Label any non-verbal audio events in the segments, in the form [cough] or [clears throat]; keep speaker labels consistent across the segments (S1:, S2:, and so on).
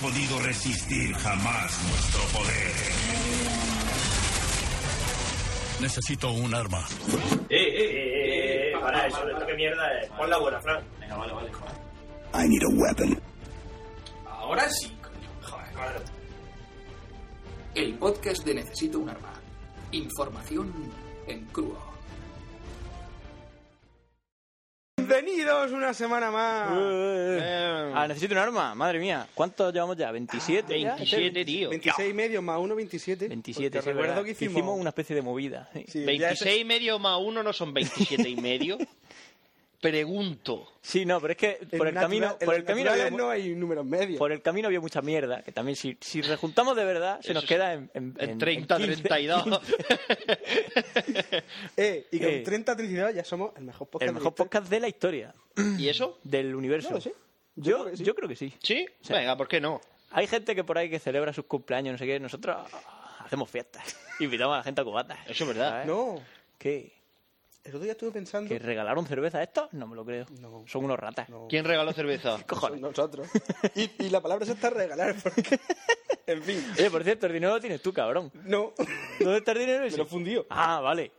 S1: podido resistir jamás nuestro poder.
S2: Necesito un arma.
S3: Eh, eh, eh, eh, para eso, esto que mierda es. Pon la buena, Fran.
S4: Venga, vale, vale, joder.
S5: I need a weapon.
S4: Ahora sí, coño. Joder,
S3: Claro.
S6: El podcast de Necesito un Arma. Información en crudo.
S7: Bienvenidos una semana más. Eh,
S8: Ah, necesito un arma, madre mía. ¿Cuántos llevamos ya? ¿27? ya?
S9: 27, tío.
S7: 26 y medio más 1, 27. Porque
S8: 27, Eh, sí, es
S7: recuerdo
S8: verdad.
S7: que hicimos,
S8: una especie de movida. Sí,
S7: Sí, ya es-
S9: 26 y medio más uno no son 27 y medio. Pregunto.
S8: Sí, no, pero es que
S7: en
S8: por el
S7: natura-
S8: camino,
S7: en
S8: por
S7: los
S8: el camino,
S7: naturales
S8: había, mu-
S7: no hay números medios.
S8: por el camino había mucha mierda, que también si, si rejuntamos de verdad se
S9: Eso
S8: nos
S9: sí.
S8: queda en, en, en-
S9: En 30,
S8: en 15.
S9: 32.
S7: Eh, y con
S8: Eh.
S7: 30 atricidades ya somos el mejor podcast.
S8: El mejor
S7: de la
S8: podcast de la historia,
S9: ¿Y eso?
S8: del universo.
S7: No lo sé. Yo
S8: Yo,
S7: creo que sí.
S8: yo creo que sí.
S9: ¿Sí?
S8: Sí.
S9: Venga, ¿por qué no?
S8: Hay gente que por ahí que celebra sus cumpleaños, no sé qué. Nosotros ah, hacemos fiestas. [laughs] Invitamos a la gente a cubatas.
S9: Eso es verdad.
S7: historia.
S8: ¿sabes?
S7: No,
S8: ¿Qué?
S7: el otro día estuve pensando.
S8: ¿Que regalaron cerveza a estos? No me lo creo.
S7: No.
S8: Son unos ratas.
S7: No,
S9: ¿Quién regaló cerveza?
S7: son
S8: Cojones.
S7: nosotros. Y, y la palabra se está regalar. Porque... [laughs] en fin,
S8: Oye, por cierto, el dinero lo tienes tú, cabrón.
S7: no.
S8: ¿Dónde está el dinero ese?
S7: Me lo fundió.
S8: Ah, vale.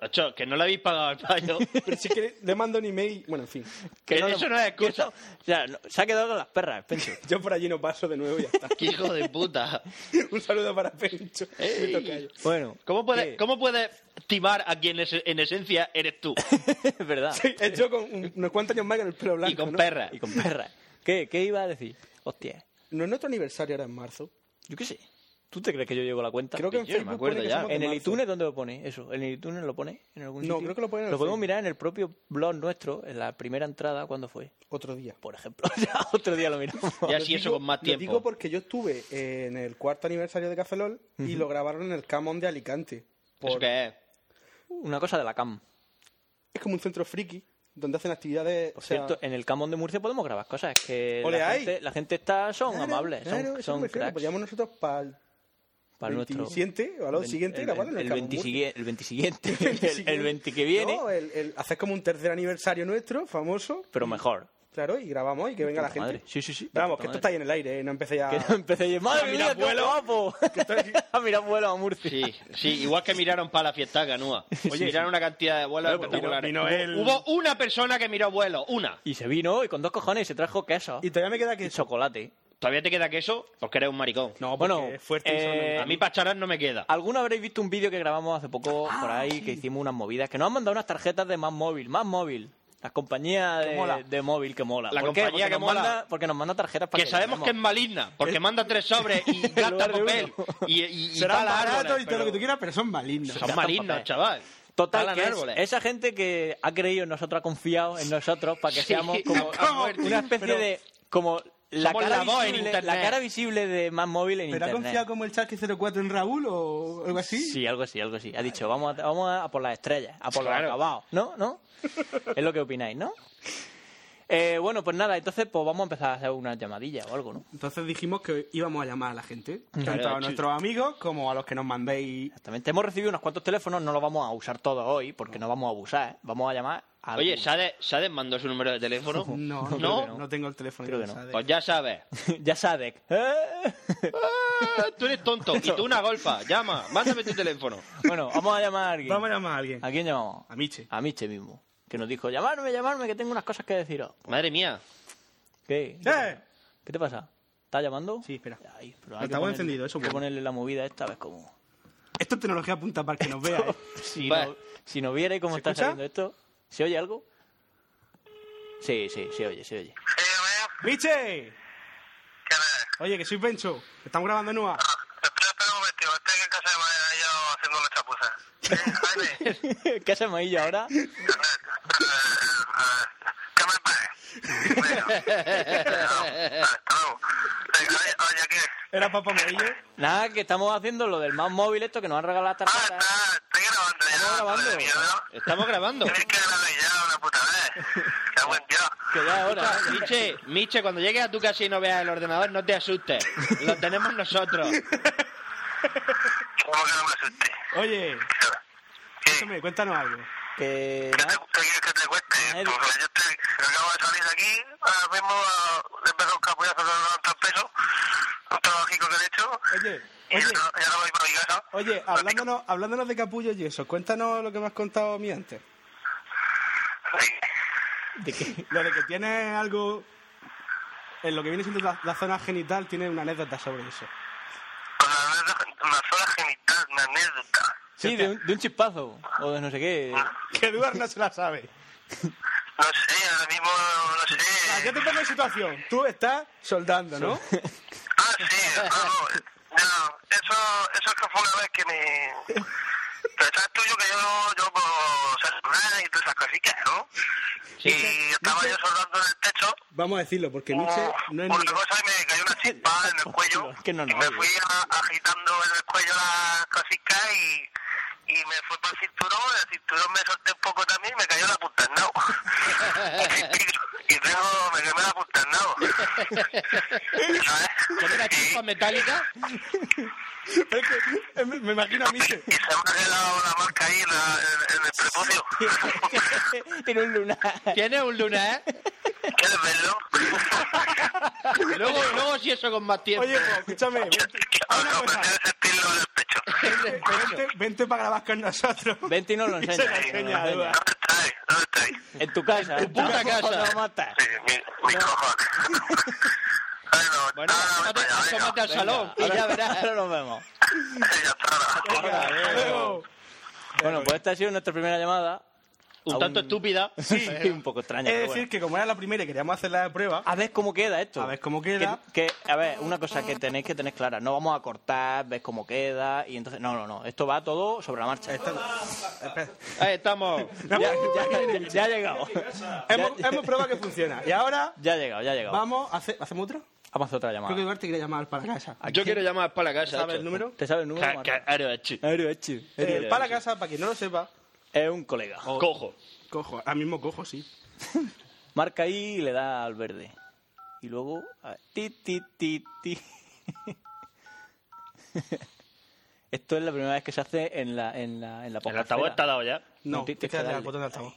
S9: Ocho, que no le habéis pagado al paño.
S7: Pero si que le mando un email. Bueno, en fin.
S9: Que
S8: lo-
S9: eso no es
S8: que
S9: excusa.
S8: eso- o sea, no- se ha quedado con las perras, Pencho.
S7: Yo por allí no paso de nuevo y ya está.
S9: ¡Qué hijo de puta!
S7: un saludo para Pencho.
S9: Ey.
S7: Me toca yo. [laughs]
S8: Bueno.
S9: ¿Cómo puedes
S8: ¿qué?
S9: cómo puede timar a quien es- en esencia eres tú?
S8: [laughs] es verdad.
S7: Sí, es yo con un- unos cuantos años más con el pelo blanco.
S9: Y con
S7: ¿no?
S9: perra.
S8: Y con perras. ¿Qué, ¿Qué iba a decir? Hostia.
S7: No es nuestro aniversario ahora en marzo.
S8: Yo qué sé. ¿tú te crees que yo llevo la cuenta?
S7: Creo que en
S9: yo no me
S7: Facebook
S9: acuerdo
S7: pone que
S9: ya.
S7: somos de
S8: ¿En el
S7: marzo.
S8: iTunes dónde lo pone? Eso, ¿en el iTunes lo pone? ¿En algún
S7: No,
S8: sitio?
S7: creo que lo pone en el
S8: Lo podemos
S7: Facebook.
S8: mirar en el propio blog nuestro, en la primera entrada, ¿cuándo fue?
S7: Otro día.
S8: Por ejemplo. [laughs] Ya otro día lo miramos.
S9: Ya sí, eso con más
S7: Lo digo
S9: tiempo.
S7: porque yo estuve en el cuarto aniversario de Café LOL y lo grabaron en el Camón de Alicante.
S9: ¿Eso
S7: Por-
S9: qué es?
S8: Una cosa de la CAM.
S7: Es como un centro friki donde hacen actividades.
S8: Por
S7: o sea,
S8: cierto, en el Camón de Murcia podemos grabar cosas. Es que
S7: Ole,
S8: la
S7: ahí.
S8: gente, la gente está, son
S7: claro,
S8: amables,
S7: claro,
S8: son,
S7: eso
S8: son
S7: me refiero,
S8: cracks.
S7: Podríamos nosotros para el
S8: para nuestro
S7: 27 o al otro
S8: el-
S7: siguiente
S8: el,
S7: grabarlo en el
S8: el,
S7: Camón
S8: 20
S7: Murcia.
S8: sigue- el
S7: [laughs]
S8: 20 siguiente, [laughs] el, el 20 que viene,
S7: No, eh. el, el- hacer como un tercer aniversario nuestro, famoso.
S8: pero mejor.
S7: Claro, y grabamos y que venga la
S8: puta
S7: gente.
S8: madre. Sí, sí, sí, de
S7: Vamos,
S8: puta
S7: que esto
S8: madre.
S7: está ahí en el aire, ¿eh? no empecé ya.
S8: Que no empecé yo,
S7: Ah,
S8: madre mira, qué guapo. [laughs] A mirar vuelo a Murcia.
S9: Sí, sí, igual que miraron para la fiesta Ganúa. Oye, miraron una cantidad de vuelos espectaculares. Hubo hubo una persona que miró vuelos, una.
S8: Y se vino y con dos cojones y se trajo queso
S7: [laughs] Y todavía me queda que.
S8: y chocolate.
S9: ¿Todavía te queda queso? Porque eres un maricón.
S7: No,
S8: Bueno,
S7: porque es fuerte. y solo-
S8: eh,
S9: A mí pacharas no me queda.
S8: ¿Alguno habréis visto un vídeo que grabamos hace poco
S9: Ah,
S8: por ahí que hicimos unas movidas? Que nos han mandado unas tarjetas de más móvil, más móvil. La compañía de, de móvil que mola.
S9: La
S8: ¿Por qué?
S9: compañía
S8: Porque
S9: que
S8: nos
S9: mola.
S8: Manda, porque nos manda tarjetas para
S9: Que sabemos que es maligna, porque manda tres sobres y gasta
S8: lugar de
S9: papel.
S8: uno.
S9: Y, y, y
S7: Será
S9: tala
S7: barato
S9: árboles,
S7: y todo lo que tú
S9: pero
S7: quieras, pero son malignos.
S9: Son
S8: Gastan
S9: malignos,
S8: papel.
S9: chaval.
S8: Total,
S9: Talan
S8: que es-
S9: árboles.
S8: esa gente que ha creído en nosotros, ha confiado en nosotros para que
S9: Sí,
S8: seamos como
S9: a- a muerte.
S8: una especie
S9: Pero-
S8: de como la
S9: Somos
S8: cara,
S9: la voz en
S8: visible, la
S9: Internet.
S8: cara visible de más móvil en
S10: ¿Pero ha
S8: internet.
S10: confiado como el Charque 04 en Raúl o algo así?
S8: Sí, algo así, algo así. Ha dicho, vamos a, vamos a por las estrellas, a por
S9: Claro.
S8: los acabados, ¿no? ¿No? Es lo que opináis, ¿no? Eh, bueno, pues nada, entonces pues vamos a empezar a hacer una llamadilla o algo, ¿no?
S10: Entonces dijimos que íbamos a llamar a la gente, tanto
S9: Claro,
S10: a nuestros amigos como a los que nos mandéis.
S8: Exactamente. Hemos recibido unos cuantos teléfonos, no los vamos a usar todos hoy porque no vamos a abusar. ¿eh? Vamos a llamar a...
S9: Oye,
S8: algunos.
S9: Sade, Sade mandó su número de teléfono.
S10: No, no,
S9: ¿No?
S10: no tengo el teléfono.
S8: Creo
S10: ya
S8: que no.
S10: sabes.
S9: Pues ya sabes.
S8: [laughs] ya Sadek. ¿Eh?
S9: Ah, tú eres tonto y tú una golfa. Llama, mándame tu teléfono.
S8: [laughs] bueno, vamos a llamar a alguien.
S10: Vamos a llamar a alguien.
S8: ¿A quién llamamos?
S10: A Miche.
S8: A Miche mismo. Que nos dijo, llamarme, llamarme, que tengo unas cosas que deciros.
S9: Madre mía.
S8: ¿Qué?
S10: ¡Eh!
S8: ¿Qué te pasa? ¿Estás llamando?
S10: Sí, espera.
S8: Ay, pero
S10: Altavoz
S8: ponerle-
S10: encendido, eso
S8: hay que
S10: bueno.
S8: ponerle la movida esta vez como...
S10: Esto es tecnología punta para que nos vea. ¿eh?
S8: Si,
S9: Vale.
S8: no, si no vierais cómo
S10: ¿Se
S8: está
S10: escucha?
S8: saliendo esto... ¿Se oye algo? Sí, sí, se oye, se oye. [laughs]
S10: ¡Miche! Oye, que soy Pencho. que Estamos grabando en UA.
S8: ¿Qué hacemos ahí yo ahora?
S11: ah,
S10: Era Papá Amarillo.
S8: Nada, que estamos haciendo lo del más móvil esto que nos han regalado las tarjetas. Estamos grabando.
S7: Ah.
S9: Estamos grabando.
S7: [laughs]
S8: Que ya es hora. ¿eh?
S9: Escucha, Miche, Miche, cuando llegues a tu casa y no veas el ordenador, no te asustes. Lo tenemos nosotros.
S10: Oye, escúchame, cuéntanos algo.
S8: Que
S11: ¿Qué
S7: ¿Ah?
S11: te,
S8: nada,
S11: qué quieres que te cueste?
S8: Nadie-
S11: Pues, yo estoy, acabo de salir de aquí, ahora mismo ah, le he pegado un capullazo de 90 pesos, un trabajico que le he hecho,
S7: Oye,
S11: y
S7: oye,
S11: ahora, y ahora voy para mi casa.
S7: oye, hablándonos, hablándonos de capullo y eso, cuéntanos lo que me has contado a mí antes.
S8: de que-
S7: Lo de que tienes algo. En lo que viene siendo la, la zona genital, tiene una anécdota sobre eso.
S11: Con la anécdota- una sola genital, una anécdota.
S8: sí, de un, de un chispazo o de no sé qué.
S10: Que Eduard no se la sabe.
S11: No sé, ahora mismo no sé.
S10: Ah, yo te pongo en situación. Tú estás soldando, ¿no?
S11: Ah, sí, vamos. No, eso, eso es que fue una vez que me... Pero sabes tuyo que yo, yo puedo ser soldado y todas esas cosillas, ¿no? y estaba yo soldando en el techo
S7: Vamos a decirlo, porque
S11: una
S7: Nietzsche no es ni.
S11: cosa y me cayó una chispa
S7: [laughs]
S11: en el cuello
S8: que no, no,
S11: y me
S8: oye.
S11: fui a- agitando en el cuello la cosica y, y me fue para el cinturón, el cinturón me solté un poco también y me cayó la
S7: [laughs]
S11: punta del nabo. [laughs] y tengo, me quemé la punta del
S7: [laughs]
S11: nabo. ¿Sabes?
S9: ¿Tiene una chispa metálica?
S10: Eh, me- Me imagino a mí.
S11: Y se me ha quedado la marca ahí en, la- en- en el prepucio. [laughs]
S8: Tiene un lunar.
S9: ¿Tiene un ¿eh? lunar?
S11: ¿Quieres verlo?
S9: Luego, luego si eso con más tiempo.
S10: Oye, pues, escúchame. Vente,
S11: No, no, prefiero sentirlo en
S8: [laughs]
S11: el pecho.
S10: vente, vente para grabar con nosotros.
S8: Vente [laughs] y no lo enseñas.
S10: Se la enseña a Eduard.
S11: ¿Dónde estáis? ¿Dónde estáis?
S8: En tu casa. En
S9: tu puta casa.
S8: No matas.
S11: Sí, mi, mi
S8: [laughs]
S11: cojones. bueno,
S9: Bueno,
S11: ahora voy
S9: asómate,
S11: para allá, venga.
S9: asómate al salón y
S8: Ahora-
S9: ya verás.
S8: Ahora nos vemos.
S11: Ya está, ahora.
S8: Bueno, pues esta ha sido nuestra primera llamada.
S9: Un
S8: Aún-
S9: tanto estúpida.
S8: Sí, [laughs] Eh, un poco extraña.
S7: Es
S8: pero
S7: decir,
S8: bueno.
S7: que como era la primera y queríamos hacer la prueba,
S8: A ver cómo queda esto.
S7: A ver cómo queda.
S8: Que, que- a ver, una cosa que tenéis que tener clara. No vamos a cortar, ves cómo queda y entonces... No, no, no. Esto va todo sobre la marcha.
S9: Ahí estamos.
S8: Ya, ya- ya- ya ha llegado.
S7: hemos,
S8: ya-
S7: hemos probado que funciona. Y ahora,
S8: Ya ha llegado, ya ha llegado. Vamos,
S7: vamos, ¿hace- ¿hacemos otra?
S8: a hacer
S7: Creo
S8: otra
S7: que
S8: llamada.
S7: Eduardo te quiere llamar para casa.
S9: Yo quiero llamar para la casa.
S7: ¿Sabes
S9: hecho.
S7: el número?
S8: ¿Te sabes el número?
S9: Ca-
S8: Marta?
S9: ca- aro, hecho.
S8: Aero Echi.
S7: Eh,
S8: Aero
S7: para
S8: Echi.
S7: casa, para quien no lo sepa,
S8: Es un colega.
S9: Cojo.
S7: cojo. Ahora mismo cojo, sí.
S8: Marca ahí y le da al verde. Y luego... a ver, ti, ti, ti, ti. [laughs] Esto es la primera vez que se hace en la en la en la
S9: El altavoz
S8: podcastera.
S9: está dado ya.
S7: No,
S8: No,
S7: te
S8: tienes que
S7: quedas al
S8: darle.
S7: botón de [laughs] altavoz.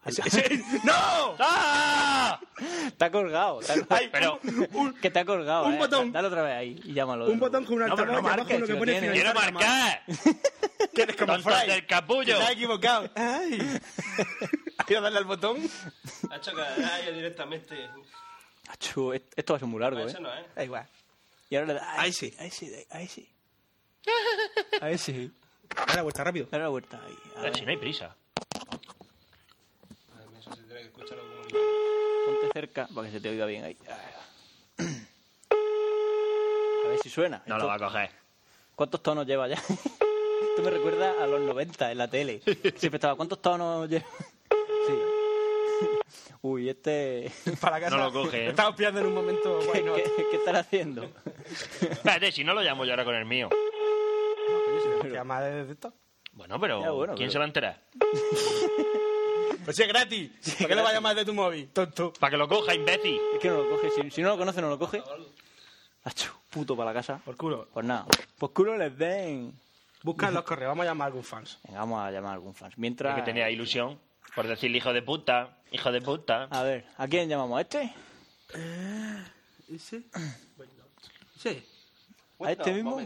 S8: [laughs]
S7: [laughs]
S9: ¡No! ¡Ah!
S8: Está colgado. Está colgado.
S9: Pero
S8: que te ha colgado.
S7: un
S8: eh.
S7: botón.
S8: Dale otra vez ahí y llámalo.
S7: Un botón con un altavoz
S8: pero
S7: y abajo lo que
S8: si lo
S7: pone
S8: tienes.
S9: quiero marcar.
S7: Tienes como
S9: Tontos
S7: Fry.
S9: del capullo.
S7: Te has equivocado. Ay. [laughs] ¿Has ido a darle al botón?
S4: Ha chocado a yo directamente.
S8: Achu, est- esto va a ser muy largo, ¿eh?
S4: Eso no, ¿eh?
S7: Da igual.
S8: Y ahora le da-
S7: Ahí sí.
S8: Ahí sí, ahí
S7: [laughs]
S8: sí. Ahí sí.
S7: Dale la vuelta rápido.
S8: Dale la vuelta ahí. A ver,
S9: Eh, Si no hay prisa.
S8: ponte cerca para que se te oiga bien ahí. [clears throat] A ver si suena.
S9: No
S8: Esto-
S9: lo va a coger.
S8: ¿Cuántos tonos lleva ya? [laughs] Esto me recuerda a los 90 en la tele. Siempre estaba, ¿cuántos tonos lleva? [laughs] Sí. [laughs] Uy, este...
S7: [laughs] Para casa.
S9: No lo coge, ¿eh?
S7: Estaba pillando en un [laughs] momento.
S8: ¿Qué,
S7: Bueno,
S8: qué, qué están haciendo?
S9: Espérate, si no lo llamo yo ahora con el mío.
S7: llama desde esto.
S9: Bueno, pero
S8: Ya, bueno,
S9: ¿quién
S8: pero-
S9: se va a enterar?
S7: Pues si es gratis. ¿Por qué lo vas a llamar desde tu móvil? Tonto.
S9: Para que lo coja, imbécil.
S8: Es que no lo coge. Si, si no lo conoce, no lo coge. Achu, puto para la casa.
S7: Por culo.
S8: Pues nada. Pues culo les den.
S7: Busca en los correos. Vamos a llamar a algún fans.
S8: Venga, vamos a llamar a algún fans.
S9: Yo
S8: Mientras...
S9: que tenía ilusión por decir hijo de puta, hijo de puta.
S8: A ver, ¿a quién llamamos? ¿A este?
S7: ¿Ese? Sí.
S8: ¿A este mismo?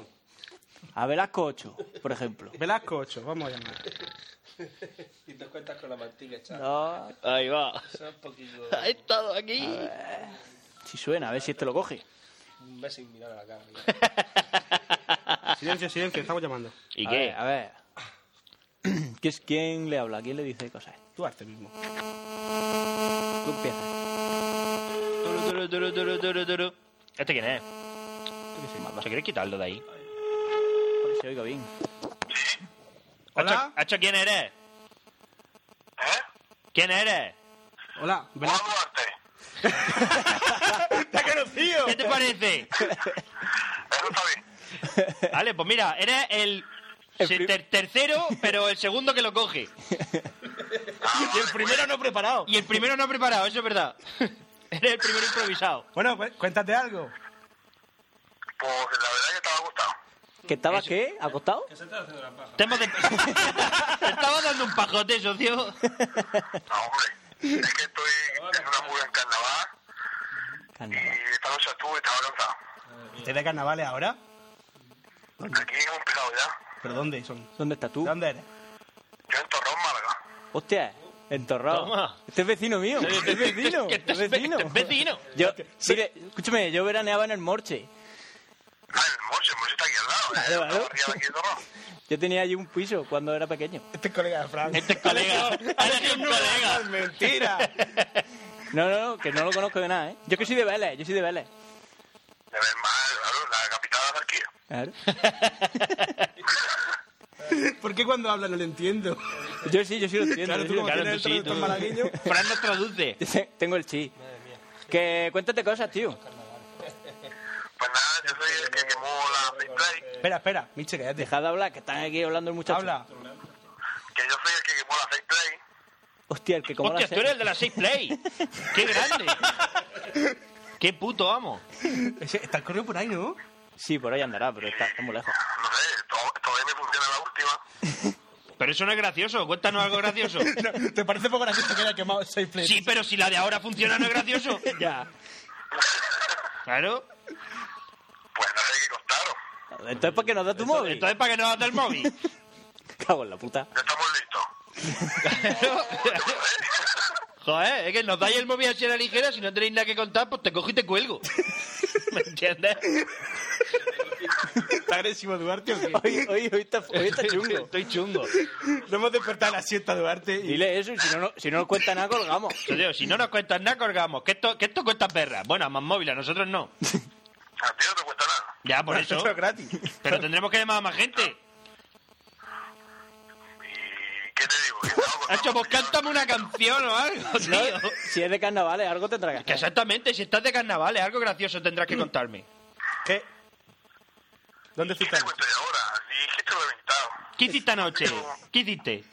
S8: A Velasco 8, por ejemplo.
S7: Velasco 8. Vamos a llamar.
S4: Y te cuentas con la mantica, chaval.
S8: No,
S9: Ahí va.
S4: Eso es un poquillo.
S9: [laughs] Ha estado aquí.
S8: si suena, a ver si este lo coge.
S4: Un mes sin mirar a la cara.
S7: Silencio, silencio. Estamos llamando.
S9: ¿Y
S8: a
S9: qué?
S8: Ver, a ver. [clears throat] ¿Qué es- ¿Quién le habla? ¿Quién le dice cosas?
S7: Tú hazte mismo.
S8: Tú empiezas.
S9: Turu, turu, turu, turu, turu, turu. ¿Este quién es? ¿Se quiere quitarlo de ahí?
S8: Porque se oiga bien.
S7: Hola.
S9: ¿Hacho, Hacho, quién eres?
S11: ¿Eh?
S9: ¿Quién eres?
S7: Hola.
S11: Juan
S7: Velasco.
S11: Duarte.
S7: ¡Te ha conocido!
S9: ¿Qué te
S8: [laughs]
S9: parece?
S11: Eso está bien.
S9: Vale, pues mira, eres el, se- ter- tercero, pero el segundo que lo
S8: [laughs]
S9: coge.
S7: Y el primero no preparado.
S9: Y el primero no ha preparado, eso es verdad. [laughs] Eres el primero improvisado.
S7: Bueno, pues cuéntate algo.
S11: Pues la verdad que estaba gustado.
S8: ¿Que estaba qué? ¿Acostado?
S12: Que se está haciendo la paja.
S9: Te hemos de- Te [laughs] estaba dando un pajote, socio.
S11: Es que estoy en una fuga en carnaval
S8: Carnaval.
S11: y esta noche estuve y estaba cansado.
S10: ¿Te de carnavales ahora?
S11: Aquí hemos empezado ya.
S10: ¿Pero dónde son?
S8: ¿Dónde estás tú?
S10: ¿De dónde eres?
S11: Yo en Torrón, Málaga.
S8: Hostia, entorrado.
S9: Toma.
S8: Este es vecino mío. Este es vecino.
S9: Que
S8: Este es
S9: estás ve-
S8: vecino. [laughs]
S9: estás vecino.
S8: Yo, mire, escúchame, yo veraneaba en el Morche.
S11: Ah, el Morse, el Morse está aquí al
S8: Vale,
S11: lado.
S8: vale.
S11: ¿eh? Estamos arriba de aquí en Torrón.
S8: Yo tenía allí un piso cuando era pequeño.
S10: Este es colega de Fran.
S9: Este es
S10: [laughs]
S9: [laughs] colega. Ahora sí es un colega.
S10: ¡Mentira!
S8: No, no, no, que no lo conozco de nada, ¿eh? Yo que soy de Vélez, yo soy de Vélez.
S11: De ver mal, claro, la capital de la anarquía.
S8: Claro.
S10: [laughs] ¿Por qué cuando habla no le entiendo?
S8: Yo sí, yo sí lo entiendo.
S10: Claro,
S8: yo
S10: tú
S8: sí lo
S10: como
S9: claro,
S10: tienes
S9: tú
S10: el
S9: sí,
S10: traductor
S9: tú.
S10: malagueño.
S9: Fran nos traduce.
S8: entiendo. Tengo el chi. Que cuéntate cosas, tío.
S11: Pues nada, yo soy el que quemó la Faceplay,
S10: Espera, espera, Miche, cállate.
S8: Dejad de hablar, que están aquí hablando el muchacho.
S10: Habla.
S11: que yo soy el que quemó la Faceplay.
S8: Hostia, el que [laughs] como
S9: Hostia,
S8: la
S9: tú eres el de la 6 Play. ¡Qué grande!
S8: [laughs]
S9: ¡Qué puto amo!
S10: Ese- Está el correo por ahí, ¿no?
S8: Sí, por ahí andará, pero está, está muy lejos.
S11: No sé, to- todavía me funciona la última.
S9: Pero eso no es gracioso. Cuéntanos
S8: [laughs]
S9: algo gracioso.
S10: ¿Te parece poco gracioso que haya quemado seis play?
S9: Sí, pero si la de ahora funciona, no es gracioso.
S8: [laughs] Ya.
S9: Claro.
S11: Pues no sé qué contaros.
S8: Entonces, ¿para qué nos da tu móvil?
S9: Entonces, ¿para qué nos das el móvil?
S8: Cago en la puta.
S11: Ya estamos listos.
S9: [laughs] Joder, es que nos dais el móvil así a la ligera, si no tenéis nada que contar, pues te cojo y
S8: [laughs]
S9: te cuelgo. ¿Me entiendes?
S10: ¿Está agresivo Duarte o qué?
S8: Hoy, hoy, hoy, está, hoy
S9: [laughs]
S8: está chungo.
S9: Estoy chungo.
S10: Lo hemos despertado a la siesta Duarte y...
S8: Dile eso y si no, no- si no nos cuenta nada, colgamos.
S9: Tío, si no nos cuentas nada, colgamos. Que esto, que esto cuesta perra. Bueno, a más móvil, a nosotros no.
S11: A ti no te cuesta nada.
S9: Ya, por eso.
S10: Esto es gratis.
S9: Pero tendremos que llamar a más gente.
S11: ¿Y qué te digo? Que estaba contando-
S9: Hacho, pues cántame una canción o algo,
S8: [laughs] No,
S9: tío.
S8: si es de carnavales, algo tendrá que
S9: Que
S8: hacer.
S9: exactamente, si estás de carnavales, algo gracioso tendrás que contarme.
S10: ¿Qué? ¿Dónde
S11: ¿Qué te
S10: fuiste?
S11: cuento yo ahora? Dijiste lo he inventado.
S9: ¿Qué hiciste anoche? ¿Qué hiciste?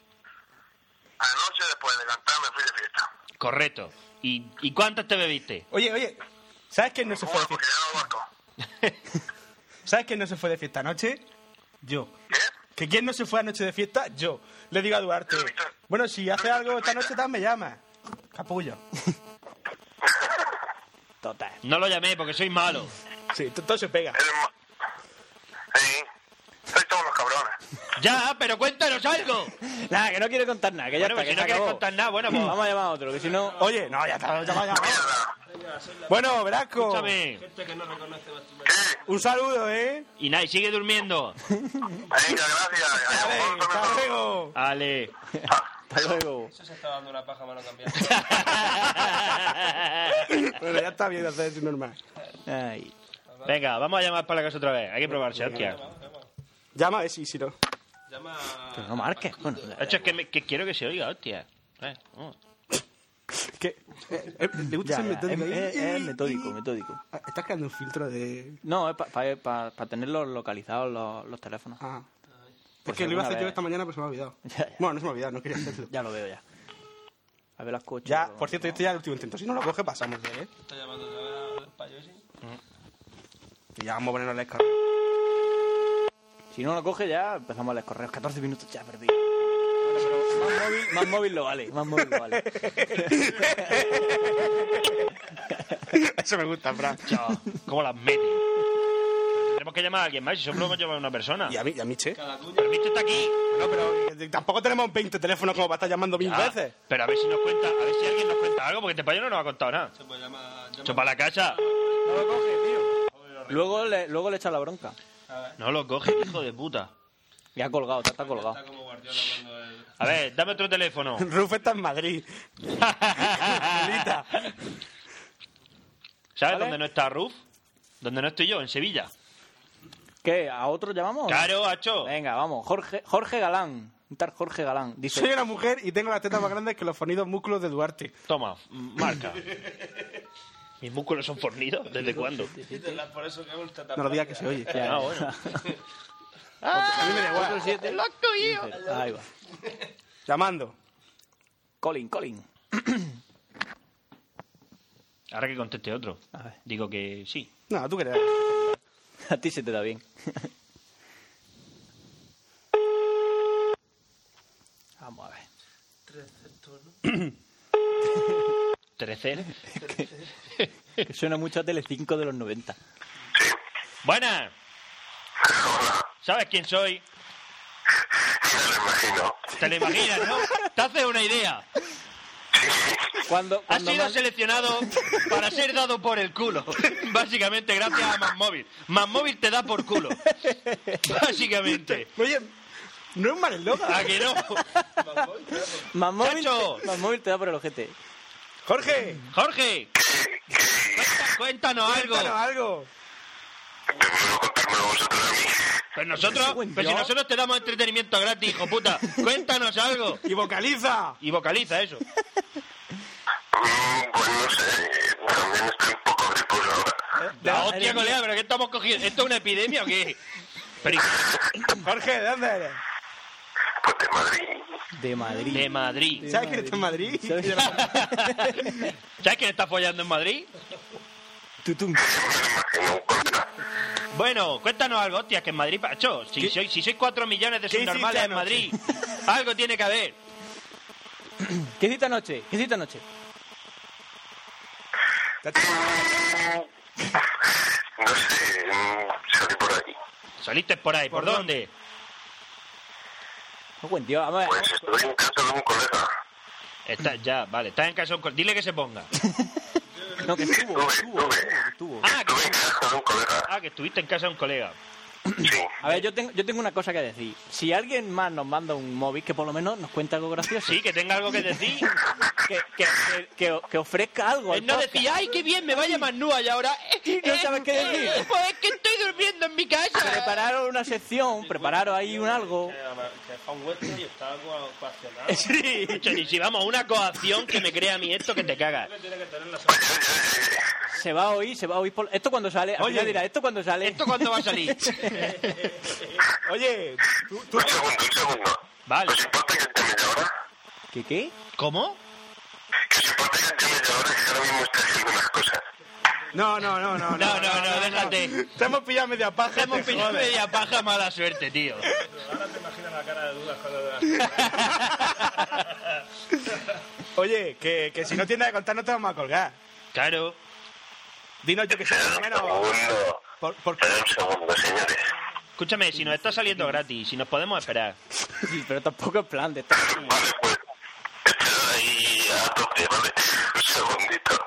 S11: Anoche, después de cantar, me fui de fiesta.
S9: Correcto. ¿Y, y cuántas te bebiste?
S10: Oye, oye, ¿sabes quién no se fue de
S11: Bueno, porque
S10: fiesta?
S11: ya no barco.
S10: ¿Sabes quién no se fue de fiesta anoche? Yo.
S11: ¿Qué?
S10: ¿Que quién no se fue anoche de fiesta? Yo. Le digo a Duarte, bueno, si haces algo esta noche tal, me llamas. Capullo.
S8: Total.
S9: No lo llamé porque soy malo.
S10: Sí, t- todo se pega.
S11: Eres ma- Sí. Sois todos unos cabrones.
S9: Ya, pero cuéntanos algo.
S8: Nada, que no quiero contar nada, que ya
S9: Bueno,
S8: está,
S9: pues
S8: que
S9: si no
S8: se
S9: quieres
S8: acabó.
S9: contar nada, bueno, pues-
S8: Vamos a llamar a otro, que si no...
S10: Oye, no, ya está, ya está, ya está. Bueno, Verasco,
S9: Escúchame.
S12: Gente que no reconoce más tu
S10: un saludo, ¿eh?
S9: Y nada, y sigue durmiendo.
S11: Venga, gracias.
S10: Dale,
S11: Adiós, nos vemos.
S10: hasta luego.
S9: Ale. [laughs]
S8: Hasta luego.
S12: Eso se está dando una paja mano cambiada.
S10: Bueno, ya está bien hacer eso normal.
S8: Ay.
S9: Venga, vamos a llamar para la casa otra vez. Hay que probarse, hostia.
S10: Llama a ver si, si no.
S12: Llama
S8: Pero no marques. Bueno,
S9: Hacho, es que, me- que quiero que se oiga, hostia. Eh, oh.
S10: ¿Qué? Eh, eh, ¿Le gusta
S8: ya,
S10: ser
S8: ya, es,
S10: metódico? ¿eh?
S8: es- es metódico, metódico.
S10: Ah, Estás creando un filtro de...
S8: No, es para pa, pa- pa tenerlos localizados los, los teléfonos.
S10: Ah.
S8: Por
S10: es
S8: si
S10: que lo iba a
S8: alguna
S10: hacer yo
S8: vez-
S10: esta mañana, pero se me ha [laughs] olvidado.
S8: Ya, ya.
S10: Bueno, no se me ha olvidado, no quería hacerlo.
S8: Ya lo veo ya. A ver las coches.
S10: [laughs] Ya, por cierto, este ya es el último intento. Si no lo coge, pasamos, ¿eh?
S12: está llamando otra vez al payosi.
S10: Y ya vamos a ponernos la escala.
S8: Si no lo coge ya, empezamos a leer correos. 14 minutos ya perdido. Más móvil, más móvil lo vale, más móvil lo vale.
S10: Eso me gusta, Fran.
S9: Chao. ¿Cómo las mete? Tenemos que llamar a alguien más. Si solo hemos llamado a una persona.
S10: Y a mí, y a mí, che.
S12: Cada cuña.
S9: Pero el bicho está aquí.
S10: No, pero eh, tampoco tenemos 20 teléfonos como para estar llamando mil
S9: Ah,
S10: veces.
S9: Pero a ver si nos cuenta, a ver si alguien nos cuenta algo, porque este payo no nos ha contado nada.
S12: Se puede llamar.
S9: Esto
S12: Llama.
S9: para la casa.
S8: Luego le, luego le echa la bronca.
S9: No lo coge, hijo de puta.
S8: Ya ha colgado, está, está colgado.
S12: Está como Guardiola cuando el.
S9: A ver, dame otro teléfono.
S7: [laughs]
S10: Ruf está en Madrid.
S9: [laughs]
S10: Lolita.
S9: ¿Sabes
S8: ¿Vale?
S9: dónde no está Ruf? Donde no estoy yo, en Sevilla.
S8: ¿Qué? ¿A otro llamamos?
S9: Claro, hacho.
S8: Venga, vamos. Jorge, Jorge Galán. Un tal Jorge Galán. Dice,
S10: Soy una mujer y tengo las tetas más grandes que los fornidos músculos de Duarte.
S9: Toma, m- marca. Mis músculos son fornidos. ¿Desde cuándo?
S12: Quítela, Por eso que gusta tan
S10: No lo digas que se oye.
S9: Ah,
S8: [laughs]
S9: bueno.
S10: Ah, A mí me da igual.
S8: Ahí va.
S10: Llamando.
S8: Colin, Colin. [laughs]
S9: Ahora que conteste otro.
S8: A ver.
S9: Digo que sí.
S10: No, tú crees.
S8: [laughs] A ti se te da bien.
S4: Pegaso, ¿no?
S8: [laughs]
S9: Tercer.
S8: que, que suena mucho a Telecinco de los 90.
S9: Buenas. ¿Sabes quién soy? Te lo imaginas, ¿no? Te haces una idea.
S8: Cuando,
S9: Has
S8: cuando
S9: sido
S8: más-
S9: seleccionado para ser dado por el culo. [laughs] Básicamente, gracias a Másmóvil. Másmóvil te da por
S8: [laughs]
S9: culo. Básicamente.
S7: Oye, no es mal el logo.
S9: ¿A que no?
S8: más móvil,
S9: ¡Chacho!
S8: te- más móvil te da por el ojete.
S7: Jorge,
S9: Jorge, cuenta- cuéntanos algo.
S7: cuéntanos algo.
S9: Pues nosotros,
S8: buen
S9: pues si
S8: yo.
S9: nosotros te damos entretenimiento gratis, hijo puta. Cuéntanos algo.
S7: Y vocaliza.
S9: Y vocaliza eso.
S11: Mm, Pues no sé, también estoy un poco griposo ahora.
S9: La hostia, colega, pero ¿qué estamos cogiendo? ¿Esto es una epidemia o qué? Pero,
S7: Jorge, ¿de dónde eres?
S11: Pues de Madrid.
S8: De Madrid.
S9: de Madrid.
S7: ¿Sabes quién está en Madrid?
S8: ¿Sabes?
S9: ¿Sabes quién está follando en Madrid?
S8: Tutum.
S9: Bueno, cuéntanos algo, hostia, que en Madrid, pacho, si sois, si sois cuatro millones de
S7: ¿Qué hiciste
S9: subnormales en
S7: anoche?
S9: Madrid, algo tiene que haber.
S8: ¿Qué cita anoche? ¿Qué cita anoche?
S11: No sé, mm, salí por ahí.
S9: Saliste por ahí, ¿por, dónde?
S8: Oh, buen Dios, vamos a ver.
S11: Pues estuve en casa de un colega.
S9: Está, ya, vale, estás en casa, de un co- dile que se ponga.
S8: No, que estuvo, que estuvo, que estuvo. que estuvo.
S9: Ah, que,
S11: Estuve en casa de un colega.
S9: ah, que estuviste en casa de un colega.
S11: Sí.
S8: A ver, yo tengo, yo tengo una cosa que decir. Si alguien más nos manda un móvil, que por lo menos nos cuente algo gracioso.
S9: Sí, que tenga algo que decir.
S8: Que, que, que, que, que ofrezca algo. al
S9: Él no
S8: podcast.
S9: decía, ay, qué bien, me va a llamar Nua y ahora... "Eh,
S8: Y no sabes qué decir.
S9: Pues es que estoy durmiendo en mi casa.
S8: Prepararon una sección, prepararon ahí un [laughs] algo.
S4: Que fue un western y estaba co- coaccionado.
S9: Sí, y si vamos a una coacción que me crea a mí esto que te cagas.
S4: Tiene que tener la solución.
S8: Se va a oír, se va a oír. Por... Esto cuando sale. al
S7: Oye.
S8: final dirá, esto cuando sale.
S9: ¿Esto cuándo va a salir?
S7: Oye, tú, tú-
S11: Un segundo, un segundo.
S9: Vale.
S11: ¿Os importa que te mire ahora?
S8: [laughs] ¿Qué qué?
S9: ¿Cómo?
S11: Que os importa que te mire ahora, que ahora mismo estoy haciendo unas cosas.
S7: No, no, no, no.
S9: No, no, no, déjate.
S7: Te hemos pillado media paja.
S9: Te hemos
S7: te
S9: pillado
S7: jodes.
S9: media paja, mala suerte, tío.
S4: Ahora te imaginas la cara de dudas cuando
S7: Oye, que, que si no tienes que contar no te vamos a colgar.
S9: [laughs] Claro.
S7: Dinos yo que sé, por lo menos.
S11: Un segundo.
S7: ¿Por, por qué?
S11: Pero un segundo, señores.
S9: Escúchame, si nos está saliendo gratis, si nos podemos esperar.
S8: Sí, pero tampoco en plan de esto.
S11: Vale, pues. Espera ahí a tope, ¿vale? Un segundito.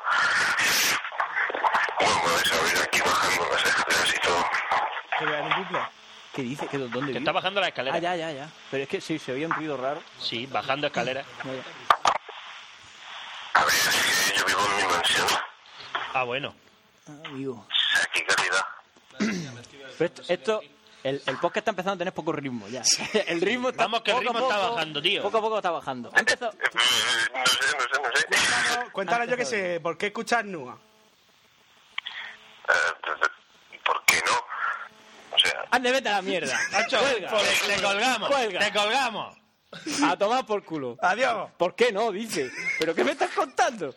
S11: Bueno, me vais a ver aquí bajando las escaleras y todo.
S7: Que vean un bucle.
S8: ¿Qué dice? ¿Qué, ¿Dónde
S9: Te
S8: vive?
S9: está bajando la
S8: Ah,
S9: escalera.
S8: ya, ya, ya. Pero es que sí, se oía un ruido raro.
S9: Sí, bajando escalera.
S8: No, ya.
S11: A ver, es que Eh, yo vivo en mi mansión.
S9: Ah, bueno.
S8: Ah, digo.
S11: Aquí calidad.
S8: Pero esto, esto- el, el podcast está empezando a tener poco ritmo ya. [laughs] El ritmo está,
S9: Vamos, que el
S8: poco a
S9: ritmo está
S8: poco-
S9: bajando, tío.
S8: Poco a poco está bajando. Ha empezado-
S11: Eh, No sé, no sé, no sé.
S7: Cuéntanos, cuéntanos yo que sé, ¿por qué escuchas Nua?
S11: Eh, ¿Por qué no? O sea,
S8: Ande, vete a la mierda.
S9: [laughs] Nacho,
S8: Cuelga.
S9: te, te colgamos.
S8: Cuelga.
S9: Te colgamos.
S8: A tomar por culo.
S7: Adiós.
S8: ¿Por qué no? Dice. ¿Pero qué me estás contando?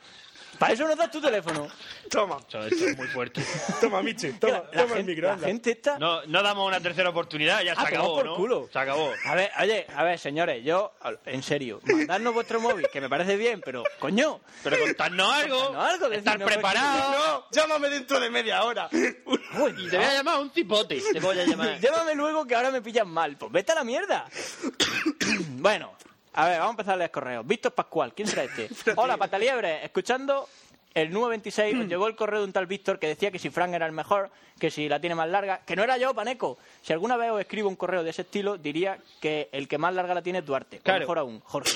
S8: Para eso nos das tu teléfono.
S7: Toma,
S9: Esto, esto es muy fuerte.
S7: toma, Michi, toma,
S8: la,
S7: toma el
S8: gente, la
S7: microondas.
S8: gente está...
S9: No, no damos una tercera oportunidad, ya se
S8: A tomar
S9: acabó,
S8: Ah, por
S9: ¿no?
S8: culo.
S9: Se acabó.
S8: A ver, oye, a ver, señores, yo, en serio, mandarnos vuestro móvil, que me parece bien, pero, coño, [laughs]
S9: Pero contarnos algo,
S8: Contadnos algo,
S9: estar
S8: decirnos,
S9: preparado.
S7: No, llámame dentro de media hora.
S9: Y te voy a llamar un tipote. Te voy
S8: [laughs]
S9: a llamar.
S8: llámame luego que ahora me pillan mal. Pues vete a la mierda. bueno, a ver, vamos a empezar a leer correos. Víctor Pascual, ¿quién será este? Hola, Pataliebre, escuchando... El 926 os llegó el correo de un tal Víctor que decía que si Frank era el mejor, que si la tiene más larga, que no era yo, Paneco. Si alguna vez os escribo un correo de ese estilo, diría que el que más larga la tiene es Duarte. O
S9: Claro.
S8: mejor aún, Jorge.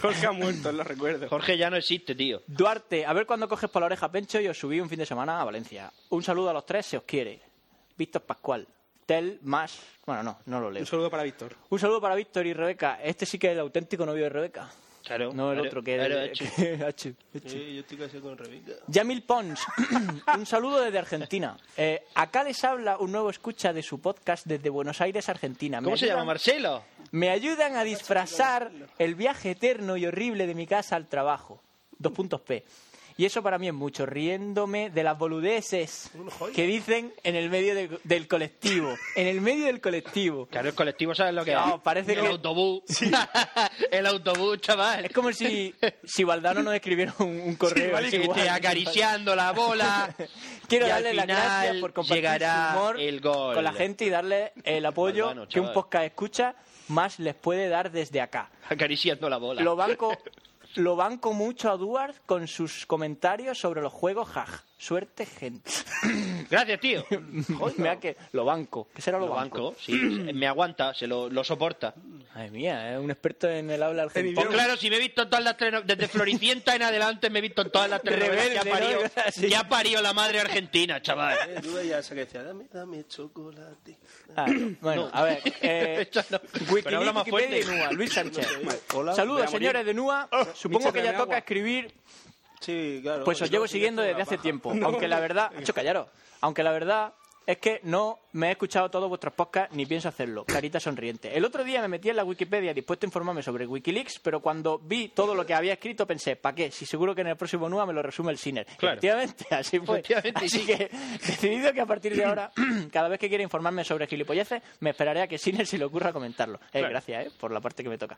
S7: Jorge ha muerto, lo recuerdo.
S9: Jorge ya no existe, tío.
S8: Duarte, a ver cuándo coges por la oreja Pencho y os subí un fin de semana a Valencia. Un saludo a los tres, se os quiere. Víctor Pascual. Tel más. Bueno, no, no lo leo.
S7: Un saludo para Víctor.
S8: Un saludo para Víctor y Rebeca. Este sí que es el auténtico novio de Rebeca.
S9: Claro.
S8: No el
S9: claro,
S8: otro [laughs] que
S9: claro,
S8: es.
S9: hecho.
S4: yo estoy casi con Rebeca.
S8: Yamil Pons. [coughs] un saludo desde Argentina. Eh, acá les habla un nuevo escucha de su podcast desde Buenos Aires, Argentina. Me
S9: ¿Cómo se
S8: ayudan-
S9: llama, Marcelo?
S8: Me ayudan a disfrazar el viaje eterno y horrible de mi casa al trabajo. Dos puntos P. Y eso para mí es mucho, riéndome de las boludeces que dicen en el medio de- del colectivo. En el medio del colectivo.
S9: Claro, el colectivo sabe lo que
S8: No,
S9: es.
S8: parece
S9: el
S8: que-
S9: autobús. [laughs] el autobús, chaval.
S8: Es como si, si Valdano nos escribiera un, un correo.
S9: Sí,
S8: es igual.
S9: esté acariciando la
S8: [laughs]
S9: bola.
S8: Quiero
S9: y al
S8: darle las
S9: final
S8: gracias por compartir
S9: llegará
S8: su humor
S9: el gol.
S8: con la gente y darle el apoyo
S9: Valdano,
S8: que un
S9: chaval.
S8: podcast escucha más les puede dar desde acá.
S9: Acariciando la bola.
S8: Lo banco, lo banco mucho a Duarte con sus comentarios sobre los juegos jaj. Suerte, gente. [laughs]
S9: Gracias, tío.
S8: Mira que lo banco. ¿Qué será lo,
S9: Lo banco, sí. pues, eh, Me aguanta, se lo, lo soporta.
S8: Ay mía, es un experto en el habla
S9: Pues
S8: argentina.
S9: claro, si me he visto en todas las tres, no- desde Floricienta en adelante me he visto en todas las tres novelas que ha
S8: Rebelde, ¿no?
S9: parido,
S8: Sí.
S9: que ha parido la madre argentina, chaval.
S4: Eh, Tú ya esa que decía, dame, dame chocolate.
S8: Ah,
S9: [clears throat]
S8: no. bueno, a
S9: [laughs]
S8: ver. Eh,
S9: Esta no.
S8: Wikileaks,
S9: Pero habla más
S8: Wikipedia
S9: fuerte.
S8: y Nua, Luis Sánchez.
S4: Hola.
S9: voy a
S8: Saludos,
S9: morir.
S8: señores de Nua. Supongo que ya toca escribir
S4: Sí, claro.
S8: Pues os
S10: [laughs]
S8: llevo siguiendo desde hace tiempo. Aunque la verdad, hecho callaros. Aunque la verdad es que no me he escuchado todos vuestros podcasts ni pienso hacerlo. Carita sonriente. El otro día me metí en la Wikipedia dispuesto a informarme sobre Wikileaks, pero cuando vi todo lo que había escrito pensé, ¿para qué? Si seguro que en el próximo NUA me lo resume el Siner.
S9: Claro.
S8: Efectivamente, así fue.
S9: Efectivamente,
S8: así
S9: sí.
S8: que [laughs] decidido que a partir de ahora, [clears throat] cada vez que quiera informarme sobre gilipolleces, me esperaré a que Siner se le ocurra comentarlo. Eh, Gracias, eh, por la parte que me toca.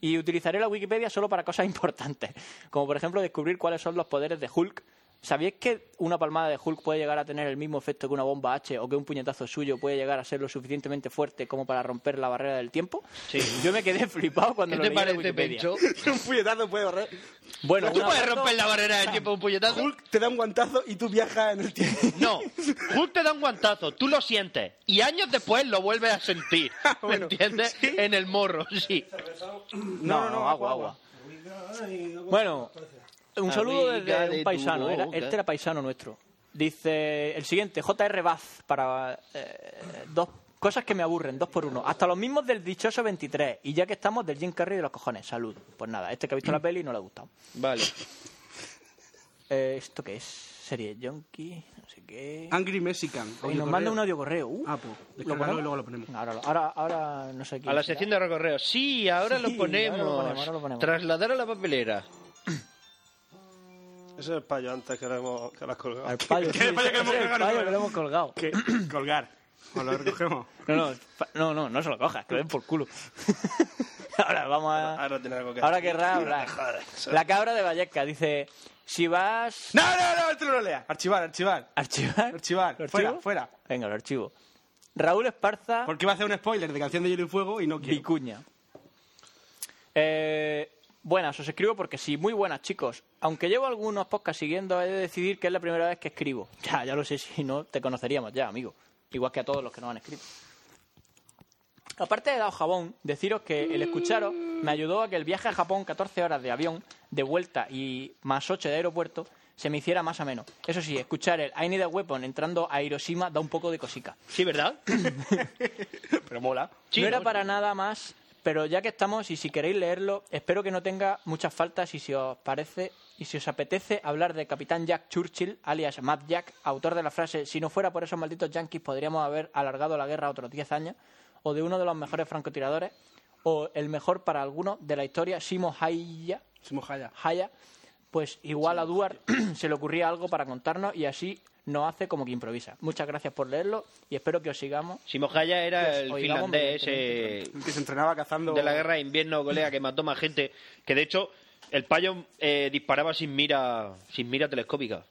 S8: Y utilizaré la Wikipedia solo para cosas [laughs] importantes, como por ejemplo descubrir cuáles son los poderes de Hulk. ¿Sabíais que una palmada de Hulk puede llegar a tener el mismo efecto que una bomba H o que un puñetazo suyo puede llegar a ser lo suficientemente fuerte como para romper la barrera del tiempo?
S9: Sí.
S8: Yo me quedé flipado cuando lo
S9: ¿Qué te
S8: leí en la
S9: parece,
S8: Wikipedia.
S9: Pencho?
S7: un puñetazo puede ahorrar.
S8: Bueno,
S9: ¿Tú
S8: un
S9: puedes
S8: abrazo.
S9: romper la barrera del tiempo de un puñetazo?
S7: Hulk te da un guantazo y tú viajas en el tiempo.
S9: No, Hulk te da un guantazo, tú lo sientes y años después lo vuelves
S8: [laughs]
S9: a sentir, ¿me
S7: Bueno,
S9: entiendes? En el morro, sí.
S8: No, no, no, agua, agua. Bueno, un saludo
S9: Amiga
S8: desde
S9: de
S8: un
S9: tu
S8: paisano, era,
S9: boca.
S8: este era paisano nuestro. Dice el siguiente, JR Baz, para eh, dos cosas que me aburren, dos por uno. Hasta los mismos del dichoso 23, y ya que estamos del Jim Carrey de los cojones, salud. Pues nada, este que ha visto la peli no le ha gustado.
S9: Vale.
S8: Eh, ¿Esto qué es? Serie Junkie, no sé qué.
S10: Angry Mexican.
S8: y nos
S10: Ah, Audio
S8: manda
S10: correo.
S8: un audio correo. Uh,
S10: Ah, pues,
S8: ¿lo
S10: descárgalo
S8: ponemos?
S10: y luego lo ponemos.
S8: Ahora, lo- ahora, ahora no sé quién
S9: A la
S8: será.
S9: sección de recorreo. Sí, ahora
S8: Sí,
S9: lo ponemos.
S8: ahora lo ponemos, ahora lo ponemos.
S9: Trasladar a la papelera.
S4: Ese es el payo antes que lo, hemos, que lo has colgado.
S8: Al payo, sí,
S10: payo [laughs] que
S8: ese
S10: hemos
S8: es [laughs] el
S10: colgado,
S8: payo
S10: no,
S8: que lo hemos colgado.
S10: Que-
S8: [clears throat]
S10: colgar. O lo recogemos.
S8: No, no, fa- no, no, no se lo cojas, que lo den por culo. [laughs] Ahora vamos
S4: [laughs]
S8: a.
S4: Ahora tiene algo que
S8: Ahora
S4: decir.
S8: querrá hablar. La cabra de Vallecas dice: Si vas
S10: No, no, no, esto no lo leas. Archivar, archivar.
S8: a archivar.
S10: Archivar.
S8: ¿Lo
S10: Fuera,
S8: archivo?
S10: fuera.
S8: Venga, lo archivo. Raúl Esparza,
S10: Porque va a hacer un spoiler de Canción de Hielo y Fuego y no quiero.
S8: Vicuña. Eh, buenas, os escribo porque sí, muy buenas, chicos. Aunque llevo algunos podcasts siguiendo, he de decidir que es la primera vez que escribo. [laughs] Ya, ya lo sé, si no, te conoceríamos ya, amigo. Igual que a todos los que nos han escrito. Aparte de dado jabón, deciros que el escucharos me ayudó a que el viaje a Japón, 14 horas de avión, de vuelta y más 8 de aeropuerto, se me hiciera más ameno. Eso sí, escuchar el I Need a Weapon entrando a Hiroshima da un poco de cosica.
S9: Sí,
S8: [laughs]
S9: ¿verdad? Pero mola. Sí,
S8: no era
S9: mola.
S8: para nada más, pero ya que estamos y si queréis leerlo, espero que no tenga muchas faltas y si os parece y si os apetece hablar de Capitán Jack Churchill, alias Mad Jack, autor de la frase si no fuera por esos malditos yanquis podríamos haber alargado la guerra otros 10 años, o de uno de los mejores francotiradores, o el mejor para algunos de la historia, Simo Hayya,
S10: Somos Jaya.
S8: Haya, pues igual a Duar [clears throat] se le ocurría algo para contarnos y así nos hace como que improvisa. Muchas gracias por leerlo y espero que os sigamos
S9: Simojaya
S8: Pues,
S9: era el
S8: oigamos,
S9: finlandés
S8: evidentemente,
S9: ese
S10: Que se entrenaba cazando.
S9: de la guerra de invierno, colega, que mató más gente. Que de hecho, el payo eh, disparaba sin mira, sin mira telescópica.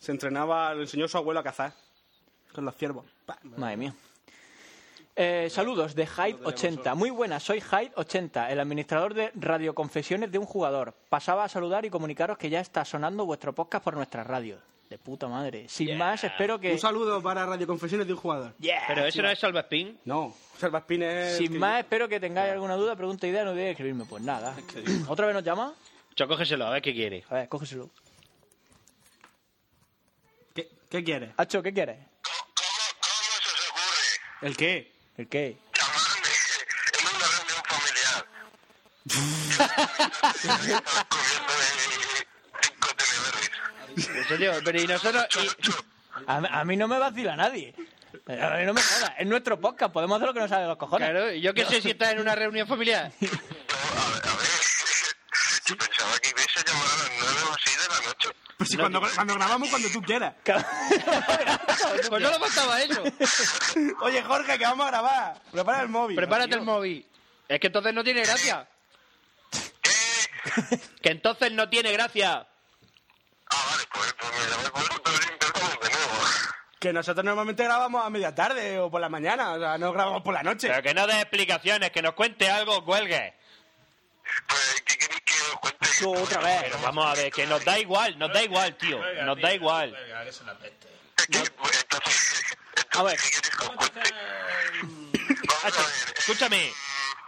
S10: Se entrenaba, le enseñó a su abuelo a cazar. Con los ciervos. Pa.
S8: Madre mía. Eh, saludos de Hyde80. Muy buenas, soy Hyde80, el administrador de radioconfesiones de un jugador. Pasaba a saludar y comunicaros que ya está sonando vuestro podcast por nuestra radio. De puta madre. Sin más, espero que.
S10: Un saludo para Radio Confesiones de un jugador.
S8: Yeah,
S9: Pero ese
S8: sin
S9: no
S8: más.
S9: es Salva Spin.
S10: No, Salvaspines.
S8: eh, Sin más, espero que tengáis alguna duda, pregunta, idea, no olvidéis escribirme. Pues nada. ¿Otra vez nos llama?
S9: Yo cógeselo, a ver qué [laughs] quiere.
S8: A ver, cógeselo.
S10: ¿Qué, qué quieres?
S8: Hacho, ¿qué quieres?
S11: ¿Cómo se os ocurre
S10: ¿El qué?
S8: ¿El qué?
S11: llamarme [laughs] en una reunión familiar?
S9: En serio, Pues, pero y nosotros. y-
S8: A, a mí no me vacila nadie. A mí no me jodas. Es nuestro podcast, podemos hacer lo que nos sale de los cojones.
S9: claro, yo qué sé si estás en una reunión familiar.
S11: Yo pensaba que ibais a llamar a las nueve o así de la noche.
S10: Pues si cuando, cuando grabamos, cuando tú
S9: [laughs]
S10: quieras.
S9: [laughs] Pues no lo faltaba eso.
S10: Oye, Jorge, que vamos a grabar. Prepara el móvil.
S9: Prepárate el móvil. Es que entonces no tiene gracia. [laughs] que entonces no tiene gracia.
S11: Ah, vale, pues, pues mira, me puedo pedir intercambio de nuevo.
S10: Que nosotros normalmente grabamos a media tarde o por la mañana. O sea, no grabamos por la noche.
S9: Pero que no des explicaciones, que nos cuente algo, cuelgue.
S11: Pues, ¿qué queréis que os cuente?
S8: Tú otra vez.
S9: Pero vamos a ver, que nos da igual, nos da igual, tío. Nos da igual.
S11: Es que, pues, entonces,
S8: A ver,
S11: ¿qué queréis que os cuente? Vamos a ver, eh,
S9: Escúchame,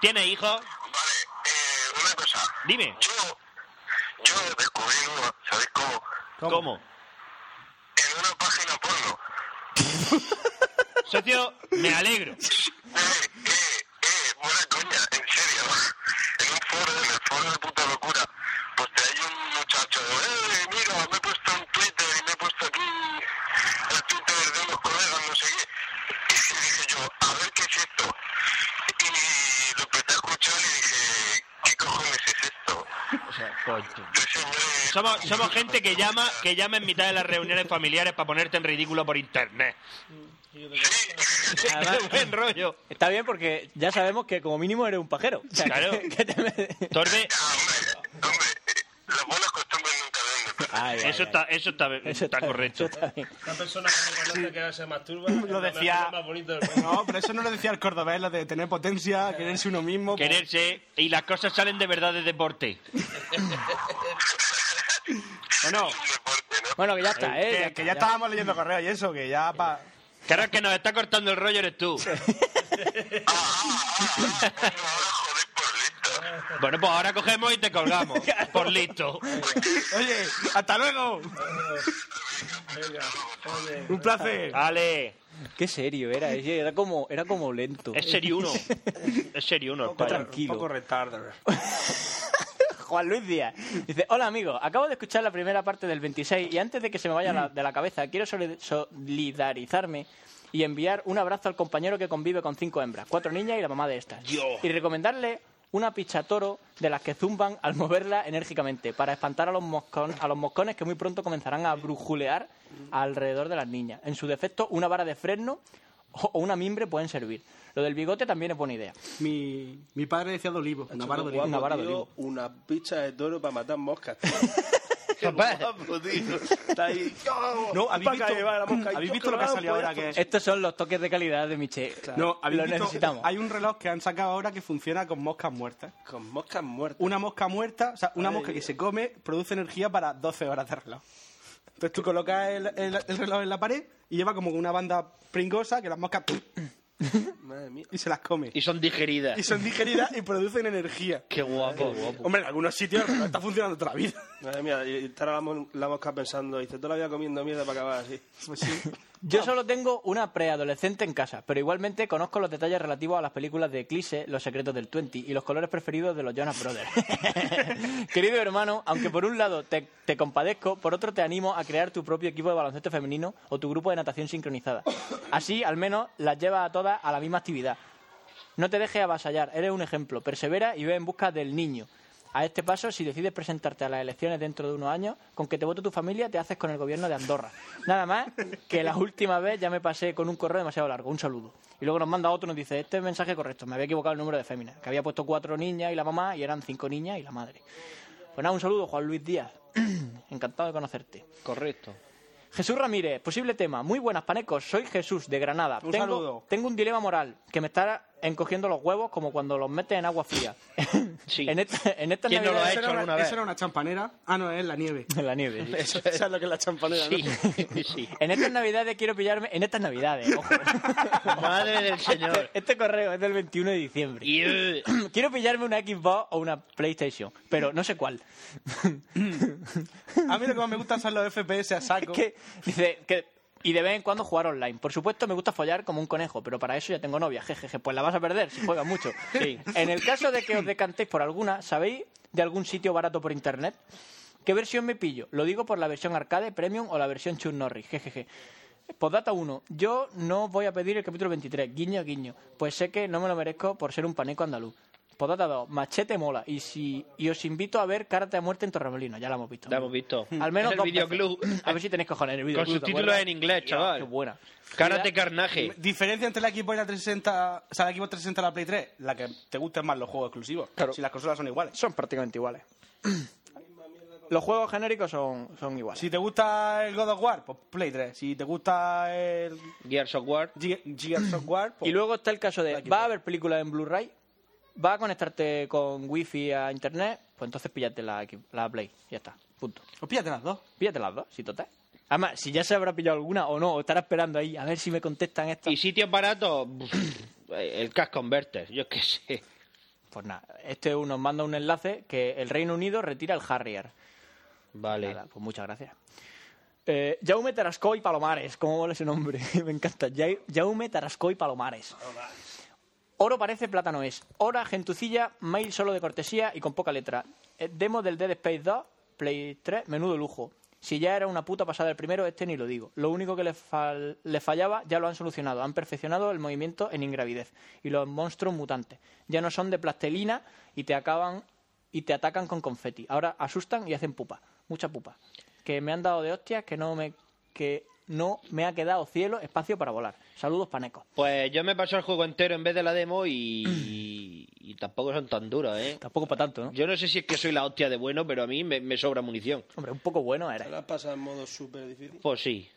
S9: ¿tiene hijos?
S11: vale, eh, una cosa.
S9: Dime.
S11: Yo, yo descubrí uno, ¿sabéis cómo?
S9: ¿Cómo?
S11: En una página porno.
S9: Socio, me alegro.
S11: Eh, eh, eh, buena coña, en serio. [laughs] En un foro, en el foro de puta locura, pues te hay un muchacho de, eh, mira, me he puesto en Twitter y me he puesto aquí el Twitter de unos colegas, no sé qué. Y dije yo, a ver qué es esto. Y lo empecé a escuchar y dije, ¿qué cojones es esto?
S9: O sea, coño.
S11: Tres señores
S9: Somos, somos gente que llama, que llama en mitad de las reuniones familiares para ponerte en ridículo por internet. Qué [laughs] buen rollo.
S8: Está bien porque ya sabemos que como mínimo eres un pajero. O sea,
S9: Claro.
S8: que- que te me-
S9: Torbe,
S11: Hombre, eh, las buenas costumbres nunca deben de perder.
S8: [laughs] Ay, ay,
S9: eso
S8: ay.
S9: está, eso está,
S8: Eso
S9: está
S8: bien,
S9: correcto.
S8: eso está bien.
S3: Una persona que no conoce que ahora se masturba. es la
S10: decía-
S3: persona Más bonito del mundo.
S10: No, pero eso no lo decía el cordobés, lo de tener potencia, quererse uno mismo. pues-
S9: Quererse y las cosas salen de verdad de deporte.
S11: [laughs]
S9: Bueno,
S8: Bueno, que ya está, ¿eh?
S10: Que, que ya estábamos leyendo correos y eso, que ya pa...
S9: claro que nos está cortando el rollo eres tú. Bueno, pues ahora cogemos y te colgamos. Por listo.
S10: Oye, hasta luego. Un placer.
S9: Vale.
S8: Qué serio era, ese, era como, era como lento.
S9: Es serio uno. Es serio uno. el
S8: Poco
S9: payo.
S8: tranquilo.
S10: retardo.
S8: Juan Luis Díaz dice: Hola amigos, acabo de escuchar la primera parte del 26 y antes de que se me vaya la- de la cabeza, quiero soli- solidarizarme y enviar un abrazo al compañero que convive con cinco hembras, cuatro niñas y la mamá de estas. Y recomendarle una pichatoro de las que zumban al moverla enérgicamente para espantar a los, moscon- a los moscones que muy pronto comenzarán a brujulear alrededor de las niñas. En su defecto, una vara de fresno o o una mimbre pueden servir. Lo del bigote también es buena idea.
S10: Mi, mi padre decía de olivo, una vara de
S4: Guapo,
S10: olivo.
S8: Una vara de
S4: tío,
S8: olivo.
S4: Unas bichas de toro para matar moscas. tío.
S8: pues,
S4: Está ahí.
S10: No, ¿habéis
S4: Para
S10: visto,
S4: llevar a la mosca.
S10: ¿habéis
S4: Yo
S10: visto lo que ha
S4: colgado,
S10: salido
S4: pues,
S10: ahora? Que
S8: Estos son los toques de calidad de Miche.
S10: no, ¿habéis
S8: lo
S10: visto?
S8: necesitamos.
S10: Hay un reloj que han sacado ahora que funciona con moscas muertas.
S4: Con moscas muertas.
S10: Una mosca muerta, o sea, una mosca que se come, produce energía para 12 horas de reloj. Entonces tú colocas el, el- el reloj en la pared y lleva como una banda pringosa que las moscas ¡pum!
S4: Madre mía.
S10: y se las come.
S9: Y son
S10: [laughs]
S9: digeridas.
S10: Y son digeridas y producen energía.
S9: Qué guapo.
S10: Hombre, en algunos sitios no está funcionando toda la vida.
S4: Madre mía, y estará la, mon- la mosca pensando, dice, toda la vida comiendo mierda para acabar así.
S10: Pues
S8: Yo solo tengo una preadolescente en casa, pero igualmente conozco los detalles relativos a las películas de Eclipse, Los secretos del 20 y los colores preferidos de los Jonas
S10: [laughs]
S8: Brothers. Querido hermano, aunque por un lado te, te compadezco, por otro te animo a crear tu propio equipo de baloncesto femenino o tu grupo de natación sincronizada. Así, al menos, las llevas a todas a la misma actividad. No te dejes avasallar, eres un ejemplo. Persevera y ve en busca del niño. A este paso, si decides presentarte a las elecciones dentro de unos años, con que te vote tu familia, te haces con el gobierno de Andorra. Nada más que la última vez ya me pasé con un correo demasiado largo. Un saludo. Y luego nos manda otro y nos dice, este es mensaje correcto, me había equivocado el número de féminas. Que había puesto cuatro niñas y la mamá y eran cinco niñas y la madre. Pues nada, un saludo, Juan Luis Díaz. [clears throat] Encantado de conocerte.
S9: Correcto.
S8: Jesús Ramírez, posible tema. Muy buenas, panecos. Soy Jesús de Granada.
S10: Un
S8: tengo,
S10: saludo.
S8: tengo un dilema moral que me está encogiendo los huevos como cuando los metes en agua fría.
S9: [laughs] Sí.
S8: en esta, en estas
S9: ¿Quién no lo ha
S8: navidades-
S10: Eso
S9: hecho
S10: era,
S9: alguna
S10: una,
S9: vez?
S10: eso era una champanera. Ah, no, es la nieve.
S8: En [laughs] la
S9: [laughs]
S8: nieve. sí.
S10: Eso, eso es lo que es la champanera. ¿no?
S9: Sí, sí.
S8: En estas navidades quiero pillarme. En estas navidades,
S9: [laughs]
S8: ojo.
S9: Madre del señor.
S8: Este correo es del 21 de diciembre.
S9: Y, eh,
S8: Quiero pillarme una Xbox o una PlayStation, pero no sé cuál.
S10: A mí lo que más me gusta son los FPS a saco.
S8: [laughs] que dice que y de vez en cuando jugar online. Por supuesto, me gusta follar como un conejo, pero para eso ya tengo novia. Jejeje, pues la vas a perder si juegas mucho. En el caso de que os decantéis por alguna, ¿sabéis de algún sitio barato por internet? ¿Qué versión me pillo? Lo digo por la versión arcade, premium o la versión Chun Norris. Jejeje. Postdata 1. Yo Pues no voy a pedir el capítulo 23. Guiño, guiño. Pues sé que no me lo merezco por ser un paneco andaluz. Podata 2, Machete mola. Y si y os invito a ver Carta de Muerte en Torremolino, ya la hemos visto.
S9: La hemos visto.
S8: Al menos
S9: En el
S8: dos veces.
S9: videoclub.
S8: A ver si tenéis cojones en el
S9: Con
S8: videoclub. ¿te
S9: subtítulos
S8: acuerdas?
S9: en inglés,
S8: Tío,
S9: chaval.
S8: Qué buena.
S9: Caras de carnaje.
S10: Diferencia entre la Xbox y la 360, o sea, la Xbox 360 y la Play 3, la que te gustan más los juegos exclusivos,
S8: Claro.
S10: si las consolas son iguales.
S8: Son prácticamente iguales. [clears throat] Los juegos genéricos son, son iguales.
S10: Si te gusta el God of War, pues Play 3. Si te gusta el
S9: Gear Software.
S10: Ge- Gears of War, pues
S8: Y luego está el caso de, ¿va a haber películas en Blu-ray? ¿Va a conectarte con wifi a internet? Pues entonces píllate la, X- la Play. Ya está. Punto.
S10: pues píllate las dos.
S8: Píllate las dos, si total. Además, si ya se habrá pillado alguna o no, o estará esperando ahí a ver si me contestan estas.
S9: Y sitios baratos, pff, el Cash Converter, yo qué sé.
S8: Pues nada, este uno nos manda un enlace que el Reino Unido retira el Harrier.
S9: Vale.
S8: Nada, pues muchas gracias. Eh, Jaume Tarascó y Palomares, ¿cómo mola ese nombre? [laughs] Me encanta. Ja- Jaume Tarascó y Palomares. Oro parece, plátano es. Hora, gentucilla, mail solo de cortesía y con poca letra. Eh, Demo del Dead Space 2, Play 3, menudo lujo. Si ya era una puta pasada el primero, este ni lo digo. Lo único que le, fal- le fallaba ya lo han solucionado. Han perfeccionado el movimiento en ingravidez y los monstruos mutantes. Ya no son de plastelina y te acaban y te atacan con confeti. Ahora asustan y hacen pupa, mucha pupa. Que me han dado de hostias que no me que no me ha quedado cielo, espacio para volar. Saludos panecos.
S9: Pues yo me paso el juego entero en vez de la demo y, y, tampoco son tan duros, ¿eh?
S8: Tampoco para tanto, ¿no?
S9: Yo no sé si es que soy la hostia de bueno, pero a mí me, me sobra munición.
S8: Hombre, un poco bueno era.
S4: Te la pasas en modo súper difícil.
S9: Pues sí.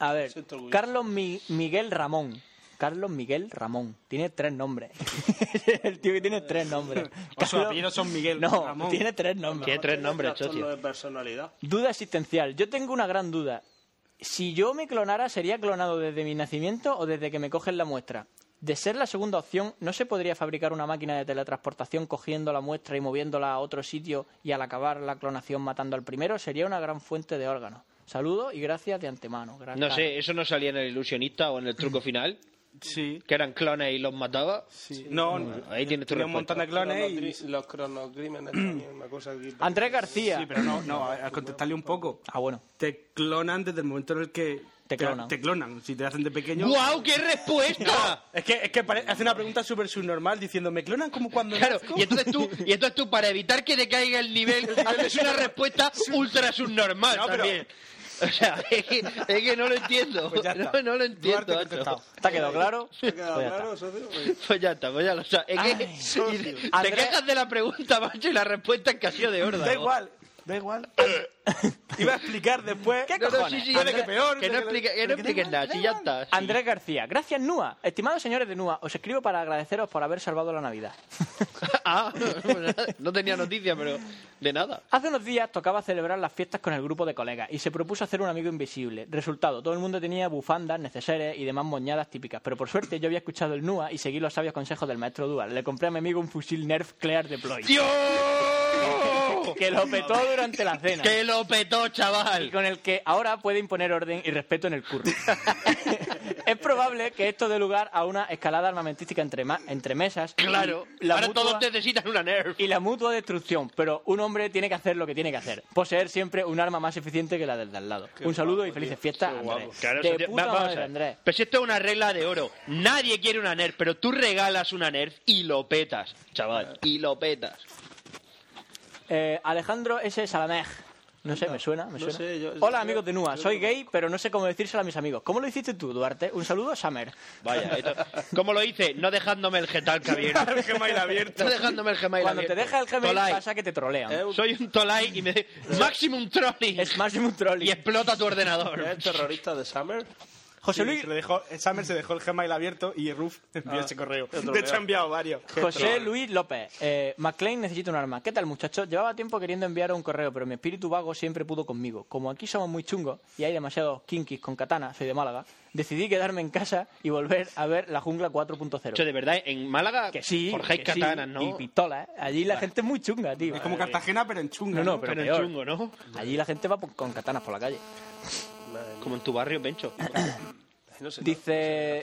S8: A ver,
S4: Siento orgulloso.
S8: Carlos Mi- Miguel Ramón. Carlos Miguel Ramón. Tiene tres nombres. [laughs] el tío que tiene tres nombres.
S10: [laughs] O sus
S8: Carlos-
S10: apellidos son Miguel
S8: No,
S10: Ramón.
S8: tiene tres nombres.
S9: Tiene tres nombres,
S4: Trastorno
S9: chocio.
S4: de personalidad.
S8: Duda existencial. Yo tengo una gran duda. Si yo me clonara, ¿sería clonado desde mi nacimiento o desde que me cogen la muestra? De ser la segunda opción, ¿no se podría fabricar una máquina de teletransportación cogiendo la muestra y moviéndola a otro sitio y al acabar la clonación matando al primero? Sería una gran fuente de órganos. Saludos y gracias de antemano. Gran
S9: No
S8: cara.
S9: sé, ¿eso no salía en el ilusionista o en el truco final?
S10: Sí.
S9: Que eran clones y los mataba.
S10: sí. No,
S9: Ahí tienes tu
S10: tiene un
S9: respuesta.
S10: montón de clones y...
S4: Los, los cronocrímenes también, una cosa aquí.
S8: Andrés García.
S10: Sí, pero no, no, a a contestarle un poco.
S8: Ah, bueno.
S10: Te clonan desde el momento en el que...
S8: Te clonan.
S10: Te clonan. Si te hacen de pequeño...
S9: ¡Guau, qué respuesta!
S10: Es que, es que pare- hace una pregunta súper subnormal diciendo, ¿me clonan como cuando
S9: Claro,
S10: nazco? [laughs]
S9: y entonces tú, y entonces tú para evitar que te caiga el [laughs] nivel, haces una [laughs] respuesta ultra subnormal
S10: No, pero-
S9: también. O sea, es que, es que no lo entiendo.
S10: Pues ya está.
S9: [laughs] no, no lo entiendo.
S10: Duarte
S9: macho.
S10: contestado.
S8: ¿Está quedado claro?
S4: ¿Te ha quedado
S8: Pues ya está.
S4: claro, socio? Pues,
S9: Pues ya está, pues ya lo sabes. Es que
S8: Ay,
S9: y
S8: socio.
S9: te
S8: Andrés-
S9: quejas de la pregunta, macho, y la respuesta es que ha sido de horda.
S10: Da igual, da igual. Iba a explicar después...
S8: ¿Qué
S9: No, no, sí,
S8: cojones?
S9: sí,
S10: Andrés,
S9: que,
S10: que peor,
S9: que no
S10: que-
S9: explique- que no
S10: que- [laughs]
S9: expliques nada, si ya está. sí.
S8: Andrés García. Gracias, NUA. Estimados señores de NUA, os escribo para agradeceros por haber salvado la Navidad. [laughs]
S9: [laughs] Ah, pues nada, no tenía noticia, pero de nada.
S8: Hace unos días tocaba celebrar las fiestas con el grupo de colegas y se propuso hacer un amigo invisible. Resultado, todo el mundo tenía bufandas, neceseres y demás moñadas típicas, pero por suerte yo había escuchado el NUA y seguí los sabios consejos del maestro Dual. Le compré a mi amigo un fusil Nerf Clear Deploy,
S9: ¡Dios!
S8: que lo petó durante la cena.
S9: ¡Que lo petó,
S8: y
S9: chaval!
S8: con el que ahora puede imponer orden y respeto en el curro. es probable que esto dé lugar a una escalada armamentística entre, ma- entre mesas. y
S9: Claro,
S8: la
S9: ahora
S8: mutua-
S9: todos necesitan una nerf.
S8: y la mutua destrucción, pero un hombre tiene que hacer lo que tiene que hacer. Poseer siempre un arma más eficiente que la del de al lado. un saludo y felices fiestas, Andrés.
S9: Claro,
S8: de
S9: eso te-
S8: puta
S9: va- vamos a
S8: madre,
S9: ver.
S8: Andrés.
S9: Pero si esto es una regla de oro. Nadie quiere una nerf, pero tú regalas una nerf y lo petas, chaval. Y lo petas.
S8: Eh, Alejandro S. Salamej. No sé, me suena, me suena.
S4: sé, yo-
S8: Hola
S4: yo-
S8: amigos de NUA, soy gay, pero no sé cómo decírselo a mis amigos. ¿Cómo lo hiciste tú, Duarte? Un saludo, Summer.
S9: Vaya, esto- ¿cómo lo hice? No dejándome el getal
S8: [laughs]
S9: abierto.
S10: El Gmail [laughs] abierto.
S9: No dejándome el Gmail
S8: Cuando
S9: abierto.
S8: te deja el Gmail
S9: Tolai.
S8: pasa que te trolean.
S9: Soy un Tolai y me... Maximum trolling. ¿Eh?
S8: Es Maximum Trolling.
S9: Y explota tu ordenador.
S4: ¿Es el terrorista de Summer?
S8: José Luis,
S10: Se lo dejó, Summer se dejó el Gmail abierto y Ruf [laughs] envió ese correo. De hecho, ha enviado varios.
S8: José Luis López, eh, McLean necesita un arma. ¿Qué tal, muchachos? Llevaba tiempo queriendo enviar un correo, pero mi espíritu vago siempre pudo conmigo. Como aquí somos muy chungos y hay demasiados kinkis con katana, soy de Málaga, decidí quedarme en casa y volver a ver la jungla
S9: Ocho,
S8: 4.0.
S9: de verdad, en Málaga
S8: Que sí,
S9: forjáis
S8: que sí,
S9: katanas, ¿no?
S8: y pistolas. ¿eh? Allí la gente es muy chunga, tío.
S10: Es como Cartagena, pero en chunga.
S8: No, no,
S9: pero en
S8: peor.
S9: chungo, ¿no?
S8: Allí la gente va por- con katanas por la calle.
S9: Como en tu barrio, Pencho.
S8: [coughs]
S4: No sé,
S8: Dice-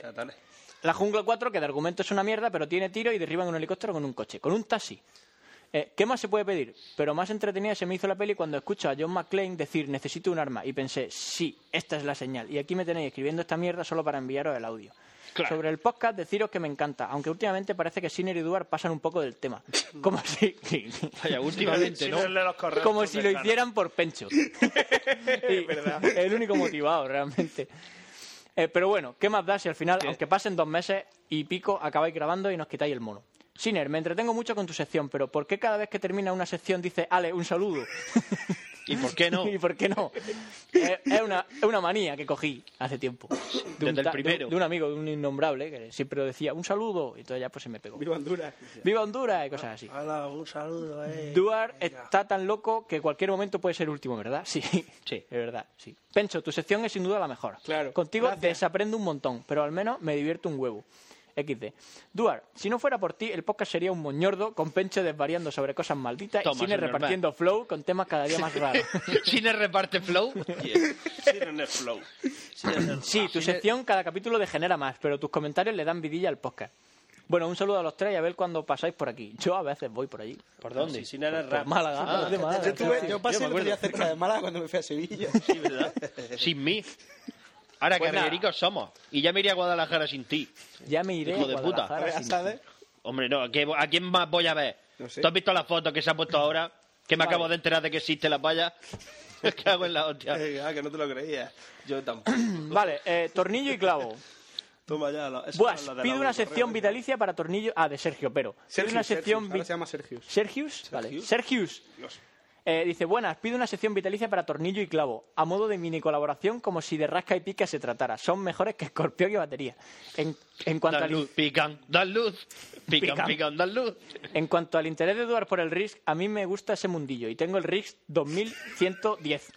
S4: no sé, Satanes.
S8: La Jungla 4, que de argumento es una mierda, pero tiene tiro y derriban un helicóptero con un coche, con un taxi. Eh, ¿Qué más se puede pedir? Pero más entretenida se me hizo la peli cuando escucho a John McClane decir necesito un arma y pensé, sí, esta es la señal. Y aquí me tenéis escribiendo esta mierda solo para enviaros el audio. Sobre el podcast, deciros que me encanta, aunque últimamente parece que Siner y Duar pasan un poco del tema. Como si. [laughs]
S9: Vaya, últimamente, ¿no?
S8: Como si lo hicieran por
S9: [laughs]
S8: pencho. [laughs] Y [laughs] El único motivado, realmente. Eh, pero bueno, ¿qué más da si al final, aunque pasen dos meses y pico, acabáis grabando y nos quitáis el mono? Siner, me entretengo mucho con tu sección, pero ¿por qué cada vez que termina una sección dice Ale, un saludo?
S9: ¿Y por qué no?
S8: [laughs] ¿Y por qué no? Eh, es, una, es una manía que cogí hace tiempo. De un
S9: Desde el
S8: ta-
S9: primero.
S8: De, un- de un amigo, de un innombrable, que siempre lo decía, un saludo, y entonces ya pues se me pegó.
S10: Viva Honduras.
S8: ¡Viva Honduras! y cosas así.
S4: Hola, un saludo, eh.
S8: Duar está tan loco que cualquier momento puede ser último, ¿verdad? Sí. [laughs]
S9: Sí.
S8: Es verdad, sí. Pencho, tu sección es sin duda la mejor.
S10: Claro.
S8: Contigo
S10: Gracias.
S8: desaprendo un montón, pero al menos me divierto un huevo. XD. Duar, si no fuera por ti, el podcast sería un moñordo con Pencho desvariando sobre cosas malditas
S9: Toma,
S8: y Sine
S9: eso es normal.
S8: repartiendo flow con temas cada día más
S9: [laughs]
S8: raros.
S9: Cine reparte flow.
S8: Sí, tu sección cada capítulo degenera más, pero tus comentarios le dan vidilla al podcast. Bueno, un saludo a los tres y a ver cuándo pasáis por aquí. Yo a veces voy por allí.
S4: ¿Por dónde? Si no eres
S8: Por
S4: rap.
S8: Málaga.
S9: Ah,
S8: de Málaga.
S10: Yo, tuve, yo pasé
S9: me
S10: el otro día
S9: acuerdo.
S10: cerca de Málaga cuando me fui a Sevilla.
S9: Sin mí. Ahora
S8: Pues
S9: carrericos somos. Y ya me iría a Guadalajara sin ti.
S8: Ya me iré
S9: Hijo
S8: a
S9: de puta.
S8: Guadalajara
S10: Ya
S8: sin-
S10: sabes.
S9: Hombre, no, ¿a qué- ¿a quién más voy a ver?
S10: No sé.
S9: ¿Tú has visto la foto que se ha puesto ahora? Que me
S8: Vale.
S9: acabo de enterar de que existe la valla. ¿Qué hago en la hostia?
S4: Eh, ah, que no te lo creías. Yo
S10: [coughs]
S4: tampoco.
S8: Vale, eh, tornillo y clavo.
S4: Toma ya. la- esas
S8: Buah,
S4: son las de
S8: pido
S4: la
S8: una
S4: Uni,
S8: sección
S4: correo.
S8: vitalicia para tornillo. Ah, de Sergio, pero. Pido una sección.
S10: Sergius, ahora
S8: vi-
S10: se llama Sergius.
S8: ¿Sergius? Vale. Sergius. Eh, dice, buenas, pido una sección vitalicia para tornillo y clavo, a modo de mini colaboración como si de rasca y pica se tratara. Son mejores que escorpión y batería. En, en cuanto
S9: Dan
S8: al,
S9: luz, pican, dan luz. Pican,
S8: Pican.
S9: pican, dan luz.
S8: En cuanto al interés de Eduard por el RISC, a mí me gusta ese mundillo y tengo el RISC 2110.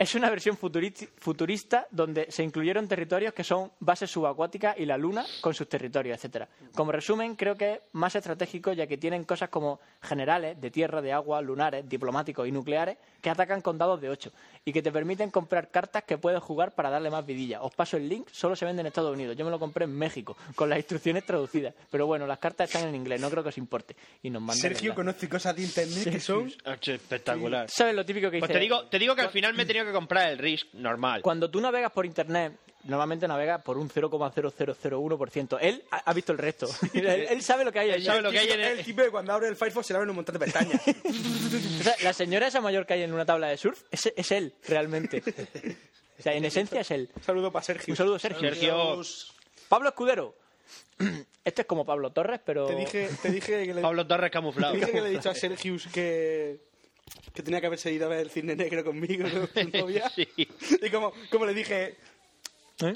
S8: Es una versión futuristi- futurista donde se incluyeron territorios que son bases subacuáticas y la Luna con sus territorios, etcétera. Como resumen, creo que es más estratégico ya que tienen cosas como generales de tierra, de agua, lunares, diplomáticos y nucleares que atacan con dados de 8 y que te permiten comprar cartas que puedes jugar para darle más vidilla. Os paso el link, solo se vende en Estados Unidos. Yo me lo compré en México con las instrucciones traducidas. Pero bueno, las cartas están en inglés, no creo que os importe. Y nos mandan
S10: Sergio
S8: el enlace.
S10: conoce cosas de internet que son...
S9: Ah, che, Espectacular.
S8: ¿Sabes lo típico que
S9: Pues
S8: dice?
S9: te digo, te digo que al final me he tenido que comprar el Risk normal.
S8: Cuando tú navegas por internet, normalmente navegas por un 0,0001%. Él ha ha visto el resto. [laughs] él, él sabe lo que hay
S9: Él
S8: allí.
S9: sabe lo que hay en
S10: Es el
S9: el...
S10: tipo que cuando abre el Firefox se le abren un montón de pestañas.
S8: O sea, la señora esa mayor que hay en una tabla de surf es, es él, realmente. O sea, en esencia es él.
S10: Un saludo para Sergio.
S8: Un saludo, Sergio.
S9: Sergio,
S8: Pablo Escudero. [clears throat] Este es como Pablo Torres, pero...
S10: Te dije, te dije que le...
S9: Pablo Torres
S10: Te [laughs]
S9: camuflado.
S10: dije que le he dicho a Sergius que, que tenía que haberse ido a ver el cine negro conmigo, ¿no? Con tu novia.
S9: Sí.
S10: Y como, como le dije...
S8: ¿Eh?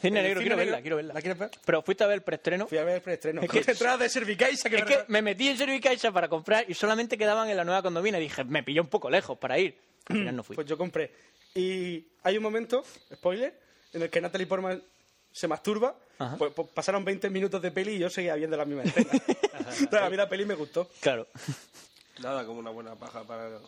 S8: Cine
S10: el
S8: negro,
S10: cine
S8: quiero
S10: negro-
S8: verla, quiero verla.
S10: ¿La quieres ver?
S8: Pero fuiste a ver el preestreno.
S10: Fui a ver el preestreno. [laughs]
S8: Es que-
S10: Con entradas de Servicaixa que me
S8: Es que
S10: regalaron.
S8: me metí en Servicaixa para comprar y solamente quedaban en la nueva condomina. Y dije, me pilló un poco lejos para ir. Al final no fui.
S10: Pues yo compré. Y hay un momento, spoiler, en el que Natalie Portman se masturba.
S8: Ajá.
S10: Pues, pues pasaron 20 minutos de peli y yo seguía viendo la misma
S8: [laughs]
S10: escena. Pero a mí la peli me gustó.
S8: Claro.
S4: Nada como una buena paja para...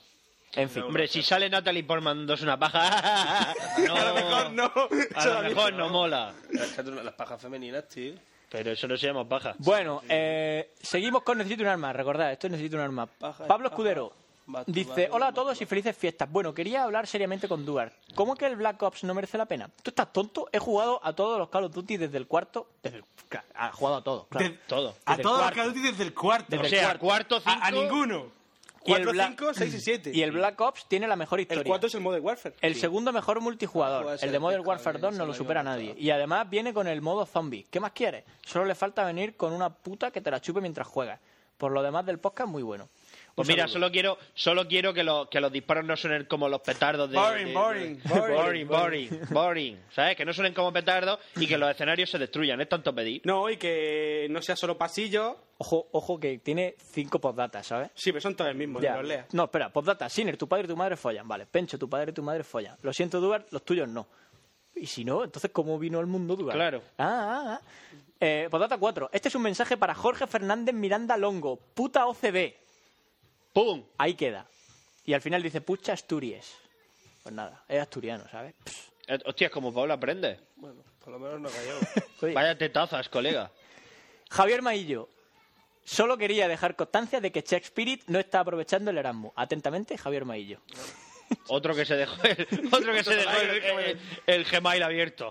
S8: En fin.
S9: Hombre, si sale Natalie Portman dos una paja... [laughs] No,
S10: A lo mejor no. [laughs]
S9: A lo mejor no mola.
S4: Déjate una- Las pajas femeninas, tío.
S9: Pero eso no se llama paja.
S8: Bueno, eh, seguimos con Necesito un arma. Recordad, esto es Necesito un arma.
S4: Paja,
S8: Pablo
S4: paja.
S8: Escudero
S4: Matu-
S8: dice:
S4: matu-
S8: Hola a todos y felices fiestas. Bueno, quería hablar seriamente con Duar. ¿Cómo que el Black Ops no merece la pena? ¿Tú estás tonto? He jugado a todos los Call of Duty desde el cuarto. Desde el- claro, ha jugado a todos, claro.
S10: De-
S9: Todo.
S10: A
S8: Desde
S10: todos los
S8: cuarto.
S10: Call of Duty Ah, desde el cuarto.
S8: Desde
S9: O sea, cuarto, cinco...
S10: a, a ninguno.
S8: Y el
S10: 4,
S8: Black-
S10: 5, 6 y 7.
S8: Y el Black Ops tiene la mejor historia.
S10: El 4 es el Modern Warfare.
S8: El segundo mejor
S4: Ah,
S8: multijugador,
S4: puede
S8: el
S4: ser,
S8: de Modern
S4: cabrón,
S8: Warfare 2, no
S4: se
S8: lo
S4: lo
S8: supera
S4: lleva
S8: nadie.
S4: todo.
S8: Y además viene con el modo zombie. ¿Qué más quieres? Solo le falta venir con una puta que te la chupe mientras juegas. Por lo demás del podcast, muy bueno.
S9: Pues mira, solo quiero, solo quiero que, los que los disparos no suenen como los petardos de...
S10: Boring,
S9: de-
S10: boring,
S9: de-
S10: boring,
S9: boring, boring, boring. ¿Sabes? Que no suenen como petardos y que los escenarios se destruyan. Es tanto pedir.
S10: No, y que no sea solo pasillo.
S8: Ojo, ojo que tiene cinco postdatas, ¿sabes?
S10: Sí, pero son todos el mismo,
S8: Ya.
S10: no los leas.
S8: No, espera, postdata. Sinner, tu padre y tu madre follan. Vale, Pencho, tu padre y tu madre follan. Lo siento, Duar, los tuyos no. Y si no, entonces, ¿cómo vino al mundo Duar?
S9: Claro.
S8: Ah, ah, ah. Eh, postdata 4. Este es un mensaje para Jorge Fernández Miranda Longo. Puta OCB.
S9: ¡Pum!
S8: Ahí queda. Y al final dice, pucha Asturias. Pues nada, es asturiano, ¿sabes? Pff,
S9: Eh, Hostia, es como Paula aprende.
S4: Bueno, por lo menos no cayó.
S8: oye.
S9: Vaya tetazas, colega.
S8: Javier Maillo. Solo quería dejar constancia de que Check Spirit no está aprovechando el Erasmus. Atentamente, Javier Maillo.
S9: Otro que se dejó el, otro que se dejó el, el- el Gmail abierto.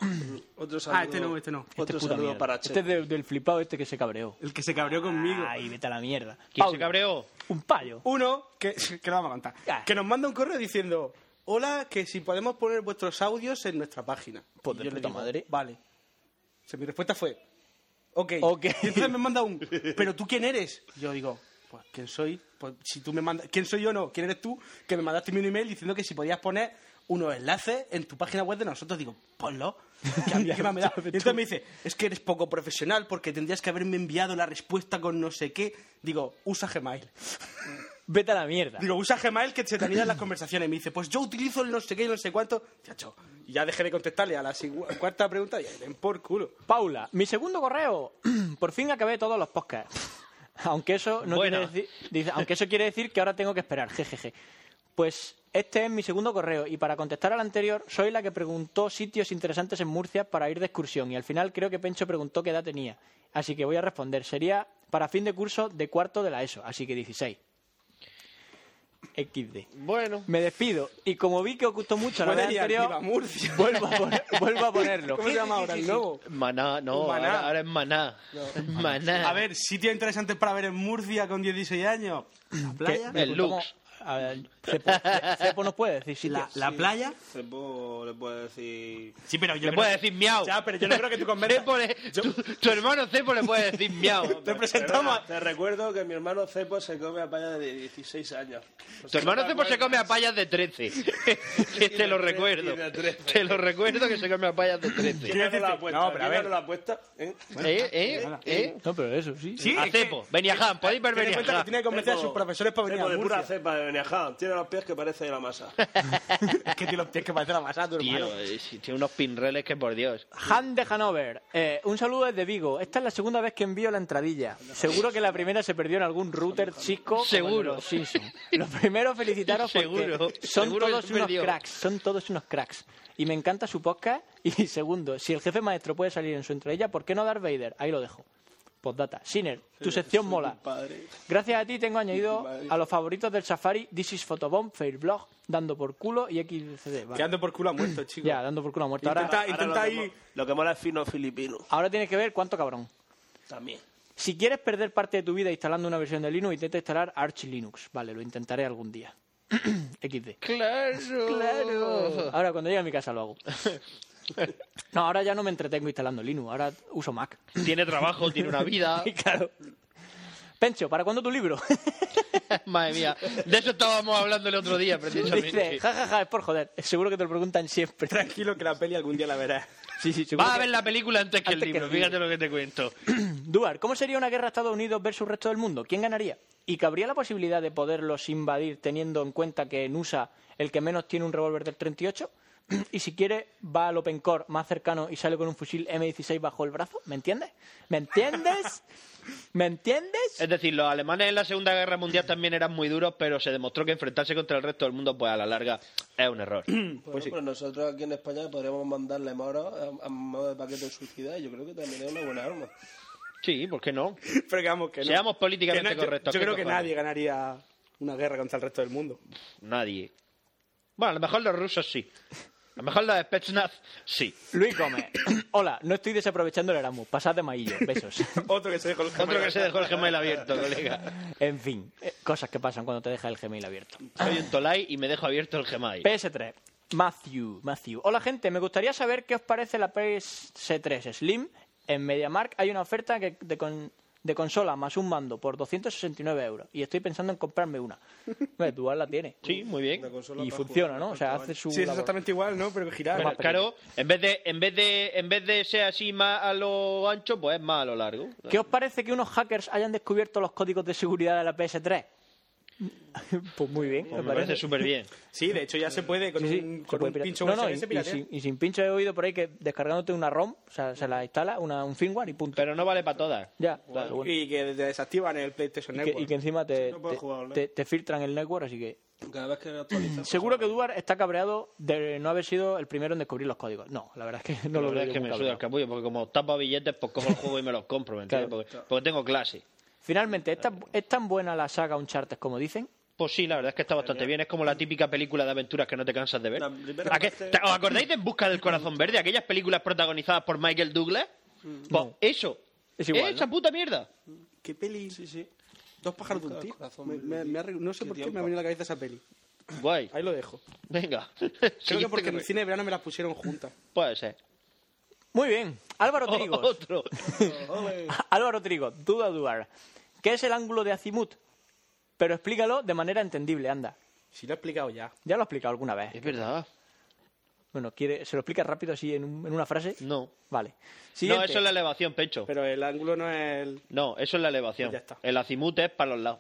S4: Otro
S10: saludo. Ah, este no, este no.
S4: Otro
S8: puta
S4: saludo
S8: mierda.
S4: para Che.
S8: Este es de- del flipado este que se cabreó.
S10: El que se cabreó conmigo.
S8: Ay, vete a la mierda.
S9: ¿Quién se
S8: Pablo,
S9: cabreó?
S8: Un payo.
S10: Uno, que, [laughs] que lo vamos a contar,
S8: Ah.
S10: que nos manda un correo diciendo, hola, que si podemos poner vuestros audios en nuestra página.
S8: Pues de
S10: Y yo le
S8: puta
S10: digo,
S8: madre.
S10: Vale. O sea, mi respuesta fue, ok.
S8: [laughs] Ok.
S10: Y entonces me manda un, pero tú quién eres? Y yo digo, pues quién soy, pues si tú me mandas, quién soy yo no, quién eres tú, que me mandaste mi email diciendo que si podías poner unos enlaces en tu página web de nosotros. Digo, ponlo. Que a
S8: [laughs]
S10: mí qué más me da. Y entonces me dice, es que eres poco profesional porque tendrías que haberme enviado la respuesta con no sé qué. Digo, usa Gmail.
S8: Vete a la mierda.
S10: Digo, usa Gmail que se te anidan las conversaciones. Me dice, pues yo utilizo el no sé qué y no sé cuánto. Chacho, y ya dejé de contestarle a la sigu- cuarta pregunta y den por culo.
S8: Paula, mi segundo correo. [clears throat] Por fin acabé todos los podcasts. [laughs] Aunque eso no
S9: Buena.
S8: quiere decir, dice, aunque eso quiere decir que ahora tengo que esperar. [laughs] Jejeje. Pues este es mi segundo correo y para contestar al anterior soy la que preguntó sitios interesantes en Murcia para ir de excursión y al final creo que Pencho preguntó qué edad tenía. Así que voy a responder. Sería para fin de curso de cuarto de la ESO, así que 16. XD.
S9: Bueno.
S8: Me despido y como vi que ocultó mucho la
S10: Puede
S8: vez
S10: liar,
S8: anterior,
S10: viva [laughs] Murcia.
S8: vuelvo a, pon- vuelvo a ponerlo.
S10: ¿Cómo se llama ahora el nuevo?
S9: Maná, no,
S10: Maná.
S9: Ahora, ahora es Maná. Maná.
S10: A ver, sitios interesantes para ver en Murcia con 16 años. La playa.
S8: ¿Qué?
S9: El Lux.
S8: A ver, Cepo, Ce- Cepo nos puede decir sitios.
S10: La, la playa.
S4: Cepo le puede decir...
S10: Sí, pero yo
S9: Le puede decir miau.
S10: Ya, pero yo no creo que tú convenzas.
S9: Cepo le- pues, tu, tu hermano Cepo le puede decir miau.
S10: Te presentamos.
S4: Te recuerdo que mi hermano Cepo se come a paya de 16 años. O
S9: Tu
S4: sea,
S9: hermano
S4: no
S9: Cepo se come a payas de 13. [laughs] Que te lo
S4: Y de
S9: recuerdo.
S4: y de 13.
S9: Te lo recuerdo que se come a payas de 13.
S4: ¿Quién ganó la apuesta?
S10: No, pero a
S4: ¿Quién
S10: ver.
S4: ganó la apuesta? ¿Eh?
S9: [laughs] ¿Eh? ¿Eh? ¿Eh?
S8: No, pero eso, sí.
S10: Sí,
S9: A
S10: es que-
S9: Cepo. Beniaján, podéis ver
S10: Ten en cuenta que
S9: Beniaján.
S10: tiene que convencer a sus
S4: Cepo-
S10: profesores para venir
S4: Cepo
S10: a
S4: de pura
S10: Murcia.
S4: cepa de Benejá. Tiene los pies que parecen la
S10: [laughs]
S4: masa.
S10: Es que tiene los pies que parecen la masa, tu hermano.
S9: Tío, eh, si tiene unos pinreles que por Dios.
S8: Han de Hanover. Eh, un saludo desde Vigo. Esta es la segunda vez que envío la entradilla. Seguro que la primera se perdió en algún router chico. como el
S9: Seguro.
S8: de los Simpson. Lo primero, felicitaros
S9: Seguro.
S8: porque son
S9: Seguro que
S8: todos
S9: se
S8: unos
S9: perdió.
S8: cracks. Son todos unos cracks. Y me encanta su podcast. Y [laughs] segundo, si el jefe maestro puede salir en su entradilla, ¿por qué no Darth Vader? Ahí lo dejo. Postdata. Siner, tu sección mola.
S4: Padre.
S8: Gracias a ti tengo añadido a los favoritos del Safari This is Photobomb, Fairblog, Dando por culo y XCD. Vale.
S10: Que ando por culo a muerto, chico.
S8: Ya, Dando por culo ha muerto. Ahora,
S10: Intenta,
S4: Ahora
S10: intenta
S4: lo que
S10: ahí.
S4: mo- Lo que mola es fino filipino.
S8: ahora tienes que ver cuánto cabrón.
S4: También.
S8: Si quieres perder parte de tu vida instalando una versión de Linux, intenta instalar Arch Linux. Vale, lo intentaré algún día. [clears throat] XD.
S9: Claro. Claro.
S8: [laughs] Ahora cuando llegue a mi casa lo hago. No, ahora ya no me entretengo instalando Linux, ahora uso Mac. [laughs]
S9: Tiene trabajo, tiene una vida. [laughs]
S8: claro. Pencho, ¿para cuándo tu libro? [laughs]
S9: Madre mía. De eso estábamos hablando el otro día,
S8: Dice,
S9: precisamente.
S8: jajaja, es por joder. Seguro que te lo preguntan siempre.
S10: Tranquilo que la peli algún día la verás.
S8: Sí, sí, seguro
S9: Vas a
S8: que-
S9: ver la película antes que el
S8: Antes que
S9: libro,
S8: el libro.
S9: fíjate lo que te cuento.
S8: Duar, ¿cómo sería una guerra Estados Unidos versus resto del mundo? ¿Quién ganaría? ¿Y cabría la posibilidad de poderlos invadir teniendo en cuenta que en USA el que menos tiene un revólver del 38? [clears throat] Y si quiere, va al Open Core más cercano y sale con un fusil M16 bajo el brazo. ¿Me entiendes? ¿Me entiendes? ¿Me entiendes?
S9: Es decir, los alemanes en la Segunda Guerra Mundial también eran muy duros, pero se demostró que enfrentarse contra el resto del mundo, pues a la larga, es
S10: [clears throat]
S9: un error.
S4: Bueno, pero nosotros aquí en España podríamos mandarle moros a, a modo de paquete de suicida y yo creo que también es una buena arma.
S9: Sí, ¿por qué no?
S10: Pero que vamos, que no.
S9: Seamos políticamente
S10: Que no, yo-
S9: correctos,
S10: Yo,
S9: ¿qué
S10: creo que
S9: cojones?
S10: nadie ganaría una guerra contra el resto del mundo.
S9: Nadie. Bueno, a lo mejor los rusos sí. A lo mejor los Spetsnaz sí.
S8: Luis Gómez. [clears throat] Hola, no estoy desaprovechando el Erasmus. Pasad de maillo. Besos. [laughs]
S10: Otro que se dejó el
S9: Otro que se dejó el Gmail abierto, colega.
S8: En fin, eh, cosas que pasan cuando te deja el Gmail abierto.
S9: Soy un tolai y me dejo abierto el Gmail.
S8: PS3. Matthew, Matthew. Hola gente, me gustaría saber qué os parece la PS3 Slim. En MediaMark hay una oferta que- de, con- de consola más un mando por 269 euros y estoy pensando en comprarme una. Hombre, tú ahora la tiene.
S9: Sí, muy bien.
S8: Y funciona, ¿no? O sea, hace su...
S10: Sí, es
S8: labor.
S10: exactamente igual, ¿no? Pero girar.
S9: Pero, claro, en vez de en vez de en vez de ser así más a lo ancho, pues es más a lo largo.
S8: ¿Qué os parece que unos hackers hayan descubierto los códigos de seguridad de la PS3? pues muy bien,
S9: Pues me parece súper bien.
S10: Sí, de hecho ya se puede con
S8: eh, Sí, sí,
S10: un,
S8: se
S10: con
S8: puede
S10: un
S8: piratear.
S10: pincho
S8: No, no,
S10: USB
S8: y,
S10: se
S8: y
S10: piratea.
S8: sin, y sin pincho he oído por ahí que descargándote una ROM, o sea, se la instala, una, un firmware y punto.
S9: Pero no vale para todas.
S8: Ya, pero bueno.
S10: Y que te desactivan el PlayStation
S8: Y que,
S10: Network.
S8: y que encima te,
S4: no puedo
S8: te-
S4: jugar
S10: ¿eh?
S4: online.
S8: te- te filtran el network, así que...
S4: Cada vez que actualizamos.
S8: Seguro que Duar está cabreado de no haber sido el primero en descubrir los códigos. No, la verdad es que [laughs] no
S9: la
S8: lo
S9: verdad
S8: veo
S9: es
S8: yo
S9: que
S8: muy
S9: me suda el
S8: cabreado.
S9: capullo, porque como tapa billetes, pues cojo el juego y me los compro, ¿me entiendes?
S8: Claro.
S9: Porque, porque tengo clase.
S8: Finalmente, ¿es tan, es tan buena la saga Uncharted como dicen?
S9: Pues sí, la verdad es que está bastante bien. Es como la típica película de aventuras que no te cansas de ver.
S4: La primera
S9: ¿A qué-
S4: parte-
S9: te- ¿Os acordáis de En Busca del Corazón Verde? Aquellas películas protagonizadas por Michael Douglas. Pues eso.
S8: Es igual,
S9: Esa puta mierda.
S10: ¿Qué peli? Sí, sí. Dos pájaros de un tiro.
S4: Corazón,
S10: Me- me-
S4: verde.
S10: me ha re- no sé
S4: Qué
S10: por qué
S4: tiempo.
S10: me ha venido a la cabeza esa peli.
S9: Guay.
S10: Ahí lo dejo.
S9: Venga.
S10: Creo que
S9: Siguiente
S10: porque en el
S9: correo.
S10: cine de verano me las pusieron juntas.
S9: Puede ser.
S8: Muy bien.
S9: [laughs]
S8: Álvaro
S9: O-
S8: Trigos.
S9: Otro.
S8: [laughs] Álvaro Trigos, duda dudar. ¿Qué es el ángulo de azimut? Pero explícalo de manera entendible, anda.
S10: Si lo he explicado ya.
S8: Ya lo he explicado alguna vez.
S9: Es verdad.
S8: Bueno, ¿quiere, ¿se lo explica rápido así en, un- en una frase?
S9: No.
S8: Vale.
S9: No,
S8: Siguiente.
S9: eso es la elevación, Pencho.
S10: Pero el ángulo no es el...
S9: No, eso es la elevación.
S10: Pues ya está.
S9: El azimut es para los lados.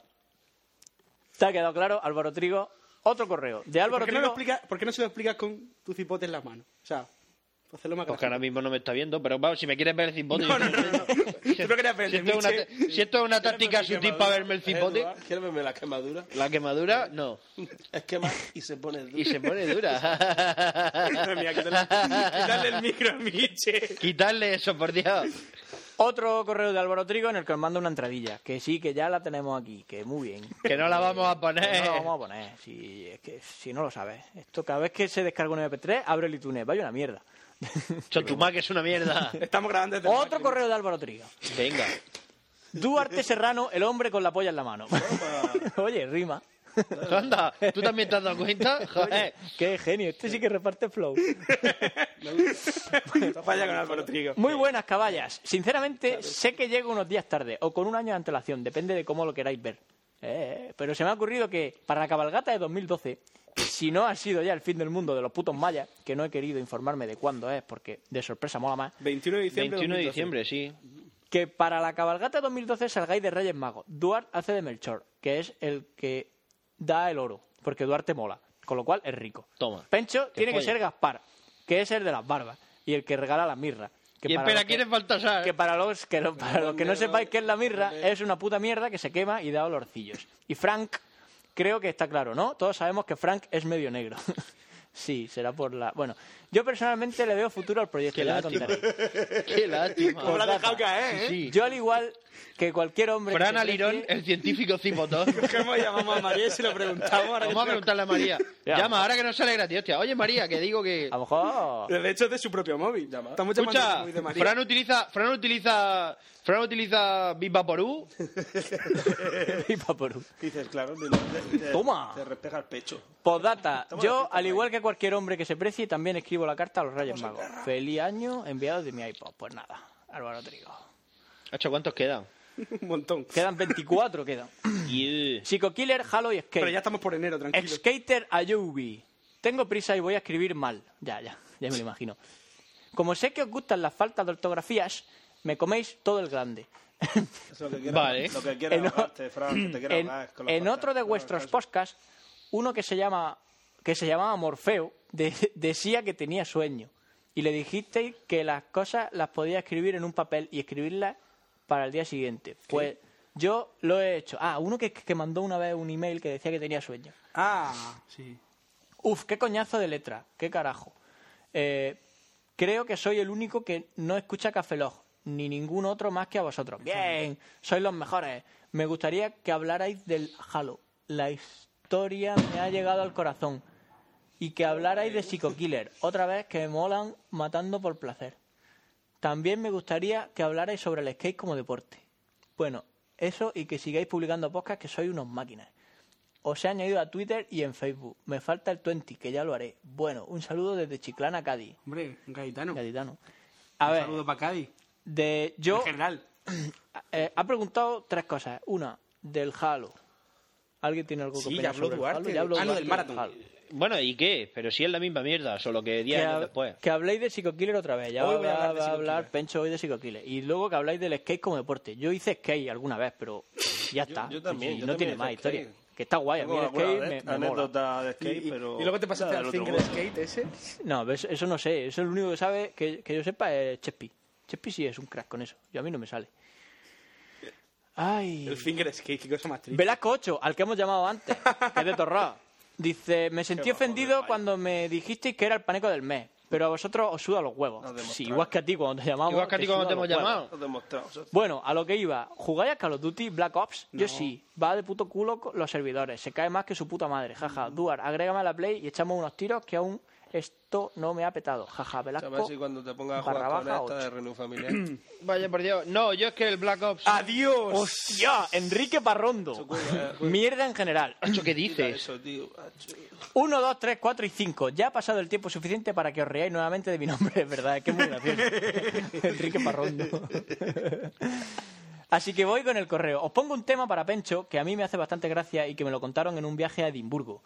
S8: ¿Te ha quedado claro, Álvaro Trigo? Otro correo. De Álvaro
S10: ¿Por qué, no lo
S8: Trigo.
S10: explica- por qué no se lo explicas con tu cipote en la mano? O sea, hacerlo más
S9: Porque ahora
S10: gracioso.
S9: mismo no me está viendo, pero vamos, si me quieres ver el cipote...
S10: No, no,
S9: yo-
S10: no, no. Tú no querías ver el
S9: si, esto es una,
S10: ceviche.
S9: t- si esto es una táctica sutil para verme el cipote,
S4: Eduard, ¿Quieres verme la quemadura?
S9: la quemadura, no.
S4: Es quemar y se pone duro. [laughs]
S9: Y se pone dura.
S10: Madre mía, quítale, quítale el micro a Miche.
S9: [laughs] Quitarle eso, por Dios.
S8: Otro correo de Álvaro Trigo en el que os manda una entradilla. Que sí, que ya la tenemos aquí. Que muy bien.
S9: Que no la vamos
S8: Que
S9: a
S8: no la
S9: poner.
S8: vamos a poner. Si, es que, si no lo sabes. Esto cada vez que se descarga un MP3, abre el iTunes. Vaya una mierda.
S9: Chotumá, que es una mierda.
S10: Estamos grabando desde...
S8: Otro correo de Álvaro Trigo.
S9: Venga.
S8: Duarte Serrano, el hombre con la polla en la mano. [laughs] Oye, rima.
S9: Anda, ¿tú también te has dado cuenta? Joder.
S8: Qué genio. Este sí que reparte flow.
S10: Falla con Álvaro Trigo.
S8: Muy buenas, caballas. Sinceramente, sé que llego unos días tarde o con un año de antelación, depende de cómo lo queráis ver. Eh, pero se me ha ocurrido que para la cabalgata de 2012, si no ha sido ya el fin del mundo de los putos mayas, que no he querido informarme de cuándo es porque de sorpresa mola más,
S10: 21 de diciembre
S9: 21 de
S10: 2012.
S9: diciembre, sí.
S8: que para la cabalgata 2012 salgáis de Reyes Magos. Duarte hace de Melchor, que es el que da el oro, porque Duarte mola, con lo cual es rico.
S9: Toma.
S8: Pencho
S9: Qué
S8: tiene que
S9: joya.
S8: ser Gaspar, que es el de las barbas y el que regala la mirra. que
S9: Y
S8: para
S9: espera,
S8: los que-
S9: ¿quién es Baltasar?
S8: que para los que, no- para los que no sepáis qué es la mirra, es una puta mierda que se quema y da olorcillos. Y Frank, creo que está claro, ¿no? Todos sabemos que Frank es medio negro. [laughs] sí, será por la... Bueno, yo personalmente le veo futuro al proyecto.
S9: Qué
S8: ya me
S9: lástima.
S8: contaréis.
S9: Qué lástima.
S10: Como la ha dejado caer, ¿eh?
S9: Sí.
S8: Yo al igual que cualquier hombre... que se
S9: Fran
S8: precie-
S9: Alirón, el científico cipotón.
S10: [laughs] Cogemos y llamamos a María y se lo preguntamos. Ahora que
S9: Vamos a preguntarle a María.
S8: Ya.
S9: Llama, ahora que no sale gratis, hostia. Oye, María, que digo que...
S8: A
S10: [laughs]
S8: lo mejor... [laughs]
S10: De hecho, es de su propio móvil. Estamos llamando al
S9: Escucha,
S10: móvil de María.
S9: Fran utiliza... Fran utiliza... Fran utiliza Big Vaporú.
S8: Pipa por un-
S4: Dices, claro, te, te- te-
S8: Toma.
S4: Te respeja el pecho.
S8: Postdata, yo al igual que cualquier hombre que se precie, también escribo la carta a los Reyes Magos. Feliz año enviado de mi iPod. Pues nada, Álvaro Trigo.
S9: Hacho, ¿cuántos quedan?
S10: [laughs] Un montón.
S8: Quedan 24, quedan. Psycho Killer, Halo y Skate.
S10: Pero ya estamos por enero, tranquilo.
S8: Ex-skater Ayubi. Tengo prisa y voy a escribir mal. Ya, ya, ya me lo imagino. Como sé que os gustan las faltas de ortografías, me coméis todo
S4: [laughs]
S8: el grande.
S4: Eso es lo que quieras.
S9: Vale.
S4: Lo que quieras
S8: En o-
S4: ahogarte, Fran. Te quieras
S8: en
S4: ahogar con las
S8: en
S4: patas.
S8: otro de
S4: No,
S8: vuestros
S4: caso.
S8: podcasts, uno que se llama que se llamaba Morfeo, [laughs] de- decía que tenía sueño. Y le dijisteis que las cosas las podía escribir en un papel y escribirlas para el día siguiente. Pues yo lo he hecho. Ah, uno que, que mandó una vez un email que decía que tenía sueño.
S10: Ah, sí.
S8: Uf, qué coñazo de letra, qué carajo. Eh, creo que soy el único que no escucha Café Log, ni ningún otro más que a vosotros. Bien, sois los mejores. Me gustaría que hablarais del Halo. La historia me ha llegado al corazón. Y que hablarais de Psycho Killer, otra vez que me molan matando por placer. También me gustaría que hablarais sobre el skate como deporte. Bueno, eso y que sigáis publicando podcasts que sois unos máquinas. Os he añadido a Twitter y en Facebook. Me falta el 20, que ya lo haré. Bueno, un saludo desde Chiclana, Cádiz.
S10: Hombre, un gaditano.
S8: Gaditano. A ver,
S10: Saludos para Cádiz.
S8: de yo...
S10: En general.
S8: [clears throat] eh, ha preguntado tres cosas. Una, del Halo. ¿Alguien tiene algo que
S10: Sí,
S8: opinar
S10: ya habló
S8: sobre el
S10: Duarte.
S8: Halo? Ya habló
S10: Ah, no,
S8: Duarte
S10: del maratón.
S8: Halo.
S9: Bueno, ¿y qué? Pero si es la misma mierda, solo que 10
S8: Que,
S9: años
S8: hab-
S9: después.
S8: que habléis de Psycho Killer otra vez. Ya
S10: Hoy
S8: va,
S10: voy a hablar de
S8: va a
S10: Psycho
S8: hablar
S10: Killer.
S8: Pencho hoy de Psycho Killer. Y luego que habláis del skate como deporte. Yo hice skate alguna vez, pero ya está.
S4: yo también,
S8: Y
S4: yo
S8: no
S4: también
S8: tiene
S4: hice
S8: más
S4: skate.
S8: historia. Que está guay. A mí
S4: Tengo
S8: el
S4: alguna
S8: skate
S4: ane-
S8: me, me mola.
S4: anécdota de skate,
S10: y,
S4: pero...
S10: y luego te pasaste
S4: nada
S10: al
S4: del otro
S10: Finger
S4: mundo.
S10: Skate ese.
S8: No, ves, eso no sé. Eso es lo único que sabe que, que yo sepa es Chespi. Chespi sí es un crack con eso. Yo a mí no me sale. Ay.
S10: El Finger Skate, qué cosa más triste.
S8: Velasco 8, al que hemos llamado antes, que es de Torró. Dice, me sentí ofendido cuando me dijisteis que era el paneco del mes. Pero a vosotros os suda los huevos. Sí, igual que a ti cuando te llamamos.
S9: Igual que a ti cuando
S8: suda
S9: te hemos
S8: los
S9: llamado.
S8: huevos.
S4: Lo demostrado. eso.
S8: Bueno, a lo que iba. ¿Jugáis a Call of Duty Black Ops? Yo sí. Va de puto culo con los servidores. Se cae más que su puta madre. Jaja.
S4: Mm.
S8: Duar, agrégame a la play y echamos unos tiros que aún esto no me ha petado. Jaja.
S4: A
S8: Velasco.
S4: ver si cuando te pongas a
S8: barra
S4: jugar con
S8: baja
S4: esta de
S8: ocho.
S4: reunión
S8: [clears throat]
S4: familiar.
S9: Vaya por Dios. No, yo es que el Black Ops.
S10: Ah,
S8: ¡Adiós! ¡Hostia! Enrique Parrondo.
S4: eh,
S8: Mierda en general.
S9: ¿Eso qué dices?
S4: Eso, tío. macho.
S8: 1, 2, 3, 4 y 5. Ya ha pasado el tiempo suficiente para que os reáis nuevamente de mi nombre, es verdad, es que es muy gracioso. Enrique Parrondo. Así que voy con el correo. Os pongo un tema para Pencho que a mí me hace bastante gracia y que me lo contaron en un viaje a Edimburgo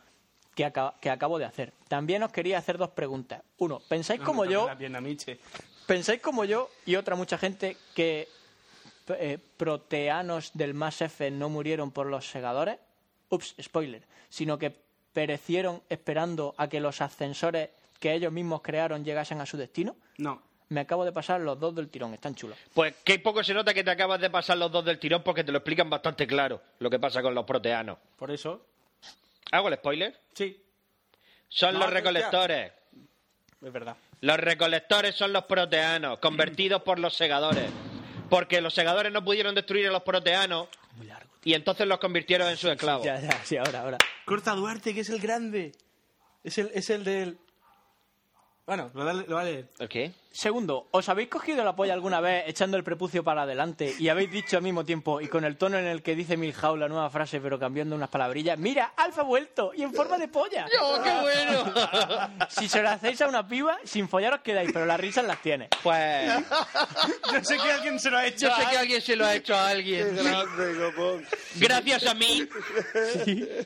S8: que, aca- que acabo de hacer. También os quería hacer dos preguntas. Uno, ¿pensáis como yo?
S10: La pierna, Miche.
S8: ¿Pensáis como yo y otra mucha gente que eh, proteanos del Mass F no murieron por los segadores? Ups, spoiler. Sino que perecieron esperando a que los ascensores que ellos mismos crearon llegasen a su destino.
S10: No.
S8: Me acabo de pasar los dos del tirón, están chulos.
S9: Pues qué poco se nota que te acabas de pasar los dos del tirón porque te lo explican bastante claro lo que pasa con los proteanos.
S10: Por eso.
S9: ¿Hago el spoiler?
S10: Sí.
S9: Son
S10: No,
S9: los
S10: no,
S9: recolectores.
S10: Es verdad.
S9: Los recolectores son los proteanos, convertidos por los segadores. Porque los segadores no pudieron destruir a los proteanos y entonces los convirtieron en sus esclavos.
S8: Ya, ya, sí, ahora, ahora.
S10: Corta Duarte, que es el grande. Es el, es el del. Bueno, lo, vale
S9: ¿El qué?
S8: Segundo, ¿os habéis cogido la polla alguna vez echando el prepucio para adelante y habéis dicho al mismo tiempo y con el tono en el que dice Milhouse la nueva frase pero cambiando unas palabrillas? Mira, Alfa ha vuelto y en forma de polla.
S9: ¡Oh, qué bueno!
S8: Si se lo hacéis a una piba, sin follar os quedáis, pero las risas las tiene.
S9: pues
S10: Yo sé que alguien se lo ha hecho.
S9: yo sé que alguien se lo ha hecho a alguien. Gracias a mí.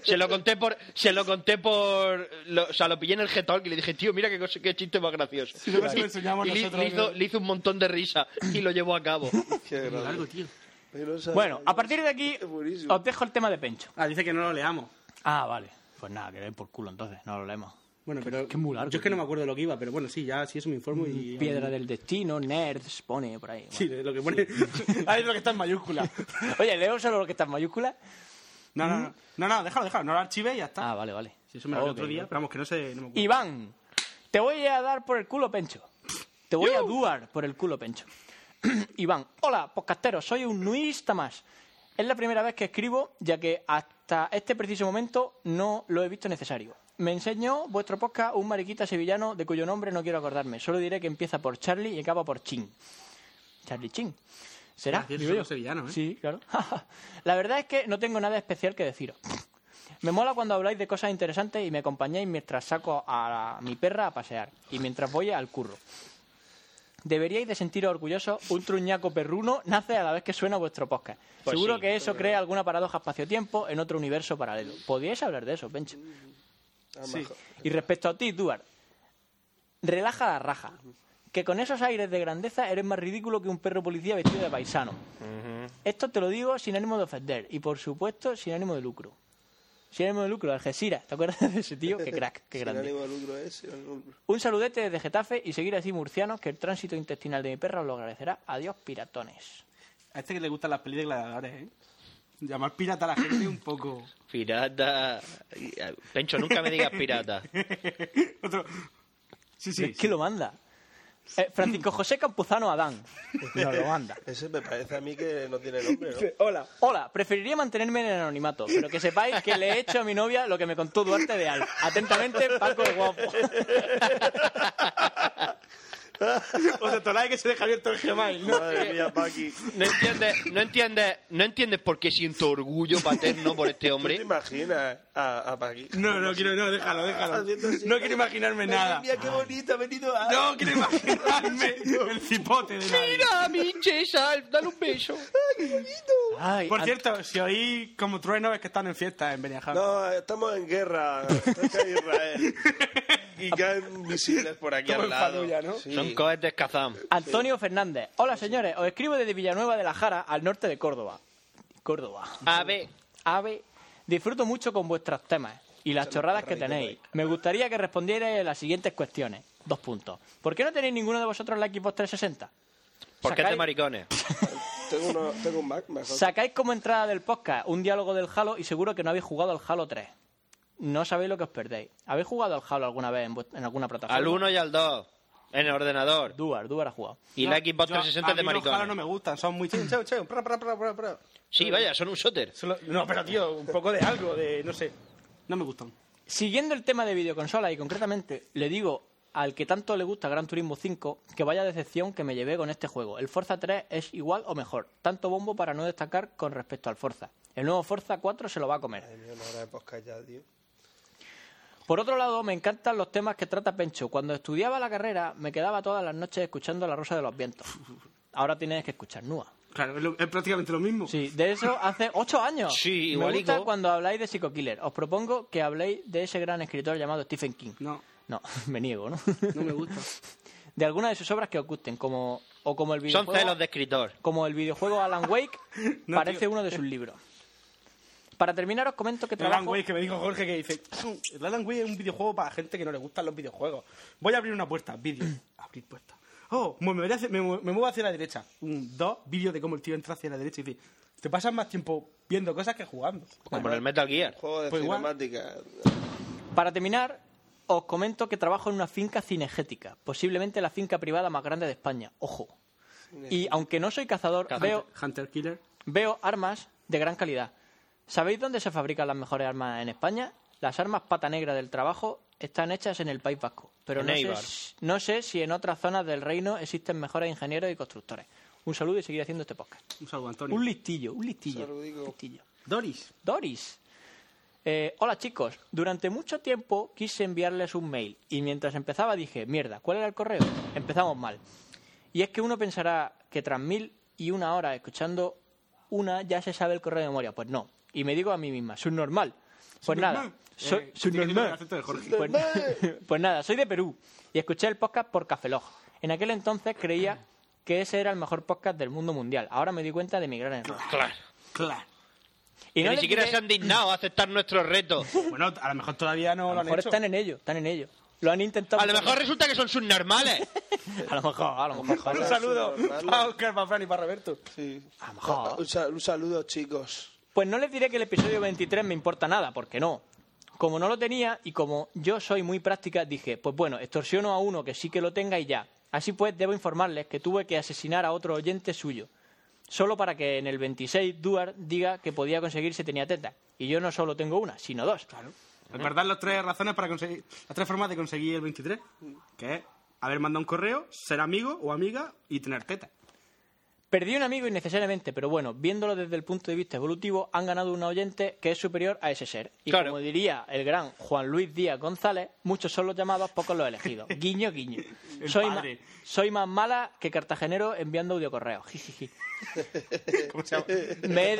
S9: Se lo conté por. Se lo conté por. lo- o sea, lo pillé en el Getalk y le dije, tío, mira qué, cosa- qué chiste más gracioso.
S10: luego se lo enseñamos
S9: y le-
S10: nosotros,
S9: le, hizo,
S10: ¿no?
S9: le hizo un montón de risa y lo llevó a cabo.
S4: Qué grande.
S10: tío.
S4: Pero esa-
S8: Bueno, ah, a partir de aquí
S4: buenísimo.
S8: os dejo el tema de Pencho.
S10: Ah, dice que no lo leamos.
S8: Ah, vale. Pues nada, que den por culo entonces, no lo leemos.
S10: Bueno, pero.
S8: qué muy largo,
S10: yo es que no me
S8: tío.
S10: acuerdo de lo que iba, pero bueno, sí, ya sí eso me informo y.
S8: Piedra del destino, nerds, pone por ahí.
S10: [laughs]
S8: [laughs]
S10: Sí, lo que [laughs] pone. Ah, es lo que está en mayúscula.
S8: Bueno. Oye, leo solo lo que está en mayúscula.
S10: No, no, no. No, no, déjalo, déjalo. No lo archive y ya está.
S8: Ah, vale, vale.
S10: Si eso me lo leo
S8: Ok,
S10: otro día.
S8: ok.
S10: Pero vamos, que no sé. No me acuerdo.
S8: Iván, te voy a dar por el culo, Pencho. Te voy a duar por el culo, Pencho. [clears throat] Iván, hola, podcastero, soy un nuista más. Es la primera vez que escribo, ya que hasta este preciso momento no lo he visto necesario. Me enseñó vuestro podcast un mariquita sevillano de cuyo nombre no quiero acordarme. Solo diré que empieza por Charlie y acaba por Chin. Charlie Chin. ¿Será?
S10: Gracioso,
S8: Digo yo.
S10: sevillano, ¿eh?
S8: Sí, claro. [laughs] la verdad es que no tengo nada especial que deciros. Me mola cuando habláis de cosas interesantes y me acompañáis mientras saco a mi perra a pasear y mientras voy al curro. Deberíais de sentiros orgullosos, un truñaco perruno nace a la vez que suena vuestro podcast.
S9: Pues
S8: Seguro
S9: sí.
S8: que eso crea alguna paradoja espacio-tiempo en otro universo paralelo. ¿Podríais hablar de eso, Pencho?
S4: Ah,
S8: Sí.
S4: majo.
S8: Y respecto a ti, Duarte, relaja la raja. Que con esos aires de grandeza eres más ridículo que un perro policía vestido de paisano. Esto te lo digo sin ánimo de ofender y, por supuesto, sin ánimo de lucro. Sin ánimo de lucro, Algeciras. ¿Te acuerdas de ese tío? Qué crack, qué
S4: Sin
S8: grande.
S4: ánimo de lucro es, sin ánimo de lucro.
S8: Un saludete desde Getafe y seguir así murcianos que el tránsito intestinal de mi perra os lo agradecerá. Adiós, piratones.
S10: A este que le gustan las pelis de gladiadores, ¿eh? Llamar pirata a la gente un poco.
S9: Pirata. eh, Pencho, nunca me digas pirata.
S10: [laughs] Otro. Sí, sí.
S8: ¿Quién lo manda? Eh, Francisco José Campuzano Adán. Nos lo manda.
S4: Ese me parece a mí que no tiene nombre, ¿no?
S10: Hola.
S8: Hola, preferiría mantenerme en el anonimato, pero que sepáis que le he hecho a mi novia lo que me contó Duarte de Alf. Atentamente, Paco
S10: [laughs]
S8: el Guapo.
S10: O sea, Tolai que se deja abierto el Gmail, ¿no?
S4: Madre mía, Paqui.
S9: No entiendes, no entiendes, no entiendes por qué siento orgullo paterno por este
S4: ¿Tú te
S9: hombre.
S4: imaginas a, a Paqui?
S10: No, no quiero, no, déjalo, déjalo. No quiero imaginarme nada.
S4: Mira qué bonito, ha venido a... [laughs]
S10: No quiero imaginarme el cipote de nadie.
S9: Mira, mi Chesal, dale un beso.
S8: Ay,
S10: Por
S8: an-
S10: cierto, si oí como trueno es que están en fiesta en Beniajá.
S4: No, estamos en [laughs] guerra cerca de Israel. Y caen misiles por aquí al lado. Sí.
S9: Son cohetes Kazam.
S8: Antonio Fernández. Hola, señores. Os escribo desde Villanueva de la Jara, al norte de Córdoba. Córdoba.
S9: A ver,
S8: Ave, disfruto mucho con vuestros temas y las chorradas que tenéis. Me gustaría que respondierais a las siguientes cuestiones. Dos puntos. ¿Por qué no tenéis ninguno de vosotros la Xbox 360?
S9: ¿por qué
S8: Sacáis-
S9: te maricones?
S4: Tengo, uno- tengo un Mac mejor.
S8: Sacáis como entrada del podcast un diálogo del Halo y seguro que no habéis jugado al Halo 3. No sabéis lo que os perdéis. ¿Habéis jugado al Halo alguna vez en, vuest- en alguna plataforma?
S9: Al 1 y al 2. En el ordenador.
S8: Duar, Duar ha jugado.
S9: Y la Xbox 360 es de
S10: maricón.
S9: maricón.
S10: no me gustan, son muy chin, chau, chau, pra, pra, pra, pra, pra.
S9: Sí, vaya, son un soter.
S10: Solo- No, pero tío, un poco de algo, de no sé. No me gustan.
S8: Siguiendo el tema de videoconsolas y concretamente le digo al que tanto le gusta Gran Turismo 5 que vaya decepción que me llevé con este juego. El Forza 3 es igual o mejor. Tanto bombo para no destacar con respecto al Forza. El nuevo Forza 4 se lo va a comer.
S4: Tenía una hora de podcast ya, tío.
S8: Por otro lado, me encantan los temas que trata Pencho. Cuando estudiaba la carrera me quedaba todas las noches escuchando La Rosa de los
S4: [laughs]
S8: Vientos. Ahora tienes que escuchar Nua.
S10: Claro, es, lo- es prácticamente lo mismo.
S8: Sí, de eso hace ocho años.
S10: Sí,
S8: Me
S10: igualico.
S8: gusta cuando habláis de Psycho Killer. Os propongo que habléis de ese gran escritor llamado Stephen King.
S10: No.
S8: No, [laughs] me niego, ¿no?
S10: No me gusta.
S8: [laughs] De alguna de sus obras que os gusten, como, o como el
S9: Son
S8: videojuego,
S9: celos de escritor.
S8: como el videojuego Alan Wake,
S10: [laughs] No,
S8: parece
S10: tío.
S8: uno de sus libros. Para terminar, os comento que
S10: El Alan
S8: trabajo...
S10: Wake, que me dijo Jorge que dice, el Alan Wake es un videojuego para gente que no le gustan los videojuegos. Voy a abrir una puerta, vídeo. [clears throat] abrir puerta. Oh, me, voy hacia- me, mu- me muevo hacia la derecha. Un, dos, vídeo de cómo el tío entra hacia la derecha y dice, te pasas más tiempo viendo cosas que jugando.
S9: Como en el Metal Gear.
S4: Juego de
S10: Pues igual.
S4: cinemática.
S8: Para terminar, os comento que trabajo en una finca cinegética, posiblemente la finca privada más grande de España. Ojo. Y aunque no soy cazador, veo,
S10: Hunter Killer.
S8: veo armas de gran calidad. ¿Sabéis dónde se fabrican las mejores armas en España? Las armas pata negra del trabajo están hechas en el País Vasco, pero
S9: En
S8: no sé,
S9: Eibar.
S8: si- no sé si en otras zonas del reino existen mejores ingenieros y constructores. Un saludo y seguir haciendo este podcast.
S10: Un saludo, Antonio.
S8: Un listillo, un listillo.
S4: Saludico.
S8: un listillo.
S10: Doris.
S8: Doris. Eh, hola chicos, durante mucho tiempo quise enviarles un mail y mientras empezaba dije, mierda, ¿cuál era el correo? Empezamos mal. Y es que uno pensará que tras mil y una hora escuchando una ya se sabe el correo de memoria. Pues no. Y me digo a mí misma, subnormal. Pues nada, so-
S10: Eh, tiene que tener el
S8: subnormal.
S10: acento de Jorge.
S8: Pues, [laughs] pues nada, soy de Perú y escuché el podcast por Cafelog. En aquel entonces creía que ese era el mejor podcast del mundo mundial. Ahora me di cuenta de mi gran error.
S9: Claro.
S10: Claro.
S8: Y
S9: Que
S8: no
S9: ni
S8: le
S9: siquiera
S8: quité-
S9: se han dignado a aceptar nuestro [laughs] reto.
S10: Bueno, a lo mejor todavía no
S8: A
S10: lo
S8: lo
S10: han
S8: mejor
S10: hecho.
S8: están en ello, están en ello. Lo han intentado.
S9: A lo mejor resulta que son subnormales.
S8: [laughs] A lo mejor, a lo mejor. pasa.
S4: Un
S10: saludo para [laughs] Oscar, para Fran y para Roberto.
S4: Sí.
S8: A lo mejor.
S4: Un, sa- un saludo, chicos.
S8: Pues no les diré que el episodio 23 me importa nada, porque no. Como no lo tenía y como yo soy muy práctica, dije, pues bueno, extorsiono a uno que sí que lo tenga y ya. Así pues, debo informarles que tuve que asesinar a otro oyente suyo. Solo para que en el 26 Duar diga que podía conseguir si tenía teta. Y yo no solo tengo una, sino dos.
S10: Claro. Recordad Pues las tres razones para conseguir, las tres formas de conseguir el 23, que es haber mandado un correo, ser amigo o amiga y tener teta.
S8: Perdí un amigo innecesariamente, pero bueno, viéndolo desde el punto de vista evolutivo, han ganado un oyente que es superior a ese ser. Y
S9: Claro.
S8: como diría el gran Juan Luis Díaz González, muchos son los llamados, pocos
S10: [laughs]
S8: los elegidos. Guiño, guiño.
S10: El
S8: Soy, ma-
S10: padre.
S8: soy más mala que cartagenero enviando audiocorreos. Jijiji.
S10: [laughs]
S8: Me he,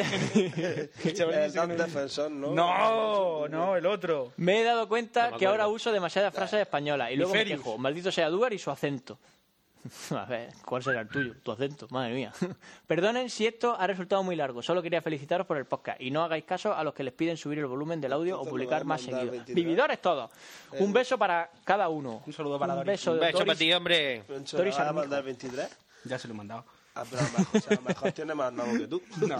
S8: da-
S4: El Dan Defensor, ¿no?
S10: No, no, el otro.
S8: me he dado cuenta que ahora uso demasiadas frases españolas y luego me
S10: Iferius.
S8: quejo. Maldito sea Duar y su acento. [laughs] A ver, ¿cuál será el tuyo? Tu acento, madre mía. [laughs] Perdonen si esto ha resultado muy largo. Solo quería felicitaros por el podcast y no hagáis caso a los que les piden subir el volumen del audio o
S4: Entonces
S8: publicar
S4: lo
S8: más
S4: voy a mandar
S8: seguido.
S4: 23.
S8: Vividores todos. Un beso para cada uno.
S10: Un saludo para
S8: Un
S10: Doris.
S8: beso
S9: Un
S8: de
S9: beso para
S8: Doris.
S9: ti, hombre.
S4: Pencho,
S8: Doris
S4: ¿vas a
S8: Armijo.
S4: mandar 23?
S10: Ya se lo he mandado.
S4: Ah, pero a lo mejor, o sea, a lo mejor tiene más nabo que tú.
S10: [laughs] No,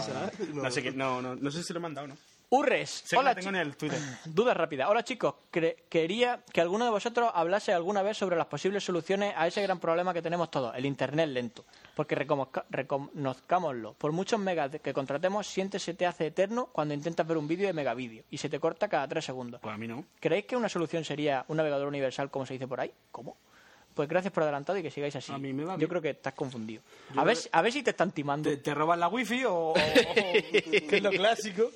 S10: no, sé qué- no, no, no sé si lo he mandado o no.
S8: Urres.
S10: Sé
S8: Hola,
S10: que lo tengo en
S8: chi-
S10: el Twitter.
S8: Duda rápida. Hola chicos, Cre- quería que alguno de vosotros hablase alguna vez sobre las posibles soluciones a ese gran problema que tenemos todos, el Internet lento. Porque recomozca- reconozcámoslo, por muchos megas de- que contratemos, siente se te hace eterno cuando intentas ver un vídeo de megavídeo y se te corta cada tres segundos.
S10: Pues a mí no.
S8: ¿Creéis que una solución sería un navegador universal, como se dice por ahí? ¿Cómo? Pues gracias por adelantado y que sigáis así.
S10: A mí me va
S8: Yo
S10: bien.
S8: creo que estás confundido. A ver, si- a ver si te están timando.
S10: ¿Te, te roban la wifi o, o- o- que es lo clásico?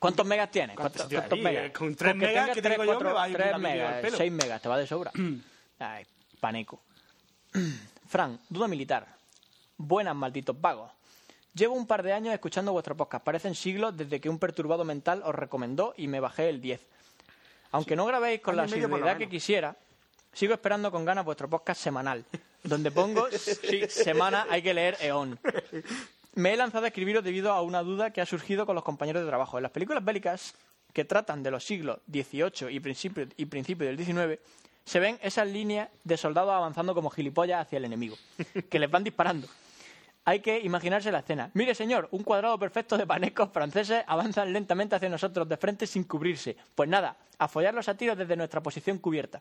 S8: ¿Cuántos megas tienes? ¿Cuántos,
S10: tío,
S8: cuántos
S10: ahí,
S8: megas?
S10: eh, con tres
S8: que
S10: megas
S8: tengas
S10: que tengo
S8: tres,
S10: yo,
S8: cuatro,
S10: me va a ir
S8: tres
S10: la medida del
S8: megas,
S10: pelo. Mm.
S8: 6 megas, te va de sobra. Ay, paneco. [clears throat] Fran, duda militar. Buenas, malditos vagos. Llevo un par de años escuchando vuestro podcast. Parecen siglos desde que un perturbado mental os recomendó y me bajé el 10. Aunque no grabéis con
S10: Año
S8: la
S10: y medio por lo
S8: asiduidad que
S10: menos.
S8: quisiera, sigo esperando con ganas vuestro podcast semanal,
S10: [laughs]
S8: donde pongo si semana hay que leer E.ON. Me he lanzado a escribiros debido a una duda que ha surgido con los compañeros de trabajo. En las películas bélicas que tratan de los siglos XVIII y principio, y principio del XIX, se ven esas líneas de soldados avanzando como gilipollas hacia el enemigo, que les van disparando. Hay que imaginarse la escena. Mire, señor, un cuadrado perfecto de panecos franceses avanzan lentamente hacia nosotros de frente sin cubrirse. Pues nada, a follarlos a tiros desde nuestra posición cubierta.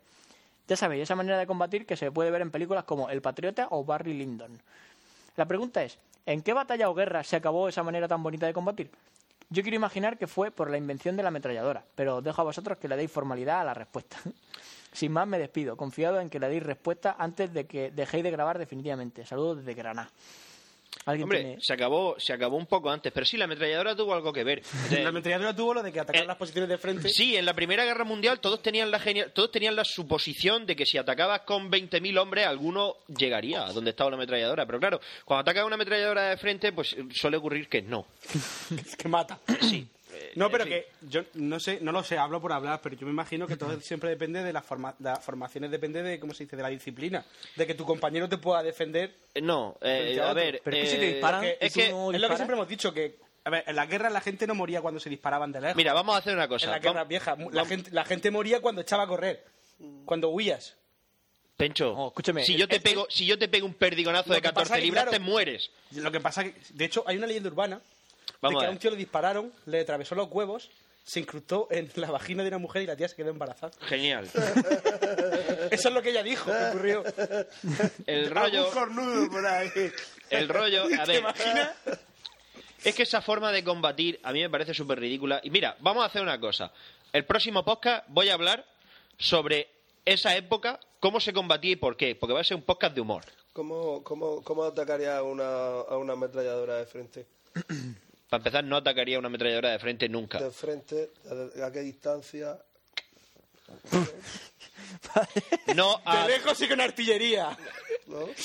S8: Ya sabéis, esa manera de combatir que se puede ver en películas como El Patriota o Barry Lyndon. La pregunta es, ¿en qué batalla o guerra se acabó esa manera tan bonita de combatir? Yo quiero imaginar que fue por la invención de la ametralladora, pero os dejo a vosotros que le deis formalidad a la respuesta. [laughs] Sin más, me despido, confiado en que le deis respuesta antes de que dejéis de grabar definitivamente. Saludos desde Granada. ¿Alguien
S9: Hombre,
S8: tiene-
S9: se acabó se acabó un poco antes, pero sí, la ametralladora tuvo
S10: [laughs]
S9: algo que ver. Entonces,
S10: La ametralladora tuvo lo de que atacar las posiciones de frente.
S9: Sí, en la Primera Guerra Mundial todos tenían la genia- todos tenían la suposición de que si atacabas con 20.000 hombres alguno llegaría a donde estaba la ametralladora, pero claro, cuando atacas una ametralladora de frente, pues suele ocurrir que no.
S10: Es que mata.
S9: eh, Sí.
S10: No, pero
S9: en
S10: que yo no sé, no lo sé, hablo por hablar, pero yo me imagino que todo siempre depende de las, forma- las formaciones, depende de, ¿cómo se dice?, de la disciplina, de que tu compañero te pueda defender.
S9: No, eh, a ver,
S10: Pero es que si
S9: eh,
S10: te disparan,
S9: porque
S10: es,
S9: es que-
S10: lo que siempre hemos dicho, que a ver, en la guerra la gente no moría cuando se disparaban de lejos.
S9: Mira, vamos a hacer una
S10: en
S9: cosa.
S10: la guerra
S9: Vam-
S10: vieja, mu- la gente, la gente moría cuando echaba a correr, cuando huías.
S9: Pencho, si yo te pego, si yo te pego un perdigonazo
S10: Lo
S9: de
S10: que
S9: 14
S10: pasa es que,
S9: libras
S10: claro,
S9: te mueres.
S10: Lo que pasa que, de hecho, hay una leyenda urbana de
S9: Vamos a
S10: que a
S9: ver.
S10: un tío le dispararon, le atravesó los huevos, se incrustó en la vagina de una mujer y la tía se quedó
S9: [laughs]
S10: embarazada. [laughs]
S9: Genial.
S10: Eso es lo que ella dijo, que ocurrió.
S9: El rollo,
S4: Algún cornudo por
S10: [laughs]
S4: ahí.
S9: el rollo, a
S4: ¿Te
S9: ver.
S4: imaginas?
S9: Es que esa forma de combatir a mí me parece súper ridícula. Y mira, vamos a hacer una cosa. El próximo podcast voy a hablar sobre esa época, cómo se combatía y por qué. Porque va a ser un podcast de humor.
S4: ¿Cómo, cómo, cómo atacaría a una, a una ametralladora de frente?
S9: Para empezar, no atacaría una ametralladora de frente nunca.
S4: De frente, a, a qué distancia.
S9: No
S10: [laughs]
S9: a...
S10: Te dejo sí con artillería.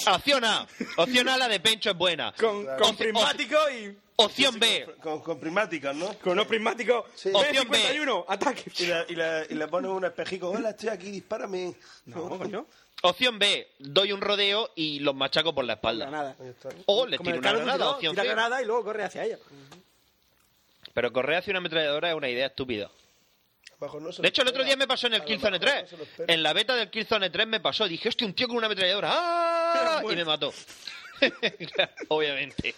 S9: Opción A. Opción A, la de Pencho es buena.
S10: [laughs] Con,
S9: Opción-
S10: con prismático y.
S9: Opción B.
S4: Con, con prismáticas, ¿no?
S10: Con los prismáticos.
S4: Sí.
S9: Opción B.
S10: B51, ataque.
S4: Y le, y, le, y le pones un espejico. Hola, estoy aquí, dispárame.
S10: No, coño.
S9: Opción B. Doy un rodeo y los machaco por la Oh. espalda.
S10: Granada.
S4: Ahí está.
S9: O le
S10: Como
S9: tiro
S10: en el Call
S9: una
S10: of Duty,
S9: granada.
S10: ¿no?
S9: Opción
S10: Tira
S9: C.
S10: granada y luego corre hacia ella.
S9: Pero correr hacia una ametralladora es una idea estúpida.
S4: A lo mejor no se
S9: De
S4: lo
S9: hecho, el otro
S4: espera.
S9: día me pasó en
S4: A
S9: el
S4: lo
S9: Killzone
S4: mejor no
S9: 3.
S4: se lo espera.
S9: En la beta del Killzone 3 me pasó. Dije, hostia, un tío con una ametralladora. ¡Ah! Y me mató. [laughs] Obviamente.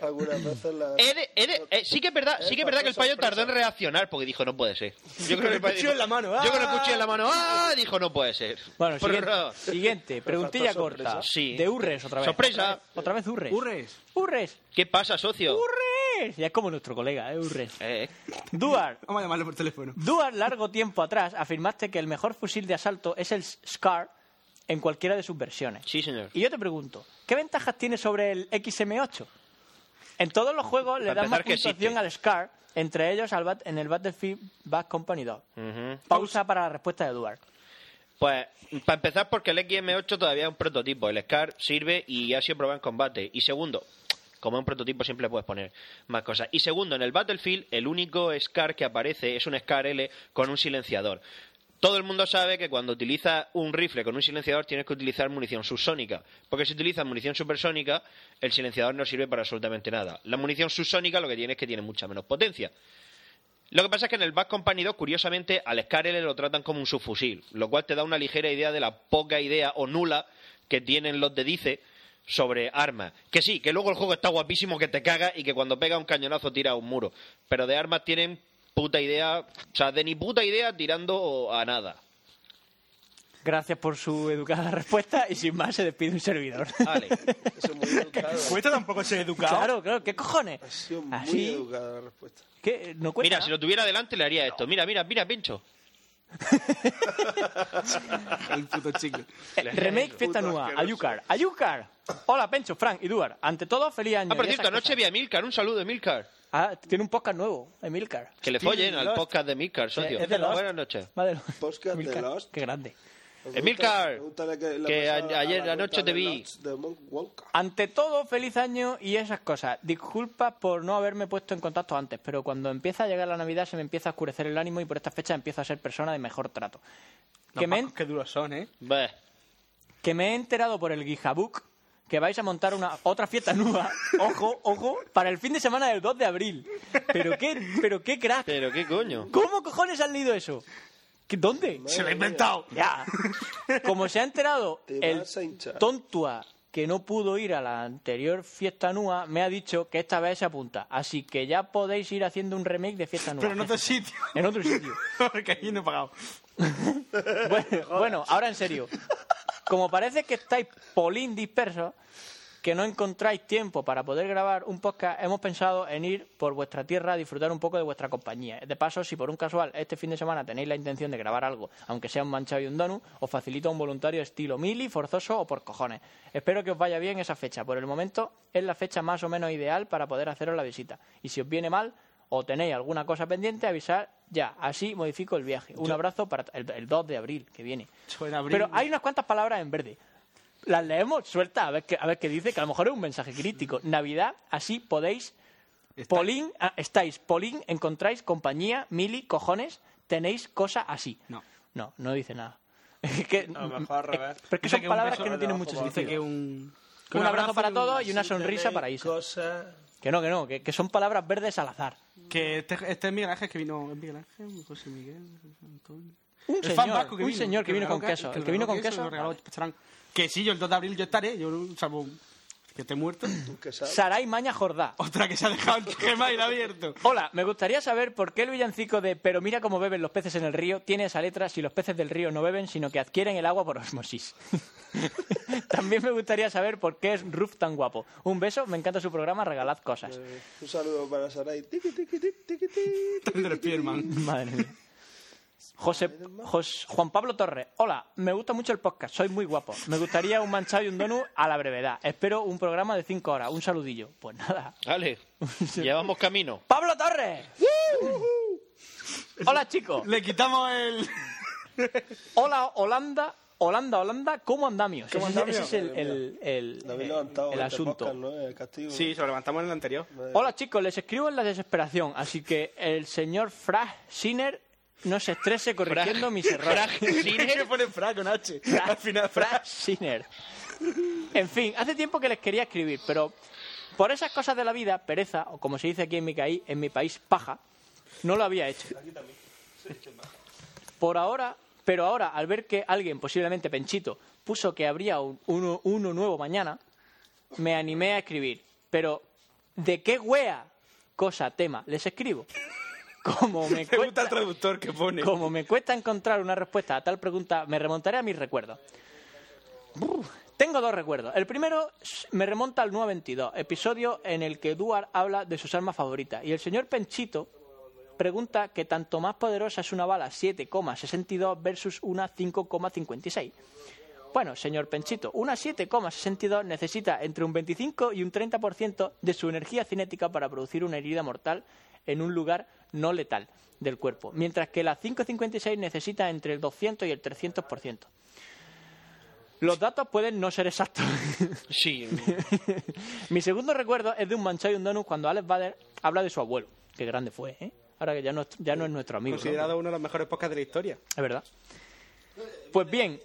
S4: Algunas veces
S9: [laughs]
S4: la...
S9: He de- he de- eh, sí que es verdad, sí que es verdad que el payo tardó en reaccionar porque dijo, no puede ser. Yo
S10: Con el
S9: payo
S10: cuchillo
S9: dijo-
S10: en la mano,
S9: Yo con el
S10: ¡ah!
S9: cuchillo en la mano. ¡Ah! Dijo, no puede ser.
S8: Bueno,
S9: [laughs] Por
S8: siguiente,
S9: error.
S8: siguiente, preguntilla
S4: faltó sorpresa.
S8: corta.
S9: Sí.
S8: De Urres otra vez.
S9: Sorpresa.
S8: Otra vez, otra vez Urres.
S10: Urres.
S8: Urres.
S9: ¿Qué pasa, socio?
S8: Urres. Ya es como nuestro colega, ¿eh? Urres.
S9: Eh,
S8: Duar.
S10: Vamos a llamarle por [laughs] teléfono.
S8: Duar, largo tiempo atrás, afirmaste que el mejor fusil de asalto es el SCAR en cualquiera de sus versiones.
S9: sí, señor.
S8: Y yo te pregunto, ¿qué ventajas tiene sobre el XM8? En todos los juegos le
S9: Para
S8: dan más
S9: empezar, que
S8: puntuación
S9: existe.
S8: al SCAR, entre ellos al Bat- en el Battlefield Bad Company 2.
S9: Ujú.
S8: Pausa para la respuesta de Duar.
S9: Pues, para empezar, porque el XM8 todavía es un prototipo. El SCAR sirve y ha sido probado en combate. Y segundo, como es un prototipo, siempre le puedes poner más cosas. Y segundo, en el Battlefield, el único SCAR que aparece es un SCAR L con un silenciador. Todo el mundo sabe que cuando utiliza un rifle con un silenciador tienes que utilizar munición subsónica, porque si utilizas munición supersónica, el silenciador no sirve para absolutamente nada. La munición subsónica lo que tiene es que tiene mucha menos potencia. Lo que pasa es que en el Bad Company 2, curiosamente, al Scarlet lo tratan como un subfusil, lo cual te da una ligera idea de la poca idea o nula que tienen los de Dice sobre armas. Que sí, que luego el juego está guapísimo, que te caga y que cuando pega un cañonazo tira a un muro. Pero de armas tienen puta idea, o sea, de ni puta idea tirando a nada.
S8: Gracias por su educada [laughs] respuesta y sin más se despide un
S9: [laughs]
S8: servidor.
S9: Vale.
S4: Eso es muy
S9: [laughs]
S4: educado.
S10: Cuesta este tampoco ser educado.
S8: Claro, claro, ¿qué cojones?
S4: Ha sido muy
S9: ¿Ah,
S8: Así,
S4: educada la respuesta.
S8: ¿qué? No cuesta.
S9: Mira, si lo tuviera delante le haría esto. Mira, mira, mira, pincho. Ah,
S8: [laughs]
S10: El puto chico.
S8: Eh, remake Fiesta
S4: Puto
S8: Nua,
S4: asqueroso.
S8: Ayúcar, Ayúcar. Hola, Pencho, Frank y Duar. Ante todo, feliz año.
S9: Ah, por
S8: y esas
S9: cierto, anoche
S8: cosas.
S9: vi a Milcar, un saludo de Milcar.
S8: Ah, tiene un podcast nuevo, Emilcar. Eh,
S9: Que le
S10: Still
S9: follen al
S10: Lost.
S9: podcast de Milcar, socio.
S8: es de Lost.
S9: Buenas noches.
S8: Madre
S4: Podcast de
S8: Emilcar,
S4: Lost.
S8: Qué grande.
S9: Emilcar,
S4: Pregúntale qué le
S9: que
S4: pasó
S9: a-
S4: a
S9: ayer
S4: la
S9: anoche
S4: ruta de
S9: te vi.
S4: Lost de Mon- Wonka.
S8: Ante todo, feliz año y esas cosas. Disculpas por no haberme puesto en contacto antes, pero cuando empieza a llegar la Navidad se me empieza a oscurecer el ánimo y por esta fecha empiezo a ser persona de mejor trato. Que
S10: Los
S8: me,
S10: vascos Qué duros son, ¿eh?
S9: Bah.
S8: que me he enterado por el Guijabook que vais a montar una otra fiesta nueva, ojo, ojo, para el fin de semana del 2 de abril. Pero qué, pero qué crack.
S9: Pero qué coño.
S8: ¿Cómo cojones han leído eso? ¿Qué- ¿Dónde?
S10: Se lo he inventado.
S8: Ya. Como se ha enterado
S4: Te
S8: el
S4: vas a hinchar.
S8: tontua que no pudo ir a la anterior Fiesta Nua, me ha dicho que esta vez se apunta. Así que ya podéis ir haciendo un remake de Fiesta Nua.
S7: Pero en otro
S10: [laughs]
S7: sitio.
S8: [laughs] En otro sitio.
S7: Porque aquí no he pagado.
S8: bueno, bueno, ahora en serio. Como parece que estáis polín dispersos, que no encontráis tiempo para poder grabar un podcast, hemos pensado en ir por vuestra tierra a disfrutar un poco de vuestra compañía. De paso, si por un casual este fin de semana tenéis la intención de grabar algo, aunque sea un manchado y un donut, os facilita un voluntario estilo mili, forzoso o por cojones. Espero que os vaya bien esa fecha. Por el momento es la fecha más o menos ideal para poder haceros la visita. Y si os viene mal o tenéis alguna cosa pendiente, avisar ya. Así modifico el viaje. Un abrazo para el, el 2 de abril que viene.
S7: Yo en abril-
S8: Pero hay unas cuantas palabras en verde. Las leemos, suelta, a ver, qué, a ver qué dice, que a lo mejor es un mensaje crítico. Navidad, así podéis. Polín, ah, estáis, Polín, encontráis compañía, mili, cojones, tenéis cosa así.
S10: No.
S8: No, no dice nada. [laughs] Es que,
S10: A lo mejor al
S8: es-
S10: revés.
S8: pero es
S10: Dice
S8: que Eh, son
S10: que un
S8: palabras
S10: beso
S8: que no
S10: de
S8: tienen
S10: abajo
S8: mucho
S10: para
S8: sentido.
S10: abajo. Dice que un-
S8: Un abrazo para todos y una sonrisa para Isa. Que no, que no, que, que son palabras verdes al azar.
S10: Que este, este es Miguel Ángel que vino. ¿Es Miguel Ángel? José Miguel. Antonio.
S8: Un
S10: El
S8: señor,
S10: fan vasco
S8: un señor que vino
S10: regaló
S8: con queso, el que
S10: regaló
S8: vino con queso. ah.
S10: lo regaló Pacharán. Que sí, yo el 2 de abril yo estaré. Yo, salvo que esté muerto. [laughs]
S8: Saray Maña Jordá.
S10: Otra que se ha dejado el Gmail abierto.
S8: Hola, me gustaría saber por qué el villancico de Pero mira cómo beben los peces en el río tiene esa letra si los peces del río no beben, sino que adquieren el agua por osmosis. [laughs] También me gustaría saber por qué es Ruf tan guapo. Un beso, me encanta su programa, regalad cosas.
S4: Un saludo para Sarai. Tiki, tiki, tiki, tiki, tiki.
S9: Eh,
S10: Tendré Spearman.
S8: Madre mía. José, Jos- Juan Pablo Torres. Hola, me gusta mucho el podcast, soy muy guapo. Me gustaría un manchado y un donut a la brevedad. Espero un programa de cinco horas. Un saludillo. Pues nada.
S4: [laughs]
S9: Vale, llevamos camino.
S8: ¡Pablo Torres! Hola, chicos.
S10: Le quitamos el.
S8: Hola, Holanda, Holanda, Holanda, ¿cómo andamios?
S10: ¿Cómo
S8: Ese-
S10: andamios?
S8: Ese, es el, el, el-
S4: Lo habéis
S8: el-
S4: levantado.
S8: el
S4: este
S8: asunto.
S4: podcast, ¿no? El castigo.
S10: Sí, se lo levantamos en el [laughs] anterior.
S8: Hola chicos, les escribo en la desesperación, así que el señor Frag Sinner no se estrese corrigiendo mis errores.
S9: Frag Sinner.
S10: pone Frank con H? Al final,
S8: Frag Sinner. En fin, hace tiempo que les quería escribir, pero por esas cosas de la vida, pereza, o como se dice aquí en mi, caí- en mi país, paja, no lo había hecho. Por ahora, pero ahora, al ver que alguien, posiblemente Penchito, puso que habría un- uno, uno nuevo mañana, me animé a escribir. Pero, ¿de qué wea? Cosa, tema, les escribo. Como
S10: [laughs]
S8: me
S10: Me gusta el
S8: cuesta,
S10: traductor que pone.
S8: como me cuesta encontrar una respuesta a tal pregunta, me remontaré a mis recuerdos. Brr, Tengo dos recuerdos. El primero s- me remonta al 922, episodio en el que Duar habla de sus armas favoritas. Y el señor Penchito pregunta que tanto más poderosa es una bala 7,62 versus una 5,56. Bueno, señor Penchito, una 7,62 necesita entre un 25 y un 30% de su energía cinética para producir una herida mortal en un lugar no letal del cuerpo, mientras que la 5,56 necesita entre el 200 y el 300%. Los datos pueden no ser exactos. [laughs]
S9: Sí,
S8: Mi segundo recuerdo es de un manchado y un donut cuando Alex Bader habla de su abuelo. Qué grande fue, ¿eh? Ahora que ya no, es- ya no es nuestro amigo. ¿no?
S10: Considerado uno de los mejores podcasts de la historia.
S8: Es verdad. Pues bien.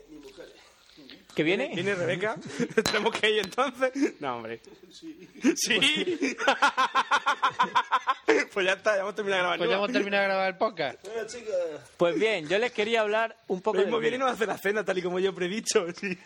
S8: ¿Que viene?
S10: ¿Viene Rebeca? [laughs] ¿Tenemos que ir entonces? No, hombre. Sí. ¿Sí? [laughs] pues ya está, ya hemos terminado de grabar.
S9: pues ya hemos terminado de grabar el podcast.
S8: Pues bien, yo les quería hablar un poco
S10: Lo
S8: de...
S10: mismo
S8: lo
S10: viene y
S8: mío.
S10: nos hace la cena, tal y como yo he predicho. sí.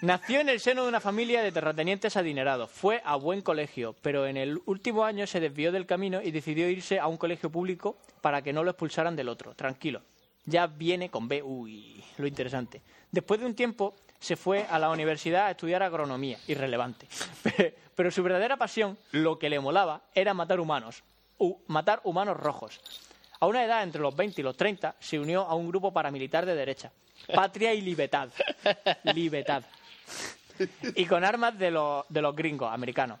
S8: Nació en el seno de una familia de terratenientes adinerados. Fue a buen colegio, pero en el último año se desvió del camino y decidió irse a un colegio público para que no lo expulsaran del otro. Tranquilo. Ya viene con B. Uy, lo interesante. Después de un tiempo se fue a la universidad a estudiar agronomía. Irrelevante. [laughs] Pero su verdadera pasión, lo que le molaba, era matar humanos. U- matar humanos rojos. A una edad entre los 20 y los 30 se unió a un grupo paramilitar de derecha. Patria y libertad. Libertad [laughs] y con armas de los, de los gringos americanos.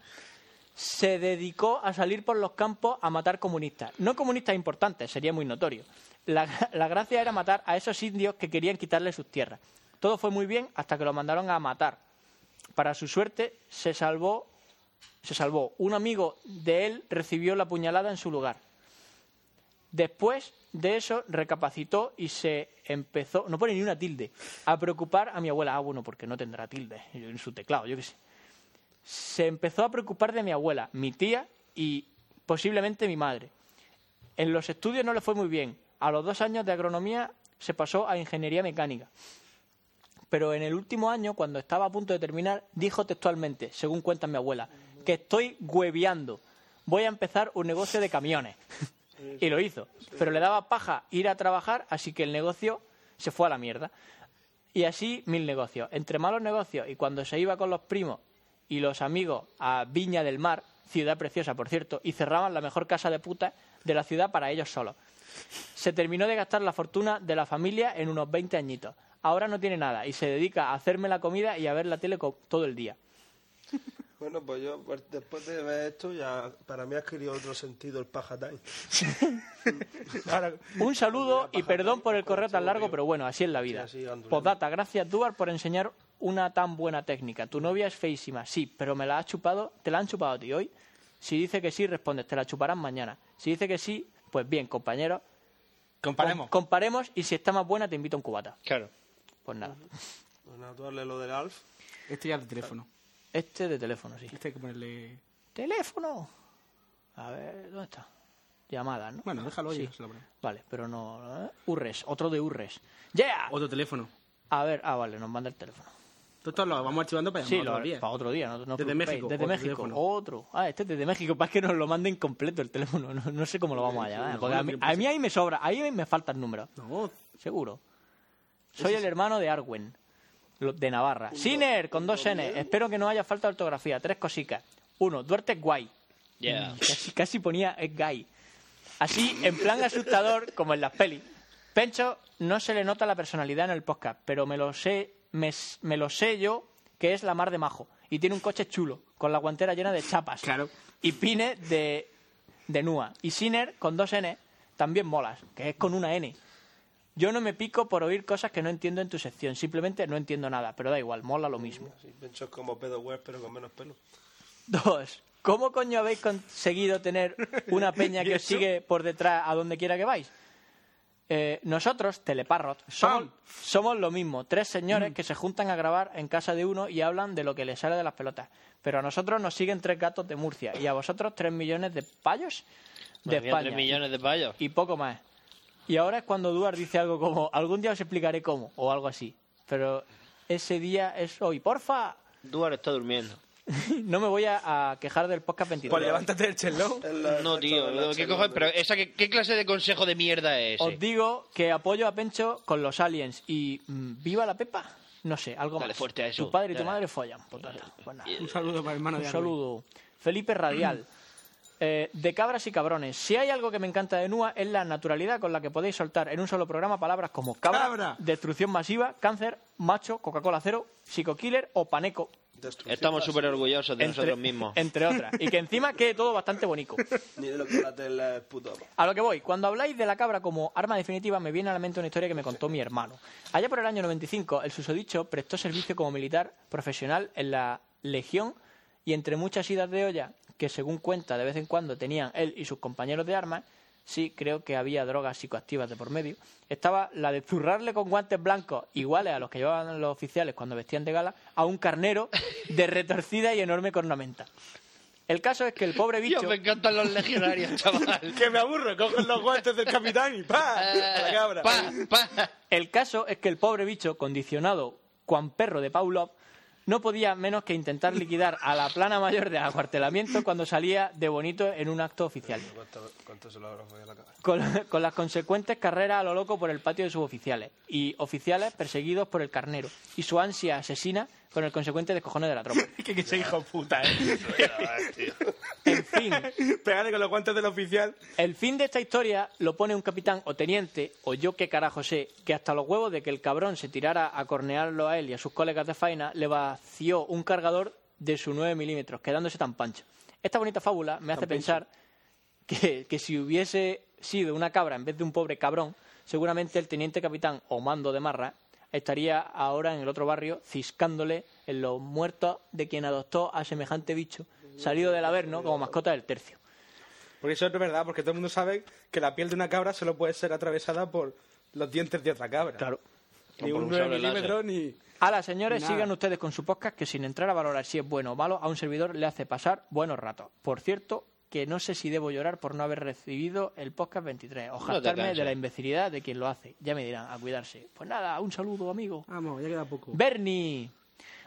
S8: Se dedicó a salir por los campos a matar comunistas. No comunistas importantes, sería muy notorio. La, la gracia era matar a esos indios que querían quitarle sus tierras. Todo fue muy bien hasta que lo mandaron a matar. Para su suerte, se salvó, se salvó. Un amigo de él recibió la puñalada en su lugar. Después de eso recapacitó y se empezó, no pone ni una tilde, a preocupar a mi abuela. Ah, bueno, porque no tendrá tilde en su teclado, yo qué sé. Se empezó a preocupar de mi abuela, mi tía y posiblemente mi madre. En los estudios no le fue muy bien. A los dos años de agronomía se pasó a ingeniería mecánica. pero en el último año, cuando estaba a punto de terminar, dijo textualmente, según cuenta mi abuela, que estoy hueveando, voy a empezar un negocio de camiones. Y lo hizo, pero le daba paja ir a trabajar, así que el negocio se fue a la mierda. Y así mil negocios. Entre malos negocios y cuando se iba con los primos y los amigos a Viña del Mar, ciudad preciosa, por cierto, y cerraban la mejor casa de puta de la ciudad para ellos solos. Se terminó de gastar la fortuna de la familia en unos 20 añitos. Ahora no tiene nada y se dedica a hacerme la comida y a ver la tele co- todo el día.
S4: Bueno, pues yo pues, después de ver esto ya para mí ha adquirido otro sentido el pajatán.
S8: Un saludo y perdón por el correo tan largo, pero bueno, así es la vida.
S4: Sí, así, andulando.
S8: Postdata, gracias Duar por enseñar una tan buena técnica. Tu novia es feísima, sí, pero me la has chupado, te la han chupado a ti hoy. Si dice que sí, respondes, te la chuparán mañana. Si dice que sí, pues bien, compañero.
S10: Comparemos.
S8: com- comparemos y si está más buena te invito a un cubata.
S9: Claro.
S8: Pues nada.
S4: Bueno, tú hazle lo del Alf.
S10: Este ya es de teléfono.
S8: Este de teléfono, sí.
S10: Este hay que ponerle...
S8: Teléfono. A ver, ¿dónde está? Llamada, ¿no?
S10: Bueno, déjalo
S8: Sí.
S10: ya, se lo ponemos.
S8: Vale, pero no. ¿eh? Urres, otro de Urres. ¡Yeah!
S10: Otro teléfono.
S8: A ver, ah, vale, nos manda el teléfono.
S10: Todo esto lo vamos archivando para
S8: Sí,
S10: llamar otro
S8: lo-
S10: día.
S8: para otro día. No, no os
S10: Desde
S8: preocupéis.
S10: México,
S8: Desde
S10: otro
S8: México,
S10: teléfono.
S8: otro. Ah, este es desde México. Para que nos lo manden completo el teléfono. No, no sé cómo lo vamos a llamar. Porque a mí,
S10: pues
S8: a mí ahí me sobra. Ahí me faltan números.
S10: No,
S8: Seguro. Soy el hermano de Arwen, lo- de Navarra. Siner, con dos N. Espero que no haya falta de ortografía. Tres cosicas. Uno, Duarte es guay.
S9: Yeah.
S8: Casi, casi ponía es gay. Así, en plan asustador, como en las pelis. Pencho, no se le nota la personalidad en el podcast, pero me lo sé, me, s- me lo sé yo que es la mar de majo. Y tiene un coche chulo, con la guantera llena de chapas.
S10: Claro.
S8: Y pines de, de Nua. Y Siner, con dos N, también molas, que es con una N. Yo no me pico por oír cosas que no entiendo en tu sección. Simplemente no entiendo nada, pero da igual, mola lo mismo.
S4: Sí, Pencho es como pedo web pero con menos pelo.
S8: Dos. ¿Cómo coño habéis conseguido tener una peña que os sigue por detrás a donde quiera que vais? Eh, nosotros, Teleparrot, somos,
S10: Pam.
S8: somos lo mismo, tres señores que se juntan a grabar en casa de uno y hablan de lo que les sale de las pelotas. Pero a nosotros nos siguen tres gatos de Murcia y a vosotros tres millones de payos de
S9: Madre mía,
S8: España
S9: tres millones de payos.
S8: y poco más. Y ahora es cuando Duar dice algo como, algún día os explicaré cómo, o algo así. Pero ese día es hoy, porfa.
S9: Duarte está durmiendo.
S8: No me voy a, a quejar del podcast 22.
S10: Pues levántate del chelón.
S4: Es la-
S9: No, tío.
S4: la-
S9: ¿Qué cojones? Pero esa, ¿qué, qué clase de consejo de mierda es ese?
S8: Os digo que apoyo a Pencho con los aliens y mm, viva la Pepa. No sé, algo
S9: Dale
S8: más.
S9: fuerte a eso.
S8: Tu padre y tu
S9: Dale.
S8: madre follan. por tanto. Pues nada.
S10: Un saludo para el hermano
S8: Un
S10: de Arwen.
S8: saludo. Felipe
S9: [clears throat]
S8: Radial. Eh, de cabras y cabrones. Si hay algo que me encanta de Nua es la naturalidad con la que podéis soltar en un solo programa palabras como cabra,
S10: Cabra.
S8: destrucción masiva, cáncer, macho, Coca-Cola cero, psico-killer o paneco.
S4: Destrucción
S9: Estamos
S4: fácil.
S9: súper orgullosos de nosotros mismos.
S8: entre otras. Y que encima quede todo bastante
S9: [laughs]
S8: bonito.
S4: Ni de lo que la tela es puto.
S8: A lo que voy, cuando habláis de la cabra como arma definitiva, me viene a la mente una historia que me contó mi hermano. Allá por el año 95, el susodicho prestó servicio como militar profesional en la Legión y entre muchas idas de olla, que según cuenta de vez en cuando tenían él y sus compañeros de armas, sí, creo que había drogas psicoactivas de por medio, estaba la de zurrarle con guantes blancos, iguales a los que llevaban los oficiales cuando vestían de gala, a un carnero de retorcida y enorme cornamenta. El caso es que el pobre bicho...
S9: Dios, me encantan los legionarios, chaval. Ah,
S10: Que me aburro, cogen los guantes del capitán y ¡pa! A la cabra.
S9: Eh, Pa, pa.
S8: El caso es que el pobre bicho, condicionado cuan perro de Pavlov, no podía menos que intentar liquidar a la plana mayor del acuartelamiento cuando salía de bonito en un acto oficial,
S4: ¿Cuánto, cuánto se lo habrá follado la cabeza?
S8: con, con las consecuentes carreras a lo loco por el patio de sus oficiales, y oficiales perseguidos por el carnero, y su ansia asesina con el consecuente descojone de la tropa.
S10: Que, que ese hijo puta, ¿eh?
S8: En fin,
S10: Pegale con los guantes del oficial.
S8: El fin de esta historia lo pone un capitán o teniente, o yo qué carajo sé, que hasta los huevos de que el cabrón se tirara a cornearlo a él y a sus colegas de faena, le vació un cargador de su 9 milímetros, quedándose tan pancho. Esta bonita fábula me hace pensar que, que si hubiese sido una cabra en vez de un pobre cabrón, seguramente el teniente capitán o mando de marra estaría ahora en el otro barrio ciscándole en los muertos de quien adoptó a semejante bicho, salido del Averno como mascota del tercio.
S10: Porque eso es verdad, porque todo el mundo sabe que la piel de una cabra solo puede ser atravesada por los dientes de otra cabra.
S8: Claro.
S10: Ni
S9: O por
S10: un
S9: un
S10: 9
S9: sable láser.
S10: milímetros ni...
S8: Ala, señores,
S10: Nada.
S8: sigan ustedes con su podcast que sin entrar a valorar si es bueno o malo, a un servidor le hace pasar buenos ratos. Por cierto, que no sé si debo llorar por no haber recibido el podcast 23 o
S9: te
S8: jactarme de
S9: canses.
S8: la imbecilidad de quien lo hace. Ya me dirán, a cuidarse. Pues nada, un saludo, amigo.
S10: Vamos, ya queda poco.
S8: Bernie.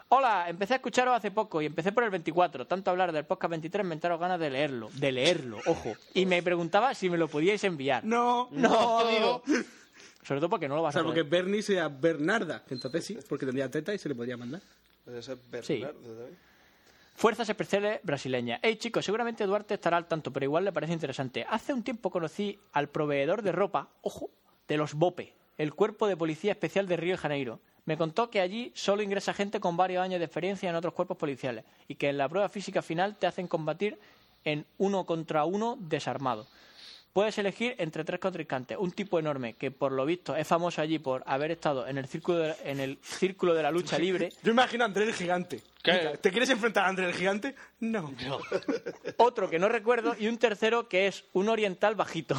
S8: Hola, empecé a escucharos hace poco y empecé por el 24. Tanto hablar del podcast 23 me entraron ganas de leerlo. De leerlo, ojo. Y me preguntaba si me lo podíais enviar.
S10: No,
S8: No, amigo. Sobre todo porque no lo vas a
S10: Salvo que
S8: poder.
S10: Bernie sea Bernarda, que entonces sí, porque tendría teta y se le podría mandar.
S4: Pues ese es
S8: Sí.
S4: Bernardo también.
S8: Fuerzas Especiales Brasileñas. Hey chicos, seguramente Duarte estará al tanto, pero igual le parece interesante. Hace un tiempo conocí al proveedor de ropa, ojo, de los BOPE, el Cuerpo de Policía Especial de Río de Janeiro. Me contó que allí solo ingresa gente con varios años de experiencia en otros cuerpos policiales y que en la prueba física final te hacen combatir en uno contra uno desarmado. Puedes elegir entre tres contrincantes. Un tipo enorme que, por lo visto, es famoso allí por haber estado en el círculo de- en el círculo de
S10: [laughs]
S8: la lucha libre
S10: Yo imagino a André el gigante.
S9: ¿Qué?
S10: Mira, ¿Te quieres enfrentar a André el gigante? No.
S8: otro que no recuerdo y un tercero que es un oriental bajito.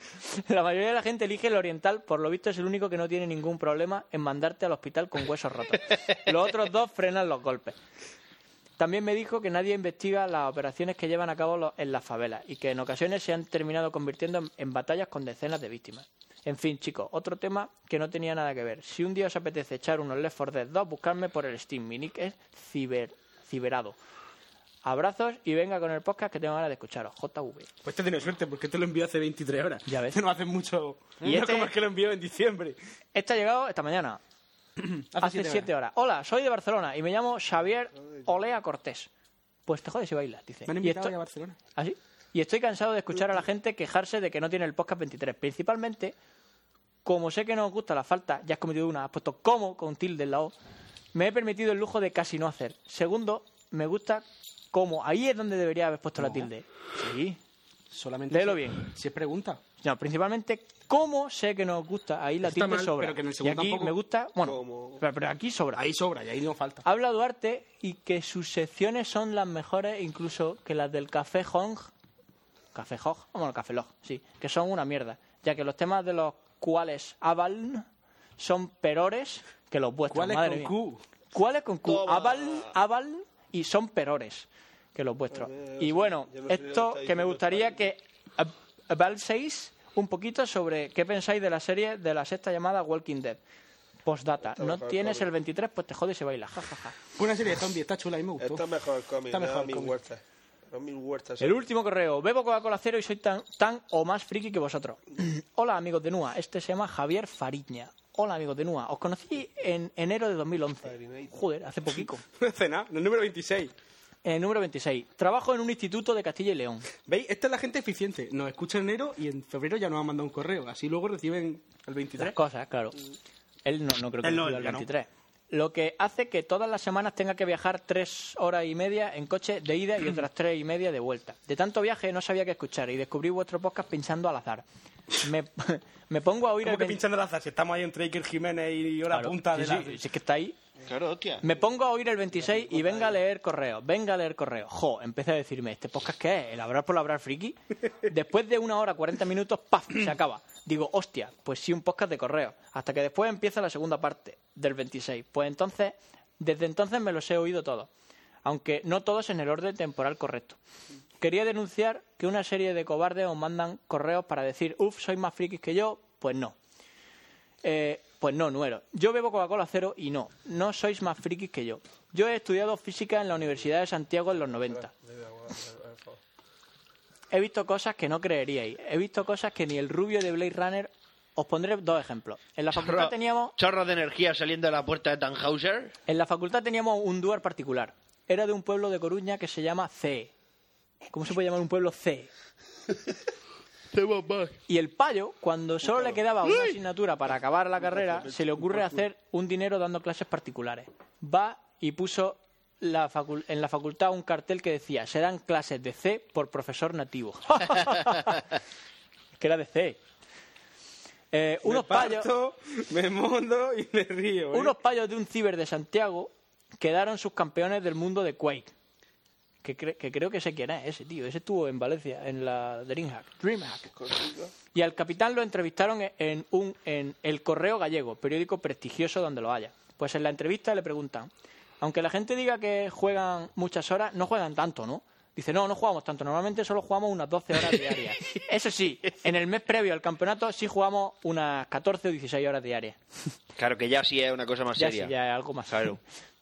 S8: [laughs] la mayoría de la gente elige el oriental, por lo visto es el único que no tiene ningún problema en mandarte al hospital con huesos rotos. Los otros dos frenan los golpes. También me dijo que nadie investiga las operaciones que llevan a cabo lo- en las favelas y que en ocasiones se han terminado convirtiendo en, en batallas con decenas de víctimas. En fin, chicos, otro tema que no tenía nada que ver. Si un día os apetece echar unos Left 4 Dead 2, buscarme por el Steam. Mi nick es ciber, Ciberado. Abrazos y venga con el podcast que tengo ganas de escucharos. JV.
S10: Pues te tienes suerte, porque te lo envió hace 23 horas.
S8: Ya ves.
S10: Te [laughs] no hace mucho.
S8: Y
S10: no
S8: este-
S10: como el que lo envió en diciembre.
S8: Este ha llegado esta mañana, hace, siete, horas. Hola, soy de Barcelona y me llamo Xavier Olea Cortés. Pues te jodes si bailas, dice.
S10: Me han
S8: Y
S10: invitado
S8: esto-
S10: a Barcelona.
S8: ¿Ah, sí? Y estoy cansado de escuchar a la gente quejarse de que no tiene el podcast 23. Principalmente, como sé que no os gusta la falta, ya has cometido una, has puesto como con tilde en la O, me he permitido el lujo de casi no hacer. Segundo, me gusta como. Ahí es donde debería haber puesto la tilde. Sí.
S10: Solamente.
S8: Léelo
S10: si-
S8: bien.
S10: Si es pregunta.
S8: No, principalmente, ¿cómo sé que nos gusta? Ahí la
S10: Está
S8: tilde
S10: mal,
S8: sobra.
S10: pero que en el
S8: y
S10: segundo
S8: aquí
S10: tampoco.
S8: me gusta, bueno,
S4: Como-
S8: pero, pero aquí sobra.
S10: Ahí sobra y ahí no falta.
S8: Habla Duarte y que sus secciones son las mejores incluso que las del Café Hong. Café Hong, bueno, Café Log, sí, que son una mierda, ya que los temas de los cuales hablan son peores que los vuestros.
S10: ¿Cuál es
S8: madre
S10: con
S8: mía.
S10: Q?
S8: ¿Cuál es con Q? Aval, aval y son peores que los vuestros. Y bueno,
S4: ya me refiero a
S8: esto
S4: lo que
S8: que me
S4: está
S8: gustaría que ab- avalseis un poquito sobre qué pensáis de la serie de la sexta llamada Walking Dead. Postdata. No
S4: mejor,
S8: tienes
S4: pobre.
S8: el 23, pues te jode y se baila. Ja, ja,
S4: [laughs]
S8: ja.
S10: Una serie de zombies, está chula y me gustó.
S4: Está mejor el cómic,
S10: Está
S4: no
S10: mejor [laughs] el
S4: mil
S10: cómic.
S4: huertas. No mil huertas. eh.
S8: El último correo. Bebo Coca-Cola cero y soy tan, tan o más friki que vosotros. [clears throat] Hola, amigos de NUA. Este se llama Javier Fariña. Hola, amigos de NUA. Os conocí en enero de 2011. Joder, hace poquito.
S10: Cena, no, número 26.
S8: En el número 26. Trabajo en un instituto de Castilla y León.
S10: ¿Veis? Esta es la gente eficiente. Nos escucha en enero y en febrero ya nos han mandado un correo. Así luego reciben el
S8: Las
S10: 23.
S8: cosas, claro. Él no, no creo que
S10: Mm. Él no,
S8: reciba el
S10: ya no.
S8: 23. Lo que hace que todas las semanas tenga que viajar tres horas y media en coche de ida y otras tres y media de vuelta. De tanto viaje no sabía qué escuchar y descubrí vuestro podcast pinchando al azar. Me, [laughs] me pongo a oír
S10: ¿Cómo
S8: el
S10: que
S8: 20
S10: pinchando lazas? Si estamos ahí entre Iker Jiménez y hora
S8: Claro,
S10: punta
S8: sí,
S10: de
S8: sí,
S10: la...
S8: sí, es que está ahí.
S9: Claro, hostia.
S8: Me pongo a oír el 26 y venga a leer correo, venga a leer correo. Jo, empieza a decirme, ¿este podcast qué es? ¿El hablar por hablar friki? Después de una hora, 40 minutos, ¡paf! Se acaba. Digo, hostia, pues sí, un podcast de correo. Hasta que después empieza la segunda parte del 26. Pues entonces, desde entonces me los he oído todos. Aunque no todos en el orden temporal correcto. Quería denunciar que una serie de cobardes os mandan correos para decir, uff, sois más frikis que yo. Pues no. Eh, pues no, Nuero. Yo bebo Coca-Cola cero y no. No sois más frikis que yo. Yo he estudiado física en la Universidad de Santiago en los 90. He visto cosas que no creeríais. He visto cosas que ni el rubio de Blade Runner... Os pondré dos ejemplos. En la facultad teníamos
S9: chorro de energía saliendo de la puerta de Tannhauser.
S8: en la facultad teníamos un duar particular. Era de un pueblo de Coruña que se llama CE. ¿Cómo se puede llamar un pueblo E? CE? Y el payo, cuando solo le quedaba una
S10: Mm.
S8: asignatura para acabar la carrera, se le ocurre hacer un dinero dando clases particulares. Va y puso la facu- en la facultad un cartel que decía, se dan clases de C por profesor nativo. [laughs] que era de C. Eh, unos
S10: me
S8: payos...
S10: parto, me mondo y me río. ¿eh?
S8: Unos payos de un ciber de Santiago quedaron sus campeones del mundo de Quake. Que, cre- que creo que sé quién es ese, tío. Ese estuvo en Valencia, en la Dreamhack. Dreamhack. Y al capitán lo entrevistaron en, un, en El Correo Gallego, periódico prestigioso donde lo haya. Pues en la entrevista le preguntan, aunque la gente diga que juegan muchas horas, no juegan tanto, ¿no? Dice, no, no jugamos tanto. Normalmente solo jugamos unas 12 horas diarias. Eso sí, en el mes previo al campeonato sí jugamos unas 14 o 16 horas diarias.
S9: Claro, que ya sí es una cosa más
S8: Ya
S9: seria.
S8: sí, ya es algo más claro.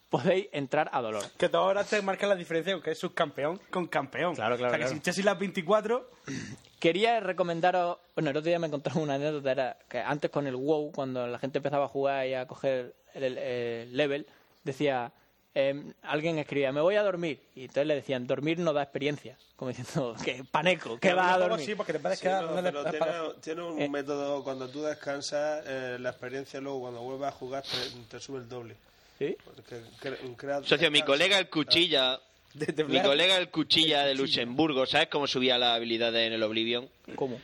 S8: Podéis entrar a dolor.
S10: Que todas horas te marca la diferencia con que es subcampeón con campeón. Claro, claro. O sea, que si echas las 24,
S8: Quería recomendaros, bueno, el otro día me encontré una anécdota, era que antes con el WoW, cuando la gente empezaba a jugar y a coger el, el- el level, decía, em, alguien escribía, me voy a dormir. Y entonces le decían, dormir no da experiencia. Como diciendo, [laughs] que paneco, que
S10: Pero
S8: vas a
S10: luego
S8: dormir.
S10: sí, porque te puedes quedar
S4: no,
S10: dándole
S4: pero
S10: la
S4: tiene,
S10: espalda.
S4: tiene un
S8: Eh.
S4: método, cuando tú descansas, eh, la experiencia luego cuando vuelves a jugar te, te sube el doble.
S8: ¿Sí?
S4: Porque cre- crea-
S9: Socio, mi
S4: descansa.
S9: colega el cuchilla.
S10: De- de
S9: Mi
S10: verdad.
S9: colega el cuchilla de Luxemburgo, ¿sabes cómo subía las habilidades en el Oblivion?
S8: ¿Cómo?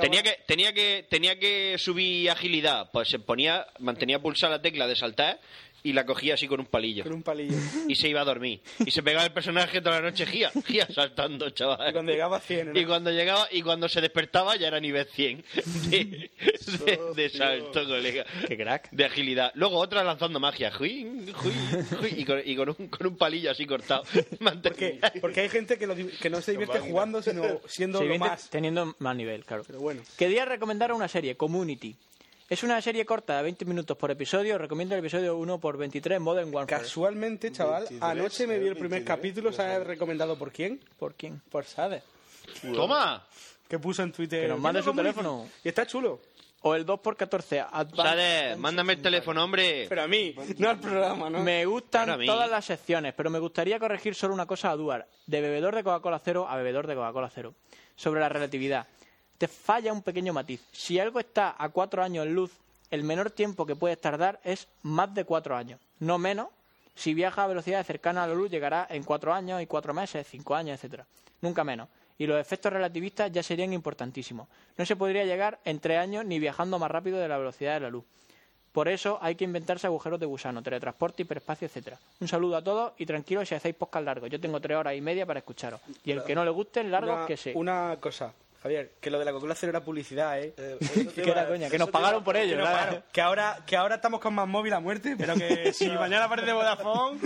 S9: Tenía que, tenía que, tenía que subir agilidad, pues se ponía, mantenía pulsada la tecla de saltar y la cogía así con un palillo.
S10: con un palillo.
S9: Y se iba a dormir. Y se pegaba el personaje toda la noche gía, gía saltando, chaval.
S10: Y cuando llegaba a 100, ¿no?
S9: Y cuando llegaba, y cuando se despertaba ya era
S8: [laughs]
S9: nivel 100 de, de- de salto, colega.
S8: Qué crack.
S9: De agilidad. Luego otra lanzando magia. Juin, juin, juin. y con, y con un, con un palillo
S8: [laughs]
S9: así cortado.
S10: Porque,
S9: Mantenía-
S10: porque hay gente que, lo di- que no se divierte
S4: Máquina.
S10: jugando, sino siendo
S8: Se
S10: lo
S8: viene
S10: más.
S8: Teniendo más nivel, claro.
S10: Pero bueno.
S8: Quería recomendar una serie, Community. Es una serie corta, de 20 minutos por episodio. Recomiendo el episodio 1 por 23, Modern Warfare.
S10: Casualmente, chaval,
S4: 23,
S10: anoche me vi el primer
S4: 23,
S10: capítulo, ¿sabes? Recomendado por quién?
S8: ¿Por quién?
S10: Por Sade.
S9: ¡Toma!
S10: Que puso en Twitter.
S8: Que nos mande su
S10: "Viendo Community".
S8: teléfono.
S10: Y está chulo.
S8: O el 2x14,
S9: Sade, mándame el teléfono, hombre.
S10: Pero a mí, no al programa, ¿no?
S8: Me
S9: Ahora a
S8: gustan
S9: mí.
S8: todas las secciones, pero me gustaría corregir solo una cosa a Duar. De bebedor de Coca-Cola cero a bebedor de Coca-Cola cero. Sobre la relatividad. Te falla un pequeño matiz. Si algo está a cuatro años en luz, el menor tiempo que puedes tardar es más de cuatro años. No menos. Si viaja a velocidades cercanas a la luz, llegará en cuatro años y cuatro meses, cinco años, etcétera. Nunca menos. Y los efectos relativistas ya serían importantísimos. No se podría llegar en tres años ni viajando más rápido de la velocidad de la luz. Por eso hay que inventarse agujeros de gusano, teletransporte, hiperespacio, etcétera. Un saludo a todos y tranquilos si hacéis podcast largo. Yo tengo tres horas y media para escucharos. Y el que no le guste el largo,
S10: una,
S8: que se... [laughs]
S10: una cosa, Javier, que lo de la Coca-Cola cero era publicidad, ¿eh?
S4: Eh, eso te
S8: Que
S4: iba a-
S8: era coña, que
S4: eso
S8: nos
S4: te
S8: pagaron
S4: iba-
S8: por ello,
S10: Que, no,
S8: ¿verdad? [laughs]
S10: claro, que ahora, que ahora estamos con más móvil a muerte, pero [laughs] que si mañana aparece [laughs] Vodafone,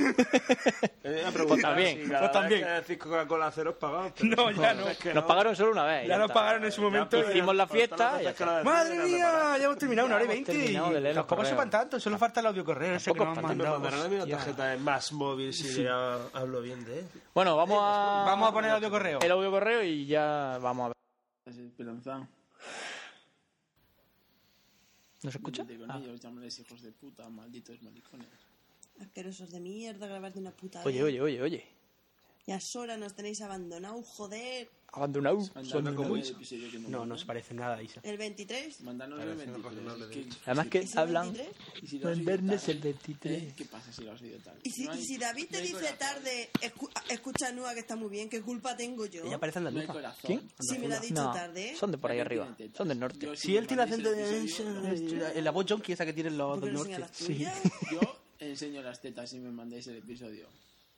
S4: Eh, una pregunta,
S8: también,
S4: si
S8: pues
S4: cada vez
S10: también.
S4: que decís Coca-Cola cero os pagamos, pero
S10: no, ya no.
S8: Nos pagaron solo una vez. y
S10: Ya pues, nos
S8: está.
S10: pagaron en su momento. y-
S8: Hicimos la
S4: por todas las
S8: fiesta. y ya
S4: veces que lo
S8: está.
S4: decís,
S10: ¡Madre
S4: era
S10: mía! Ya hemos terminado, una hora y
S8: Ya hemos
S10: veinte.
S8: terminado de leer los
S10: Tampoco
S8: correos.
S10: sepan tanto, solo falta el audio correo ese que
S8: Tampoco
S10: nos
S12: Pues
S10: han
S8: falta.
S4: Me
S10: mandado.
S4: mandaron a mí una
S10: Hostia.
S4: tarjeta de más móvil si ya hablo bien de él.
S8: Bueno, vamos a...
S10: Vamos a poner el audio correo.
S8: El audio correo y ya vamos a ver. ¿Nos escucha? Ah.
S6: hijos de puta, malditos maricones.
S13: Asquerosos de mierda, grabar de una puta
S8: Oye,
S13: vez.
S8: oye, oye, oye.
S13: Ya sola nos tenéis abandonado, joder.
S8: Abandonado. abandonado.
S10: No, no se parece nada a Isa.
S13: El 23.
S6: Mándanos el 23.
S8: Además que
S13: ¿Es el
S8: hablan...
S13: 23?
S6: ¿Y si
S8: En viernes el 23.
S6: ¿Qué pasa si lo has ido tal?
S13: Y si, y si David te dice tarde, escu- ah, escucha Nua que está muy bien, ¿qué culpa tengo yo?
S10: Ella parece andaluza.
S8: ¿Quién?
S13: Si me lo ha dicho
S8: No,
S13: tarde. ¿eh?
S8: son de por ahí arriba. Son del norte.
S10: Si él tiene acento de... eh, La voz junkie esa que tienen los
S13: ¿Por qué
S10: del
S13: no
S10: norte.
S13: señalas tuya?
S8: [laughs]
S6: Yo enseño las tetas y me mandéis el episodio.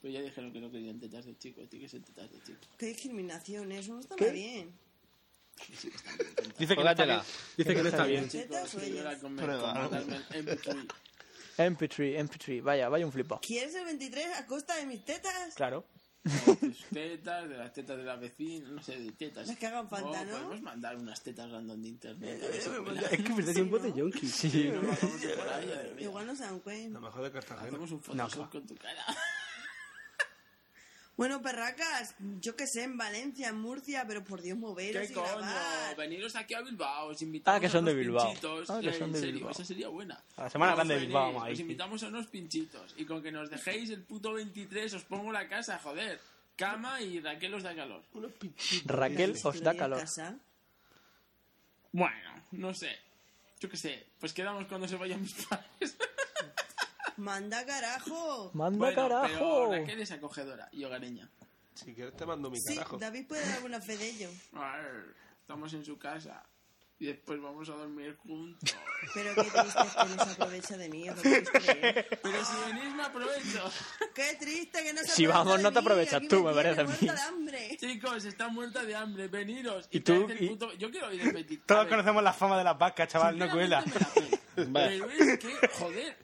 S6: Pero ya dijeron que no querían tetas de chico, tiene que ser tetas de chico.
S13: Qué discriminación, eso no está nada bien.
S10: Dice que no está bien. Dice que no está bien.
S13: Tetas o ellas.
S8: MP3, MP3. Vaya, vaya un flipo.
S13: ¿Quieres el 23 a costa de mis tetas?
S10: Claro.
S6: tetas, de las tetas de la vecina, no sé, de tetas.
S13: Las que hagan falta, ¿no? Pues
S6: Podemos mandar unas tetas random de internet. a ver
S13: [laughs]
S6: si me las-
S10: Es que me tiene un voz de junkie. Sí.
S6: hacemos por ahí, madre mía.
S13: Igual no se dan cuenta.
S4: Lo mejor de Cartagena.
S6: Hacemos un Photoshop con tu cara.
S13: Bueno, perracas, yo qué sé, en Valencia, en Murcia, pero por Dios, moveros
S6: ¿Qué
S13: y
S6: coño?
S13: grabar.
S6: Veniros aquí a Bilbao, os invitamos
S8: Ah, que son
S6: a
S8: de
S6: unos
S8: Bilbao.
S6: pinchitos.
S8: Ah, que
S6: Eh,
S8: son de
S6: en serio,
S8: Bilbao.
S6: esa sería buena.
S10: A la Semana
S6: Os
S10: Grande de
S6: venís,
S10: Bilbao, vamos ahí.
S6: Os invitamos a unos pinchitos y con que nos dejéis el puto 23 os pongo la casa, joder. Cama y Raquel os da calor.
S8: Raquel
S13: Si
S8: os da
S13: estuviera en
S8: calor.
S13: casa.
S6: Bueno, no sé. Yo qué sé, pues quedamos cuando se vayan mis [laughs] padres.
S13: Manda carajo.
S8: Manda
S6: Bueno,
S8: carajo.
S6: Pero Raquel es acogedora y hogareña.
S4: Si quieres te mando mi
S13: Sí,
S4: carajo.
S13: David puede dar buena fe de ello.
S6: Arr, Estamos en su casa y después vamos a dormir juntos.
S13: Pero qué triste es que no se aprovecha de mí. es lo que os creo.
S6: [laughs] Pero si venís me aprovecho.
S13: Qué triste que no se aprovecha
S8: Si vamos,
S13: de
S8: no te
S13: mí,
S8: aprovechas
S13: aquí
S8: tú, me
S13: tiene
S8: parece a mí.
S13: muerta de hambre.
S6: Chicos, está muerta de hambre, veniros.
S8: ¿Y tú?
S6: traed el
S8: ¿Y-
S6: puto- Yo quiero ir el 23.
S8: [laughs]
S10: Todos conocemos la fama de las vacas, chaval, no cuela.
S6: Pero es que, joder,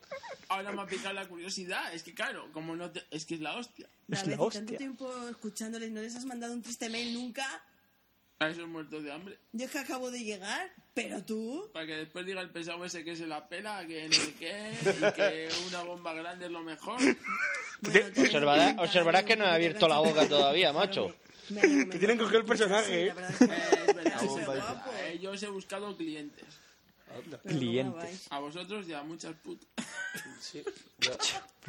S6: ahora me ha picado la curiosidad. Es que claro, como no te- es que es la hostia.
S13: La vez, y tanto tiempo escuchándoles, ¿no les has mandado un triste mail nunca?
S6: A esos muertos de hambre.
S13: Yo es que acabo de llegar, pero tú...
S6: Para que después diga el pesado ese que se la pela, que no sé qué, y que una bomba grande es lo mejor. Eh,
S9: Observarás, observarás que no he abierto la boca todavía, macho.
S10: Te tienen cogido el personaje.
S6: Eh, yo os he buscado clientes.
S8: Clientes.
S6: A vosotros ya, muchas putas.
S8: Pero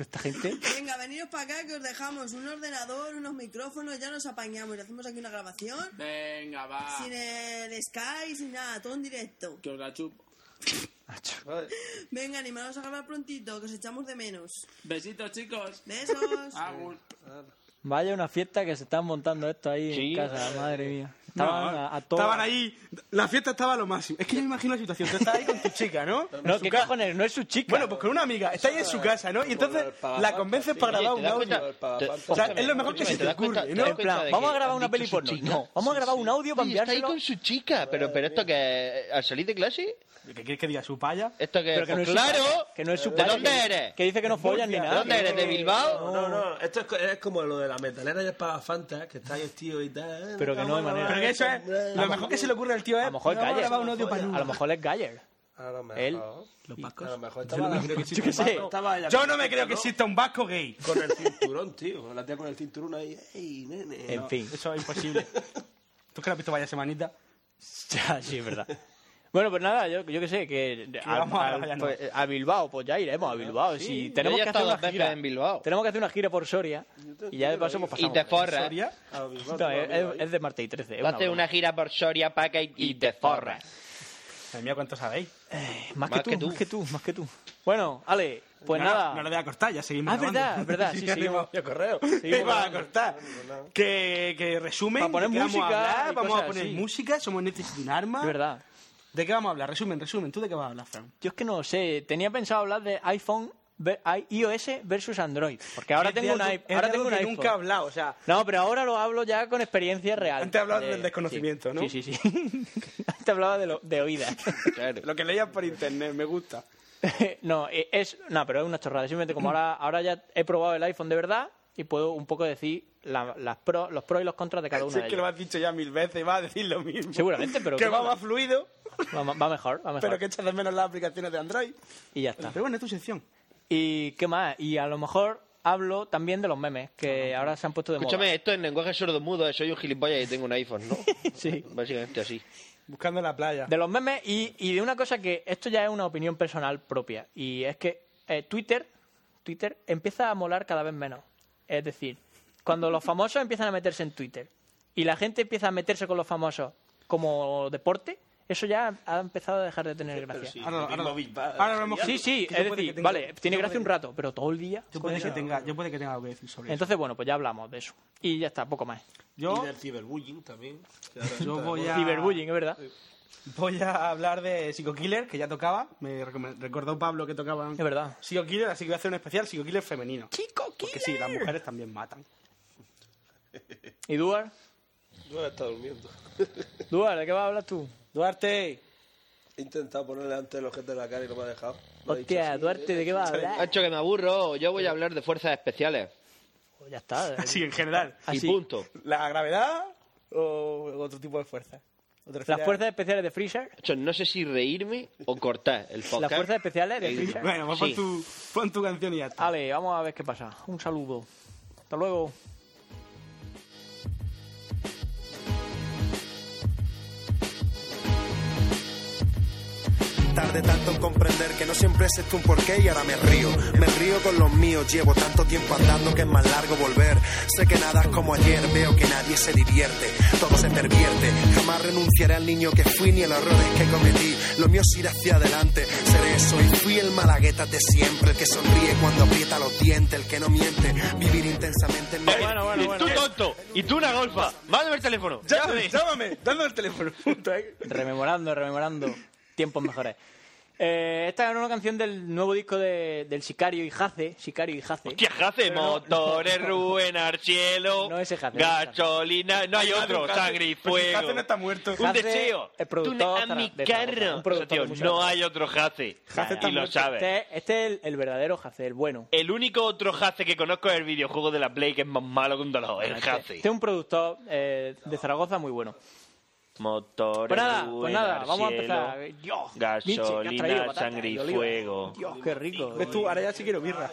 S8: esta gente.
S13: Venga, veniros para acá que os dejamos un ordenador, unos micrófonos, ya nos apañamos y hacemos aquí una grabación.
S6: Venga, va.
S13: Sin el Sky, sin nada, todo en directo.
S6: Que os la chupo.
S13: Venga, animaros a grabar prontito, que os echamos de menos.
S6: Besitos, chicos. [laughs]
S13: Besos.
S6: Agur.
S8: Vaya una fiesta que se están montando esto ahí en casa, madre mía. Estaban
S10: No,
S8: a, a todas.
S10: Estaban ahí. La fiesta estaba a lo máximo. Es que yo me imagino la situación. Tú estás ahí con tu chica, ¿no?
S8: No, ¿qué cojones? No es su chica.
S10: Bueno, pues con una amiga. Está ahí en su casa, ¿no? Y entonces la convences para grabar un audio. O sea, es lo mejor que se te ocurre, ¿no?
S8: En plan, vamos a grabar una peli porno. No, vamos a grabar un audio para
S9: Y está ahí
S8: enviárselo.
S9: con su chica, pero, pero esto que al salir de clase,
S10: ¿Qué quieres que diga? ¿Su paya?
S9: esto que,
S8: Pero que no
S9: pues
S8: es su
S9: claro,
S8: padre, que no es su
S9: ¿de
S8: padre,
S9: dónde
S8: que-
S9: eres?
S8: que dice que no follan ni
S9: ¿De
S8: nada.
S9: dónde eres? ¿De Bilbao?
S12: No, no, esto es, co- es como lo de la metalera de Fanta, que está ahí el tío y tal.
S8: Pero que no hay manera.
S10: Pero que eso es lo mejor que se le ocurre al tío es.
S8: A lo mejor es Galler.
S10: grabar un audio para
S8: A lo mejor es Galler.
S12: A lo mejor.
S8: Él.
S12: Los vascos. A lo mejor
S8: Yo
S12: estaba
S8: no
S12: la-
S8: me creo que
S12: Yo
S8: exista un
S12: no-
S8: vasco.
S12: estaba ella
S10: Yo
S12: con
S10: no
S12: el
S10: me creo que
S12: cinturón,
S10: exista un vasco gay.
S12: Con el cinturón, tío. La tía con el cinturón ahí. ¡Ey, nene!
S8: En fin.
S10: Eso es imposible. ¿Tú que lo has visto vaya semanita?
S8: [laughs] Ya, sí, es verdad. Bueno, pues nada, yo, yo qué sé, que a,
S10: vamos a
S8: a-
S10: Galiano.
S8: pues, a Bilbao, pues ya iremos a Bilbao. Si tenemos
S9: Yo ya
S8: que
S9: he
S8: hacer
S9: estado
S8: una
S9: dos veces
S8: gira
S9: en Bilbao.
S8: Tenemos que hacer una gira por Soria y ya de paso pues
S9: Y
S8: pasamos.
S9: te forras.
S12: A mi madre,
S8: No,
S12: a mi
S10: eh,
S8: es,
S12: madre.
S8: es- es de martes y 13. es
S9: Tú haces
S8: broma.
S9: una gira por Soria, Paca y, y te forras.
S10: Madre mía, ¿cuánto sabéis?
S8: Más, que, tú, más que tú, más que tú. Bueno, Ale, pues
S10: No,
S8: nada.
S10: No lo voy a cortar, ya seguimos.
S8: Ah, es
S10: grabando.
S8: verdad,
S10: [laughs]
S8: es verdad, sí,
S10: ya
S8: seguimos.
S10: hemos-
S12: Yo
S10: [laughs]
S12: correo.
S10: ¿Qué va a
S8: grabando.
S10: cortar? Que, que resumen.
S8: Para poner
S10: ¿de qué vamos a
S8: música
S10: hablar?
S8: y
S10: Vamos a
S8: cosas
S10: poner
S8: así.
S10: música, somos netes de un arma.
S8: Es verdad.
S10: ¿De qué vamos a hablar? Resumen, resumen. ¿Tú de qué vas a hablar, Fran?
S8: Yo es que no sé, tenía pensado hablar de iPhone, ve- i- iOS versus Android. Porque ahora
S10: Es de
S8: tengo un
S10: algo-
S8: iP-
S10: es de
S8: ahora
S10: algo
S8: tengo un
S10: que
S8: iPhone.
S10: nunca he hablado, o sea.
S8: No, pero ahora lo hablo ya con experiencia real.
S10: Antes hablabas
S8: Eh,
S10: del desconocimiento,
S8: sí.
S10: ¿no?
S8: Sí, sí, sí. [laughs] Antes hablaba de, lo, de oídas. [laughs]
S9: Claro.
S10: Lo que leías por internet, me gusta.
S8: no, eh, es, no, pero es una chorrada. Simplemente como ahora, ahora ya he probado el iPhone de verdad y puedo un poco decir la- las pro- los pros y los contras de cada uno
S10: Si
S8: de
S10: es que lo
S8: ellos.
S10: has dicho ya mil veces y vas a decir lo mismo.
S8: Seguramente, pero
S10: Que
S8: ¿qué
S10: va
S8: pasa?
S10: más fluido,
S8: Va, va mejor, va mejor.
S10: pero que echas de menos las aplicaciones de Android.
S8: Y ya está.
S10: Pero bueno, es tu sección.
S8: ¿Y qué más? Y a lo mejor hablo también de los memes, que
S10: Ah,
S8: ahora se han puesto de
S9: Escúchame,
S8: moda.
S9: esto en lenguaje sordomudo, soy un gilipollas y tengo un iPhone,
S11: [laughs]
S9: ¿no?
S8: [laughs] Sí.
S9: Básicamente así.
S10: Buscando la playa.
S8: De los memes y, y de una cosa que esto ya es una opinión personal propia. Y es que eh, Twitter, Twitter empieza a molar cada vez menos. Es decir, cuando los famosos empiezan a meterse en Twitter y la gente empieza a meterse con los famosos como deporte, eso ya ha empezado a dejar de tener gracia.
S12: sí.
S10: Ahora, ahora,
S12: Mismo Big Bang.
S10: ahora lo hemos-
S8: Sí, sí,
S10: que yo
S8: es
S10: puede que
S8: decir,
S10: tenga-
S8: vale, tiene
S10: yo
S8: gracia
S10: puede-
S8: un rato, pero todo el día.
S10: Yo
S8: todo
S10: puede,
S8: el
S10: que
S8: día.
S10: tenga, yo puede que tenga algo que decir sobre
S8: Entonces, bueno, pues ya hablamos de eso. Y ya está, poco más.
S10: eso. Yo,
S12: Y del ciberbullying también. que ahora [laughs]
S10: yo
S12: está-
S10: voy a...
S8: Cyberbullying, es verdad.
S10: Voy a hablar de Psycho Killer, que ya tocaba. Me recome- recordó Pablo que tocaba.
S8: Es verdad.
S10: Psycho Killer, así que voy a hacer un especial Psycho Killer femenino.
S8: Chico,
S10: Porque sí, las mujeres también matan.
S8: ¿Y Duar?
S12: Yo ahora está durmiendo.
S8: Duar, ¿de qué vas a hablar tú?
S10: Duarte,
S12: He intentado ponerle antes el objeto de la cara y no me ha dejado. Me ha dicho,
S8: Hostia,
S12: sí,
S8: Duarte, ¿de qué vas a [laughs] hablar?
S9: Hacho, que me aburro, yo voy a hablar de fuerzas especiales.
S8: Pues Ya está.
S10: así en general.
S9: Y
S11: Ah,
S8: Así.
S9: punto.
S10: ¿La gravedad o otro tipo de fuerza? ¿O te refieres
S8: Las
S10: a-
S8: fuerzas especiales de Freezer.
S9: Hacho, no sé si reírme o cortar el podcast.
S8: Las fuerzas especiales de
S9: Sí.
S8: Freezer.
S10: Bueno, pues
S9: Sí.
S10: pon, tu, pon tu canción y ya está.
S8: Ale, vamos a ver qué pasa. Un saludo. Hasta luego.
S11: Tarde tanto en comprender que no siempre es esto un porqué y ahora me río. Me río con los míos, llevo tanto tiempo andando que es más largo volver. Sé que nada es como ayer, veo que nadie se divierte, todo se pervierte. Jamás renunciaré al niño que fui ni a los errores que cometí. Lo mío es ir hacia adelante, seré eso y fui el malagueta de siempre, el que sonríe cuando aprieta los dientes, el que no miente. Vivir intensamente en mi
S8: Bueno, bueno,
S9: Y
S8: bueno.
S9: tú, tonto, y tú, una golfa, mándame el teléfono.
S10: Llámame, llámame, dame el teléfono. punto, ¿eh?
S8: Rememorando, rememorando. Tiempos mejores. Eh, esta era una canción del nuevo disco de- del Sicario y Jace. Sicario y Jace.
S9: ¿Qué hace?
S8: Pero no-
S9: Motores, Rubén Archielo.
S8: No ese Jace.
S9: Gasolina. No hay otro.
S8: Jace,
S9: Sangre y
S8: pues si
S9: fuego.
S8: Jace no está muerto.
S9: Un
S8: Jace,
S9: deseo.
S8: el productor
S9: Tú a mi
S8: de Zaragoza,
S9: carro.
S8: un productor
S9: O sea, tío,
S8: de música
S9: no
S8: local.
S9: hay otro Jace. Y lo sabes.
S8: Este, este es el, el verdadero Jace, el bueno.
S9: El único otro Jace que conozco es el videojuego de la Play que es más malo que un dolor. El
S8: Este,
S9: Jace.
S8: este es un productor eh, de Zaragoza muy bueno.
S9: Motores,
S8: Pues nada, pues
S9: Rubén
S8: nada, vamos a
S9: Archielo.
S8: empezar. Dios, Michi, que has
S9: Gasolina,
S8: traído patatas
S9: sangre y
S8: de oliva.
S9: fuego.
S8: Dios, qué rico.
S10: Ves tú, ahora ya sí quiero birra.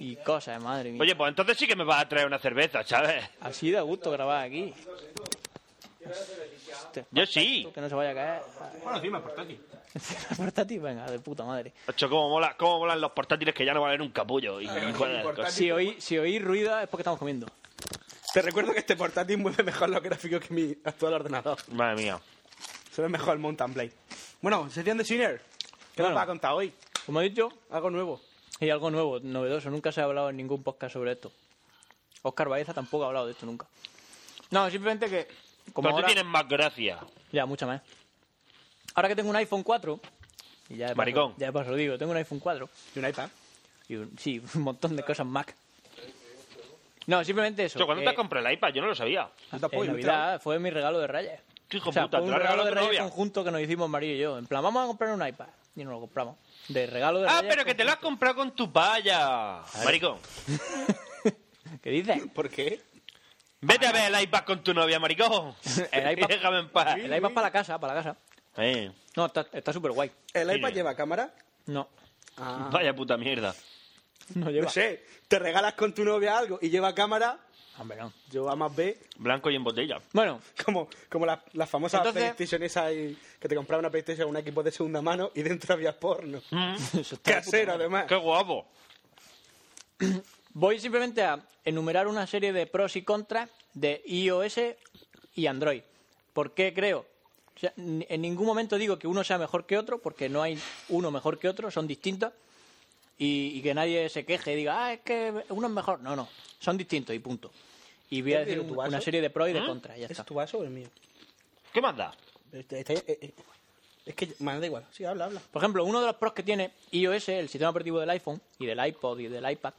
S8: Y cosas, madre mía.
S9: Oye, pues entonces sí que me vas a traer una cerveza, ¿sabes?
S8: Así da gusto grabar aquí. Hostia,
S9: Yo sí.
S8: Que no se vaya a caer.
S10: Bueno, encima, por
S8: [laughs]
S10: aquí.
S8: El portátil, venga, de puta madre.
S9: Ocho, cómo, mola, cómo molan los portátiles que ya no valen un capullo.
S8: Ah,
S9: Y, y cuál es el cosa.
S8: Si oí, si oí ruido es porque estamos comiendo.
S10: Te recuerdo que este portátil mueve mejor los gráficos que mi actual ordenador.
S9: Madre mía.
S10: Se ve mejor el Mountain Blade. Bueno, sección de Sinner. ¿Qué nos
S8: Bueno.
S10: vas a contar hoy?
S8: Como he dicho,
S10: Algo nuevo.
S8: y algo nuevo, novedoso. Nunca se ha hablado en ningún podcast sobre esto. Oscar Baeza tampoco ha hablado de esto nunca. No, simplemente que. Como
S9: Pero tú
S8: ahora-
S9: tienes más gracia.
S8: Ya, mucha más. Ahora que tengo un iPhone 4. Y ya de paso-
S9: Maricón.
S8: ya de paso lo digo, tengo un iPhone 4.
S10: ¿Y un iPad?
S8: Y un- sí, [laughs] un montón de cosas Mac. No, simplemente eso.
S9: Yo cuando
S8: que-
S9: te compré el iPad, yo no lo sabía.
S8: en Navidad fue mi regalo de Reyes.
S9: Tú, hijo
S8: o sea,
S9: puta,
S8: fue
S9: te
S8: un
S9: lo ha
S8: regalo
S9: regalado
S8: de
S9: tu
S8: Reyes
S9: novia.
S8: conjunto que nos hicimos Mario y yo. En plan, vamos a comprar un iPad. Y nos lo compramos. De regalo de
S9: Ah,
S8: Reyes. pues,
S9: pero que te lo has comprado con tu paya. Maricón.
S8: ¿Qué dices?
S10: ¿Por qué?
S9: Vete a ver el iPad con tu novia, maricón.
S8: [laughs]
S9: [laughs]
S8: El iPad-
S9: Déjame en paz.
S8: El iPad para la casa, para la casa.
S9: Eh,
S8: No, está está súper guay.
S10: ¿El
S9: Sí.
S10: iPad lleva cámara?
S8: No, [laughs] Ah.
S10: Ah,
S9: Vaya puta mierda.
S8: no lleva.
S10: No sé, te regalas con tu novia algo y lleva cámara,
S8: Hombre, no.
S10: yo A más B,
S9: Blanco y en botella.
S8: Bueno, [laughs]
S10: como, como las las famosas
S8: Entonces-
S10: PlayStation esas ahí, que te compraba una PlayStation un equipo de segunda mano y dentro había porno.
S8: eso está de
S10: [laughs]
S8: puta
S10: Casero,
S8: madre.
S10: además.
S9: Qué guapo.
S8: Voy simplemente a enumerar una serie de pros y contras de iOS y Android. ¿Por qué creo? O sea, n- en ningún momento digo que uno sea mejor que otro, porque no hay uno mejor que otro, son distintos. Y, y que nadie se queje y diga, ah, es que uno es mejor. No, no, son distintos y punto. Y voy a
S10: ¿Es de
S8: decir
S10: tu
S8: un-
S10: vaso?
S8: una serie de pros y de
S9: ¿Ah?
S8: contras, ya
S10: ¿Es
S8: está.
S10: tu vaso o el mío?
S9: ¿Qué más da?
S10: Este- este- eh, eh, Es que me da igual. Sí, habla, habla.
S8: Por ejemplo, uno de los pros que tiene iOS, el sistema operativo del iPhone y del iPod y del iPad,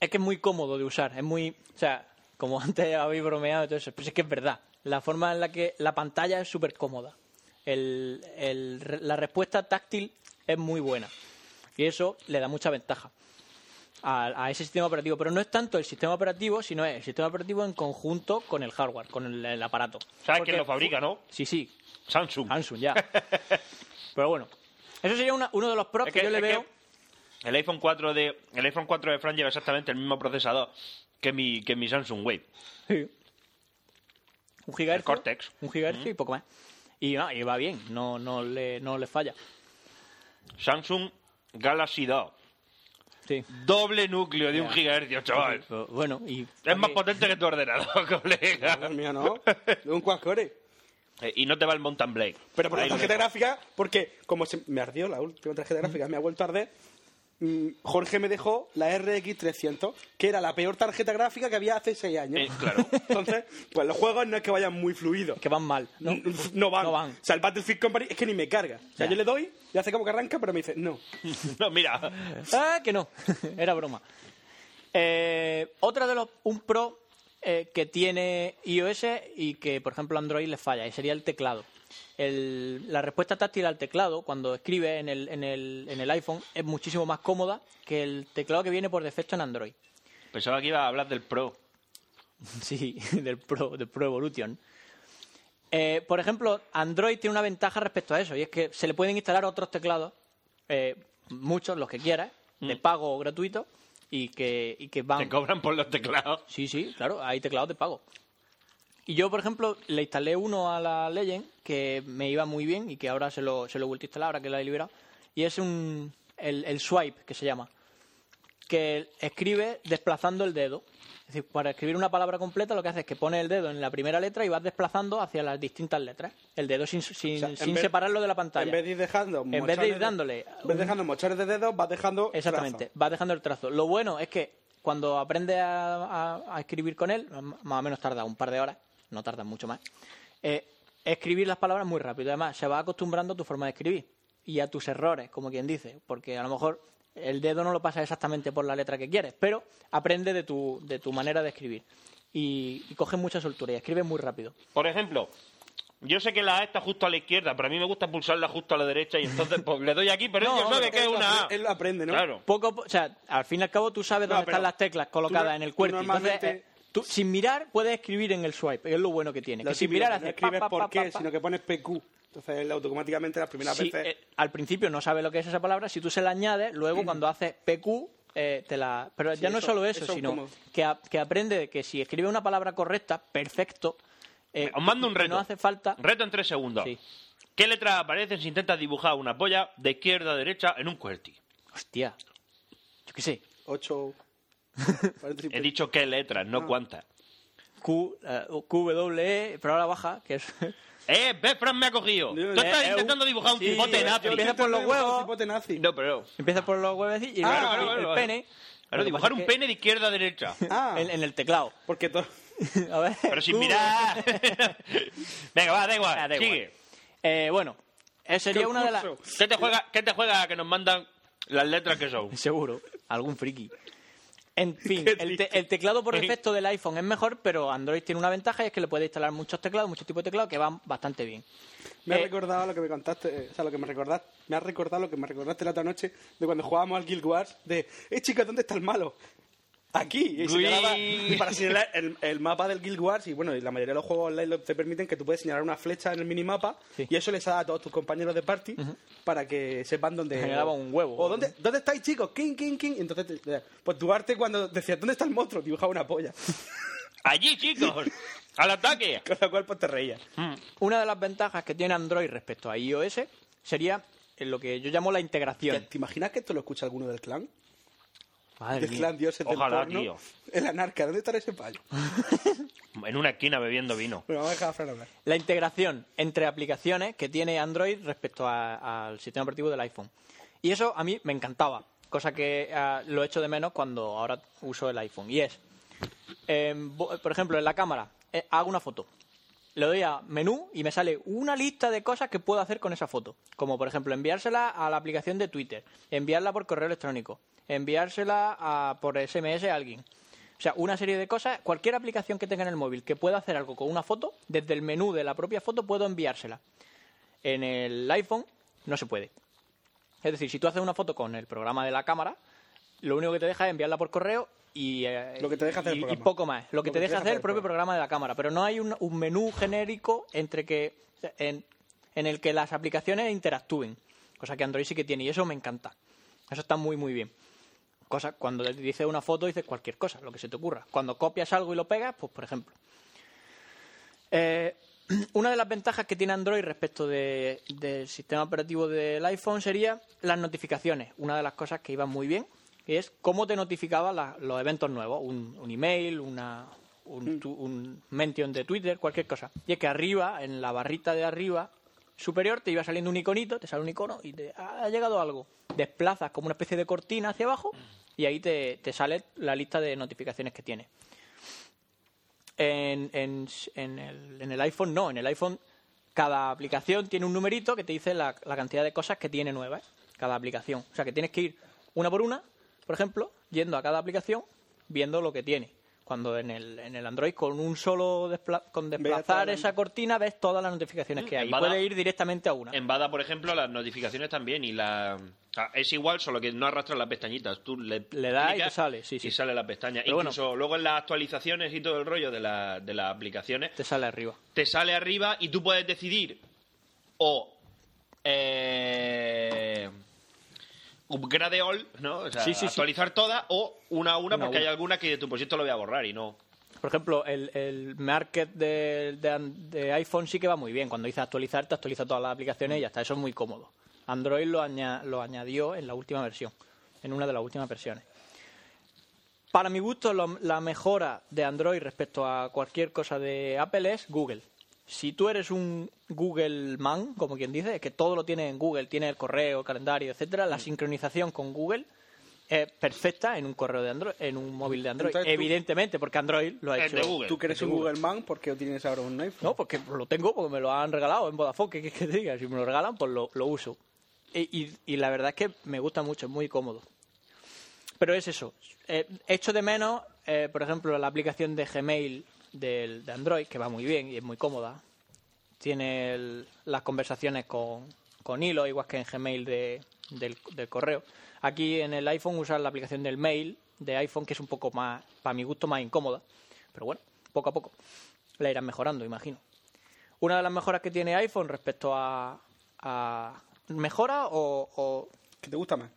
S8: es que es muy cómodo de usar. Es muy. O sea, como [laughs] antes habéis bromeado, entonces, pues es que es verdad. La forma en la que la pantalla es súper cómoda. El- el- la respuesta táctil es muy buena. Y eso le da mucha ventaja a, a ese sistema operativo. Pero no es tanto el sistema operativo, sino es el sistema operativo en conjunto con el hardware, con el, el aparato.
S9: ¿Sabes
S8: Porque-
S9: quién lo fabrica, no?
S8: Sí, sí,
S9: Samsung.
S8: Samsung, ya. Pero bueno, eso sería una- uno de los pros
S9: Es
S8: que,
S9: que-
S8: yo le
S9: es que-
S8: veo.
S9: El iPhone 4 de el iPhone 4 de Fran lleva exactamente el mismo procesador que mi que mi Samsung Wave.
S8: Sí. Un gigahercio.
S9: Cortex.
S8: Un gigahercio y poco más. Y, no, y va bien, no, no, le, no le falla.
S9: Samsung Galaxy 2.
S8: Sí.
S9: Doble núcleo de un
S8: Ya.
S9: gigahercio, chaval.
S8: Pero Bueno, y.
S9: Es más potente que tu ordenador, [laughs] colega.
S10: El mío no. [laughs] un cuascore.
S9: Eh, Y no te va el Mountain Blade.
S10: Pero por la
S9: Ahí lo
S10: tarjeta
S9: dejo.
S10: gráfica, porque como se me ardió la última tarjeta gráfica, me ha vuelto a arder, mm, Jorge me dejó la RX 300, que era la peor tarjeta gráfica que había hace seis años.
S9: Eh, claro.
S10: [laughs] Entonces, pues los juegos no es que vayan muy fluidos.
S8: Que van mal. No,
S10: No, van.
S8: No van.
S10: O sea, el Battlefield Company es que ni me carga. O sea,
S8: Ya.
S10: yo le doy y hace como que arranca, pero me dice, no.
S9: No, mira.
S8: Ah, que no. Era broma. Eh, otra de los. Un pro eh, que tiene iOS y que, por ejemplo, Android le falla, y sería el teclado. El- la respuesta táctil al teclado, cuando escribe en el, en, el, en el iPhone, es muchísimo más cómoda que el teclado que viene por defecto en Android.
S9: Pensaba que iba a hablar del Pro.
S8: [laughs] Sí, del Pro, del Pro Evolution. Eh, por ejemplo, Android tiene una ventaja respecto a eso, y es que se le pueden instalar otros teclados, eh, muchos, los que quieras, de pago o gratuito, y que, y que van...
S9: Te cobran por los teclados.
S8: Sí, sí, claro, hay teclados de pago. Y yo, por ejemplo, le instalé uno a la Legend que me iba muy bien y que ahora se lo, se lo he vuelto a instalar, ahora que la he liberado. Y es un, el, el swipe, que se llama, que escribe desplazando el dedo. Es decir, para escribir una palabra completa lo que hace es que pone el dedo en la primera letra y vas desplazando hacia las distintas letras. El dedo sin, sin,
S10: O sea, en
S8: sin
S10: vez-
S8: separarlo de la pantalla.
S10: En vez de ir dejando.
S8: vez de ir
S10: mochones
S8: dándole
S10: En vez
S8: un-
S10: de dejando mochones de dedos, vas dejando.
S8: Exactamente,
S10: trazos.
S8: vas dejando el trazo. Lo bueno es que cuando aprendes a, a- a escribir con él, m- más o menos tarda un par de horas, no tarda mucho más, eh, escribir las palabras muy rápido. Además, se va acostumbrando a tu forma de escribir. y a tus errores, como quien dice, porque a lo mejor el dedo no lo pasa exactamente por la letra que quieres, pero aprende de tu, de tu manera de escribir y, y coge mucha soltura y escribe muy rápido.
S9: Por ejemplo, yo sé que la A está justo a la izquierda, pero a mí me gusta pulsarla justo a la derecha y entonces pues, le doy aquí, pero
S8: No,
S9: él ya sabe
S8: hombre,
S9: que es
S8: él lo
S9: una A.
S8: apre- él lo
S7: aprende,
S8: ¿no?
S9: Claro.
S8: Poco, a po- o sea, al fin y al cabo tú sabes
S9: No,
S8: dónde
S9: pero
S8: están las teclas
S9: tú
S8: colocadas
S9: no-
S8: en el
S9: tú
S8: cuerpo.
S7: normalmente-
S8: Entonces, eh, tú sin mirar puedes escribir en el swipe, que es lo bueno que tiene.
S7: Lo
S8: que sin
S7: típico, que
S8: mirar
S7: no
S8: haces pa,
S7: escribes
S8: pa,
S7: por
S8: pa,
S7: qué,
S8: pa, pa.
S7: sino que pones PQ. Entonces él automáticamente las primeras
S8: Si,
S7: veces... Mm.
S8: eh, al principio no sabe lo que es esa palabra, si tú se la añades, luego cuando haces PQ, eh, te la... Pero
S7: Sí,
S8: ya no
S7: eso-
S8: es solo eso,
S7: eso
S8: sino
S7: como-
S8: que, a- que aprende que si escribe una palabra correcta, perfecto, eh,
S9: Os mando un reto.
S8: no hace falta...
S9: Pues, Reto en tres segundos. ¿Qué letras aparecen si intentas dibujar una polla de izquierda a derecha en un QWERTY?
S8: Hostia. Yo qué sé.
S7: Ocho...
S8: [laughs]
S9: He dicho qué letras, no cuántas.
S8: Q, eh, Q, W, E, pero ahora baja, que es...
S9: ¡Eh! ¡Ves, Fran me ha cogido! Tú estás
S8: Eh, eh,
S9: intentando
S8: un-
S9: dibujar un
S8: sí,
S9: cipote nazi.
S8: yo Empieza por los huevos,
S9: No, pero...
S8: empieza por los huevos y luego
S9: Ah, Claro, claro,
S8: el
S9: claro.
S8: pene.
S9: Claro,
S8: Lo que
S9: dibujar
S8: pasa es
S9: un
S8: que-
S9: pene de izquierda a derecha. [laughs]
S8: en, en el teclado.
S7: Porque todo...
S8: A ver,
S9: Pero sin
S8: Q.
S9: [laughs] mirar. Venga, va, da igual.
S8: Ah, da igual.
S9: Sigue.
S8: Eh, bueno, eh, sería una de las...
S9: ¿Qué te juega, qué te juega que nos mandan las letras que son?
S8: Seguro. Algún friki.
S9: [laughs]
S8: En fin, el, te- el teclado por defecto del iPhone es mejor, pero Android tiene una ventaja y es que le puede instalar muchos teclados, muchos tipos de teclados que van bastante bien.
S7: Me ha
S8: Eh,
S7: recordado lo que me contaste, eh, o sea, lo que me recordaste, me ha recordado lo que me recordaste la otra noche de cuando jugábamos al Guild Wars, de, eh chicos, ¿dónde está el malo? Aquí, y
S9: Uy.
S7: señalaba para señalar el, el mapa del Guild Wars, y bueno, y la mayoría de los juegos online lo- te permiten que tú puedes señalar una flecha en el minimapa, y eso les da a todos tus compañeros de party para que sepan dónde...
S8: Señalaba un huevo.
S7: O dónde, ¿dónde estáis, chicos? ¿King, king, king? Y entonces, te- te- pues Duarte cuando decía, ¿dónde está el monstruo? Dibujaba una polla.
S9: Allí, chicos. Al ataque.
S7: Con lo cual, pues te reías.
S8: Una de las ventajas que tiene Android respecto a iOS sería lo que yo llamo la integración.
S7: ¿Te imaginas que esto lo escucha alguno del clan?
S8: Madre
S7: del
S8: mía.
S7: clan dioses del
S9: Ojalá,
S7: porno.
S9: tío.
S7: El anarca, ¿dónde está ese payo?
S9: En una esquina bebiendo vino.
S7: Bueno, vamos a dejar a Fran hablar.
S8: La integración entre aplicaciones que tiene Android respecto a- al sistema operativo del iPhone. Y eso a mí me encantaba, cosa que ah, lo echo de menos cuando ahora uso el iPhone. Y es, eh, bo- por ejemplo, en la cámara, eh, hago una foto. Le doy a menú y me sale una lista de cosas que puedo hacer con esa foto. Como, por ejemplo, enviársela a la aplicación de Twitter, enviarla por correo electrónico, enviársela a- por SMS a alguien. O sea, una serie de cosas, cualquier aplicación que tenga en el móvil que pueda hacer algo con una foto, desde el menú de la propia foto puedo enviársela. En el iPhone no se puede. Es decir, si tú haces una foto con el programa de la cámara, lo único que te deja es enviarla por correo y, eh,
S7: Lo que te deja hacer el
S8: y- y
S7: programa.
S8: poco más. Lo que te deja hacer pues. el propio programa de la cámara. Pero no hay un, un menú genérico entre que en, en el que las aplicaciones interactúen. Cosa que Android sí que tiene y eso me encanta. Eso está muy, muy bien. Cosa, cuando dices una foto, dices cualquier cosa, lo que se te ocurra. Cuando copias algo y lo pegas, pues por ejemplo. Eh, [clears throat] una de las ventajas que tiene Android respecto de- del sistema operativo del iPhone sería las notificaciones. Una de las cosas que iba muy bien que es cómo te notificaba la- los eventos nuevos. Un, un email, una, un, tu- un mention de Twitter, cualquier cosa. Y es que arriba, en la barrita de arriba superior, te iba saliendo un iconito, te sale un icono y te "Ah, ha llegado algo. Desplazas como una especie de cortina hacia abajo y ahí te, te sale la lista de notificaciones que tienes en, en- en el, en el iPhone no. En el iPhone cada aplicación tiene un numerito que te dice la, la cantidad de cosas que tiene nuevas. Cada aplicación. O sea que tienes que ir una por una, por ejemplo, yendo a cada aplicación, viendo lo que tiene. Cuando en el, en el Android con un solo despla- con desplazar
S9: la-
S8: esa cortina ves todas las notificaciones que hay. Y
S9: Embada.
S8: puedes ir directamente a una.
S9: En Bada, por ejemplo, las notificaciones también y la... ah, Es igual, solo que no arrastras las pestañitas. Tú le,
S8: Le das y
S9: clicas
S8: te sale, sí, sí.
S9: y sale la pestaña.
S8: Pero bueno.
S9: Incluso luego en las actualizaciones y todo el rollo de, la- de las aplicaciones,
S8: Te sale arriba.
S9: te sale arriba y tú puedes decidir o eh, upgrade all, ¿no? O sea,
S8: Sí, sí, sí.
S9: actualizar todas o una a
S8: Una
S9: una,
S8: a
S9: porque
S8: una.
S9: hay alguna que de tu proyecto lo voy a borrar y no.
S8: Por ejemplo, el, el market de, de- de iPhone sí que va muy bien. Cuando dices actualizar, te actualiza todas las aplicaciones y ya está. Eso es muy cómodo. Android lo, aña- lo añadió en la última versión, en una de las últimas versiones. Para mi gusto, lo- la mejora de Android respecto a cualquier cosa de Apple es Google. Si tú eres un Google man, como quien dice, es que todo lo tienes en Google, tienes el correo, el calendario, etcétera, la sincronización con Google es perfecta en un correo de Android, en un móvil de Android,
S7: Entonces tú-
S8: evidentemente, porque Android lo ha hecho.
S7: Tú que eres
S8: de
S7: un Google Man, ¿por qué tienes ahora un iPhone?
S8: No, porque lo tengo, porque me lo han regalado en Vodafone, ¿qué quieres que te diga? Si me lo regalan, pues lo, lo uso. Y, y- y la verdad es que me gusta mucho, es muy cómodo. Pero es eso. Eh, echo de menos, eh, por ejemplo, la aplicación de Gmail del, de Android, que va muy bien y es muy cómoda. Tiene el- las conversaciones con, con hilo, igual que en Gmail de- del, del correo. Aquí en el iPhone usas la aplicación del mail de iPhone, que es un poco más, para mi gusto, más incómoda. Pero bueno, poco a poco la irán mejorando, imagino. Una de las mejoras que tiene iPhone respecto a... a- ¿Mejora o,
S10: ¿Qué te gusta más?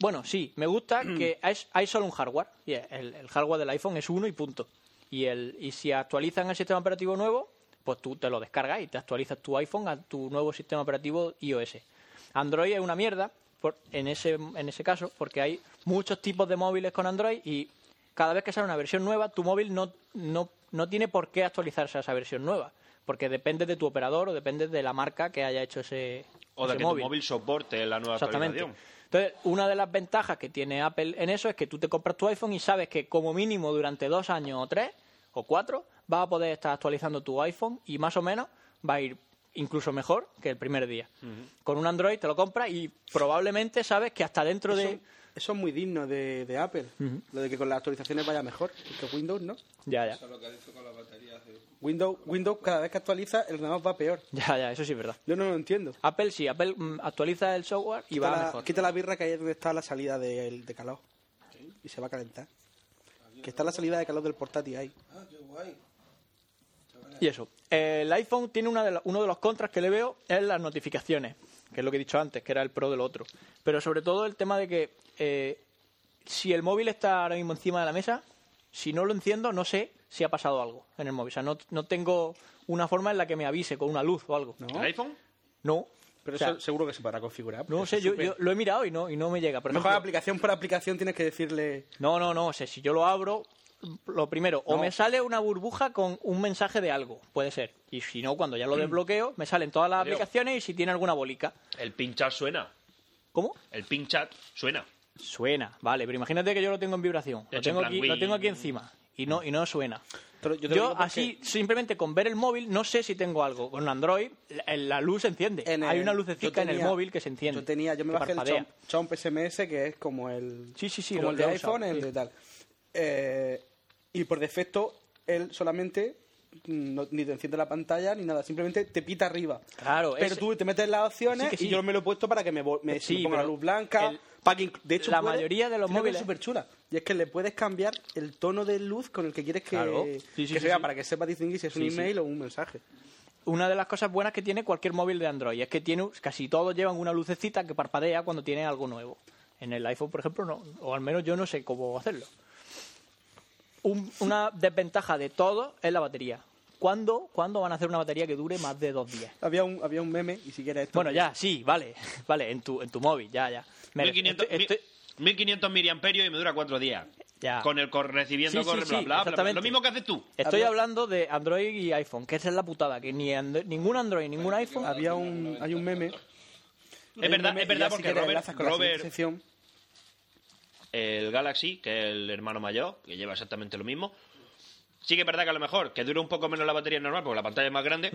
S8: Bueno, sí, me gusta
S9: [clears throat]
S8: que hay, hay solo un hardware. y el, el hardware del iPhone es uno y punto. Y, el, y si actualizan el sistema operativo nuevo, pues tú te lo descargas y te actualizas tu iPhone a tu nuevo sistema operativo iOS. Android es una mierda por- en, ese, en ese caso porque hay muchos tipos de móviles con Android y cada vez que sale una versión nueva, tu móvil no, no, no tiene por qué actualizarse a esa versión nueva. Porque depende de tu operador o depende de la marca que haya hecho ese,
S9: O de
S8: ese
S9: que
S8: móvil.
S9: tu móvil soporte la nueva
S8: Exactamente.
S9: actualización.
S8: Entonces, una de las ventajas que tiene Apple en eso es que tú te compras tu iPhone y sabes que como mínimo durante dos años o tres o cuatro vas a poder estar actualizando tu iPhone y más o menos va a ir incluso mejor que el primer día. Con un Android te lo compras y probablemente sabes que hasta dentro de...
S10: Eso, eso es muy digno de, de Apple. Lo de que con las actualizaciones vaya mejor. Porque Windows no.
S8: Ya, ya.
S14: Eso es lo que ha dicho con la batería. hace-
S10: Windows, Windows cada vez que actualiza, el ordenador va peor.
S8: Ya, ya, eso sí es verdad.
S10: Yo no lo entiendo.
S8: Apple sí, Apple mm, actualiza el software y
S10: quita,
S8: va
S10: la,
S8: mejor.
S10: quita la birra que ahí es donde está la salida de, de calor. Y se va a calentar. Que está la salida de calor del portátil ahí.
S14: Ah, qué guay.
S8: Y eso. Eh, El iPhone tiene una de la- uno de los contras que le veo es las notificaciones, que es lo que he dicho antes, que era el pro del otro. Pero sobre todo el tema de que eh, si el móvil está ahora mismo encima de la mesa, si no lo enciendo, no sé si ha pasado algo en el móvil. O sea, no, no tengo una forma en la que me avise con una luz o algo.
S10: ¿El iPhone?
S8: No.
S10: Pero
S8: O sea,
S10: eso seguro que se podrá configurar.
S8: no sé, yo, yo lo he mirado y no, y no me llega. Por
S10: Mejor
S8: ejemplo,
S10: aplicación por aplicación tienes que decirle...
S8: No, no, no. O sea, si yo lo abro, lo primero, o
S10: No.
S8: me sale una burbuja con un mensaje de algo, puede ser. Y si no, cuando ya lo
S9: Mm.
S8: desbloqueo, me salen todas las
S9: Adiós.
S8: aplicaciones y si tiene alguna bolica.
S9: El pinchar suena.
S8: ¿Cómo?
S9: El pinchat suena.
S8: Suena, vale, pero imagínate que yo lo tengo en vibración.
S9: De
S8: Lo
S9: hecho,
S8: tengo,
S9: en plan,
S8: aquí, lo
S9: "Wii".
S8: tengo aquí encima y no, y no suena.
S10: yo
S8: Yo,
S10: te lo digo porque-
S8: así, simplemente con ver el móvil, no sé si tengo algo. Con Android, la, la luz se enciende.
S10: en
S8: Hay
S10: el-
S8: una
S10: yo
S8: lucecita en el
S10: tenía-
S8: móvil que se enciende.
S10: Yo tenía, yo me
S8: que
S10: bajé
S8: parpadea.
S10: el Chomp, Chomp SMS, que es como el,
S8: Sí, sí, sí,
S10: como
S8: lo-
S10: el
S8: lo
S10: de
S8: he usado,
S10: iPhone, el
S8: sí.
S10: de tal. Eh, y por defecto, él solamente mm, no- ni te enciende la pantalla ni nada, simplemente te pita arriba.
S8: Claro,
S10: Pero
S8: es-
S10: tú te metes en las opciones
S8: Sí que sí.
S10: y yo me lo he puesto para que me, vo- me, se
S8: Sí,
S10: me ponga la
S8: pero
S10: luz blanca.
S8: el-
S10: para que inc- de hecho,
S8: la
S10: puedes-
S8: mayoría de los
S10: tiene una cosa
S8: móviles-
S10: súper chula. Y es que le puedes cambiar el tono de luz con el que quieres que,
S8: Claro.
S10: que
S8: Sí, sí,
S10: se
S8: sí,
S10: vea
S8: sí.
S10: para que sepa distinguir si es un
S8: Sí, sí.
S10: email o un mensaje.
S8: una de las cosas buenas que tiene cualquier móvil de Android es que tiene casi todos llevan una lucecita que parpadea cuando tiene algo nuevo. En el iPhone, por ejemplo, no, o al menos yo no sé cómo hacerlo. Un- una desventaja de todo es la batería. ¿Cuándo, ¿Cuándo van a hacer una batería que dure más de dos días?
S10: Había un, había un meme, y si quieres esto.
S8: Bueno, ya, sí, vale, [laughs] vale, en tu, en tu móvil, ya, ya. Me-
S9: 1500,
S8: estoy- estoy-
S9: 1500 miliamperios y me dura cuatro días.
S8: Ya.
S9: Con el cor- recibiendo
S8: Sí, sí,
S9: corre,
S8: sí,
S9: bla, bla, bla, bla.
S8: exactamente. Eh,
S9: Lo mismo que haces tú.
S8: Estoy hablando de Android y iPhone, que esa es la putada, que ni Andro- ningún Android, ningún iPhone...
S10: Había un, hay un meme.
S9: Es verdad,
S10: meme
S9: es verdad,
S10: y ya si
S9: porque
S10: quieres
S9: Robert,
S10: enlazas con la
S9: Robert,
S10: siguiente sección.
S9: el Galaxy, que es el hermano mayor, que lleva exactamente lo mismo. Sí que es verdad que a lo mejor que dura un poco menos la batería normal, porque la pantalla es más grande,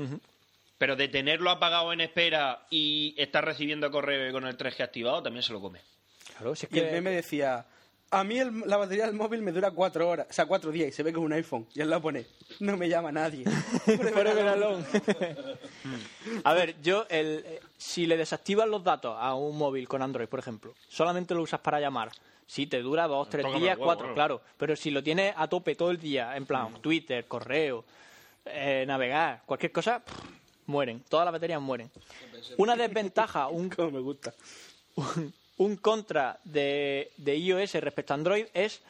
S9: pero de tenerlo apagado en espera y estar recibiendo correo con el 3G activado, también se lo come.
S8: Claro, si es
S10: Y el
S8: que-
S10: meme decía, a mí el- la batería del móvil me dura cuatro horas, o sea, cuatro días, y se ve que es un iPhone. Y él lo pone, no me llama
S8: [laughs]
S10: nadie.
S8: Fuera de galón. A ver, yo, el, eh, si le desactivas los datos a un móvil con Android, por ejemplo, solamente lo usas para llamar. Si te dura dos, tres
S9: Tócame
S8: días,
S9: el huevo,
S8: cuatro,
S9: claro.
S8: claro. Pero si lo tienes a tope todo el día, en plan Twitter, correo, eh, navegar, cualquier cosa, pff, mueren. Todas las baterías mueren. Una desventaja, un,
S10: Como me gusta.
S8: un, un contra de, de iOS respecto a Android es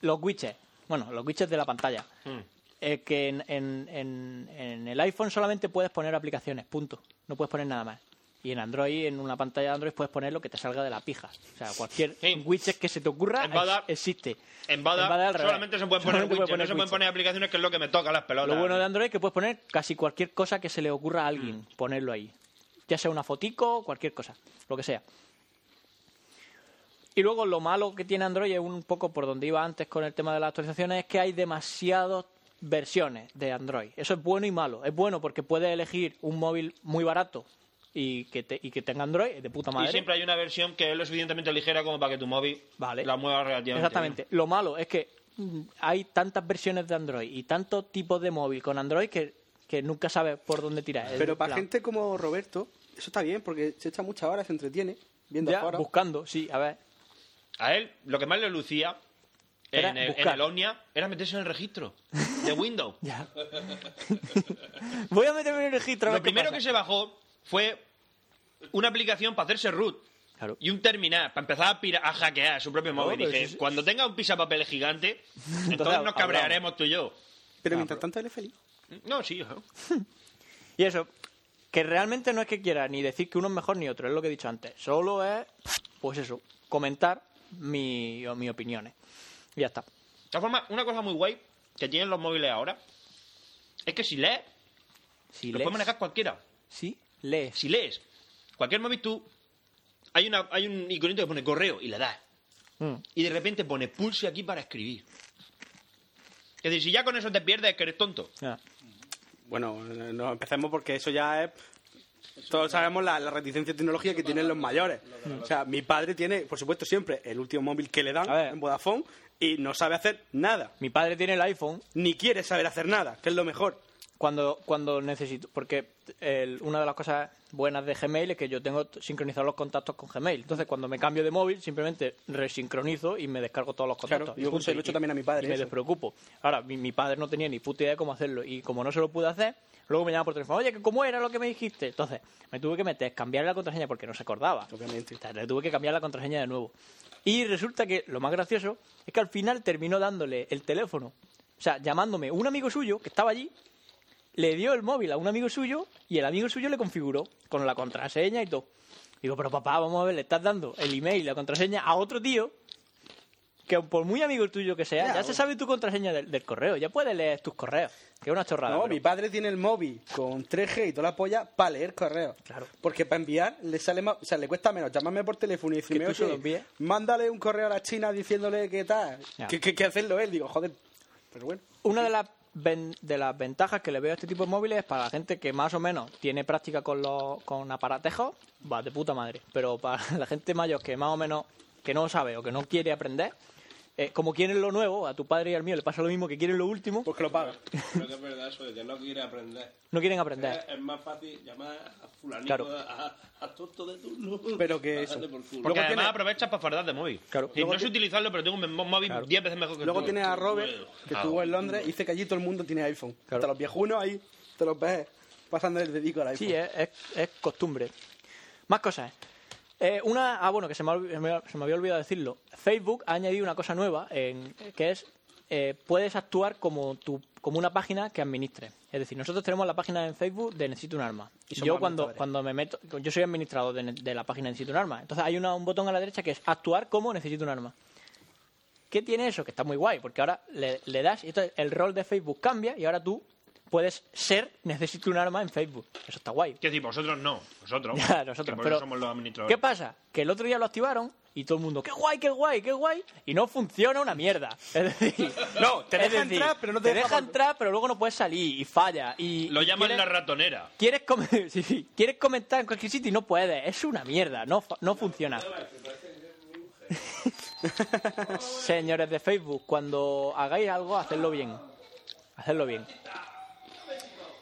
S8: los widgets. Bueno, los widgets de la pantalla.
S9: Hmm.
S8: Eh, que en, en- en- en el iPhone solamente puedes poner aplicaciones, punto. No puedes poner nada más. Y en Android, en una pantalla de Android, puedes poner lo que te salga de la pija. O sea, cualquier widget que se te ocurra
S9: En Bada-
S8: ex- existe.
S9: En Bada,
S8: En Bada al revés.
S9: solamente se pueden poner
S8: Solamente
S9: widgets,
S8: puedes poner
S9: no se pueden
S8: widgets.
S9: poner aplicaciones que es lo que me toca las pelotas.
S8: Lo bueno de Android es que puedes poner casi cualquier cosa que se le ocurra a alguien,
S9: Mm.
S8: ponerlo ahí. Ya sea una fotico, cualquier cosa, lo que sea. Y luego lo malo que tiene Android es un poco por donde iba antes con el tema de las actualizaciones, es que hay demasiadas versiones de Android. Eso es bueno y malo. Es bueno porque puedes elegir un móvil muy barato y que, te- y que tenga Android, de puta madre.
S9: Y siempre hay una versión que es lo suficientemente ligera como para que tu móvil la mueva relativamente.
S8: Exactamente. Lo malo es que mm, hay tantas versiones de Android y tantos tipos de móvil con Android que, que nunca sabes por dónde tirar. Es
S10: Pero
S8: en
S10: para
S8: plan,
S10: gente como Roberto, eso está bien, porque se echa muchas horas, se entretiene, viendo
S8: Ya,
S10: afuera.
S8: buscando, sí, a [laughs] ver.
S9: A él, lo que más le lucía
S8: Era
S9: en, el, en
S8: buscar.
S9: el Omnia era meterse en el registro de Windows.
S8: Voy a meterme en el registro. a ver
S9: Lo
S8: qué
S9: primero
S8: pasa.
S9: que se bajó fue una aplicación para hacerse root. Y un terminal, para empezar a, pira- a hackear su propio móvil.
S10: pero
S9: Dije,
S10: si-
S9: cuando tenga un pisapapeles gigante,
S8: [laughs]
S9: entonces,
S8: hablamos.
S9: nos cabrearemos tú y yo.
S10: Pero
S8: Ah,
S10: mientras tanto él es feliz.
S9: No, sí, ojo.
S8: Y eso, que realmente no es que quiera ni decir que uno es mejor ni otro, es lo que he dicho antes. Solo es, pues eso, comentar mi, mis opiniones. Y ya está.
S9: De todas formas, una cosa muy guay que tienen los móviles ahora es que si lees,
S8: Si
S9: lo
S8: lees.
S9: puede manejar cualquiera.
S8: Sí, lees.
S9: Si lees, cualquier móvil tú, hay, una, hay un iconito que pone correo y le das.
S8: Mm.
S9: Y de repente pone pulse aquí para escribir. Es decir, si ya con eso te pierdes, es que eres tonto.
S8: Ah,
S10: Bueno, eh, no empecemos porque eso ya es... Todos sabemos la, la reticencia tecnológica que tienen los mayores. O sea, mi padre tiene, por supuesto, siempre el último móvil que le dan en Vodafone y no sabe hacer nada.
S8: Mi padre tiene el iPhone.
S10: Ni quiere saber hacer nada, que es lo mejor.
S8: Cuando, cuando necesito, porque el- una de las cosas buenas de Gmail es que yo tengo t- sincronizados los contactos con Gmail. Entonces, cuando me cambio de móvil, simplemente resincronizo y me descargo todos los
S10: Claro,
S8: contactos.
S10: yo
S8: punto.
S10: se lo he hecho también a mi padre,
S8: y me
S10: eso.
S8: despreocupo. Ahora, mi, mi padre no tenía ni puta idea de cómo hacerlo. Y como no se lo pude hacer, luego me llama por teléfono, oye, que ¿cómo era lo que me dijiste? Entonces, me tuve que meter, cambiar la contraseña porque no se acordaba. Obviamente. Le tuve que cambiar la contraseña de nuevo. Y resulta que lo más gracioso es que al final terminó dándole el teléfono. O sea, llamándome un amigo suyo que estaba allí le dio el móvil a un amigo suyo y el amigo suyo le configuró con la contraseña y todo. Digo, pero papá, vamos a ver, le estás dando el email y la contraseña a otro tío que por muy amigo tuyo que sea,
S10: Ya,
S8: ya, se
S10: bueno.
S8: sabe tu contraseña del, del correo, ya puedes leer tus correos, que es una chorrada.
S10: No,
S8: pero-
S10: mi padre tiene el móvil con 3G y toda la polla para leer correos. Claro. Porque para enviar le sale más, o sea, le cuesta menos llamarme por teléfono y decirme,
S8: tú se lo
S10: oye,
S8: envíes".
S10: mándale un correo a la China diciéndole qué tal,
S8: Ya.
S10: que, que- que hacerlo él. Digo, joder, pero bueno.
S8: Una de las, ven- de las ventajas que le veo a este tipo de móviles es para la gente que más o menos tiene práctica con los con aparatejos, va de puta madre. Pero para [laughs] la gente mayor que más o menos que no sabe o que no quiere aprender, eh, como quieren lo nuevo, a tu padre y al mío le pasa lo mismo que quieren lo último.
S10: Porque pues lo
S12: [laughs]
S10: pagan.
S12: Creo que es verdad eso de que no quiere aprender.
S8: No quieren aprender.
S12: Es, es más fácil llamar a fulanito
S8: Claro.
S12: a, a tonto de turno.
S10: Pero que
S12: A
S10: eso.
S12: darle por culo.
S9: Porque además aprovechas para fardar de móvil. Y
S10: Luego
S9: no sé
S10: ti-
S9: utilizarlo, pero tengo un mem- móvil 10 veces mejor
S8: Pues
S9: que
S10: Luego
S9: tú.
S10: tienes a Robert, que
S9: Ah,
S10: estuvo en Londres, y dice que allí todo el mundo tiene iPhone. Hasta los viejunos ahí, te los ves pasando el dedico al iPhone.
S8: Sí, eh. es, es- es costumbre. Más cosas. Eh, una, ah, bueno, que se me, ha olvi- me- se me había olvidado decirlo. Facebook ha añadido una cosa nueva, en- que es, eh, puedes actuar como, tu, como una página que administre. Es decir, nosotros tenemos la página en Facebook de Necesito un arma.
S10: Y somos
S8: yo cuando,
S10: administradores.
S8: cuando me meto, yo soy administrador de, ne- de la página de Necesito un arma. Entonces hay una- un botón a la derecha que es actuar como Necesito un arma. ¿Qué tiene eso? Que está muy guay, porque ahora le, le das y entonces el rol de Facebook cambia y ahora tú puedes ser necesito un arma en Facebook. Eso está guay.
S9: Que decir, vosotros no, vosotros.
S8: Ya, nosotros,
S9: que por
S8: pero-
S9: eso somos los administradores.
S8: ¿Qué pasa? Que el otro día lo activaron y todo el mundo, ¡qué guay, qué guay, qué guay! Y no funciona una mierda. [laughs] Es decir,
S9: No, te
S8: es
S9: deja entrar, pero no te deja
S8: deja
S9: vol-
S8: entrar, pero luego no puedes salir y falla. Y,
S9: Lo
S8: y
S9: llaman
S8: quieres-
S9: la ratonera.
S8: Quieres, com- [laughs] sí, sí. quieres comentar en cualquier sitio y no puedes. Es una mierda. No, fu- no funciona. [laughs] Señores de Facebook, cuando hagáis algo, hacedlo bien. Hacedlo bien.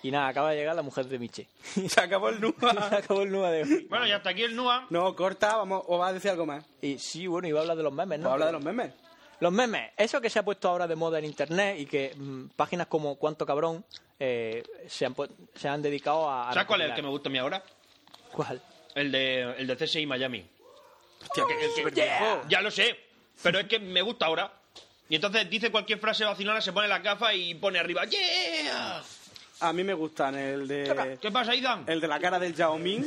S8: Y nada, acaba de llegar la mujer de
S9: [laughs]
S8: Miche.
S10: Se acabó
S8: [laughs]
S10: el NUA.
S8: Se acabó el NUA de hoy.
S9: Bueno, ya hasta aquí el NUA.
S10: No, corta, vamos, o vas a decir algo más.
S8: Y sí, bueno, iba a hablar de los memes, ¿no?
S10: Pues habla de los memes.
S8: Los memes, eso que se ha puesto ahora de moda en internet y que mm, páginas como Cuánto Cabrón eh, se, han, pu- se han dedicado a. a
S9: ¿Sabes cuál es el
S8: recopilar.
S9: que me gusta a mí ahora?
S8: ¿Cuál?
S9: El de, el de CSI Miami.
S10: Hostia,
S9: que- que- que- Ya lo sé, pero es que me gusta ahora. Y entonces dice cualquier frase vacilona, se pone la gafa y pone arriba ¡Yeah!
S10: A mí me gustan el de.
S9: ¿Qué pasa, Idan?
S10: El de la cara del Yao
S8: [laughs]
S10: Ming.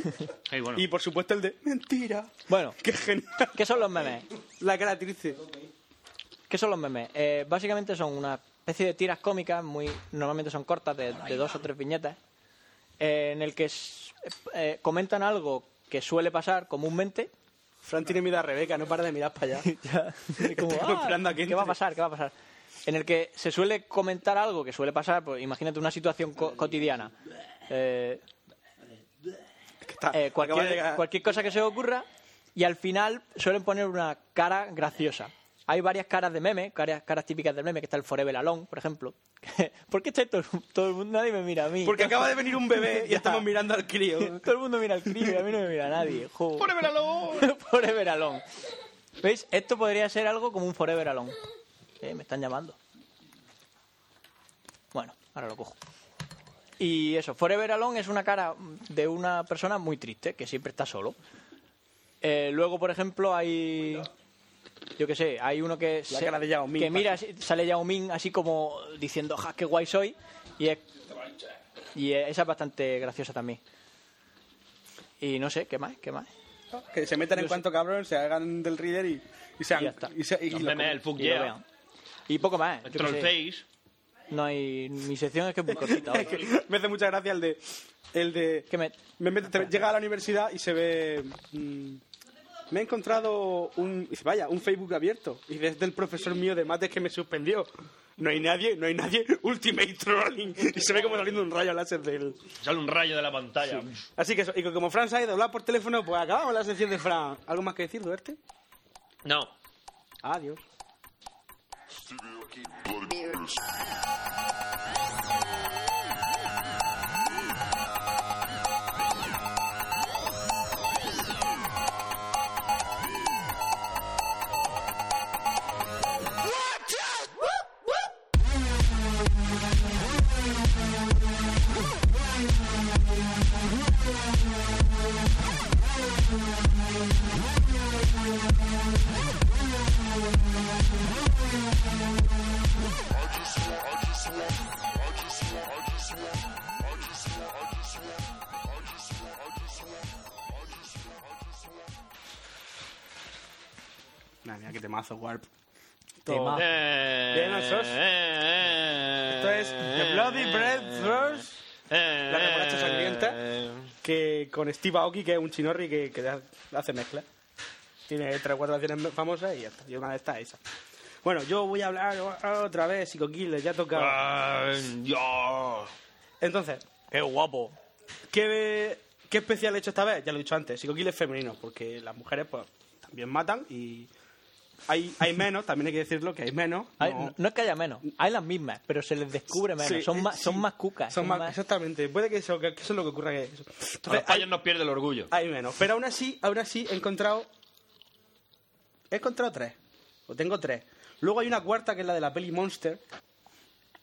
S10: Y por supuesto el de. Mentira.
S8: Bueno,
S10: [laughs] Qué genial.
S8: ¿qué son los memes?
S10: La cara triste.
S8: ¿Qué son los memes? Eh, básicamente son una especie de tiras cómicas, muy normalmente son cortas, de, de dos o tres viñetas, eh, en el que s- eh, comentan algo que suele pasar comúnmente.
S10: Fran tiene miedo a Rebeca, no para de mirar [laughs] para allá.
S8: Y como,
S10: Estaba
S8: "Ah,
S10: esperando a que
S8: ¿Qué va a pasar? ¿Qué va a pasar? En el que se suele comentar algo que suele pasar, pues, imagínate una situación co- cotidiana. Eh,
S10: está. Ah, Acaba de
S8: eh, cualquier,
S10: llegar.
S8: cualquier cosa que se os ocurra y al final suelen poner una cara graciosa. Hay varias caras de meme, caras, caras típicas del meme, que está el Forever Alone, por ejemplo. [laughs] ¿Por qué está todo, todo el mundo? Nadie me mira a mí.
S10: Porque acaba de venir
S8: [laughs]
S10: un bebé y
S8: Ya.
S10: estamos mirando al crío.
S8: [laughs] Todo el mundo mira al crío y a mí no me mira nadie. jo.
S10: Forever Alone.
S8: [laughs] Forever Alone. ¿Veis? Esto podría ser algo como un Forever Alone. Eh, me están llamando. Bueno, ahora lo cojo. Y eso, Forever Alone es una cara de una persona muy triste, que siempre está solo. Eh, luego, por ejemplo, hay... Yo qué sé, hay uno que...
S15: La cara de Yao Ming,
S8: Que mira, así- sale Yao Ming así como diciendo, ja, qué guay soy. Y, es- y esa es bastante graciosa también. Y no sé, ¿qué más? ¿Qué más?
S10: Que se metan en
S8: No sé.
S10: cuanto cabrón, se hagan del reader y, y se
S8: Ya
S10: han.
S8: está.
S10: Y se, y
S8: Los
S10: lo-
S8: memes, el fuck yeah. Y poco más. yo qué sé. No hay... Mi sección es que es
S10: [laughs]
S8: muy cortita hoy.
S10: Me hace mucha gracia el de. El de. me meto- te- llega a la universidad y se ve. mm, me he encontrado un. dice, vaya, un Facebook abierto. Y desde el profesor mío de mates que me suspendió. No hay nadie, no hay nadie. [laughs] Ultimate trolling. Y se ve como saliendo un rayo láser del.
S9: Sale un rayo de la pantalla.
S10: Así que eso. Y como Fran se ha ido a hablar por teléfono, pues acabamos la sección de Fran. ¿Algo más que decir, Duerte?
S9: No.
S10: Adiós. Madre mía, qué temazo, Warp.
S9: Temazo. Eh,
S10: Bien, ¿no sos? Esto es The
S9: eh,
S10: Bloody Breath Thirst, la remolacha
S9: eh,
S10: sangrienta, que con Steve Aoki, que es un chinorri que, que da- hace mezcla. Tiene tres o cuatro canciones famosas y ya está. Y una de estas es esa. Bueno, yo voy a hablar o- otra vez, Psycho Killer, ya toca. Entonces. ¡Qué guapo! ¿Qué, qué especial he hecho esta vez? Ya lo he dicho antes, Psycho Killer femenino, porque las mujeres pues también matan y hay, hay menos, también hay que decirlo, que hay menos.
S8: Hay- no. es que haya menos, hay las mismas, pero se les descubre menos.
S10: Sí, eh,
S8: son, más,
S10: sí.
S8: son más cucas.
S10: Son más-
S8: más-
S10: Exactamente, puede que eso, que eso es lo que ocurra. Que eso.
S9: A los payos nos pierde el orgullo.
S10: Hay menos, pero aún así, aún así he encontrado. He encontrado tres. O tengo tres. Luego hay una cuarta que es la de la peli Monster.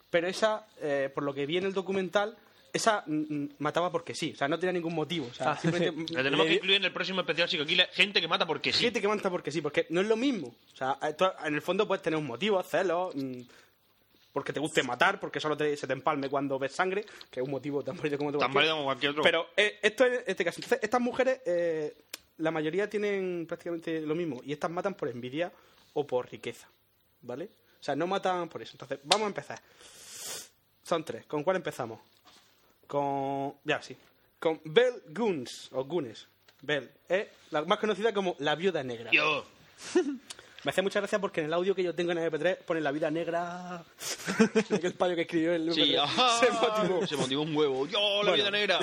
S10: Pero esa, eh, por lo que vi en el documental, esa mm, mm, mataba porque sí. O sea, no tenía ningún motivo. O sea,
S9: Ah,
S10: simplemente
S9: [laughs] La tenemos
S10: le
S9: que
S10: di-
S9: incluir en el próximo especial psicoquila. Gente que mata porque sí.
S10: eh, gente que mata porque sí, porque no es lo mismo. O sea, tú en el fondo puedes tener un motivo, celos, mm, porque te guste matar, porque solo te- se te empalme cuando ves sangre, que es un motivo tan válido como,
S9: Tan válido como cualquier otro.
S10: Pero eh, esto es este caso. Entonces, estas mujeres, eh, la mayoría tienen prácticamente lo mismo, y estas matan por envidia o por riqueza, ¿vale? O sea, no matan por eso. Entonces, vamos a empezar. Son tres. ¿Con cuál empezamos? Con. Ya, sí. Con Belle Guns, o Gunes. Belle. Es la más conocida como la viuda negra.
S9: Yo.
S10: Me hace mucha gracia porque en el audio que yo tengo en el MP3 pone la vida negra. [laughs] el payo que escribió el
S9: Sí,
S10: MP3. [laughs]
S9: ajá.
S10: Se motivó.
S9: Se motivó un huevo. Yo, la
S10: Bueno.
S9: vida negra.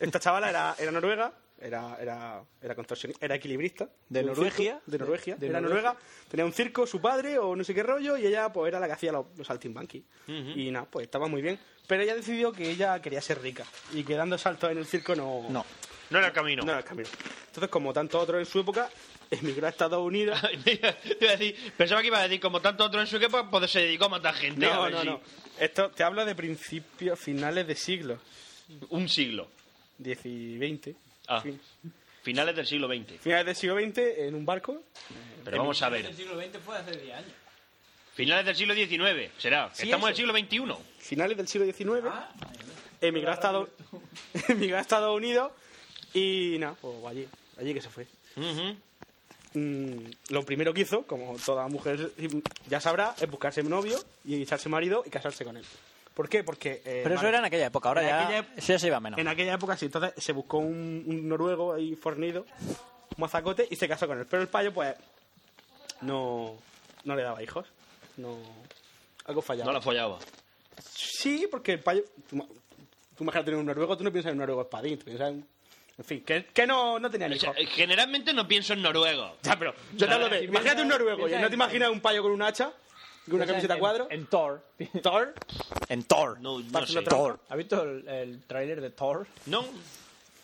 S10: Esta chavala era, era noruega, era, era, era contorsionista, era equilibrista.
S8: ¿De
S10: Tenía un
S8: Noruega?
S10: circo, De Noruega.
S8: De- de
S10: era
S8: Noruega.
S10: noruega. Tenía un circo, su padre o no sé qué rollo, y ella pues era la que hacía los, los saltimbanquis. Y nada, pues estaba muy bien. Pero ella decidió que ella quería ser rica y que dando saltos en el circo no... No.
S9: No era el camino.
S10: No era el camino. Entonces, como tantos otros en su época, emigró a Estados
S8: [laughs]
S10: Unidos.
S9: [laughs] Iba a decir- pensaba que iba a decir, como tanto otro en su equipo, pues se dedicó a matar gente. a
S10: No,
S9: ver
S10: no,
S8: pues
S9: si-
S10: no. Esto te hablo de principios, finales de siglo.
S9: Un siglo.
S10: 10 y 20.
S9: Ah.
S10: Sí.
S9: Finales del siglo XX.
S10: Finales del siglo XX en un barco.
S9: Pero vamos a ver.
S8: siglo XX fue hace 10 años.
S9: Finales del siglo XIX, será.
S10: Sí,
S9: Estamos
S10: eso.
S9: en el siglo XXI.
S10: Finales del siglo XIX. emigró, a Estados, [laughs] emigró a Estados Unidos y nada, pues allí, allí que se fue. Mm, lo primero que hizo, como toda mujer ya sabrá, es buscarse un novio y echarse marido y casarse con él. ¿Por qué? Porque... eh,
S8: Pero eso
S10: vale,
S8: era en aquella época, ahora
S10: en
S8: ya,
S10: aquella
S8: eso ya se iba menos.
S10: En aquella época sí, entonces se buscó un, un noruego ahí fornido, mazacote, y se casó con él. Pero el payo, pues, no, no le daba hijos. No, algo fallaba.
S9: No la follaba.
S10: Sí, porque el payo. Tú, ma- tú imagínate en un noruego, tú no piensas en un noruego espadín, tú piensas en En fin, que, que no, no tenían hijos.
S9: Generalmente no pienso en noruego.
S10: Ya, pero
S8: eh,
S10: yo te hablo de. Imagínate un noruego. ¿No te imaginas un payo con un hacha? ¿Con una
S8: Piensa
S10: camiseta
S8: en-
S10: cuadro?
S8: En Thor.
S10: [laughs] ¿Thor?
S8: En Thor.
S9: No,
S10: no sé. Thor.
S8: ¿Has visto el, el tráiler de Thor?
S9: No.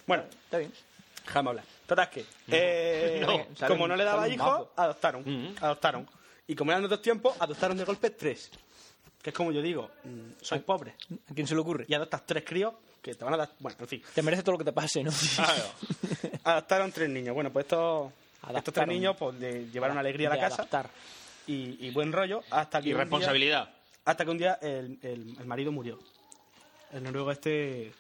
S10: Bueno,
S8: está bien.
S10: Déjame hablar. Total que. eh,
S8: [laughs] No. Mm. Sale
S10: Como
S8: un-
S10: no le daba
S8: sale un
S10: hijos,
S8: mazo.
S10: adoptaron. Adoptaron. Y como eran de dos tiempos, adoptaron de golpe tres. Que es como yo digo, mm, soy
S8: Ah.
S10: pobre.
S8: ¿A quién se le ocurre?
S10: Y adoptas tres críos que te van a dar. Bueno, en fin.
S8: Te merece todo lo que te pase,
S10: [laughs]
S8: ¿no?
S10: Claro. adaptaron tres niños. Bueno, pues estos, estos tres
S8: Adaptaron.
S10: niños pues, le llevaron alegría a la
S8: De
S10: casa.
S8: adaptar.
S10: Y, y buen rollo hasta que.
S9: Y
S10: un día-
S9: responsabilidad.
S10: hasta que un día el, el- el marido murió. El noruego este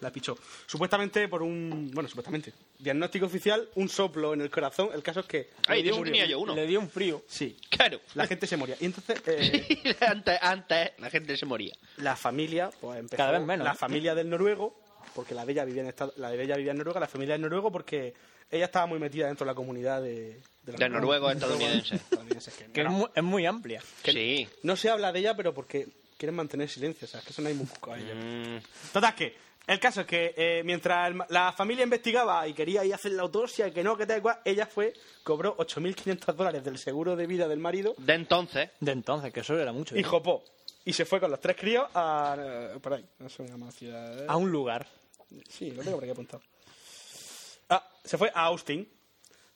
S10: la pichó. Supuestamente por un. Bueno, supuestamente. Diagnóstico oficial, un soplo en el corazón. El caso es que.
S9: Ay,
S10: el tío
S9: Dios,
S10: murió.
S9: tenía yo uno.
S8: Le dio un frío.
S10: Sí.
S9: Claro.
S10: La gente se moría. Y entonces. eh,
S9: [laughs] antes, antes la gente se moría.
S10: la familia, pues empezó.
S9: Cada vez menos,
S10: La
S9: ¿eh?
S10: familia del noruego, porque la bella vivía en esta- la de bella vivía en Noruega, la familia del noruego, porque ella estaba muy metida dentro de la comunidad de. de los
S9: De noruego
S10: noruegos. [laughs]
S9: estadounidense.
S8: Que es, muy, es muy amplia.
S9: Sí.
S10: No se habla de ella, pero porque quieren mantener silencio, o sea, es que son ahí muy cucos a ellos. Mm.
S9: mm,
S10: Total, que el caso es que eh, mientras el ma- la familia investigaba y quería ir a hacer la autopsia, que no, que tal y cual, ella fue, cobró 8.500 dólares del seguro de vida del marido
S9: De entonces.
S8: De entonces, que eso era mucho.
S10: y
S8: ¿eh?
S10: jopó. Y se fue con los tres críos a... eh, por ahí, no sé cómo se llama la ciudad. eh.
S8: A un lugar.
S10: Sí, lo tengo por aquí apuntado. Ah, se fue a Austin.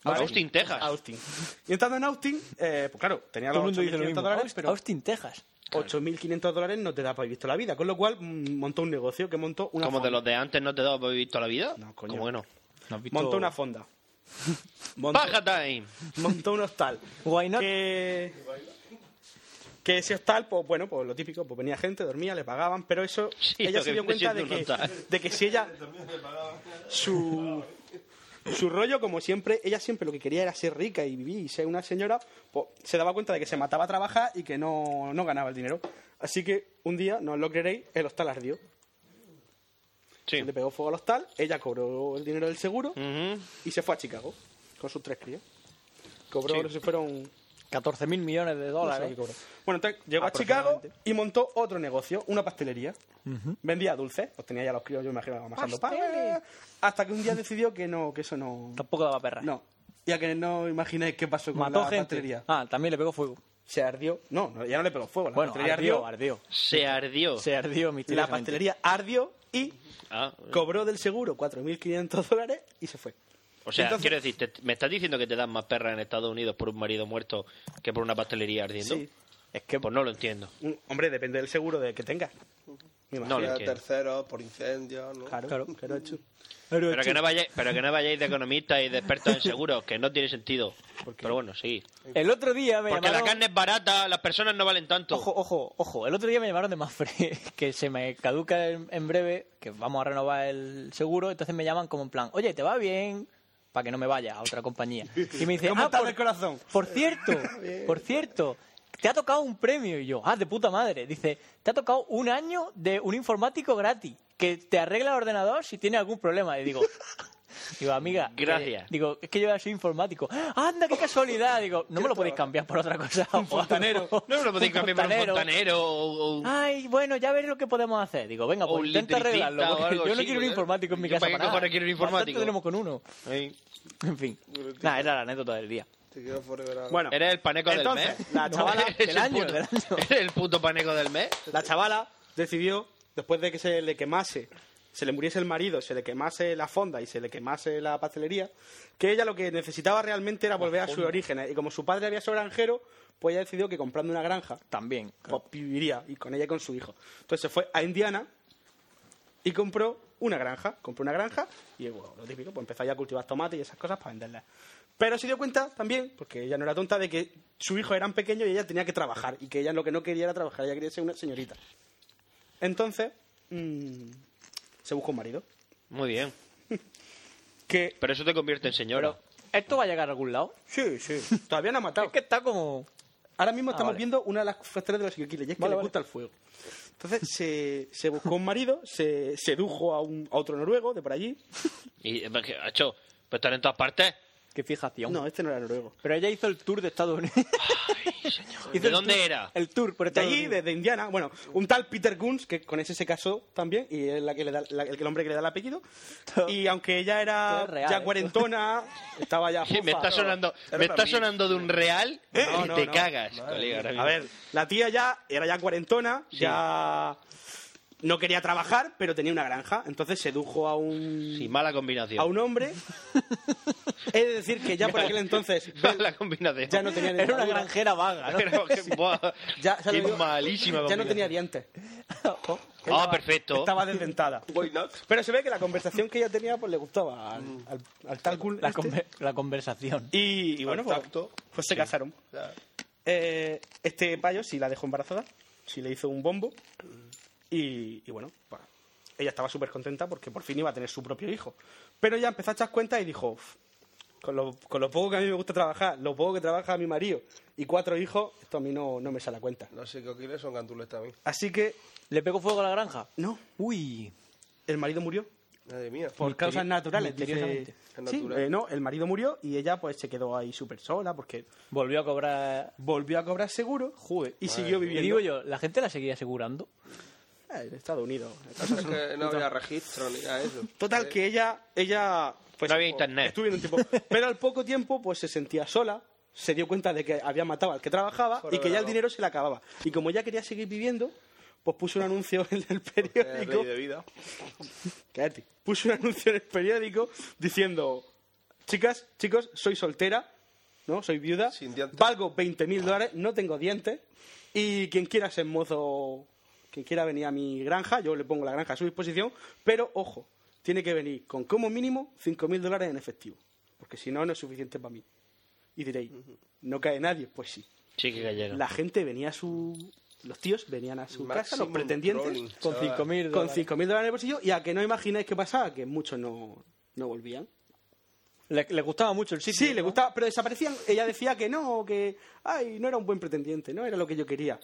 S9: A Austin, Texas.
S10: Austin. Y estando en Austin, eh, pues claro, tenía
S8: Todo el
S10: los
S8: mundo dice lo
S10: 8.500
S8: mismo.
S10: dólares,
S8: Aus-
S10: pero...
S8: Austin, Texas.
S10: 8.500 dólares no te da para vivir toda la vida. Con lo cual, mm, montó un negocio que montó una
S9: Como de
S10: fonda.
S9: los de antes no te daba para vivir toda la vida. No, coño. ¿Cómo que no?
S10: Montó una fonda. Montó,
S9: Paja time.
S10: montó un hostal. Que, que ese hostal, pues bueno, pues lo típico, pues venía gente, dormía, le pagaban, pero eso... ella
S9: lo
S10: se
S9: que
S10: dio
S9: viene
S10: cuenta de
S9: siendo un
S10: que,
S9: hostal.
S10: de que si ella... Su... Su rollo, como siempre, ella siempre lo que quería era ser rica y vivir y ser una señora, pues se daba cuenta de que se mataba a trabajar y que no, no ganaba el dinero. Así que un día, no os lo creeréis, el hostal ardió.
S9: Sí. Mm.
S10: Le pegó fuego al hostal, ella cobró el dinero del seguro y se fue a Chicago con sus tres críos. Cobró,
S8: Sí.
S10: no sé si fueron
S8: 14 mil millones de
S10: no
S8: dólares.
S10: sé qué cobró. Bueno, entonces llegó a Chicago y montó otro negocio, una pastelería. Vendía dulces, los tenía ya los críos, yo me imagino, amasando pan.
S8: Pasteles.
S10: Hasta que un día decidió que no, que eso no.
S8: Tampoco daba perra.
S10: No. Ya que no imagináis qué pasó con
S8: Mató
S10: la
S8: gente.
S10: pastelería.
S8: Ah, también le pegó fuego.
S10: Se ardió. No, no, ya no le pegó fuego. La
S8: Bueno,
S10: pastelería
S8: ardió, ardió.
S9: Se ardió.
S8: Se ardió
S10: La
S8: misteriosamente.
S10: pastelería ardió y
S9: Ah,
S10: cobró del seguro 4.500 dólares y se fue.
S9: o sea,
S10: Entonces-
S9: quiero decir, te- ¿me estás diciendo que te dan más perra en Estados Unidos por un marido muerto que por una pastelería ardiendo?
S10: Sí.
S9: Es que... Pues no lo entiendo.
S10: Mm, Hombre, depende del seguro de que tengas. Me
S9: No lo
S10: imagino.
S9: entiendo.
S4: terceros, por incendios, ¿no?
S10: Claro, claro, claro, hecho.
S9: Pero que, no vayáis, pero que no vayáis de economistas y de expertos en seguros, que no tiene sentido. Pero bueno, sí.
S8: El otro día me
S9: Porque
S8: llamaron...
S9: la carne es barata, las personas no valen tanto.
S8: Ojo, ojo, ojo. El otro día me llamaron de Mafre, [laughs] que se me caduca en, en breve, que vamos a renovar el seguro. Entonces me llaman como en plan, oye, ¿te va bien? Para que no me vaya a otra compañía. Y me
S10: [laughs]
S8: dice,
S10: ¿Cómo
S8: ah,
S10: estás
S8: por,
S10: del corazón?
S8: por
S9: [laughs]
S8: cierto, por cierto, te ha tocado un premio. Y yo, ah, de puta madre. Dice, te ha tocado un año de un informático gratis, que te arregla el ordenador si tiene algún problema. Y
S9: [laughs]
S8: digo... Digo, amiga, que-
S9: Gracias.
S8: digo, es que yo ya soy informático. ¡Ah, ¡Anda, qué casualidad! Digo, no me lo podéis cambiar por otra cosa. [laughs] Un fontanero.
S9: [laughs] No me lo podéis cambiar por un fontanero o,
S10: Ah.
S9: o-
S8: Ay, bueno, ya veréis lo que podemos hacer. Digo, venga,
S9: O
S8: pues
S9: un
S8: intenta
S9: litricista
S8: arreglarlo.
S9: o
S8: porque
S9: algo
S8: yo no
S9: así,
S8: quiero un
S9: ¿verdad?
S8: informático en mi
S9: Yo
S8: casa
S9: para qué
S8: para nada.
S9: cojones quiero un
S8: Bastante
S9: informático.
S8: tenemos con uno. [laughs]
S9: Ey.
S8: En fin. Nada, era la anécdota del día.
S4: Te quiero forever. ahora.
S10: Bueno,
S9: Eres el paneco
S10: Entonces,
S9: del mes.
S10: la chavala
S9: [laughs] Eres
S8: del
S9: el
S8: año,
S9: puto-
S8: del año.
S9: [laughs] Eres el puto paneco del mes.
S10: La chavala decidió, después de que se le quemase, se le muriese el marido, se le quemase la fonda y se le quemase la pastelería, que ella lo que necesitaba realmente era volver a sus orígenes. Y como su padre había sido granjero, pues ella decidió que comprando una granja,
S8: También.
S10: pues viviría, y con ella y con su hijo. Entonces se fue a Indiana y compró una granja, compró una granja y bueno, lo típico, pues empezó ya a cultivar tomates y esas cosas para venderlas. Pero se dio cuenta también, porque ella no era tonta, de que su hijo eran pequeños y ella tenía que trabajar y que ella lo que no quería era trabajar, ella quería ser una señorita. Entonces, mm, se buscó un marido.
S9: Muy bien.
S10: Que
S9: Pero eso te convierte en señora.
S8: ¿Esto va a llegar a algún lado?
S10: sí, sí, todavía no ha matado.
S8: Es que está como...
S10: Ahora mismo
S8: Ah,
S10: estamos
S8: vale.
S10: viendo una de las factores de los psicoquiles, y es que
S8: Vale,
S10: le
S8: vale.
S10: gusta el fuego. Entonces se, se buscó un marido, se sedujo a, un, a otro noruego de por allí.
S9: Y, eh, que, macho, pues estar en todas partes.
S8: Qué fijación.
S10: No, este no era noruego.
S8: Pero ella hizo el tour de Estados [laughs] Unidos. Hizo
S10: ¿De
S8: el
S10: dónde
S8: tour-
S10: era?
S8: El tour, por
S10: De
S8: Estados
S10: este allí,
S8: Unidos.
S10: desde Indiana. Bueno, un tal Peter Guns, que con ese se casó también, y es la que le da, la- el hombre que le da el apellido. Y aunque ella
S9: Todo
S10: era
S9: es real,
S10: ya
S9: ¿eh?
S10: cuarentona, estaba ya.
S9: Sí, me
S10: fofa.
S9: está sonando,
S10: Era
S9: me
S10: para
S9: está
S10: mí.
S9: sonando de un real
S10: No,
S9: y
S10: Eh, no,
S9: te
S10: no.
S9: cagas,
S10: Madre
S9: colega. ahora
S10: mía. A
S9: mismo.
S10: ver, la tía ya era ya cuarentona, ya no quería trabajar, pero tenía una granja, entonces sedujo a un
S9: mala combinación.
S10: a
S9: [laughs]
S10: un hombre. He de decir que ya por aquel
S8: [laughs]
S10: entonces
S9: la combinación.
S10: ya no tenía
S8: Era una
S10: dentadura.
S8: granjera vaga,
S10: [laughs]
S8: ¿no? [laughs]
S9: [laughs] Pero que- buah,
S10: Ya, ya lo
S9: qué
S10: digo,
S9: malísima
S10: Ya no
S9: combinación.
S10: tenía dientes.
S8: Oh,
S9: Ah, perfecto.
S10: Estaba desdentada. Pero se ve que la conversación que ella tenía pues le gustaba al, al, al tal cul
S8: La,
S10: este.
S8: Mm. conver- la conversación.
S10: Y, y bueno, pues, pues se casaron. Eh, este payo sí la dejó embarazada, sí le hizo un bombo. Y, y bueno, pues, ella estaba súper contenta porque por fin iba a tener su propio hijo. Pero ella empezó a echar cuentas y dijo, "Uf, con lo, con lo poco que a mí me gusta trabajar, lo poco que trabaja mi marido y cuatro hijos, esto a mí no, no me sale a cuenta.
S12: No sé qué oquiles son gantules también.
S10: Así que...
S8: ¿Le pegó fuego a la granja?
S10: No.
S8: Uy.
S10: El marido murió.
S12: Madre mía.
S10: Por causas naturales,
S8: misteriosamente.
S10: dice.
S12: Es
S10: Sí,
S12: natural.
S10: eh, no, el marido murió y ella pues se quedó ahí súper sola porque
S8: Volvió a cobrar...
S10: volvió a cobrar seguro y
S8: Madre
S10: siguió
S8: mía.
S10: viviendo.
S8: Y digo yo, ¿la gente la seguía asegurando?
S10: Eh, en Estados Unidos.
S12: Es que no había registro ni nada de
S10: [laughs]
S12: eso.
S8: Eh.
S10: Total, que ella, ella pues,
S9: No había internet.
S10: estuvo viviendo un
S8: [laughs]
S10: tiempo. Pero al poco tiempo, pues se sentía sola, se dio cuenta de que había matado al que trabajaba y que ya el
S12: Jorobado.
S10: dinero se le acababa. Y como ella quería seguir viviendo, pues puso un anuncio en el
S12: Es
S10: periódico.
S12: Eh, rey de vida.
S10: Cállate. Puso un anuncio en el periódico diciendo: Chicas, chicos, soy soltera, ¿no? Soy viuda,
S12: Sin dientes.
S10: valgo 20.000 dólares, no tengo dientes, y quien quiera ser mozo, quien quiera venir a mi granja, yo le pongo la granja a su disposición, pero ojo, tiene que venir con como mínimo 5.000 dólares en efectivo, porque si no, no es suficiente para mí. Y diréis, ¿no cae nadie? Pues sí.
S9: Sí que cayeron.
S10: La gente venía a su. Los tíos venían a su casa, los
S12: Maximum
S10: pretendientes,
S12: trolling,
S10: con
S12: chaval.
S10: 5.000 con 5.000 dólares en el bolsillo, y a que no imagináis qué pasaba, que muchos no, no volvían.
S8: Le, le gustaba mucho el sitio.
S10: Sí, le gustaba, pero desaparecían. Ella decía que no, que ay, no era un buen pretendiente, no era lo que yo quería.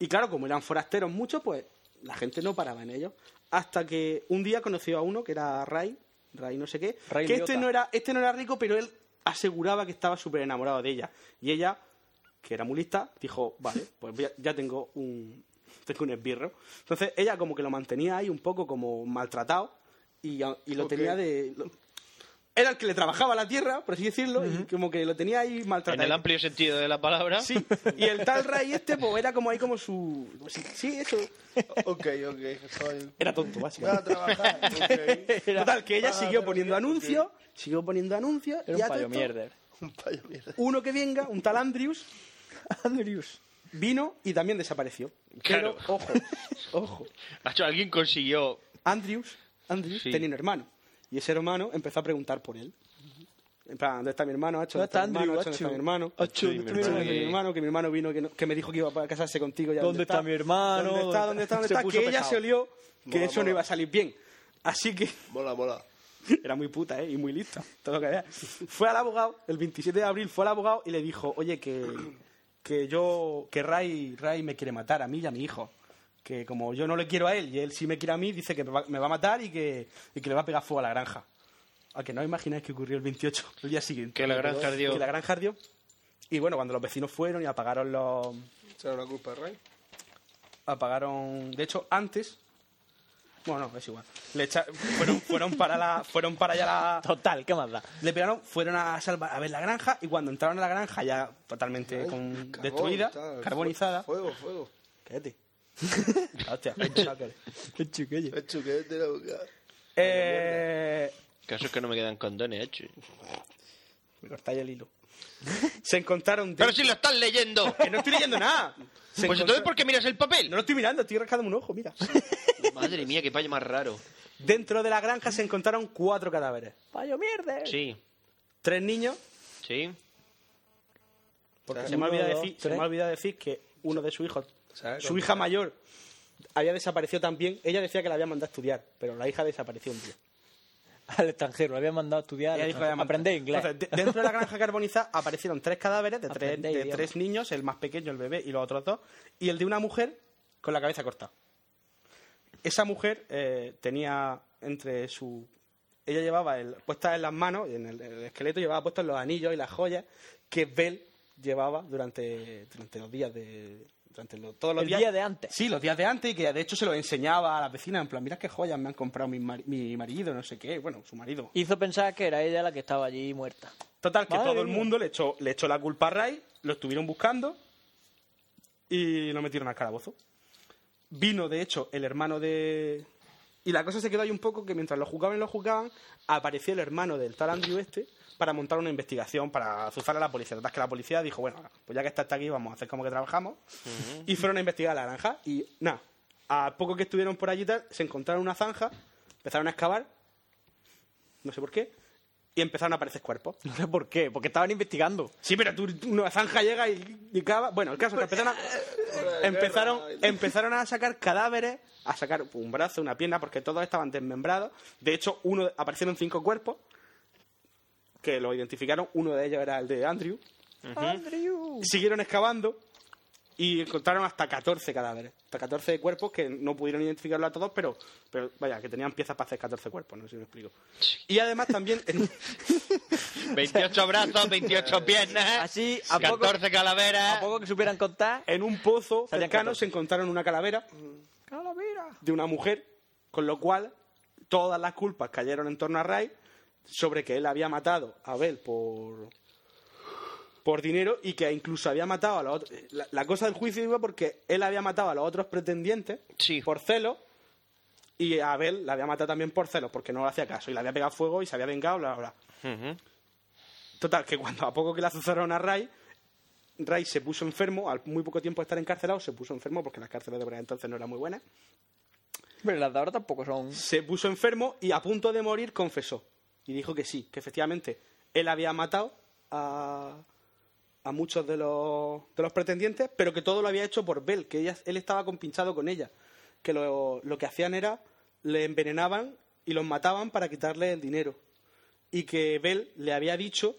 S10: Y claro, como eran forasteros muchos, pues la gente no paraba en ellos. Hasta que un día conoció a uno que era Ray, Ray no sé qué,
S8: Ray
S10: que este
S8: Liotta.
S10: no, era, este no era rico, pero él aseguraba que estaba súper enamorado de ella. Y ella, que era muy lista, dijo,
S8: [laughs]
S10: vale, pues voy a- ya tengo un, tengo un esbirro. Entonces ella como que lo mantenía ahí un poco como maltratado y, a- y lo
S12: Ok.
S10: tenía de... lo- era el que le trabajaba la tierra, por así decirlo, y como que lo tenía ahí
S9: En
S10: maltratado.
S9: el amplio sentido de la palabra.
S10: Sí, y el tal Ray este, pues era como ahí como su... Sí, sí, eso.
S12: Ok, ok. Soy...
S10: Era tonto,
S12: Voy a
S10: básicamente. [laughs]
S12: trabajar. ok.
S10: Total, que ella
S12: Ah,
S10: siguió
S12: pero
S10: poniendo
S12: ya,
S10: anuncios, siguió poniendo anuncios,
S8: Era
S10: y
S8: un
S10: a todo
S8: payo
S10: esto,
S8: mierder.
S12: Un payo mierda.
S10: uno que venga, un tal Andrews,
S8: [laughs] Andrews.
S10: vino y también desapareció.
S9: Claro.
S10: Pero, ojo, ojo,
S9: Macho, alguien consiguió.
S10: Andrews, Andrews
S9: Sí.
S10: tenía un hermano, y ese hermano empezó a preguntar por él. En plan, ¿dónde está mi hermano? Hacho, ¿Dónde
S8: ¿Dónde
S10: está
S8: está
S10: mi hermano?
S8: Andrew?
S10: Hacho, ¿Dónde está mi hermano?
S8: Hacho? Hacho,
S10: ¿dónde está mi
S9: Hacho,
S10: hermano?
S9: mi
S10: Que mi hermano, que mi hermano vino, que, no- que me dijo que iba a casarse contigo. ya,
S8: ¿Dónde está mi hermano?
S10: ¿Dónde está? ¿Dónde está? ¿Dónde
S8: Se
S10: está?
S8: puso
S10: Que ella
S8: pesado.
S10: se olió que
S12: Mola,
S10: eso no
S12: mola.
S10: iba a salir bien. Así que
S12: Mola, mola.
S10: era muy puta, ¿eh? Y muy lista. [laughs] Todo lo que había. Fue al abogado, el 27 de abril fue al abogado y le dijo, oye, que, que yo, que Ray, Ray me quiere matar a mí y a mi hijo. Que como yo no le quiero a él y él sí me quiere a mí, dice que me va, me va a matar y que, y que le va a pegar fuego a la granja. A que no os imagináis que ocurrió el 28, el día siguiente.
S9: Que la granja ardió.
S10: Que la granja ardió. Y bueno, cuando los vecinos fueron y apagaron los...
S12: ¿Será la culpa de Ray?
S10: Apagaron... De hecho, antes... Bueno, no, es igual. Le echa- fueron, fueron para la, fueron para allá la,
S8: Total, ¿qué más da?
S10: le pegaron, fueron a salvar a ver la granja y cuando entraron a la granja ya totalmente con-
S12: Carbón,
S10: destruida,
S12: está-
S10: carbonizada.
S12: Fuego, fuego.
S10: Cállate. [laughs] Hostia, sácale.
S8: Qué chiquillo.
S12: El chuquete la boca.
S10: eh,
S9: Casos que no me quedan condones, hecho.
S10: me cortáis el hilo. Se encontraron.
S9: Pero
S10: dentro-
S9: si lo estás leyendo.
S10: [laughs] que no estoy leyendo
S9: [laughs]
S10: nada. Se
S9: Pues
S10: encontra-
S9: entonces, ¿por qué miras el papel?
S10: No lo estoy mirando, estoy rascándome un ojo, mira.
S9: Madre mía, qué payo más raro.
S10: Dentro de la granja se encontraron cuatro cadáveres.
S8: Payo
S10: Eh.
S8: mierder.
S9: Sí,
S10: Tres niños, [laughs]
S9: sí.
S10: porque
S12: ¿Sabes?
S10: se me ha olvidado
S8: Uno, dos,
S10: decir, se me
S8: tres.
S10: ha olvidado decir que uno de sus hijos
S12: ¿Sabes?
S10: Su hija mayor había desaparecido también. Ella decía que la había mandado a estudiar, pero la hija desapareció un día.
S8: Al extranjero, lo habían mandado a estudiar. al
S10: Ella dijo que
S8: extranjero.
S10: había mandado.
S8: Aprender inglés.
S10: Entonces, de- dentro de la granja carbonizada aparecieron tres cadáveres de, tres,
S8: Aprende
S10: de
S8: idioma.
S10: tres niños, el más pequeño, el bebé, y los otros dos, y el de una mujer con la cabeza cortada. Esa mujer eh, tenía entre su ella llevaba el, puestas en las manos, en el, el esqueleto llevaba puestos los anillos y las joyas que Bell llevaba durante, durante los días de... Durante lo- todos los
S8: El
S10: días,
S8: día de antes.
S10: Sí, los días de antes, y que de hecho se los enseñaba a las vecinas, en plan, mira qué joyas me han comprado mi, mari- mi marido, no sé qué, bueno, su marido.
S8: Hizo pensar que era ella la que estaba allí muerta.
S10: Total, que
S8: Madre
S10: todo el
S8: mía.
S10: mundo le echó, le echó la culpa a Ray, lo estuvieron buscando y lo metieron al calabozo. Vino, de hecho, el hermano de... Y la cosa se quedó ahí un poco que mientras lo juzgaban y lo juzgaban, apareció el hermano del tal Andrew este para montar una investigación, para azuzar a la policía. Total, que la policía dijo, bueno, pues ya que está, está aquí, vamos a hacer como que trabajamos. Y fueron a investigar la granja y nada, a poco que estuvieron por allí y tal, se encontraron una zanja, empezaron a excavar, no sé por qué, y empezaron a aparecer cuerpos. [laughs] No sé por qué, porque estaban investigando. Sí, pero tú, tú, una zanja llega y, y cava. Bueno, el caso es que empezaron a, empezaron, empezaron a sacar cadáveres, a sacar un brazo, una pierna, porque todos estaban desmembrados. De hecho, uno aparecieron cinco cuerpos que lo identificaron. Uno de ellos era el de Andrew.
S8: Andrew.
S10: Siguieron excavando y encontraron hasta 14 cadáveres. Hasta 14 cuerpos que no pudieron identificarlo a todos, pero, pero vaya, que tenían piezas para hacer 14 cuerpos, no sé si me explico. Y además también... en-
S9: 28 brazos, 28 piernas,
S10: Así,
S9: 14 calaveras.
S10: Eh, A poco que supieran contar. En un pozo
S9: Salían
S10: cercano
S9: 14.
S10: se encontraron una calavera de una mujer, con lo cual todas las culpas cayeron en torno a Ray sobre que él había matado a Abel por por dinero y que incluso había matado a los otros. La, la cosa del juicio iba porque él había matado a los otros pretendientes por celo y a Abel la había matado también por celo porque no le hacía caso y le había pegado fuego y se había vengado, bla, bla, bla. Total, que cuando a poco que la azuzaron a Ray, Ray se puso enfermo, al muy poco tiempo de estar encarcelado, se puso enfermo porque las cárceles de Brea entonces no eran muy buenas.
S8: Pero las de ahora tampoco son.
S10: Se puso enfermo y a punto de morir confesó. Y dijo que sí, que efectivamente él había matado a, a muchos de los, de los pretendientes, pero que todo lo había hecho por Bell, que ella- él estaba compinchado con ella. Que lo, lo que hacían era, le envenenaban y los mataban para quitarle el dinero. Y que Bell le había dicho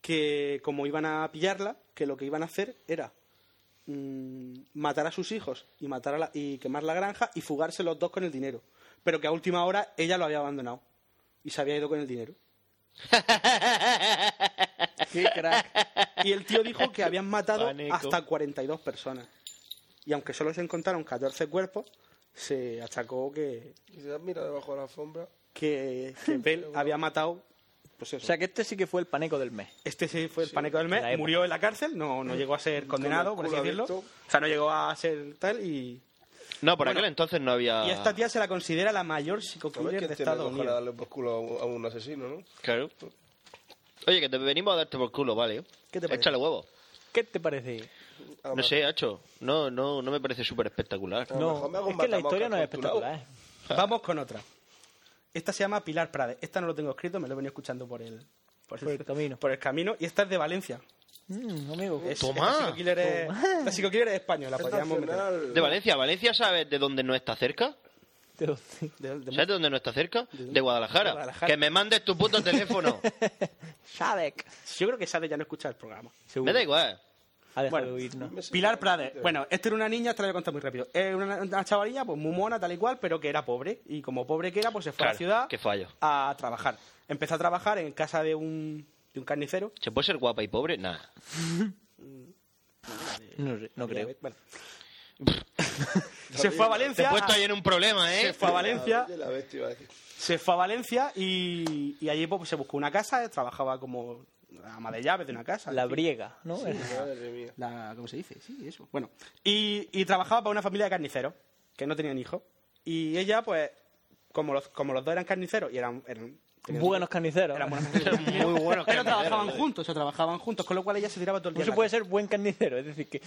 S10: que como iban a pillarla, que lo que iban a hacer era mm, matar a sus hijos y matar a la- y quemar la granja y fugarse los dos con el dinero, pero que a última hora ella lo había abandonado y se había ido con el dinero. Qué crack. Y el tío dijo que habían matado
S9: Pánico.
S10: hasta 42 personas. Y aunque solo se encontraron 14 cuerpos, se achacó que
S4: Y se mira debajo de la alfombra.
S10: que, que Bell había matado pues eso.
S8: O sea que este sí que fue el paneco del mes.
S10: Este sí fue el pánico del mes.
S8: la época.
S10: Murió en la cárcel, no, no llegó a ser condenado, por
S8: Con el
S10: así
S8: culo
S10: decirlo.
S8: abierto.
S10: O sea, no llegó a ser tal y...
S9: No, por
S10: Bueno,
S9: aquel entonces no había...
S10: Y esta tía se la considera la mayor psicokiller
S4: ¿Sabes
S10: de
S4: quién tiene
S10: Estados
S4: cojones a
S10: Unidos.
S4: darle por culo a un, a un asesino, no?
S9: Claro. Oye, que te venimos a darte por culo, vale.
S10: ¿Qué te parece?
S9: Échale huevo.
S8: ¿Qué te parece?
S9: No sé, Hacho. No, no, no me parece súper espectacular.
S10: Ah,
S8: No, es que la historia no es espectacular. ¿eh?
S10: Vamos con otra. Esta se llama Pilar Prades. Esta no lo tengo escrito, me lo he venido escuchando por el,
S8: Por el camino.
S10: Por el camino. Y esta es de Valencia.
S8: Mm, amigo.
S10: Es, Esta psicokiller es, esta psicokiller es española. podríamos meter.
S9: ¿De Valencia? ¿Valencia sabes de dónde no está cerca?
S8: Este
S10: De- de-
S9: ¿Sabes de dónde no está cerca? De Guadalajara.
S10: De Guadalajara.
S9: Que me mandes tu
S10: [laughs]
S9: puto teléfono.
S8: Sadek.
S10: Yo creo que Sade ya no escucha el programa.
S9: me da igual.
S8: Ha dejado
S10: Bueno,
S8: de oírnos.
S10: Pilar Prades. Bueno, esta era una niña, te la voy a contar muy rápido. Era una, una chavalilla, pues muy mona, tal y cual, pero que era pobre. Y como pobre que era, pues se fue a la
S9: Claro,
S10: ciudad
S9: Qué fallo.
S10: a trabajar. Empezó a trabajar en casa de un, de un carnicero.
S9: ¿Se puede ser guapa y pobre? Nada.
S8: No, sé, no creo.
S10: Bueno. [laughs] se fue a Valencia.
S9: Te he puesto ahí en un problema, ¿eh?
S10: Se fue a Valencia.
S4: De la bestia, iba a decir.
S10: Se fue a Valencia y, y allí pues, se buscó una casa. eh, Trabajaba como ama de llaves de una casa.
S8: La
S10: en fin.
S8: briega, ¿no?
S10: Sí,
S4: Madre mía.
S10: la- ¿Cómo se dice? Sí, eso. Bueno, y, y trabajaba para una familia de carniceros que no tenían hijos. Y ella, pues, como los, como los dos eran carniceros y eran. eran tenían-
S8: Buenos carniceros.
S10: eran
S8: [laughs]
S10: buenos carniceros,
S9: Muy bueno.
S10: pero trabajaban juntos, o sea, trabajaban juntos, con lo cual ella se tiraba todo el
S8: No
S10: día.
S8: se
S10: en la
S8: puede ser buen carnicero, es decir, que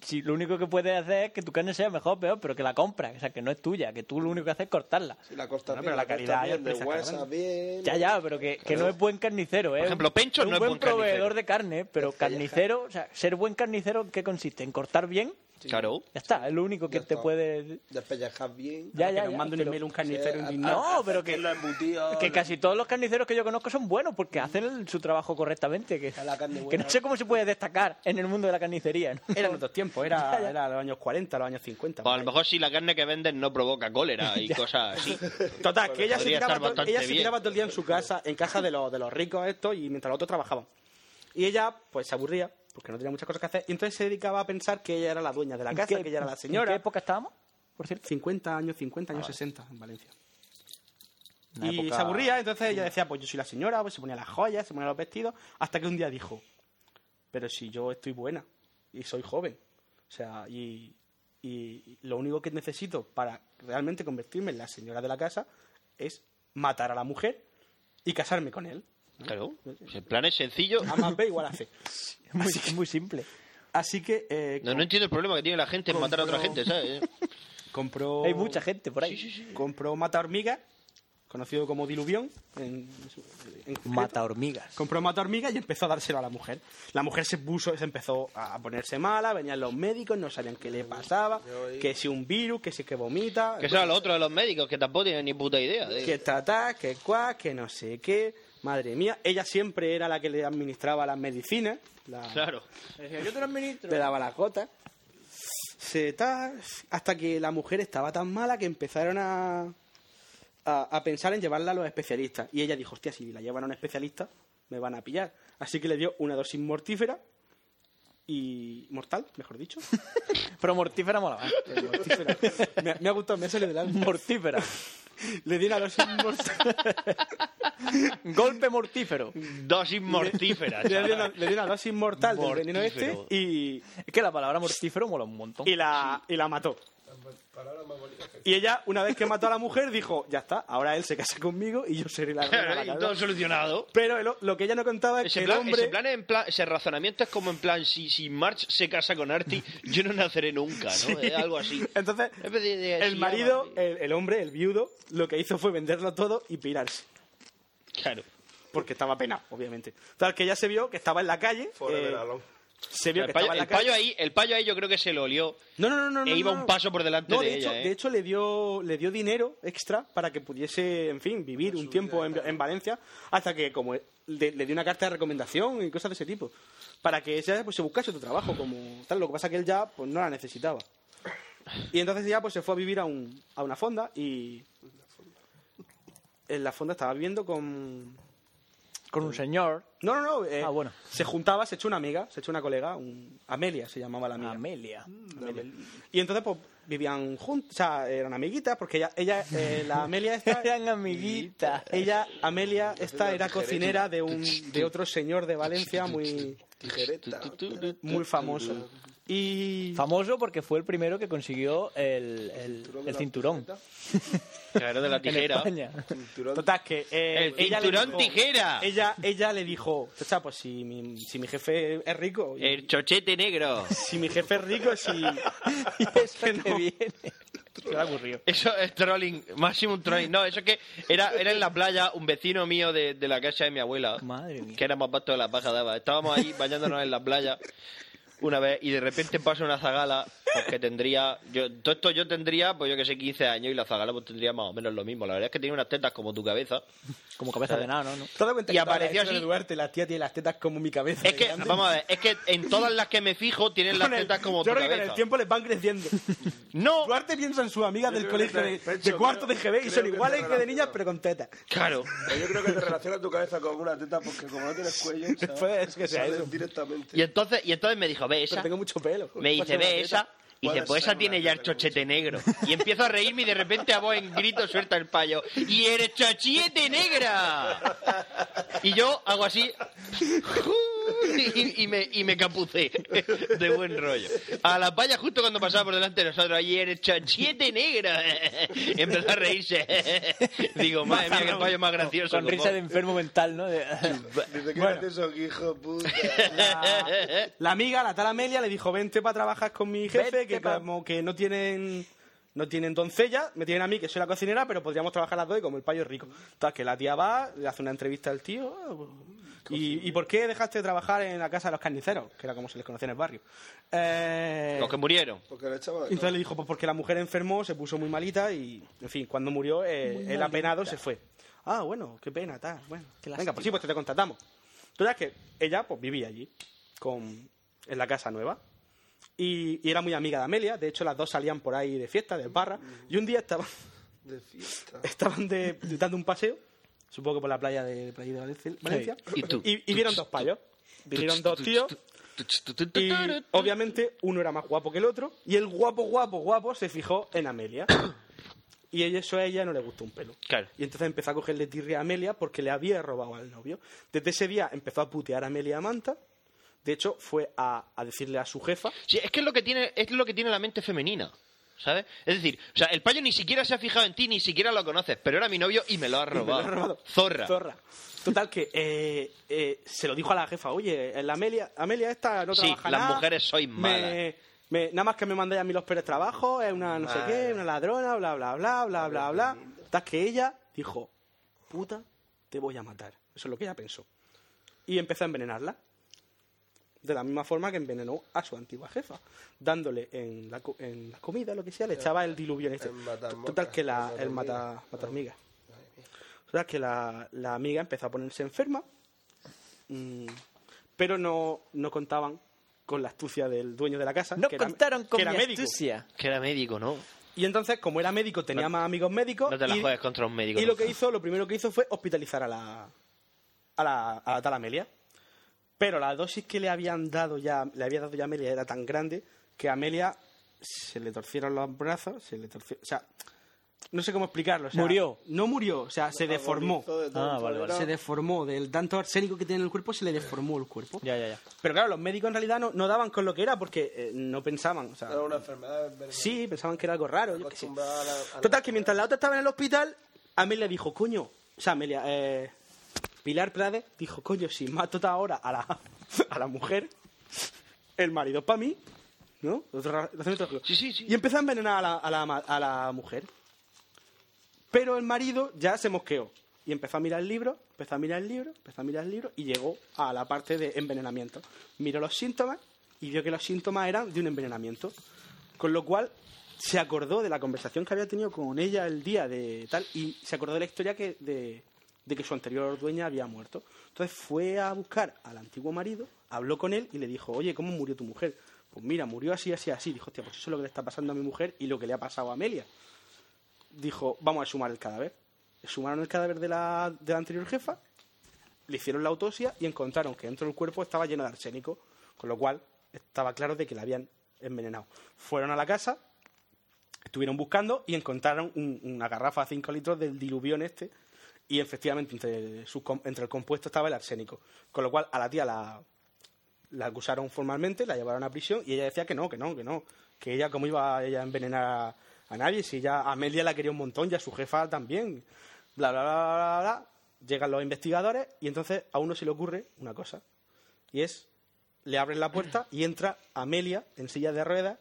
S8: si lo único que puedes hacer es que tu carne sea mejor o peor, pero que la compras, o sea, que no es tuya, que tú lo único que haces es cortarla.
S4: Sí, la costa
S10: Bueno,
S4: bien,
S10: pero la
S4: costa
S10: calidad y el
S4: bien, de
S10: precio está
S4: huesa
S10: grande.
S4: bien.
S8: Ya, ya, pero que, que no es buen carnicero, ¿eh?
S9: Por ejemplo, Pencho
S8: Es un
S9: no es
S8: buen
S9: buen
S8: proveedor
S9: carnicero.
S8: de carne, pero carnicero, o sea, ser buen carnicero, ¿en qué consiste? En cortar bien
S9: Claro.
S8: Ya está, es lo único que te puede.
S4: Despellejas bien.
S8: Ya,
S4: Ah,
S8: ya,
S4: que nos
S8: ya,
S4: mande
S8: pero- Ah,
S4: Sí, a- a-
S8: No, pero que,
S4: hacerlo embutido,
S8: que
S4: lo-
S8: casi todos los carniceros que yo conozco son buenos porque hacen el- su trabajo correctamente. Que, que no sé cómo se puede destacar en el mundo de la carnicería. ¿no?
S10: Eran otros tiempos,
S8: [laughs] Ya,
S10: era,
S8: ya.
S10: era los años 40, los años 50.
S9: O Pues a lo mejor si la carne que venden no provoca cólera
S10: [laughs]
S9: y cosas así.
S10: Total, que ella, se
S9: Podría
S10: tiraba,
S9: estar
S10: todo,
S9: bastante
S10: ella se
S9: bien.
S10: tiraba todo el día en su casa, en caja de los, de los ricos estos, y mientras los otros trabajaban. Y ella, pues, se aburría, porque no tenía muchas cosas que hacer, y entonces se dedicaba a pensar que ella era la dueña de la
S8: ¿En
S10: casa,
S8: qué-
S10: que ella era la
S8: en
S10: señora.
S8: qué época estábamos, por cierto?
S10: 50 años, 50 años,
S8: vale.
S10: 60, en Valencia.
S8: Una
S10: y
S8: época-
S10: se aburría, entonces ella decía, pues yo soy la señora, pues se ponía las joyas, se ponía los vestidos, hasta que un día dijo, pero si yo estoy buena y soy joven, o sea, y, y lo único que necesito para realmente convertirme en la señora de la casa es matar a la mujer y casarme con él.
S9: Claro. Si El plan es sencillo.
S10: A más B igual a C.
S8: muy, muy simple.
S10: Así que... eh,
S9: No, no entiendo el problema que tiene la gente en matar a otra gente, ¿sabes?
S10: Compró.
S8: Hay mucha gente por ahí.
S10: Compró Mata Hormiga, conocido como Diluvión. En, en concreto.
S8: Mata hormigas.
S10: Compró Mata Hormiga y empezó a dárselo a la mujer. La mujer se puso, se empezó a ponerse mala, venían los médicos, no sabían qué le pasaba, que si un virus, que si que vomita.
S9: Que sea lo otro de los médicos, que tampoco tienen ni puta idea. de-
S10: Que tatá, que cuá, que no sé qué. Madre mía, ella siempre era la que le administraba las medicinas. la-
S9: Claro.
S8: yo te lo administro.
S10: le daba las gotas. Se ta- hasta que la mujer estaba tan mala que empezaron a, a, a pensar en llevarla a los especialistas. Y ella dijo, hostia, si la llevan a un especialista, me van a pillar. Así que le dio una dosis mortífera y mortal, mejor [laughs] dicho.
S8: Pero mortífera mola más.
S10: Eh, mortífera. Me, ha- me ha gustado, me ha salido del alma.
S8: Mortífera.
S10: Le di una dosis mortal.
S8: Golpe mortífero.
S10: [laughs]
S9: Dosis mortífera.
S10: Le di una,
S9: chaval.
S10: le di una dosis mortal del veneno este
S9: Mortífero.
S10: y,
S8: Es que la palabra mortífero mola un montón.
S10: y la, y la mató. Y ella, una vez que mató a la mujer, dijo, ya está, ahora él se casa conmigo y yo seré
S9: [laughs]
S10: la reina de la
S9: Y
S10: casa".
S9: todo solucionado.
S10: Pero el- lo que ella no contaba es
S9: Ese
S10: que
S9: plan,
S10: el hombre...
S9: ese plan es en plan- ese razonamiento es como en plan, si, si March se casa con [laughs] Artie, yo no naceré nunca, ¿no?
S10: Sí.
S9: Es algo así.
S10: Entonces,
S9: Es de- de-
S10: el
S9: sí,
S10: marido,
S9: algo
S10: el, el hombre, el viudo, lo que hizo fue venderlo todo y pirarse.
S9: así. Claro.
S10: Porque estaba penado, obviamente. Tal que ella se vio que estaba en la calle. eh, se vio que
S9: El
S10: estaba
S9: payo,
S10: en la
S9: el payo
S10: calle.
S9: ahí, el payo ahí yo creo que se lo olió.
S10: No, no, no, no.
S9: E
S10: no,
S9: iba
S10: no.
S9: un paso por delante
S10: No,
S9: de,
S10: de hecho,
S9: ella, ¿eh?
S10: de hecho le dio le dio dinero extra para que pudiese, en fin, vivir un tiempo en, en Valencia hasta que como le, le dio una carta de recomendación y cosas de ese tipo para que ella pues, se buscase otro trabajo como tal. Lo que pasa que él ya pues no la necesitaba y entonces ya pues se fue a vivir a un, a una fonda y en la fonda estaba viviendo con
S8: Con un señor.
S10: no no no eh,
S8: Ah, bueno.
S10: se juntaba se echó una amiga se echó una colega un- Amelia se llamaba la amiga
S8: Amelia.
S10: Amelia. Y entonces, pues, vivían juntos, o sea, eran amiguitas, porque ella, ella eh, la Amelia esta...
S8: [laughs] Eran amiguitas.
S10: Ella, Amelia esta, era cocinera de, un, de otro señor de Valencia muy,
S4: Tijereta.
S10: muy famoso. Y...
S8: Famoso porque fue el primero que consiguió el, el, el cinturón.
S9: Claro, de la
S8: En
S9: tijera.
S8: España. [laughs]
S10: Total, que... eh,
S9: El
S10: ella le
S9: cinturón
S10: dijo-
S9: tijera.
S10: Ella, ella le dijo, "Chacha, pues si mi, si mi jefe es rico... y-
S9: El chochete negro.
S10: Si mi jefe es rico,
S9: [laughs]
S10: si...
S8: Y eso
S10: ¿Por qué
S8: que
S10: no?
S8: viene.
S10: Se le ocurrió.
S9: Eso es trolling, máximo trolling. No, eso es que era, era en la playa un vecino mío de, de la casa de mi abuela.
S8: Madre mía.
S9: que era más vasto de la paja daba. Estábamos ahí bañándonos en la playa una vez y de repente pasa una zagala pues, que tendría yo todo esto yo tendría pues yo que sé 15 años y la zagala pues tendría más o menos lo mismo la verdad es que tenía unas tetas como tu cabeza
S8: Como cabeza de nada, ¿no? ¿no?
S10: Te das cuenta Eh,
S9: Y
S10: que estaba
S9: apareció
S10: Alejandro
S9: así.
S10: Duarte, la tía tiene las tetas como mi cabeza.
S9: es
S10: de
S9: que
S10: grande.
S9: vamos a ver es que en todas las que me fijo tienen las
S10: Con el-
S9: tetas como
S10: yo
S9: tu
S10: creo que con
S9: cabeza
S10: el tiempo les van creciendo.
S9: no
S10: Duarte piensa en sus amigas del
S4: creo
S10: colegio
S4: que te-
S10: de,
S4: pecho,
S10: de cuarto de
S4: creo-
S10: GB y
S4: creo
S10: son
S4: que te
S10: iguales que de
S4: relaciono.
S10: niñas, pero con tetas.
S9: claro
S4: Yo creo que te relaciona tu cabeza con una teta porque como no tienes cuello, ¿sabes?
S10: Puede que sea
S4: Sale
S10: eso.
S4: directamente.
S9: y entonces y entonces me dijo ve
S10: Pero
S9: esa
S10: tengo mucho pelo.
S9: me dice
S4: Pasa una
S9: ve esa
S4: teta.
S9: y dice,
S4: Puede ser
S9: pues esa
S4: una
S9: tiene ya el
S4: teta que
S9: chochete negro. Y empiezo a reírme y de repente a vos en grito suelta el payo. ¡Y eres chochete negra! Y yo hago así. [laughs] Y, y me, y me capucé. De buen rollo. A la paya justo cuando pasaba por delante de nosotros. ¡Y eres chochete negra! Empezó a reírse. Digo, madre mía, qué payo más gracioso.
S8: Con risa de enfermo mental, ¿no? De-
S4: Dice, ¿qué
S10: Bueno.
S4: haces eso, hijo puta?
S10: La amiga, la tal Amelia, le dijo, vente para trabajar con mi jefe,
S8: Vente
S10: que
S8: pa-
S10: como que no tienen... No tienen doncella, me tienen a mí, que soy la cocinera, pero podríamos trabajar las dos y como el payo es rico. Entonces, que la tía va, le hace una entrevista al tío. ah, pues, ¿Y, y por qué dejaste de trabajar en la casa de los carniceros? Que era como se les conocía en el barrio. Eh,
S9: Los que murieron.
S12: Porque le echaba de
S10: entonces le dijo, pues porque la mujer enfermó, se puso muy malita y, en fin, cuando murió, eh,
S12: Muy
S10: el apenado
S12: malita.
S10: se fue. Ah, bueno, qué pena, tal. Bueno,
S12: Qué
S10: venga, pues sí,
S12: lástima.
S10: pues te contratamos. Entonces que ella, pues vivía allí, con, en la casa nueva. Y, y era muy amiga de Amelia, de hecho las dos salían por ahí de fiesta, de barra. Y un día estaban,
S12: de fiesta.
S10: [laughs] estaban de, de- dando un paseo, supongo que por la playa de, por ahí de Valencia. Valencia,
S12: Y tú,
S10: y vieron dos payos. Vinieron dos tíos y obviamente uno era más guapo que el otro y el guapo, guapo, guapo se fijó en Amelia. Y ella- eso a ella no le gustó un pelo.
S9: Claro.
S10: Y entonces empezó a cogerle tirria a Amelia porque le había robado al novio. Desde ese día empezó a putear a Amelia Manta. De hecho, fue a, a decirle a su jefa.
S9: Sí, es que es lo que tiene, es lo que tiene la mente femenina. ¿Sabes? Es decir, o sea, el payo ni siquiera se ha fijado en ti, ni siquiera lo conoces, pero era mi novio y me lo ha
S10: Y me [laughs] lo
S9: robado.
S10: ha robado.
S9: Zorra.
S10: Total que eh, eh, se lo dijo a la jefa, oye, eh, la Amelia, Amelia esta no
S9: Sí,
S10: trabaja
S9: las
S10: nada.
S9: mujeres sois
S10: Me-
S9: malas.
S10: me- nada más que me mandáis a mí los peores trabajos, es una no sé
S9: Madre.
S10: qué, una ladrona, bla, bla, bla, bla, bla, bla. Total que ella dijo, puta, te voy a matar. Eso es lo que ella pensó. Y empezó a envenenarla. De la misma forma que envenenó a su antigua jefa, dándole en la, co- en la comida, lo que sea, le echaba el diluvio en este. Total que la, el mata, mata hormiga. Total que la, la amiga empezó a ponerse enferma, mm, pero no, no contaban con la astucia del dueño de la casa.
S8: No
S10: que era-
S8: contaron con
S10: que era
S8: mi
S10: médico.
S8: astucia.
S9: Que era médico, ¿no?
S10: Y entonces, como era médico, tenía más amigos médicos.
S9: No te la
S10: y-
S9: juegues contra un médico.
S10: y lo
S9: nunca.
S10: que hizo, lo primero que hizo fue hospitalizar a la a la, a la tal Amelia. Pero la dosis que le habían dado ya, le había dado ya Amelia era tan grande que a Amelia se le torcieron los brazos, se le torció, o sea, no sé cómo explicarlo, o sea,
S8: Murió.
S10: No murió, o sea, se deformó.
S8: de tanto Ah, vale, vale.
S10: Se deformó del tanto arsénico que tiene en el cuerpo, se le deformó el cuerpo.
S8: Ya, ya, ya.
S10: Pero claro, los médicos en realidad no, no daban con lo que era porque eh, no pensaban, o sea,
S16: Era una enfermedad envenenada.
S10: Sí, pensaban que era algo raro. yo qué sé.
S16: Acostumbrada a la- a la-
S10: Total, que mientras la otra estaba en el hospital, Amelia dijo, coño, o sea, Amelia, eh, Pilar Prade dijo, coño, si mato ahora a la, [laughs] a la mujer, el marido es para mí, ¿no? Sí, sí, sí. Y empezó a envenenar a la, a la ma- a la mujer. Pero el marido ya se mosqueó. Y empezó a mirar el libro, empezó a mirar el libro, empezó a mirar el libro y llegó a la parte de envenenamiento. Miró los síntomas y vio que los síntomas eran de un envenenamiento. Con lo cual se acordó de la conversación que había tenido con ella el día de tal y se acordó de la historia que de, de que su anterior dueña había muerto. Entonces fue a buscar al antiguo marido, habló con él y le dijo, oye, ¿cómo murió tu mujer? Pues mira, murió así, así, así. Dijo, hostia, pues eso es lo que le está pasando a mi mujer y lo que le ha pasado a Amelia. Dijo, vamos a sumar el cadáver. Sumaron el cadáver de la, de la anterior jefa, le hicieron la autopsia y encontraron que dentro del cuerpo estaba lleno de arsénico, con lo cual estaba claro de que la habían envenenado. Fueron a la casa, estuvieron buscando y encontraron un- una garrafa de 5 litros del diluvión este y efectivamente entre, sus com- entre el compuesto estaba el arsénico. Con lo cual a la tía la, la acusaron formalmente, la llevaron a prisión y ella decía que no, que no, que no, que ella cómo iba ella a envenenar a, a nadie, si ya a Amelia la quería un montón y a su jefa también, bla, bla, bla, bla, bla, bla. Llegan los investigadores y entonces a uno se le ocurre una cosa y es, le abren la puerta y entra Amelia en silla de ruedas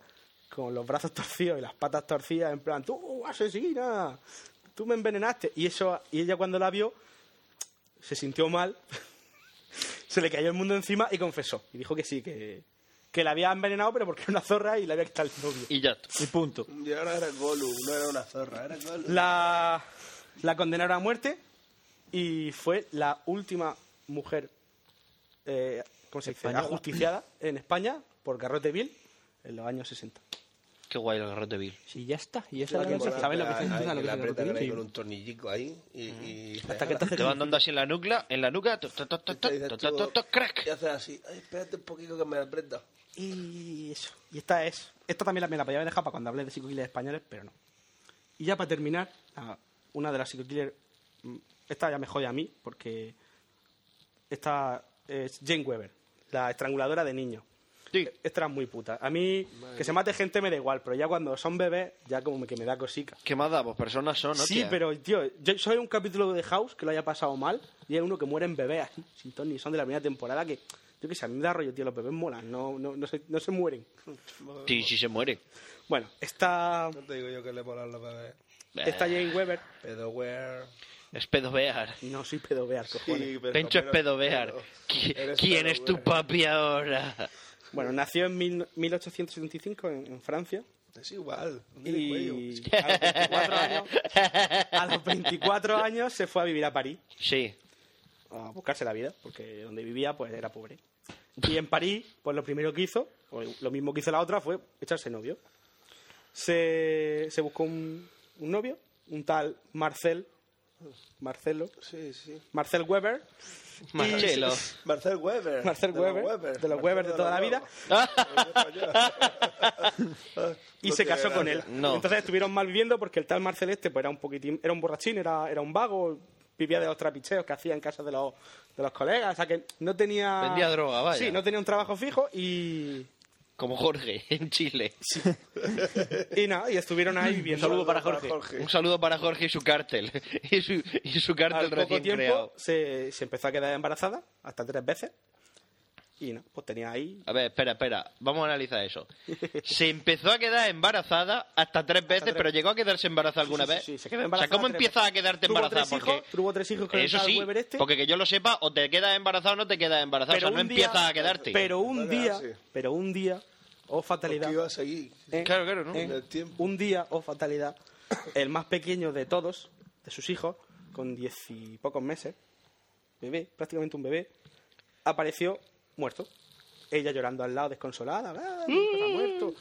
S10: con los brazos torcidos y las patas torcidas en plan, tú asesina, tú me envenenaste. Y, eso, y ella cuando la vio se sintió mal [laughs] se le cayó el mundo encima y confesó. Y dijo que sí, que, que la había envenenado, pero porque era una zorra y le había quitado el novio.
S9: Y ya.
S8: Y punto.
S16: Y ahora era Gollum, no era una zorra, era Gollum.
S10: La, la condenaron a muerte y fue la última mujer eh, ¿cómo se dice?
S9: Española.
S10: ajusticiada en España por Garrote Vil en los años 60.
S9: Qué guay el garrote
S10: [laughs]
S9: Bill.
S8: Sí, ya está. Y
S10: esa es la cosa. ¿Sabes lo que se Mm.
S12: Ah, que
S10: entiende lo que
S12: la
S10: es
S12: apretan
S10: garrote
S12: ahí
S10: vil?
S12: con un tornillico ahí y, y-
S9: Te van dando así en la nuca, en la nuca, to- to- to- to- to- to- to- to- crack.
S16: Y haces así, ay, espérate un poquito que me aprenda.
S10: Y eso. Y esta es. Esta también la, me la podía haber dejado para cuando hablé de psicoquiles españoles, pero no. Y ya para terminar, la- una de las psicoquiles. mm, Esta ya me jode a mí, porque. Esta es Jane Weber, la estranguladora de niños. Esta era muy puta. A mí,
S9: Madre
S10: que se mate gente me da igual, pero ya cuando son bebés, ya como que me da cosica.
S9: ¿Qué más da? Pues personas son, ¿no?
S10: Sí,
S9: tía?
S10: pero tío, yo soy un capítulo de House que lo haya pasado mal y hay uno que muere en bebé así, sin ton ni son de la primera temporada que Yo qué sé, a mí me da rollo, tío, los bebés molan, no, no, no, se, no se mueren.
S9: Sí, sí se muere.
S10: Bueno, esta,
S16: No te digo yo que le volan los bebés.
S10: esta Jane Weber...
S16: Pero where...
S9: Eh, Es pedobear.
S10: No soy pedobear, cojones.
S16: pero-
S9: Pencho es
S16: pero-
S9: pedobear.
S16: pero-
S9: ¿Qui-
S10: eres
S9: ¿Quién es tu papi ahora?
S10: Bueno, nació en mil- 1875 en, en Francia.
S16: Es igual.
S10: Y a los, 24 años, a los 24 años se fue a vivir a París.
S9: Sí.
S10: A buscarse la vida, porque donde vivía pues era pobre. Y en París, pues lo primero que hizo, o lo mismo que hizo la otra, fue echarse novio. Se, se buscó un, un novio, un tal Marcel. Marcelo.
S16: Sí, sí.
S10: Marcel Weber. Y-
S9: Marcelo.
S16: Marcel Weber.
S10: Marcel
S16: de los
S10: Weber, de los Weber
S12: [laughs]
S10: de toda la vida. y
S16: No
S10: se
S16: tiene
S10: casó con él.
S16: gracia. No.
S10: Entonces estuvieron mal viviendo porque el tal Marcel este pues, era un poquitín, era un borrachín, era, era un vago, vivía de los trapicheos que hacía en casa de los, de los colegas, o sea que no tenía...
S9: Vendía droga, vaya.
S10: Sí, no tenía un trabajo fijo y...
S9: Como Jorge, [laughs] en Chile.
S10: Y nada, y estuvieron ahí viviendo.
S9: Un saludo para Jorge. Un saludo para Jorge y su cártel. [laughs] Y su, y su cártel
S10: Al poco
S9: recién
S10: tiempo
S9: creado.
S10: se, se empezó a quedar embarazada, hasta tres veces. Y no, pues tenía ahí...
S9: A ver, espera, espera. Vamos a analizar eso. Se empezó a quedar embarazada hasta tres veces,
S10: tres.
S9: pero llegó a quedarse embarazada alguna
S10: Sí, sí,
S9: vez.
S10: sí, se quedó
S9: o sea, ¿cómo
S10: embarazada tres
S9: empiezas a
S10: veces.
S9: quedarte
S10: Tuvo
S9: embarazada?
S10: tres hijos-
S9: Porque
S10: tuvo tres hijos con el
S9: eso
S10: tal
S9: sí,
S10: Weber este.
S9: porque que yo lo sepa, o te quedas embarazada o no te quedas embarazada. o sea, no
S10: un día-
S9: empiezas a quedarte.
S10: Pero un día, pero un día, oh fatalidad.
S16: Porque iba a seguir.
S10: Eh,
S9: Claro, claro, ¿no?
S10: eh,
S9: [laughs]
S16: En el tiempo.
S10: un día, oh fatalidad, el más pequeño de todos, de sus hijos, con diez y pocos meses, bebé, prácticamente un bebé, apareció muerto. Ella llorando al lado, desconsolada, "Ah, mi hijo está
S9: Mm.
S10: muerto.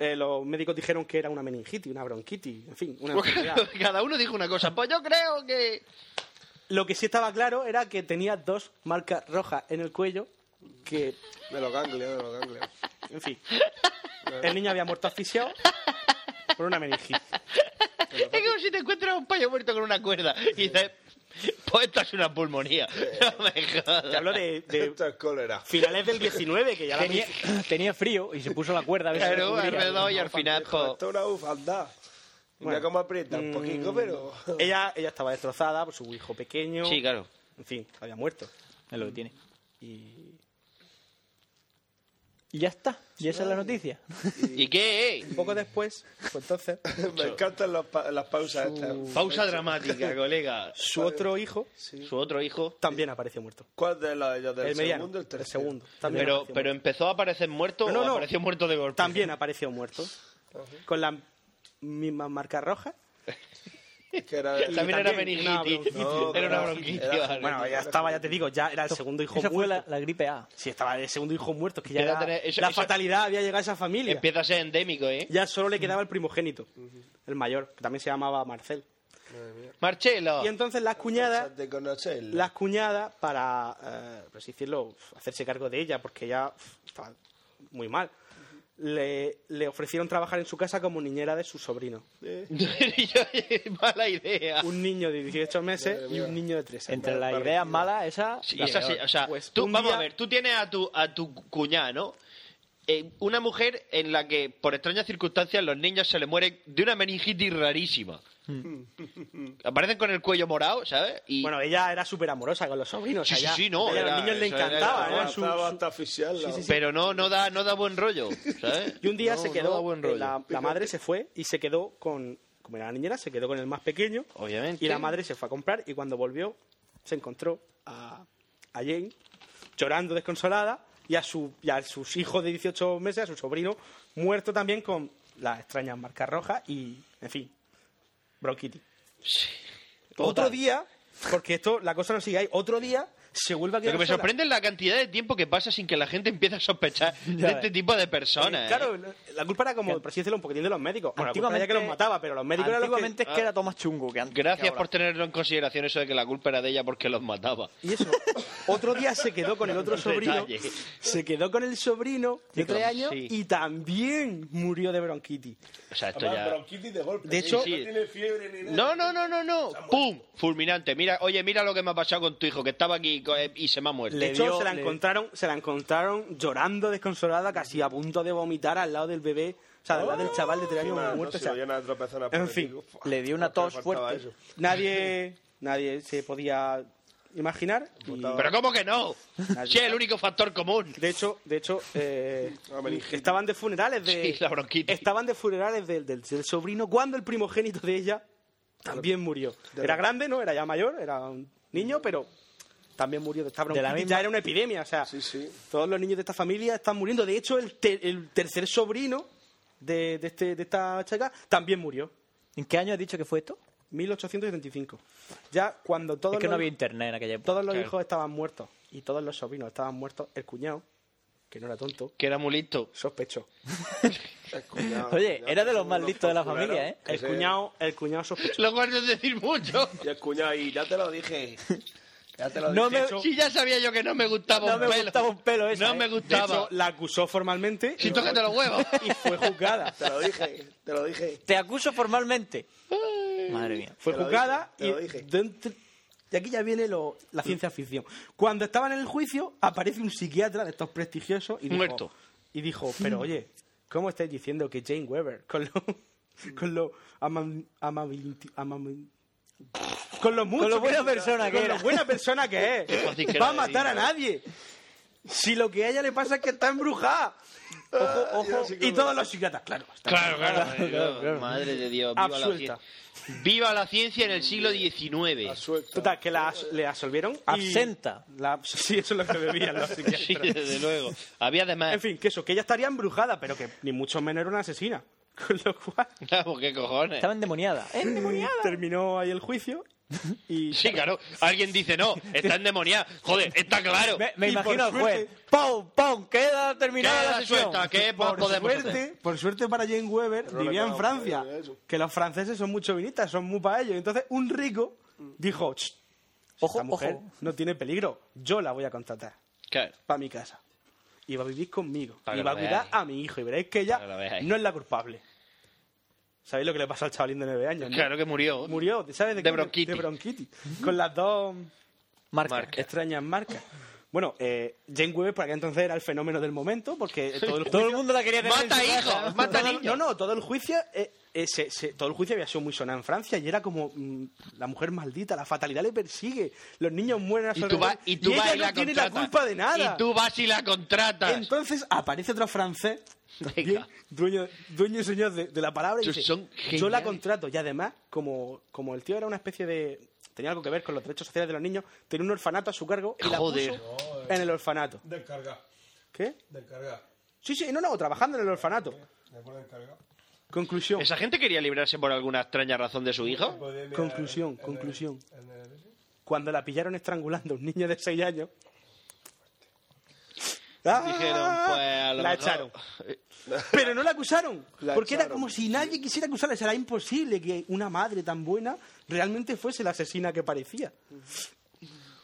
S10: Eh, los médicos dijeron que era una meningitis, una bronquitis, en fin,
S9: [laughs]
S10: una enfermedad.
S9: Pues Cada uno dijo una cosa. Pues yo creo que...
S10: Lo que sí estaba claro era que tenía dos marcas rojas en el cuello que,
S16: De los ganglios, de los ganglios.
S10: en fin, el niño había muerto asfixiado por una meningitis.
S9: [laughs] Es como si te encuentras un payo muerto con una cuerda y dices, pues esto es una pulmonía. [laughs] No me jodas.
S10: Te hablo de, de
S16: Esto es cólera.
S10: finales del 19, que ya la
S8: Tenía, [clears throat] tenía frío y se puso la cuerda. A ver si
S9: Claro,
S8: lo cubría.
S9: alrededor y al final, pues...
S16: Esto es una bufanda. Mira
S10: Bueno. Mm.
S16: cómo aprieta un poquito, pero...
S10: Ella, ella estaba destrozada por su hijo pequeño.
S9: Sí, claro.
S10: En fin, había muerto.
S8: Es lo que tiene.
S10: Y
S8: Y ya está. Y esa es la noticia.
S9: ¿Y qué?
S10: un poco después, pues entonces,
S16: [laughs] Me encantan las, pa- las pausas estas.
S9: Pausa dramática, colega.
S10: su otro hijo
S9: Su otro hijo.
S10: también apareció muerto.
S16: ¿Cuál de los de ellos? ¿Del
S10: El mediano,
S16: segundo o el
S10: el
S16: tercero?
S10: segundo. También
S9: Pero,
S10: apareció
S9: pero
S10: muerto.
S9: empezó a aparecer muerto
S10: No, no,
S9: o
S10: no.
S9: apareció muerto de golpe.
S10: También apareció muerto. Con la misma marca roja.
S16: [laughs] Que era de-
S9: [laughs] También era
S10: también una
S9: meningitis.
S16: bronquitis.
S9: era una
S16: No,
S9: bronquitis.
S16: era-
S9: vale.
S10: Bueno, ya estaba, ya te digo, ya era el segundo hijo pues
S8: Esa fue
S10: muerto.
S8: la, la gripe A.
S10: Sí, estaba el segundo hijo muerto, que ya
S9: Empieza
S10: era,
S9: a tener- eso-
S10: la
S9: eso-
S10: fatalidad había llegado a esa familia.
S9: Empieza a ser endémico, ¿eh?
S10: Ya solo le quedaba el primogénito, el mayor, que también se llamaba Marcel.
S9: Marcelo.
S10: Y
S9: [laughs]
S10: entonces las cuñadas,
S16: de Ah, conocerla.
S10: las cuñadas para, eh, por así decirlo, hacerse cargo de ella, porque ella uf, estaba muy mal, le, le ofrecieron trabajar en su casa como niñera de su sobrino.
S9: Y yo, Mala idea.
S10: Un niño de 18 meses y un niño de 3 años.
S8: Entre las ideas malas, esa.
S9: Sí,
S8: la
S9: esa
S8: peor.
S9: sí, o sea,
S10: Pues
S9: tú,
S10: un
S9: vamos
S10: día-
S9: a ver, tú tienes a tu, a tu cuñada, ¿no? Eh, una mujer en la que, por extrañas circunstancias, los niños se le mueren de una meningitis rarísima. Aparecen con el cuello morado, ¿sabes? Y
S10: Mm. Bueno, ella era súper amorosa con los sobrinos.
S9: Sí,
S10: o sea,
S9: sí,
S10: ya-
S9: sí, no,
S10: ya a
S9: era-
S10: los niños le
S9: eso era-
S10: encantaba.
S9: era-
S10: era Ah, su-
S16: Estaba
S10: su-
S16: hasta oficial. la-
S9: Pero no, no da, no da buen rollo, ¿sabes?
S10: [laughs] Y un día
S9: No,
S10: se
S9: no
S10: quedó,
S9: da buen
S10: eh,
S9: rollo.
S10: la, la madre se fue y se quedó con, como era la niñera, se quedó con el más pequeño.
S9: Obviamente.
S10: Y la madre se fue a comprar y cuando volvió se encontró a, a Jane llorando desconsolada y a, su, y a sus hijos de 18 meses, a su sobrino, muerto también con las extrañas marcas rojas y, en fin, bronquitis. Otro día, porque esto, la cosa no sigue ahí, otro día se vuelve a
S9: Lo
S10: quedar
S9: que me
S10: sola.
S9: sorprende es la cantidad de tiempo que pasa sin que la gente empiece a [laughs] sospechar de este tipo de personas.
S10: Eh,
S9: ¿eh?
S10: Claro, la culpa era como, por así decirlo, un poquitín de los médicos. Bueno, la culpa era que los mataba, pero los médicos eran los que... Ah.
S8: Antiguamente es que era todo más chungo que antes. que
S9: Gracias
S8: ahora.
S9: por tenerlo en consideración eso de que la culpa era de ella porque los mataba.
S10: Y eso, [laughs] otro día se quedó con el otro sobrino.
S9: Detalle.
S10: Se quedó con el sobrino de tres
S9: Sí, claro,
S10: años
S9: sí.
S10: y también murió de bronquitis.
S9: O sea, esto
S16: Además,
S9: ya...
S16: bronquitis de golpe. ¿eh?
S10: De hecho-
S16: no
S9: Sí.
S16: tiene fiebre ni nada.
S9: No, no, no, no, no. ¡Pum! Fulminante. Mira, oye, mira lo que me ha pasado con tu hijo, que estaba aquí co- eh, y se me ha muerto.
S10: De hecho,
S8: dio-
S10: se, la
S8: le-
S10: encontraron, se la encontraron llorando, desconsolada, casi a punto de vomitar al lado del bebé, o sea, al lado del chaval de tres años
S16: Nada,
S10: muerto.
S16: Oh, no
S10: o
S16: se
S10: sea,
S16: lo llena de tropezones
S10: en
S16: por el
S10: fin,
S16: pico. Fua,
S8: le dio una
S16: no, que
S8: tos
S16: faltaba
S8: fuerte.
S16: eso.
S10: nadie, nadie se podía imaginar. y-
S9: Pero ¿cómo
S10: [laughs]
S9: que no? Sí, el único factor común.
S10: De hecho, de hecho eh, estaban de funerales de... Estaban de funerales del, del- del sobrino cuando el primogénito de ella también murió. Era grande, ¿no? Era ya mayor, era un niño, pero también murió de esta
S8: De la
S10: bronquitis.
S8: misma-
S10: Ya era una epidemia, o sea, todos los niños de esta familia están muriendo. De hecho, el, te- el tercer sobrino de, de este- de esta chica también murió.
S8: ¿En qué año has dicho que fue esto?
S10: 1875. Ya cuando todos
S8: Es que no
S10: los-
S8: había internet en aquella época.
S10: todos los
S8: Claro.
S10: hijos estaban muertos y todos los sobrinos estaban muertos, el cuñado, que no era tonto,
S9: que era muy listo,
S10: sospechó.
S8: Oye, era de los más listos de la familia, ¿eh?
S10: El cuñado, el cuñado sospechó.
S9: Lo cual no es decir mucho.
S12: Y el cuñado, y ya te lo dije. Ya te lo
S10: No
S12: dije.
S10: me-
S12: De hecho,
S9: Si ya sabía yo que no me gustaba
S10: No
S9: un
S10: me
S9: pelo.
S10: gustaba un pelo esa,
S9: No
S10: ¿eh?
S9: me gustaba.
S10: De hecho, la acusó formalmente.
S9: Si tócate
S10: [laughs]
S9: los huevos.
S10: Y fue juzgada.
S12: Te lo dije, te lo dije.
S8: Te acuso formalmente. Madre mía.
S10: Fue
S12: Te lo
S10: juzgada
S12: dije, te lo
S10: y
S12: dije.
S10: dentro- y aquí ya viene lo- la ciencia ficción. Cuando estaban en el juicio, aparece un psiquiatra de estos prestigiosos y dijo,
S9: Muerto.
S10: Y dijo, pero oye, ¿cómo estáis diciendo que Jane Weber, con lo, [laughs] con lo amam- amabiliti- amam- con lo mucho
S8: Con lo
S10: que-
S8: buena persona que
S10: con
S8: era.
S10: lo buena persona
S8: [laughs]
S10: que
S9: fácil que
S10: es,
S9: era
S10: va a
S9: de
S10: matar a
S9: decir, ¿no?
S10: nadie? Si lo que a ella le pasa es que está
S12: [laughs]
S10: embrujada. Ojo, ojo. Y todos los psiquiatras, claro. está-
S9: Claro, claro,
S10: claro,
S9: claro,
S10: claro.
S9: Madre de Dios, viva la
S10: Absuelta.
S9: ciencia. Viva la ciencia en el siglo XIX.
S10: Total, que la as- le absolvieron. y-
S8: Absenta.
S10: la- [laughs] sí, eso es lo que bebían los psiquiatras.
S9: Sí, desde luego. Había además...
S10: En fin, que eso, que ella estaría embrujada, pero que ni mucho menos era una asesina. [laughs] Con lo cual,
S9: [laughs] Vamos, qué cojones.
S8: Estaba
S10: [laughs]
S8: endemoniada. ¡Endemoniada!
S10: terminó ahí el juicio. Y
S9: Sí, claro. Alguien dice, no, está endemoniada. Joder, está claro.
S8: Me, me
S10: Y por
S8: imagino al juez.
S10: suerte-
S8: ¡Pum, pum! Queda terminada
S9: Queda
S8: la sesión.
S9: suelta, ¿qué más
S10: por
S9: podemos hacer?
S10: suerte, por suerte para Jane Weber, vivía en Francia. Que los franceses son muy chauvinistas, son muy para ellos. Entonces, un rico dijo: "Ch,
S8: Ojo,
S10: Esta mujer
S8: ojo.
S10: no tiene peligro, yo la voy a contratar
S9: Claro.
S10: para mi casa. Y va a vivir conmigo.
S9: Para
S10: y
S9: que
S10: va a
S9: lo
S10: cuidar
S9: veáis.
S10: a mi hijo. Y veréis que ella
S9: Para que lo veáis.
S10: no es la culpable. ¿Sabéis lo que le pasó al chavalín de nueve años? no?
S9: Claro que murió.
S10: Murió, ¿sabes? De,
S9: De
S10: qué? De
S9: bronquitis.
S10: bronquitis. Con las dos
S8: Marca.
S9: Marca.
S10: extrañas marcas. Bueno, eh, Jane Weber para que entonces era el fenómeno del momento, porque todo el
S8: Todo
S10: juicio-
S8: el mundo la quería tener en
S9: Mata
S8: su casa.
S9: hijos, mata
S10: todo el- No,
S9: niños.
S10: no, todo el juicio... eh, eh, se- se- todo el juicio había sido muy sonado en Francia y era como mm, la mujer maldita, la fatalidad le persigue, los niños mueren a su
S9: Y tú vas
S10: alrededor,
S9: y, tú vas
S10: ella
S9: y
S10: no
S9: la
S10: tiene la
S9: contratas.
S10: culpa de nada.
S9: Y tú vas y la contratas.
S10: Entonces aparece otro francés, también,
S9: Venga.
S10: dueño, dueño y señor de, de la palabra, y
S9: Estos
S10: dice,
S9: son
S10: yo la
S9: geniales".
S10: contrato. Y además, como, como el tío era una especie de... Tenía algo que ver con los derechos sociales de los niños, tenía un orfanato a su cargo y
S9: Joder.
S10: la puso en el orfanato.
S16: Descarga,
S10: ¿Qué?
S16: descarga.
S10: Sí, sí, no, no, trabajando en el orfanato.
S16: Me pone descarga.
S10: Conclusión,
S9: ¿Esa gente quería librarse por alguna extraña razón de su hijo?
S16: Podía mirar
S10: conclusión,
S16: en el-
S10: conclusión.
S16: en el-
S10: Cuando la pillaron estrangulando a un niño de 6 años... ¡ah!
S9: Dijeron, pues a lo
S10: la
S9: mejor- Ah,
S10: echaron. Pero no la acusaron.
S12: La
S10: porque era
S12: echaron.
S10: como si nadie quisiera acusarla. Será imposible que una madre tan buena realmente fuese la asesina que parecía.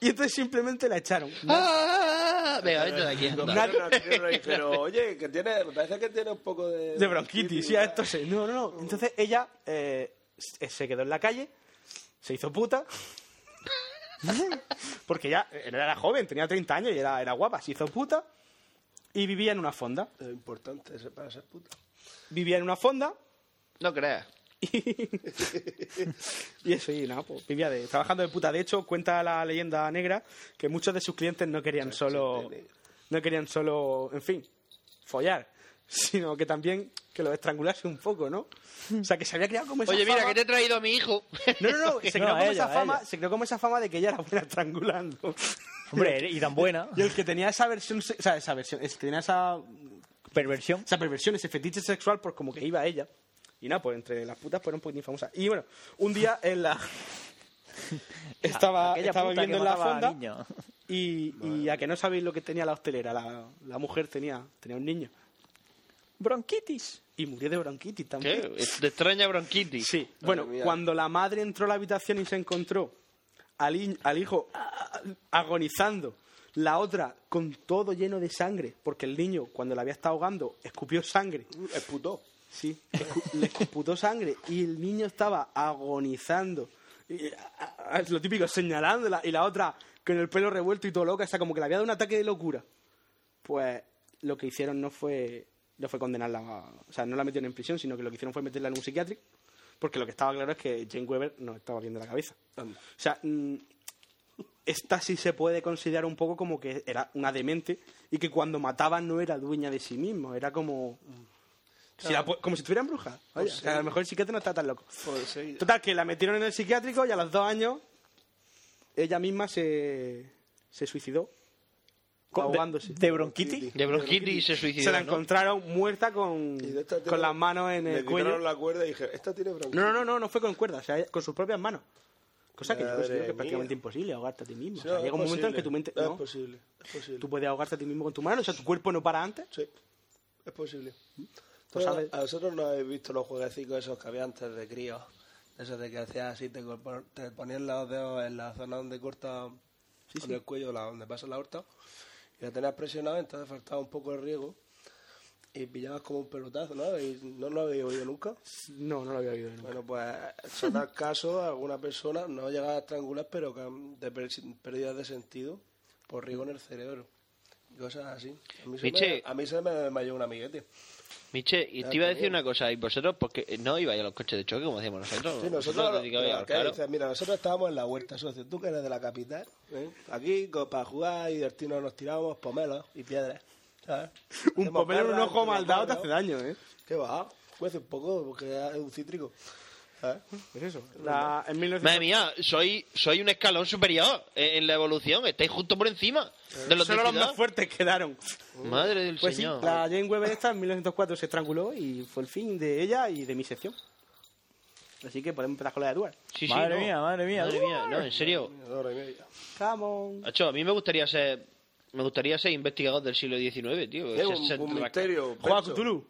S10: Y entonces simplemente la echaron.
S9: Ah, venga, vete de aquí. anda.
S10: Nadie-
S12: Pero, pero, pero, oye, que tiene, me parece que tiene un poco de...
S10: De bronquitis, ya esto se... No, no, no. Entonces ella eh, se se quedó en la calle, se hizo puta. [laughs] Porque ya era joven, tenía 30 años y era, era guapa. Se hizo puta y vivía en una fonda.
S12: Es eh, importante ese- para ser puta.
S10: Vivía en una fonda
S9: No creas.
S10: Y eso, y nada, pues vivía de, trabajando de puta. De hecho, cuenta la leyenda negra que muchos de sus clientes no querían solo. No querían solo, en fin, follar. Sino que también que lo estrangulase un poco, ¿no? O sea, que se había creado como esa
S9: Oye, mira,
S10: fama-
S9: que te he traído a mi
S10: [laughs]
S9: hijo.
S10: No, no, no,
S8: [laughs]
S10: se
S8: No,
S10: creó,
S8: a
S10: como,
S8: ella,
S10: esa
S8: a
S10: fama,
S8: ella.
S10: se creó como esa fama de que ella era buena estrangulando. [laughs]
S8: Hombre, y tan buena.
S10: Y el que tenía esa versión, se- o sea, esa versión, el que tenía esa [laughs]
S8: Perversión.
S10: esa perversión, ese fetiche sexual por como que iba ella. Y nada, pues entre las putas pues era un poquitín famosa. Y bueno, un día en
S8: [laughs]
S10: la... estaba
S8: Aquella
S10: estaba
S8: puta que
S10: viviendo en la
S8: mataba a
S10: fonda
S8: niños.
S10: y, y a que no sabéis lo que tenía la hostelera, la, la mujer tenía, tenía un niño.
S8: [laughs] Bronquitis.
S10: Y murió de bronquitis también.
S9: ¿Qué? De extraña bronquitis.
S10: Sí, bueno,
S12: mía.
S10: cuando la madre entró a la habitación y se encontró al, hi- al hijo agonizando, la otra con todo lleno de sangre, porque el niño cuando la había estado ahogando escupió sangre.
S12: Mm, Es puto.
S10: Sí, escu- le escuputó sangre y el niño estaba agonizando. Y, a- a- lo típico, señalándola. Y la otra, con el pelo revuelto y todo loca, o sea, como que le había dado un ataque de locura. Pues lo que hicieron no fue, no fue condenarla, a- o sea, no la metieron en prisión, sino que lo que hicieron fue meterla en un psiquiátrico. Porque lo que estaba claro es que Jane Weber no estaba bien de la cabeza. O sea, mm, esta sí se puede considerar un poco como que era una demente y que cuando mataba no era dueña de sí mismo, era como... si la pu- como si estuvieran bruja.
S4: Pues
S10: Oye,
S4: sí.
S10: A lo mejor el psiquiatra no está tan loco.
S4: Pues sí.
S10: Total, que la metieron en el psiquiátrico y a los dos años ella misma se, se suicidó.
S8: Co- de-
S10: ahogándose.
S8: de bronquitis.
S9: De bronquitis se suicidó,
S10: Se la
S9: ¿no?
S10: encontraron muerta con,
S12: tiene-
S10: con las manos en
S12: Le
S10: el cuello.
S12: quitaron la cuerda y dije, esta tiene bronquitis.
S10: No, no, no, no, no fue con cuerdas, o sea, con sus propias manos. Cosa que yo
S12: Madre
S10: considero que es
S12: mía.
S10: prácticamente imposible ahogarte a ti mismo. O sea,
S12: No, es
S10: llega un momento en
S12: posible,
S10: que tu mente.
S12: Es
S10: No,
S12: posible, es posible.
S10: tú puedes ahogarte a ti mismo con tu mano, o sea, tu cuerpo no para antes.
S12: Sí, es posible. Pero
S10: Pues sabes-
S12: a vosotros no habéis visto los jueguecitos esos que había antes de críos. Esos de que hacías así, te, col- te ponías los dedos en la zona donde corta con el cuello, la, donde pasa la horta, y la tenías presionada, entonces faltaba un poco de riego y pillabas como un pelotazo, ¿no? Y no lo habéis oído nunca.
S10: No, no lo había oído nunca.
S12: Bueno, pues se da caso a alguna persona, no llegaba a estrangular, pero que han- de per- pérdidas de sentido por riego en el cerebro. y Cosas así. A mí se, me,
S9: Miche.
S12: a mí se me desmayó un amiguete.
S9: Miche, y
S12: Ya,
S9: te iba a
S12: te
S9: decir
S12: digo.
S9: una cosa, y vosotros, porque eh, no ibais a los coches de choque como hacíamos nosotros.
S12: Sí, nosotros,
S9: os dedicabais
S12: mira,
S9: al
S12: ¿qué
S9: caro.
S12: dices? Mira, nosotros estábamos en la huerta, socio. Tú que eres de la capital, ¿eh? aquí co- para jugar y divertirnos nos tirábamos pomelos y piedras. ¿sabes?
S10: [laughs] Un
S12: Hacemos
S10: pomelo en un
S12: guerra
S10: ojo
S12: entre
S10: mal dado te
S12: nosotros.
S10: hace daño, ¿eh?
S12: ¿Qué va? Cuece un poco porque es un cítrico. ¿sabes?
S10: Pues eso. La, en 1900
S9: Madre mía, soy, soy un escalón superior en, en la evolución. Estáis justo por encima de los
S10: Solo
S9: de
S10: los
S9: ciudad.
S10: más fuertes quedaron.
S9: Madre del
S10: pues
S9: señor.
S10: Sí, la Jane Weber esta en 1904 se estranguló y fue el fin de ella y de mi sección. Así que podemos empezar con la de Eduard.
S9: Sí, sí, no. Madre mía, no, en serio.
S10: Come on.
S9: Acho, a mí me gustaría ser... Me gustaría ser investigador del siglo XIX, tío.
S12: Es
S9: Se-
S12: un,
S9: se-
S12: un
S9: rasca-
S12: misterio.
S9: Juega
S12: Pencho.
S9: Cthulhu.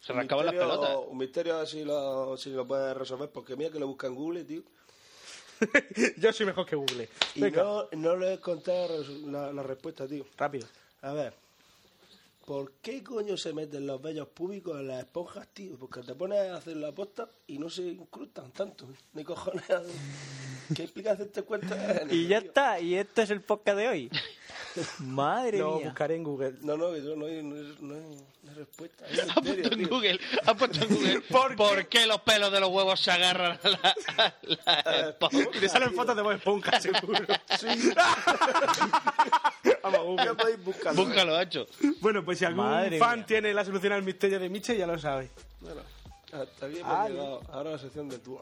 S9: Se rascaban las
S12: misterio-
S9: pelotas.
S12: [laughs] Un misterio así lo, si lo puedes resolver, porque mira que lo busca en Google, tío.
S10: Yo soy mejor que Google.
S12: Y
S10: Venga.
S12: no, no le he contado resu- la, la respuesta, tío.
S10: Rápido.
S12: A ver. ¿Por qué coño se meten los vellos públicos en las esponjas, tío? Porque te pones a hacer la posta y no se incrustan tanto. Ni cojones. [laughs] ¿Qué explica hacerte
S8: [laughs]
S12: cuenta?
S8: Y ya está, y este es el podcast de hoy. [laughs] Madre
S12: No,
S8: mía.
S10: buscaré en Google.
S12: No, no, que yo no hay, no hay- no hay- no hay respuesta. Hay
S9: Ha
S12: misterio,
S9: puesto en
S12: tío.
S9: Google, ha puesto en
S12: [laughs]
S9: Google. ¿Por, qué? los pelos de los huevos se agarran a la, a
S12: [laughs]
S9: la esponja?
S10: Y te salen fotos de Bob Esponja, seguro. [laughs] Vamos, Google.
S9: Búscalo, hecho.
S10: Bueno, pues si algún
S9: Madre
S10: fan
S9: mía.
S10: tiene la solución al misterio de Miche, ya lo sabe.
S12: Bueno, hasta bien
S10: Ah,
S12: hemos llegado. Ahora la sección de tú.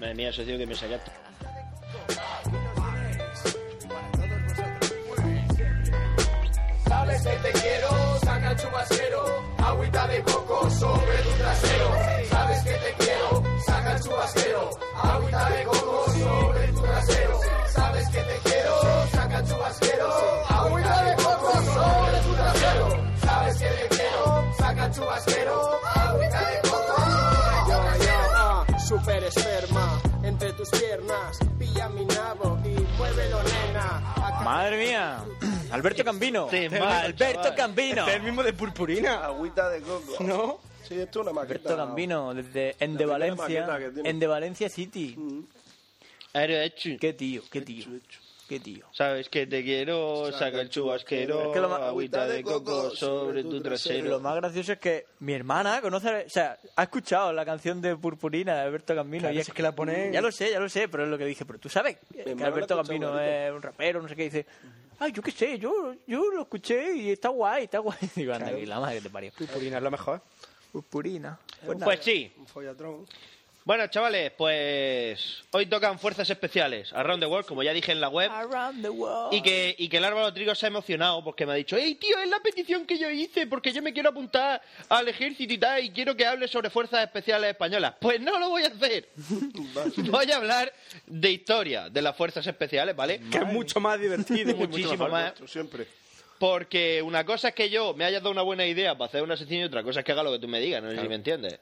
S9: Madre mía, eso tío que me sacaste.
S17: Sabes que te quiero, saca el chubasquero, agüita de coco sobre tu trasero. Sabes que te quiero, saca el chubasquero, agüita de coco sobre tu trasero. Sabes que te quiero, saca el chubasquero, agüita de coco sobre tu trasero. Sabes que te quiero, saca el chubasquero, agüita de coco sobre tu trasero.
S18: super esperma entre tus piernas, pilla mi nabo y muévelo, nena.
S8: Madre mía. Alberto Cambino. Alberto Cambino.
S10: Este es el mismo de purpurina.
S12: Agüita de coco.
S8: [laughs] ¿No?
S12: Sí, esto es una maqueta.
S8: Alberto Gambino, desde en de
S12: primera
S8: Valencia,
S12: maqueta que tiene. Mm.
S8: en de Valencia City. Qué tío, qué tío, qué tío.
S9: Sabes que te quiero, saca el chubasquero,
S8: Es que lo más-
S9: agüita de coco sobre tu
S8: Lo
S9: trasero.
S8: más gracioso es que mi hermana conoce, o sea, ha escuchado la canción de Purpurina de Alberto Gambino.
S10: Claro,
S8: y
S10: si es que la pone-
S8: Ya lo sé, ya lo sé, pero es lo que dije. Pero tú sabes que
S10: hermana la
S8: Alberto
S10: ha escuchado
S8: Gambino
S10: ahorita.
S8: es un rapero, no sé qué. y Dice, ay, yo qué sé, yo, yo lo escuché y está guay, está guay. [laughs] Digo, anda,
S10: Claro.
S8: que la madre que te parió.
S10: Purpurina es lo mejor.
S8: Purpurina.
S9: Pues, pues sí.
S12: Un follatrón.
S9: Bueno, chavales, pues hoy tocan fuerzas especiales. Around the World, como ya dije en la web.
S8: Around the world. [laughs]
S9: Y que, y que el Álvaro Trigo se ha emocionado porque me ha dicho, hey tío, es la petición que yo hice porque yo me quiero apuntar al ejército y tal y quiero que hable sobre fuerzas especiales españolas. Pues no lo voy a [laughs] hacer. voy a hablar de historia de las fuerzas especiales, ¿vale?
S10: Que es mucho más
S9: [laughs]
S10: divertido.
S9: Muchísimo más.
S12: Siempre.
S9: Eh, Porque una cosa es que yo me hayas dado una buena idea para hacer una sección y otra cosa es que haga lo que tú me digas, no sé si me entiendes.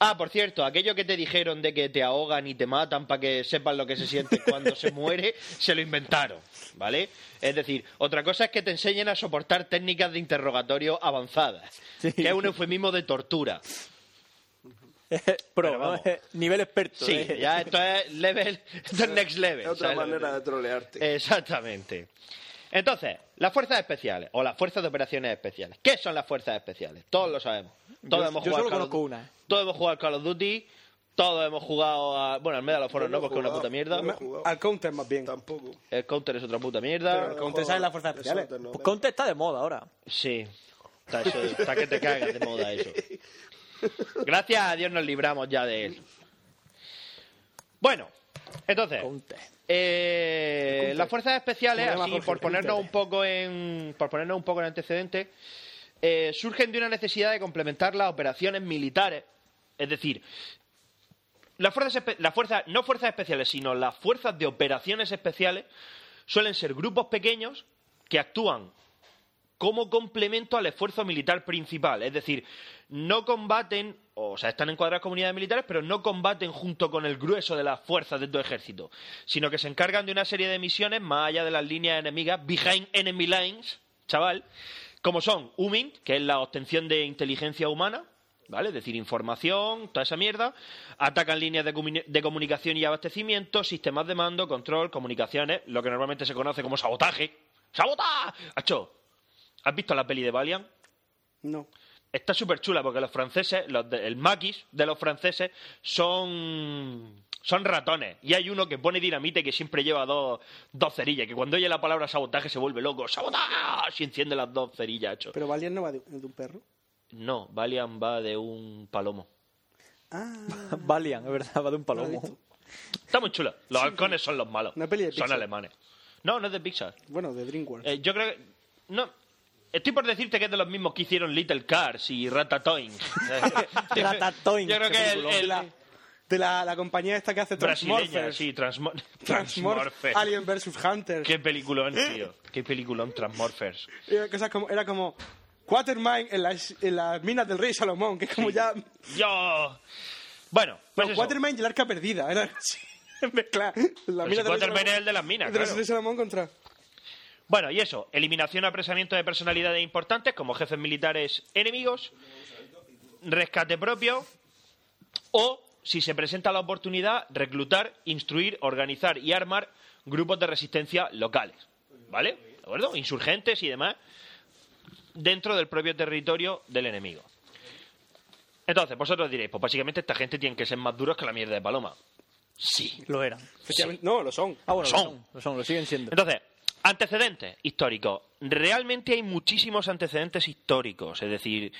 S9: Ah, por cierto, aquello que te dijeron de que te ahogan y te matan para que sepas lo que
S12: [laughs]
S9: se siente cuando se muere, se lo inventaron, ¿vale? Es decir, otra cosa es que te enseñen a soportar técnicas de interrogatorio avanzadas, que es un eufemismo de tortura.
S8: Pro, ¿no? eh, nivel experto.
S9: Sí,
S8: ¿eh?
S9: ya esto es level, esto es next level.
S12: Es otra
S9: ¿sabes lo que
S12: manera
S9: te- Eh,
S12: de trolearte.
S9: Exactamente. Entonces, las fuerzas especiales o las fuerzas de operaciones especiales. ¿Qué son las fuerzas especiales? Todos lo sabemos. Todos
S8: Yo-
S9: hemos
S8: yo
S9: jugado
S8: solo
S9: al Call of
S8: conozco
S9: Du-
S8: una.
S9: Todos hemos jugado al Call of Duty. Todos hemos jugado a. Bueno, al Medal of Honor no, porque es una puta mierda.
S7: Al counter más bien.
S12: Tampoco.
S9: El Counter es otra puta mierda.
S7: Pero el Counter sale en las fuerzas
S8: Eso
S7: especiales.
S8: te- no, Pues Counter está de moda ahora. [laughs]
S9: Sí. Está, eso- está que te cagas de moda eso. Gracias a Dios nos libramos ya de él. Bueno, entonces. eh,
S7: Counter.
S9: las fuerzas especiales,
S7: Como llama
S9: así
S7: Jorge,
S9: por ponernos
S7: Counter.
S9: un poco en. Por ponernos un poco en antecedente, eh, surgen de una necesidad de complementar las operaciones militares. Es decir, las fuerzas, espe- las fuerzas, no fuerzas especiales, sino las fuerzas de operaciones especiales suelen ser grupos pequeños que actúan como complemento al esfuerzo militar principal. Es decir, no combaten, o sea, están encuadradas comunidades militares, pero no combaten junto con el grueso de las fuerzas de tu ejército, sino que se encargan de una serie de misiones más allá de las líneas enemigas, behind enemy lines, chaval, como son UMINT, que es la obtención de inteligencia humana, ¿vale? Es decir, información, toda esa mierda. Atacan líneas de, comuni- de comunicación y abastecimiento, sistemas de mando, control, comunicaciones, lo que normalmente se conoce como sabotaje. ¡Sabota! ¡Acho! ¿Has visto la peli de Valiant?
S7: No.
S9: Está súper chula porque los franceses, los de- el maquis de los franceses son, son ratones. Y hay uno que pone dinamita y que siempre lleva dos, dos cerillas, que cuando oye la palabra sabotaje se vuelve loco. ¡Sabotaje! Y enciende las dos cerillas, hecho.
S7: Pero Valiant no va de, de un perro.
S9: No, Valiant va de un palomo.
S8: Ah. Valiant, es verdad, va de un palomo.
S9: Está muy chula. Los halcones son los malos.
S7: Una peli de
S9: son
S7: Pixar.
S9: alemanes. No, no es de Pixar.
S7: Bueno, de DreamWorks.
S9: Eh, yo creo que... No. Estoy por decirte que es de los mismos que hicieron Little Cars y
S7: [laughs]
S9: [laughs] Ratatouille.
S7: Ratatouille.
S9: Yo creo que el- el-
S7: la, de la, la compañía esta que hace
S9: Brasileña,
S7: Transmorphers.
S9: sí, Transmo-
S7: Transmorphers.
S9: Transmorphers.
S7: Alien vs. Hunter.
S9: Qué peliculón, tío. Qué peliculón Transmorphers.
S7: Era, cosas Eh, como, era como Quatermine en las, en las minas del rey Salomón, que es como ya...
S9: Yo... Bueno, pues
S7: no,
S9: eso.
S7: Quatermine y el arca perdida. Era así, [laughs] mezclar la mina
S9: Pero
S7: del
S9: si
S7: rey
S9: Quatermain
S7: Salomón-
S9: es el de las minas,
S7: del
S9: claro.
S7: rey Salomón contra...
S9: Bueno, y eso. Eliminación o apresamiento de personalidades importantes como jefes militares enemigos, rescate propio o, si se presenta la oportunidad, reclutar, instruir, organizar y armar grupos de resistencia locales. ¿Vale? ¿De acuerdo? Insurgentes y demás dentro del propio territorio del enemigo. Entonces, vosotros diréis, pues básicamente esta gente tiene que ser más duros que la mierda de Paloma. Sí.
S8: Lo eran.
S7: Efectivamente, No, lo son.
S8: Ah, bueno,
S9: Son.
S8: Lo, son, lo son, lo siguen siendo.
S9: Entonces, antecedentes históricos. Realmente hay muchísimos antecedentes históricos. Es decir,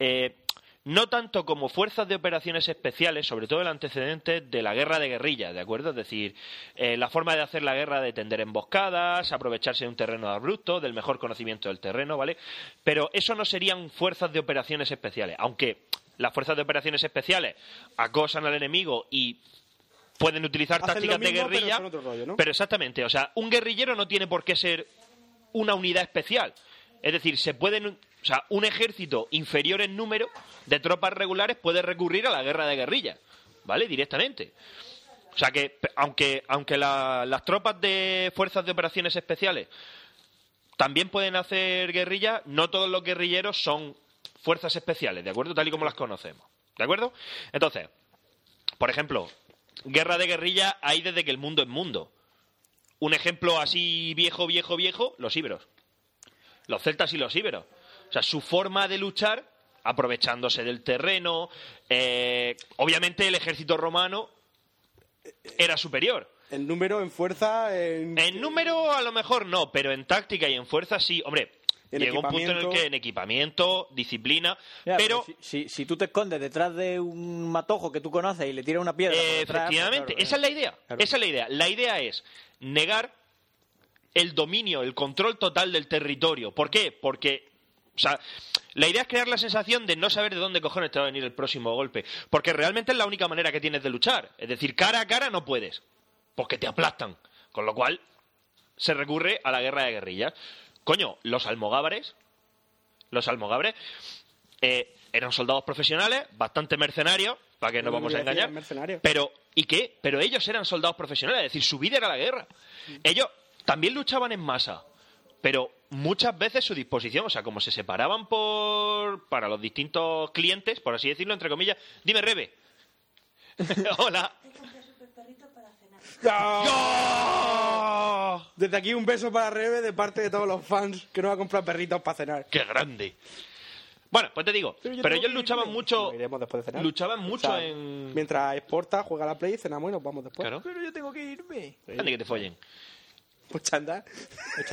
S9: eh, no tanto como fuerzas de operaciones especiales, sobre todo el antecedente de la guerra de guerrillas, ¿de acuerdo? Es decir, eh, la forma de hacer la guerra de tender emboscadas, aprovecharse de un terreno abrupto, del mejor conocimiento del terreno, ¿vale? Pero eso no serían fuerzas de operaciones especiales, aunque las fuerzas de operaciones especiales acosan al enemigo y pueden utilizar
S7: Hacen lo
S9: tácticas de
S7: mismo, pero
S9: guerrilla.
S7: son otro rollo, ¿no?
S9: pero exactamente, o sea, un guerrillero no tiene por qué ser una unidad especial. Es decir, se pueden, o sea, un ejército inferior en número de tropas regulares puede recurrir a la guerra de guerrilla, ¿vale? Directamente. O sea que, pe- aunque, aunque la- las tropas de fuerzas de operaciones especiales también pueden hacer guerrilla, no todos los guerrilleros son fuerzas especiales, ¿de acuerdo? Tal y como las conocemos, ¿de acuerdo? Entonces, por ejemplo, guerra de guerrilla hay desde que el mundo es mundo. Un ejemplo así viejo, viejo, viejo, los íberos. Los celtas y los íberos. O sea, su forma de luchar, aprovechándose del terreno. eh, obviamente el ejército romano era superior.
S7: En número, en fuerza, en...
S9: En número a lo mejor no, pero en táctica y en fuerza sí. Hombre,
S8: En
S9: llegó un punto en el
S8: equipamiento.
S9: que en equipamiento, disciplina,
S8: Ya,
S9: pero...
S8: si, si- si tú te escondes detrás de un matojo que tú conoces y le tiras una piedra. por detrás, pues
S9: Efectivamente,
S8: claro, eh.
S9: esa es la idea. Esa es la idea. La idea es negar el dominio, el control total del territorio. ¿Por qué? Porque. O sea, la idea es crear la sensación de no saber de dónde cojones te va a venir el próximo golpe. Porque realmente es la única manera que tienes de luchar. Es decir, cara a cara no puedes. Porque te aplastan. Con lo cual, se recurre a la guerra de guerrillas. Coño, los almogávares. Los almogávares. eh, eran soldados profesionales, bastante mercenarios, para que no
S7: Lo
S9: vamos
S7: que
S9: a
S7: decía,
S9: engañar.
S7: mercenarios.
S9: Pero, ¿y qué? Pero ellos eran soldados profesionales, es decir, su vida era la guerra. Ellos también luchaban en masa, pero muchas veces su disposición, o sea, como se separaban por para los distintos clientes, por así decirlo, entre comillas, dime Rebe. [laughs] Hola. ¡No!
S7: Desde aquí un beso para Rebe de parte de todos los fans que nos ha comprado perritos para cenar.
S9: ¡Qué grande! Bueno, pues te digo, pero ellos luchaban mucho.
S7: iremos después de cenar.
S9: Luchaban mucho
S7: O sea,
S9: en.
S7: Mientras exporta, juega a la play, cenamos y nos vamos después.
S9: Claro.
S8: Pero yo tengo que irme.
S9: Antes que te follen.
S7: Pues chanda.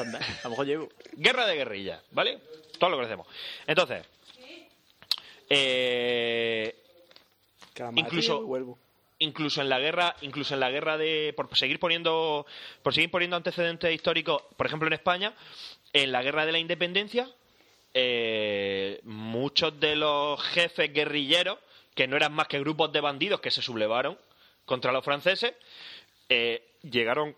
S8: A lo mejor llevo.
S9: Guerra de guerrillas, ¿vale? Todos lo conocemos. Entonces. Eh, incluso incluso en la guerra incluso en la guerra de por seguir poniendo por seguir poniendo antecedentes históricos por ejemplo en España en la guerra de la independencia eh, muchos de los jefes guerrilleros que no eran más que grupos de bandidos que se sublevaron contra los franceses eh, llegaron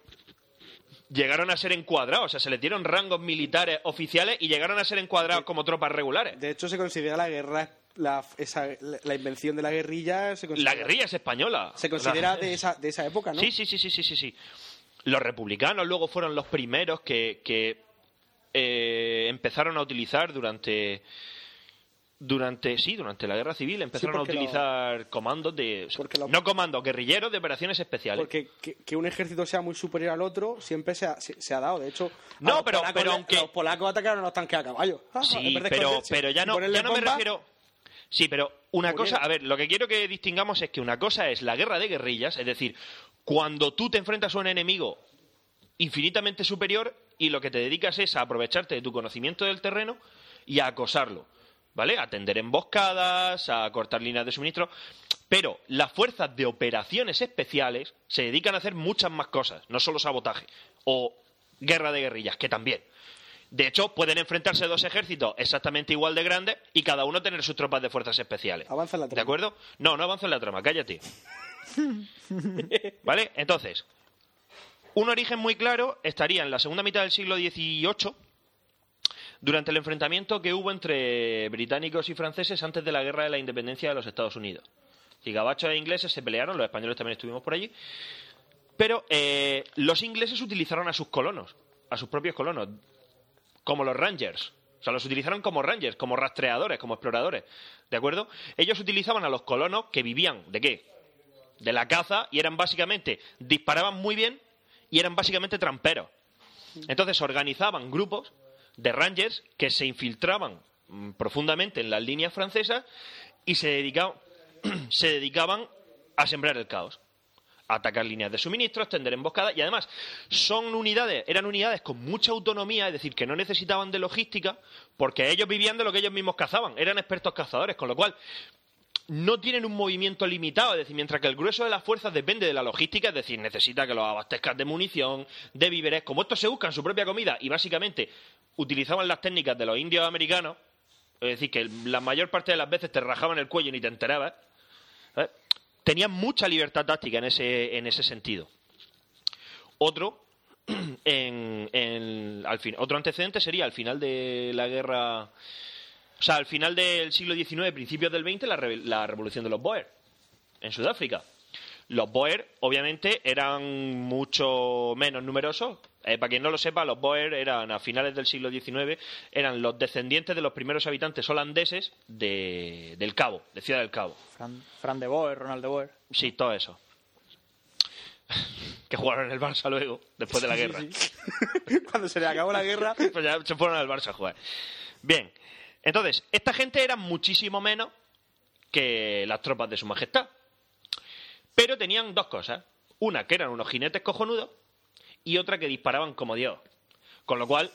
S9: llegaron a ser encuadrados o sea se les dieron rangos militares oficiales y llegaron a ser encuadrados como tropas regulares
S7: De hecho, se considera la guerra, la, esa- la- la invención de la guerrilla. Se considera,
S9: la guerrilla es española
S7: Se considera
S9: O sea,
S7: de, esa, de esa época, ¿no?
S9: Sí, sí, sí, sí, sí, sí, sí. Los republicanos luego fueron los primeros que, que, eh, empezaron a utilizar durante durante sí durante la guerra civil empezaron a
S7: porque
S9: utilizar comandos de o sea, no comandos guerrilleros de operaciones especiales
S7: Porque que, que un ejército sea muy superior al otro siempre se ha, se, se ha dado. De hecho, a
S9: No,
S7: los
S9: pero-
S7: polacos
S9: pero
S7: le-
S9: aunque-
S7: los polacos atacaron a los tanques a caballo. Ah, en
S9: sí
S7: vez de
S9: pero
S7: esconderse
S9: pero ya
S7: y
S9: no
S7: ponerle
S9: ya no me
S7: bombas,
S9: refiero sí pero una
S7: Murieron.
S9: cosa a ver lo que quiero que distingamos es que una cosa es la guerra de guerrillas es decir cuando tú te enfrentas a un enemigo infinitamente superior y lo que te dedicas es a aprovecharte de tu conocimiento del terreno y a acosarlo, ¿vale? A tender emboscadas, a cortar líneas de suministro. Pero las fuerzas de operaciones especiales se dedican a hacer muchas más cosas, no solo sabotaje o guerra de guerrillas, que también. De hecho, pueden enfrentarse dos ejércitos exactamente igual de grandes y cada uno tener sus tropas de fuerzas especiales.
S7: Avanza en la
S9: ¿De acuerdo? No, no avanza en la
S7: [laughs]
S9: trama, cállate. ¿Vale? Entonces, un origen muy claro estaría en la segunda mitad del siglo XVIII, durante el enfrentamiento que hubo entre británicos y franceses antes de la guerra de la independencia de los Estados Unidos. Y gabachos e ingleses se pelearon, los españoles también estuvimos por allí. Pero eh, los ingleses utilizaron a sus colonos, a sus propios colonos, como los Rangers. O sea, los utilizaron como Rangers, como rastreadores, como exploradores. ¿De acuerdo? Ellos utilizaban a los colonos que vivían, ¿de qué? de la caza y eran básicamente, disparaban muy bien y eran básicamente tramperos. Entonces organizaban grupos de rangers que se infiltraban mm, profundamente en las líneas francesas y se dedicaban, [clears throat] se dedicaban a sembrar el caos. a Atacar líneas de suministro, extender emboscadas y además son unidades, eran unidades con mucha autonomía, es decir, que no necesitaban de logística porque ellos vivían de lo que ellos mismos cazaban, eran expertos cazadores, con lo cual no tienen un movimiento limitado, es decir, mientras que el grueso de las fuerzas depende de la logística, es decir, necesita que los abastezcas de munición, de víveres, como estos se buscan su propia comida y básicamente utilizaban las técnicas de los indios americanos, es decir, que la mayor parte de las veces te rajaban el cuello y ni te enterabas, ¿eh? tenían mucha libertad táctica en ese, en ese sentido. Otro, [clears throat] en, en- al fin- otro antecedente sería al final de la guerra o sea, al final del siglo XIX, principios del XX, la, re- la revolución de los Boer en Sudáfrica. Los Boer, obviamente, eran mucho menos numerosos. Eh, para quien no lo sepa, los Boer eran, a finales del siglo XIX, eran los descendientes de los primeros habitantes holandeses de, del Cabo, de Ciudad del Cabo.
S8: Fran, Fran de Boer, Ronald de Boer.
S9: Sí, todo eso. [laughs] que jugaron en el Barça luego, después de la
S7: Sí,
S9: guerra.
S7: [laughs] Cuando se le acabó la
S8: [laughs]
S7: guerra.
S9: [laughs] Pues ya se fueron al Barça a jugar. Bien. Entonces, esta gente era muchísimo menos que las tropas de su majestad. Pero tenían dos cosas. Una, que eran unos jinetes cojonudos, y otra que disparaban como Dios. Con lo cual,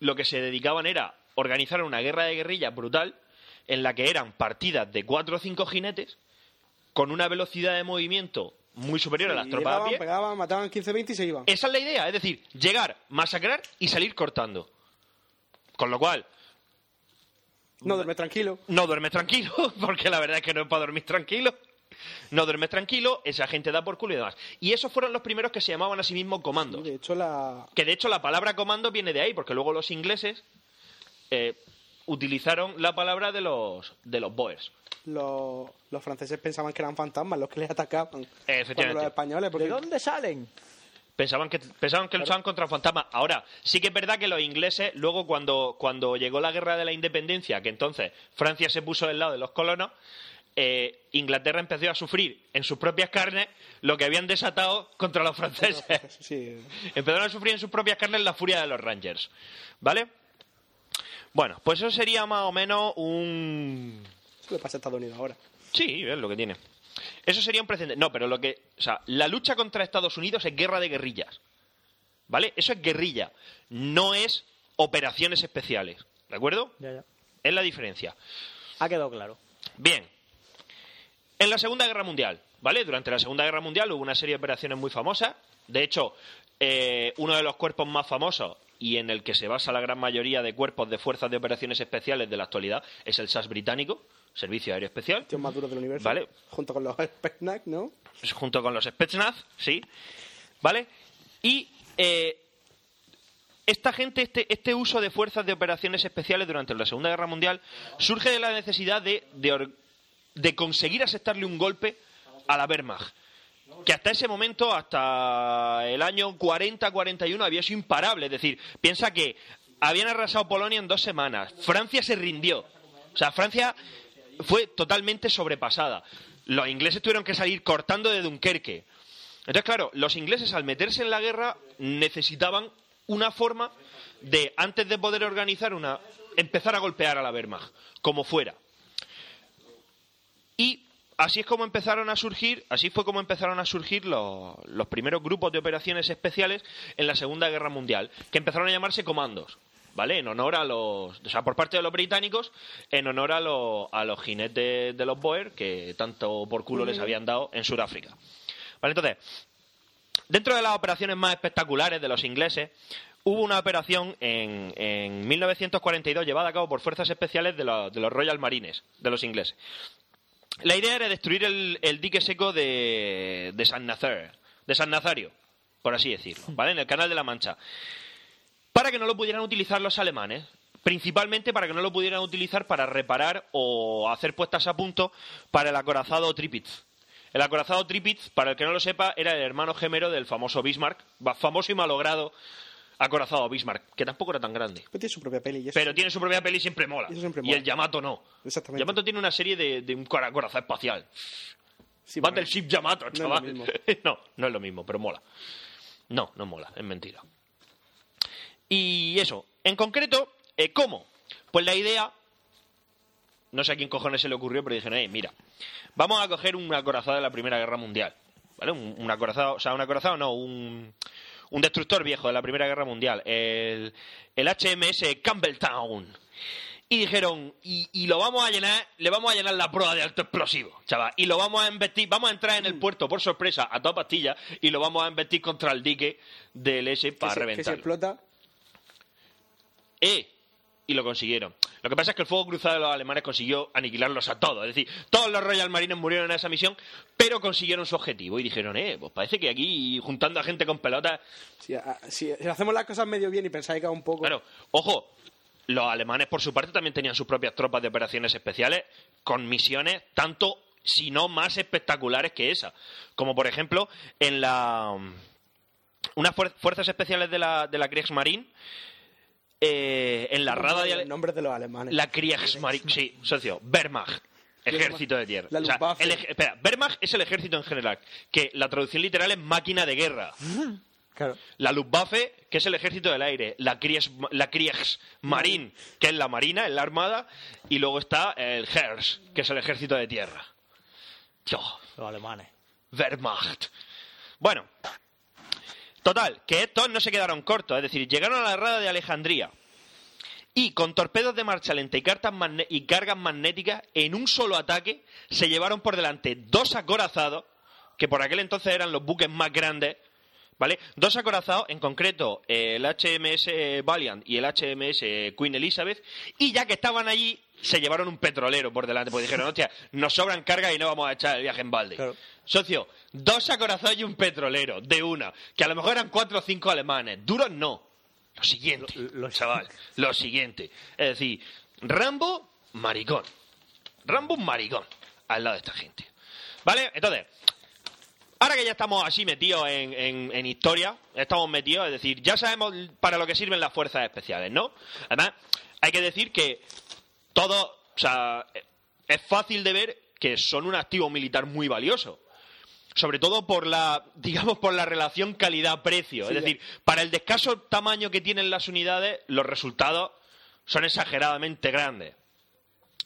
S9: lo que se dedicaban era organizar una guerra de guerrillas brutal en la que eran partidas de cuatro o cinco jinetes con una velocidad de movimiento muy superior a las
S7: Y
S9: tropas a
S7: llegaban,
S9: pie.
S7: pegaban, mataban 15, 20 y se iban.
S9: Esa es la idea, es decir, llegar, masacrar y salir cortando. Con lo cual,
S7: No duermes tranquilo.
S9: no duermes tranquilo, [laughs] porque la verdad es que no es para dormir tranquilo. No duermes tranquilo, esa gente da por culo y demás. Y esos fueron los primeros que se llamaban a sí mismos comandos.
S7: De hecho, la,
S9: Que de hecho la palabra comando viene de ahí, porque luego los ingleses eh, utilizaron la palabra de los, de los boers.
S7: los, los franceses pensaban que eran fantasmas los que les atacaban.
S9: Efectivamente.
S7: Cuando los españoles. Porque... ¿De dónde
S8: salen?
S9: Pensaban que, pensaban que luchaban contra fantasmas. Ahora, sí que es verdad que los ingleses, luego cuando, cuando llegó la guerra de la independencia, que entonces Francia se puso del lado de los colonos, eh, Inglaterra empezó a sufrir en sus propias carnes lo que habían desatado contra los franceses. [laughs] Empezaron a sufrir en sus propias carnes la furia de los Rangers. ¿Vale? Bueno, pues eso sería más o menos un...
S7: Eso le pasa a Estados Unidos ahora.
S9: Sí, es lo que tiene. Eso sería un precedente. No, pero lo que. O sea, la lucha contra Estados Unidos es guerra de guerrillas. ¿Vale? Eso es guerrilla. No es operaciones especiales. ¿De acuerdo?
S8: Ya, ya.
S9: Es la diferencia.
S8: Ha quedado claro.
S9: Bien. En la Segunda Guerra Mundial, ¿vale? Durante la Segunda Guerra Mundial hubo una serie de operaciones muy famosas. De hecho, eh, uno de los cuerpos más famosos y en el que se basa la gran mayoría de cuerpos de fuerzas de operaciones especiales de la actualidad es el SAS británico, Servicio Aéreo Especial.
S7: Tío más duro del universo.
S9: Vale.
S7: Junto con los [laughs] Spetsnaz, ¿no?
S9: junto con los Spetsnaz, sí, ¿vale? Y eh, esta gente, este, este uso de fuerzas de operaciones especiales durante la Segunda Guerra Mundial surge de la necesidad de, de, or- de conseguir aceptarle un golpe a la Wehrmacht, que hasta ese momento, hasta el año 40-41, había sido imparable. Es decir, piensa que habían arrasado Polonia en dos semanas, Francia se rindió, o sea, Francia fue totalmente sobrepasada. Los ingleses tuvieron que salir cortando de Dunkerque. Entonces, claro, los ingleses al meterse en la guerra necesitaban una forma de, antes de poder organizar una, empezar a golpear a la Wehrmacht, como fuera. Y así es como empezaron a surgir, así fue como empezaron a surgir los, los primeros grupos de operaciones especiales en la Segunda Guerra Mundial, que empezaron a llamarse comandos, ¿vale? En honor a los, o sea, por parte de los británicos, en honor a los, a los jinetes de los Boer, que tanto por culo les habían dado en Sudáfrica. Vale, entonces, Dentro de las operaciones más espectaculares de los ingleses, hubo una operación en, en 1942 llevada a cabo por fuerzas especiales de, los- de los Royal Marines, de los ingleses. La idea era destruir el, el dique seco de, de San Nazario, de San Nazario, por así decirlo, ¿vale? En el Canal de la Mancha. Para que no lo pudieran utilizar los alemanes, principalmente para que no lo pudieran utilizar para reparar o hacer puestas a punto para el acorazado Tripitz. El acorazado Tripitz, para el que no lo sepa, era el hermano gemelo del famoso Bismarck, va- famoso y malogrado acorazado Bismarck, que tampoco era tan grande.
S7: Pero tiene su propia peli. y eso-
S9: Pero tiene su propia peli y siempre mola.
S7: Y eso siempre
S9: Y
S7: mola.
S9: el Yamato no.
S7: Exactamente.
S9: Yamato tiene una serie de, de un cora- corazón espacial. Battleship Yamato,
S7: es lo
S9: chaval.
S7: mismo.
S9: [laughs] no, no es lo mismo, pero mola. No, no mola, es mentira. Y eso, en concreto, eh, ¿cómo? Pues la idea, no sé a quién cojones se le ocurrió, pero dijeron, eh, mira, vamos a coger un acorazado de la Primera Guerra Mundial, ¿vale? Un, un acorazado, o sea, un acorazado no, un, un destructor viejo de la Primera Guerra Mundial, el, el HMS Campbelltown. Y dijeron, y, y lo vamos a llenar, le vamos a llenar la prueba de alto explosivo, chaval. Y lo vamos a embestir, vamos a entrar en
S7: Mm.
S9: el puerto por sorpresa a toda pastilla y lo vamos a embestir contra el dique del S
S7: que se- Que
S9: para
S7: se
S9: reventarlo.
S7: explota.
S9: ¡Eh! Y lo consiguieron. Lo que pasa es que el fuego cruzado de los alemanes consiguió aniquilarlos a todos. Es decir, todos los Royal Marines murieron en esa misión, pero consiguieron su objetivo y dijeron, eh, pues parece que aquí juntando a gente con pelotas.
S7: Si, a- si- si hacemos las cosas medio bien y pensáis que un poco.
S9: Claro, ojo, los alemanes por su parte también tenían sus propias tropas de operaciones especiales con misiones tanto, si no más espectaculares que esa. Como por ejemplo, en la. Unas fuer- fuerzas especiales de la, de la Kriegsmarine. eh, en la rada de, Ale-
S7: Los nombres de los alemanes.
S9: la Kriegsmarine, sí, socio, Wehrmacht, ejército de tierra.
S7: La
S9: O sea,
S7: Luftwaffe.
S9: el ej- espera, Wehrmacht es el ejército en general, que la traducción literal es máquina de guerra. La Luftwaffe, que es el ejército del aire, la, Kriegs, la Kriegsmarine, que es la marina, es la armada, y luego está el Herz, que es el ejército de tierra. Yo,
S8: Los alemanes.
S9: Wehrmacht. Bueno, total, que estos no se quedaron cortos, es decir, llegaron a la rada de Alejandría y con torpedos de marcha lenta y, cartas magne- y cargas magnéticas en un solo ataque se llevaron por delante dos acorazados, que por aquel entonces eran los buques más grandes, ¿vale? Dos acorazados, en concreto eh, el HMS Valiant y el HMS Queen Elizabeth, y ya que estaban allí se llevaron un petrolero por delante, porque dijeron, hostia, nos sobran cargas y no vamos a echar el viaje en balde. Socio, dos acorazados y un petrolero, de una, que a lo mejor eran cuatro o cinco alemanes, duros no. Lo siguiente, [laughs] chaval, lo siguiente. Es decir, Rambo, maricón. Rambo, un maricón, al lado de esta gente. ¿Vale? Entonces, ahora que ya estamos así metidos en, en- en historia, estamos metidos, es decir, ya sabemos para lo que sirven las fuerzas especiales, ¿no? Además, hay que decir que todo, o sea, es fácil de ver que son un activo militar muy valioso. Sobre todo por la, [laughs] digamos, por la relación calidad-precio.
S7: Sí,
S9: es decir, para el descaso tamaño que tienen las unidades, los resultados son exageradamente grandes.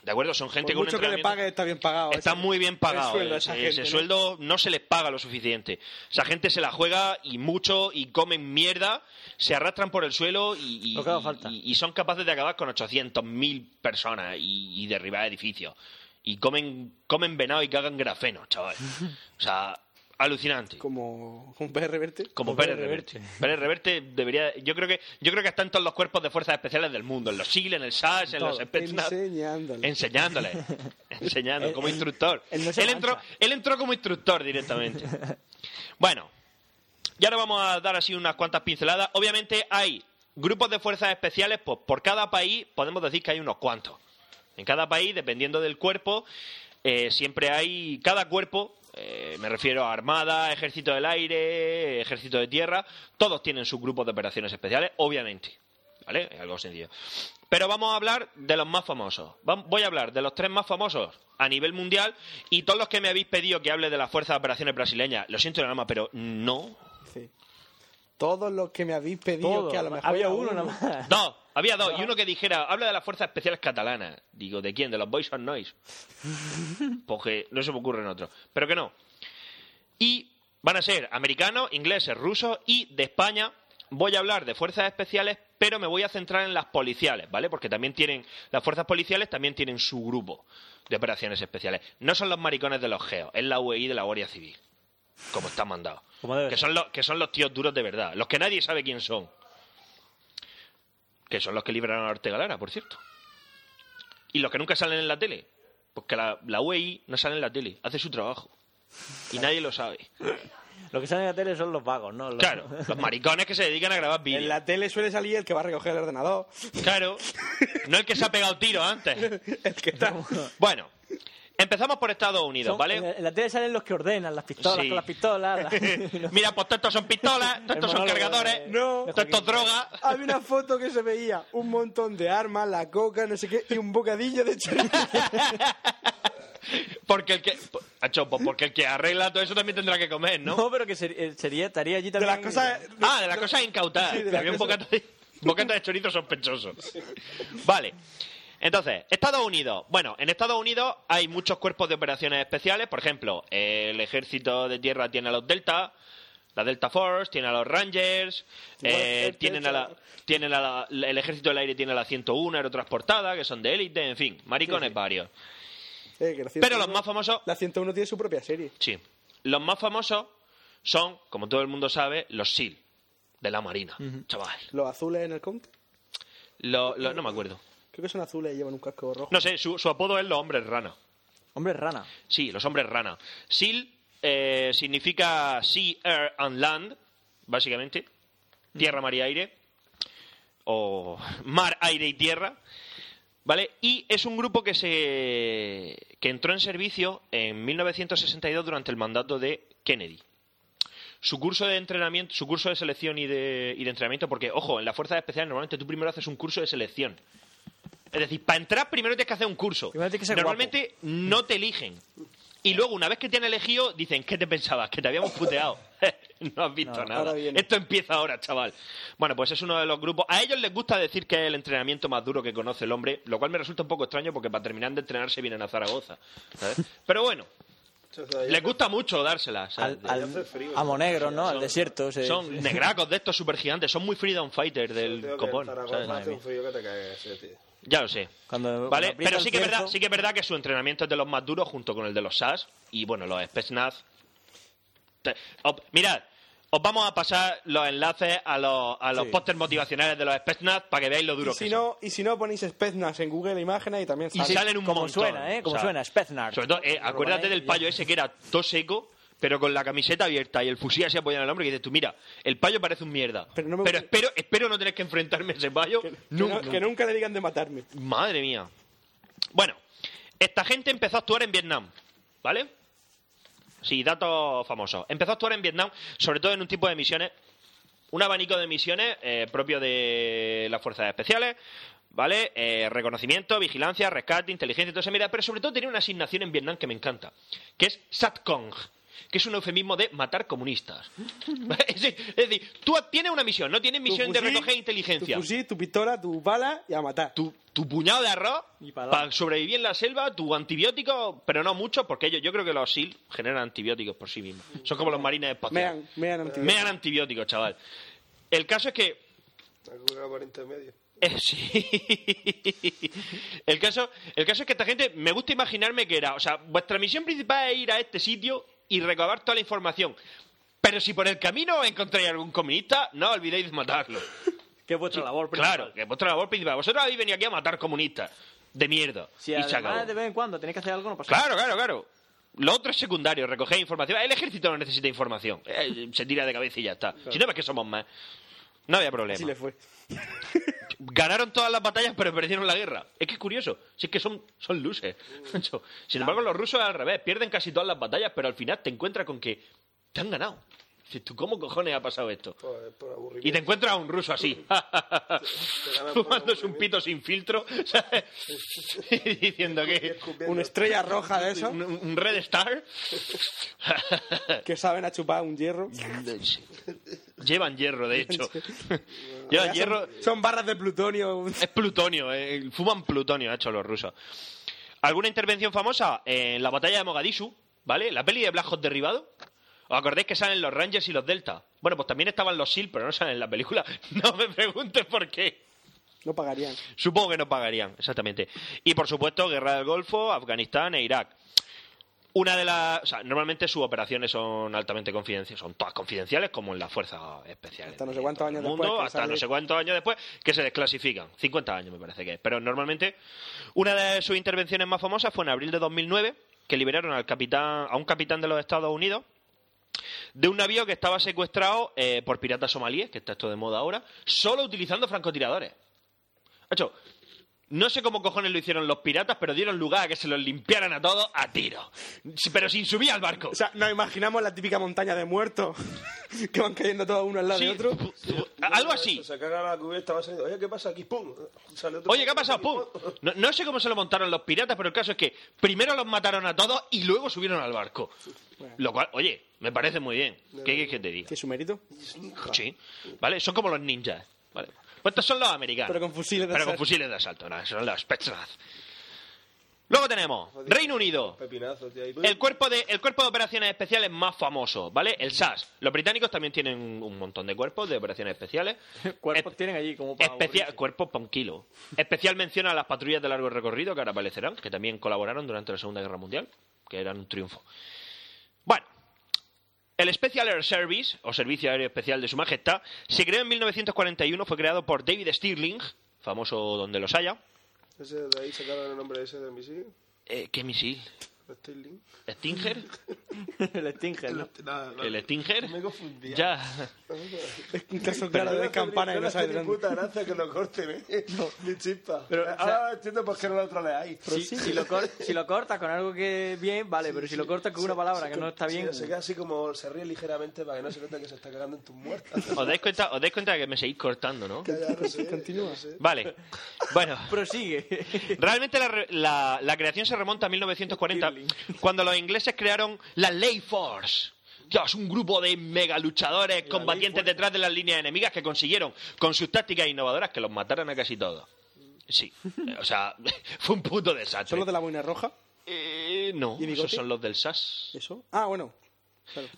S9: ¿De acuerdo? Son gente
S7: Por
S9: con un
S7: mucho que le
S9: entrenamiento-
S7: pague está bien pagado.
S9: Está
S7: Ese-
S9: muy bien
S7: el
S9: pagado. eh,
S7: sueldo a
S9: ese
S7: esa gente,
S9: ese
S7: ¿no?
S9: sueldo ¿no? se les paga lo suficiente. Esa gente se la juega y mucho y comen mierda, se arrastran por el suelo y, y-
S8: Lo que haga
S9: y-
S8: falta.
S9: y- y son capaces de acabar con 800.000 personas y, y derribar edificios. Y comen, comen venado y cagan grafeno, chaval. O sea, alucinante.
S7: Como, como Pérez Reverte.
S9: Como Pérez Reverte. Pérez Reverte debería. Yo creo que yo creo que está en todos los cuerpos de fuerzas especiales del mundo. En los SEAL, en el SAS, en
S7: Todo.
S9: los Spetsnaz.
S7: Enseñándole.
S9: Enseñándole.
S7: [laughs]
S9: Enseñando, como
S7: Él-
S9: instructor.
S7: él
S9: Él,
S7: no se
S9: entró, él entró como instructor directamente. Bueno, y ahora vamos a dar así unas cuantas pinceladas. Obviamente hay grupos de fuerzas especiales, pues por cada país podemos decir que hay unos cuantos. En cada país, dependiendo del cuerpo, eh, siempre hay cada cuerpo. eh, me refiero a Armada, Ejército del Aire, Ejército de Tierra. Todos tienen sus grupos de operaciones especiales, obviamente. ¿Vale? Es algo sencillo. Pero vamos a hablar de los más famosos. Vam- Voy a hablar de los tres más famosos a nivel mundial y todos los que me habéis pedido que hable de las fuerzas de operaciones brasileñas. Lo siento, Norma, pero no.
S7: Sí. Todos los que me habéis pedido,
S9: Todos.
S7: que a lo mejor.
S9: Había
S7: era
S9: uno nada
S7: [laughs] más.
S9: Dos, había dos. Y uno que dijera, habla de las fuerzas especiales catalanas. Digo, ¿de quién? ¿De los Boys on Noise? Porque no se me ocurren otros. Pero que no. Y van a ser americanos, ingleses, rusos y de España. Voy a hablar de fuerzas especiales, pero me voy a centrar en las policiales, ¿vale? Porque también tienen, las fuerzas policiales también tienen su grupo de operaciones especiales. No son los maricones de los GEOs, es la UEI de la Guardia Civil, como está mandado. Que son, los, que son los tíos duros de verdad, los que nadie sabe quién son. Que son los que libraron a Ortega Lara, por cierto. Y los que nunca salen en la tele. Porque la, la UEI no sale en la tele, hace su trabajo. Y nadie lo sabe.
S8: [laughs] Lo que sale en la tele son los vagos, ¿no? Los-
S9: Claro,
S8: [laughs]
S9: los maricones que se dedican a grabar
S7: En
S9: vídeos.
S7: la tele suele salir el que va a recoger el ordenador.
S9: Claro, no el que se ha pegado tiro antes. [laughs] Bueno, empezamos por Estados Unidos,
S8: son- En,
S9: ¿vale?
S8: la- en la tele salen los que ordenan las pistolas,
S9: Sí.
S8: con las [laughs]
S9: [laughs]
S8: pistolas.
S9: Mira, pues todos estos son pistolas, todos estos son cargadores, todos estos drogas.
S7: Había una foto que se veía un montón de armas, la coca, no sé qué, y un bocadillo de chorizo.
S9: [laughs] Porque el que. Acho, pues porque el que arregla todo eso también tendrá que comer, ¿no?
S8: No, pero que ser- eh, sería, estaría allí también.
S9: las cosas- Ah, de las cosas incautadas.
S8: Sí, de
S9: Que
S8: las
S9: había un
S8: cosas-
S9: bocata de, bocata de chorizo sospechoso. Vale. Entonces, Estados Unidos. Bueno, en Estados Unidos hay muchos cuerpos de operaciones especiales. Por ejemplo, el ejército de tierra tiene a los Delta, la Delta Force tiene a los Rangers, eh,
S7: Igual,
S9: tienen a la, tienen a la- la- el ejército del aire tiene a la 101 aerotransportada, que son de élite, en fin, maricones varios.
S7: Eh, que la
S9: Pero
S7: 101
S9: los más famosos
S7: La 101 tiene su propia serie.
S9: Sí. Los más famosos son, como todo el mundo sabe, los SEAL, E de la Marina, chaval.
S7: Los azules en el Conte.
S9: Lo- lo- no me acuerdo.
S7: Creo que son azules y llevan un casco rojo.
S9: No sé, su, su apodo es los hombres rana.
S8: Hombre, rana.
S9: Sí, los hombres rana. SEAL eh, significa Sea, Air and Land, básicamente. Tierra, mar y aire. O mar, aire y tierra. ¿Vale? Y es un grupo que se que entró en servicio en 1962 durante el mandato de Kennedy. Su curso de entrenamiento, su curso de selección y de, y de entrenamiento, porque, ojo, en las fuerzas especiales normalmente tú primero haces un curso de selección. Es decir, para entrar primero tienes que hacer un curso. Normalmente no te eligen. Y luego, una vez que te han elegido, dicen, ¿qué te pensabas? Que te habíamos puteado. [laughs] no has visto
S7: No, ahora
S9: nada.
S7: viene.
S9: Esto empieza ahora, chaval. Bueno, pues es uno de los grupos. A ellos les gusta decir que es el entrenamiento más duro que conoce el hombre, lo cual me resulta un poco extraño porque para terminar de entrenarse vienen a Zaragoza. ¿sabes? Pero bueno, les gusta mucho dárselas. ¿sabes?
S8: Al- a Monegro, ¿no? Al desierto. se-
S9: Son negracos de estos super gigantes, son muy Freedom Fighter del
S12: Creo que
S9: copón.
S12: en Zaragoza
S9: ¿sabes?
S12: hace un frío que te caes, eh, tío.
S9: Ya lo sé.
S8: Cuando, cuando
S9: ¿Vale?
S8: aprieta
S9: Pero
S8: el
S9: sí que, es verdad,
S8: cierzo.
S9: sí que es verdad que su entrenamiento es de los más duros junto con el de los SAS y bueno, los Spetsnaz. Te- op- mirad, os vamos a pasar los enlaces a los, a los
S7: Sí.
S9: pósters motivacionales de los Spetsnaz para que veáás lo duro
S7: Y si,
S9: que
S7: no, y si no, ponéis Spetsnaz en Google Imágenes y también
S9: son. Y salen un
S8: como
S9: montón.
S8: suena, ¿eh? Como
S9: o sea,
S8: suena, Spetsnaz.
S9: Sobre todo, eh, acuérdate del payo ese que era todo seco, pero con la camiseta abierta y el fusil así apoyado en el hombro. Y dices tú, mira, el payo parece un mierda. Pero, espero, espero no tener que enfrentarme a ese payo.
S7: Que no- que nunca le digan de matarme.
S9: Madre mía. Bueno, esta gente empezó a actuar en Vietnam, ¿vale? Sí, datos famosos. Empezó a actuar en Vietnam, sobre todo en un tipo de misiones, un abanico de misiones eh, propio de las fuerzas especiales, ¿vale? Eh, reconocimiento, vigilancia, rescate, inteligencia, y todo eso. Mira, pero sobre todo tenía una asignación en Vietnam que me encanta, que es SATCONG. que es un eufemismo de matar comunistas. [laughs] es, decir, es decir, tú tienes una misión, no tienes
S10: Tu
S9: misión de
S10: fusil,
S9: recoger inteligencia.
S10: Tu fusil, tu pistola, tu bala y a matar.
S9: Tu, puñado de arroz para sobrevivir en la selva, tu antibiótico, pero no mucho, porque ellos, yo creo que los SEAL generan antibióticos por sí mismos. Son como los marines espaciales.
S10: Mean, mean
S9: Me dan
S10: antibióticos.
S9: antibióticos, chaval. El caso es que
S12: Alguna por intermedio.
S9: Eh, sí. [laughs] El caso, el caso es que esta gente, me gusta imaginarme que era, o sea, vuestra misión principal es ir a este sitio y recabar toda la información. Pero si por el camino os encontráis algún comunista, no olvidéis matarlo.
S8: Que es vuestra labor
S9: principal. Claro, que es vuestra labor principal. Vosotros habéis venido aquí a matar comunistas. De mierda.
S8: Si
S9: y se acabó.
S8: además de vez en cuando tenéis que hacer algo, no pasa
S9: Claro,
S8: nada.
S9: claro, claro. Lo otro es secundario, recoger información. El ejército no necesita información. Eh, se tira de cabeza y ya está. Si no es que somos más. No había problema.
S10: Así le fue.
S9: Ganaron todas las batallas, pero perdieron la guerra. Es que es curioso. Si es que son, son luces.
S8: Mm.
S9: [laughs] Sin embargo, los rusos es al revés. Pierden casi todas las batallas, pero al final te encuentras con que te han ganado. Dices, ¿tú cómo cojones ha pasado esto? Y [laughs] te encuentras a un ruso así, fumándose un pito sin filtro, [laughs] ¿sabes? Y diciendo que...
S10: Una estrella roja de eso.
S9: Un, un Red [laughs] Star.
S10: que saben a chupar un hierro.
S9: Llevan hierro, de [laughs] hecho. Llevan
S10: Son-
S9: hierro...
S10: Son barras
S7: [laughs]
S10: de plutonio.
S9: Es plutonio, eh, fuman plutonio, ha hecho los rusos. ¿Alguna intervención famosa? Eh, En la batalla de Mogadishu, ¿vale? La peli de Black Hawk derribado. ¿Os acordáis que salen los Rangers y los Delta? Bueno, pues también estaban los SEAL, pero no salen en la película. [laughs] No me preguntes por qué.
S10: No pagarían.
S9: Supongo que no pagarían, exactamente. Y por supuesto, Guerra del Golfo, Afganistán e Irak. Una de las. O sea, normalmente sus operaciones son altamente confidenciales, son todas confidenciales, como en las fuerzas especiales
S10: Hasta no sé cuántos años
S9: del mundo,
S10: después. que
S9: hasta
S10: sale-
S9: no sé cuántos años después, que se desclasifican. 50 años me parece que es. Pero normalmente, una de sus intervenciones más famosas fue en abril de 2009, que liberaron al capitán, a un capitán de los Estados Unidos de un navío que estaba secuestrado eh, por piratas somalíes, que está esto de moda ahora, solo utilizando francotiradores. Ocho, no sé cómo cojones lo hicieron los piratas, pero dieron lugar a que se los limpiaran a todos a tiro. Pero sin subir al barco.
S10: O sea, nos imaginamos la típica montaña de muertos [laughs] que van cayendo todos uno al lado
S9: Sí,
S10: de otro.
S9: Algo así.
S12: Se caga la cubierta, va saliendo. Oye, ¿qué pasa aquí? ¡Pum! Sale otro.
S9: Oye, ¿qué ha pasado? ¡Pum! No, no sé cómo se lo montaron los piratas, pero el caso es que primero los mataron a todos y luego subieron al barco. Lo cual, oye, me parece muy bien. ¿Qué quieres que te diga?
S10: ¿Qué es su mérito?
S9: Sí. ¿Vale? Son como los ninjas. ¿Vale? Pues estos son los americanos.
S10: Pero con fusiles de
S9: Pero con
S10: asalto.
S9: fusiles de asalto. no, son los Spetsnaz. Luego tenemos Reino Unido.
S12: Pepinazo, tío. ahí.
S9: El cuerpo, de, el cuerpo de operaciones especiales más famoso, ¿vale? El SAS. Los británicos también tienen un un montón de cuerpos de operaciones especiales.
S8: [laughs] Cuerpos tienen allí como para
S9: Especial, cuerpos para un kilo. Especial mención a las patrullas de largo recorrido que ahora aparecerán, que también colaboraron durante la Segunda Guerra Mundial, que eran un triunfo. Bueno, el Special Air Service, o Servicio Aéreo Especial de Su Majestad, se creó en 1941, fue creado por David Stirling, famoso donde los haya.
S12: Ese de ahí sacaron el nombre ese del misil.
S9: Eh, ¿Qué misil?
S12: Stirling. [laughs]
S9: ¿Stinger?
S8: [laughs] el Stinger, ¿no?
S9: ¿El Stinger?
S12: Me confundía.
S9: Ya.
S10: Un caso claro de campana y no sabe de
S12: tiene
S10: dónde.
S12: puta gracia que lo corten, ¿eh? [laughs] Ni chispa.
S8: Pero, o
S12: Ahora entiendo por qué no lo troleáis.
S8: Si, si lo cor- si lo cortas con algo que es bien, vale, pero si lo cortas con una palabra que no está bien.
S12: Se queda así como se ríe ligeramente para que no se note que se está cagando en tus
S9: [laughs]
S12: muertas.
S9: ¿Os dais cuenta, os dais cuenta que me seguís cortando, no?
S10: Continúa.
S9: Vale.
S10: [laughs]
S9: Bueno. [laughs]
S8: Prosigue.
S9: Realmente la, re- la- la creación se remonta a 1940, cuando los ingleses crearon la Ley Force. Dios, un grupo de mega luchadores combatientes detrás de las líneas enemigas que consiguieron, con sus tácticas innovadoras, que los mataran a casi todos. Sí, eh, o sea, [laughs] fue un puto desastre.
S10: ¿Son los de la boina roja?
S9: Eh, no,
S10: ¿Y bigote?
S9: esos son los del SAS.
S10: ¿Eso? Ah, bueno. Claro.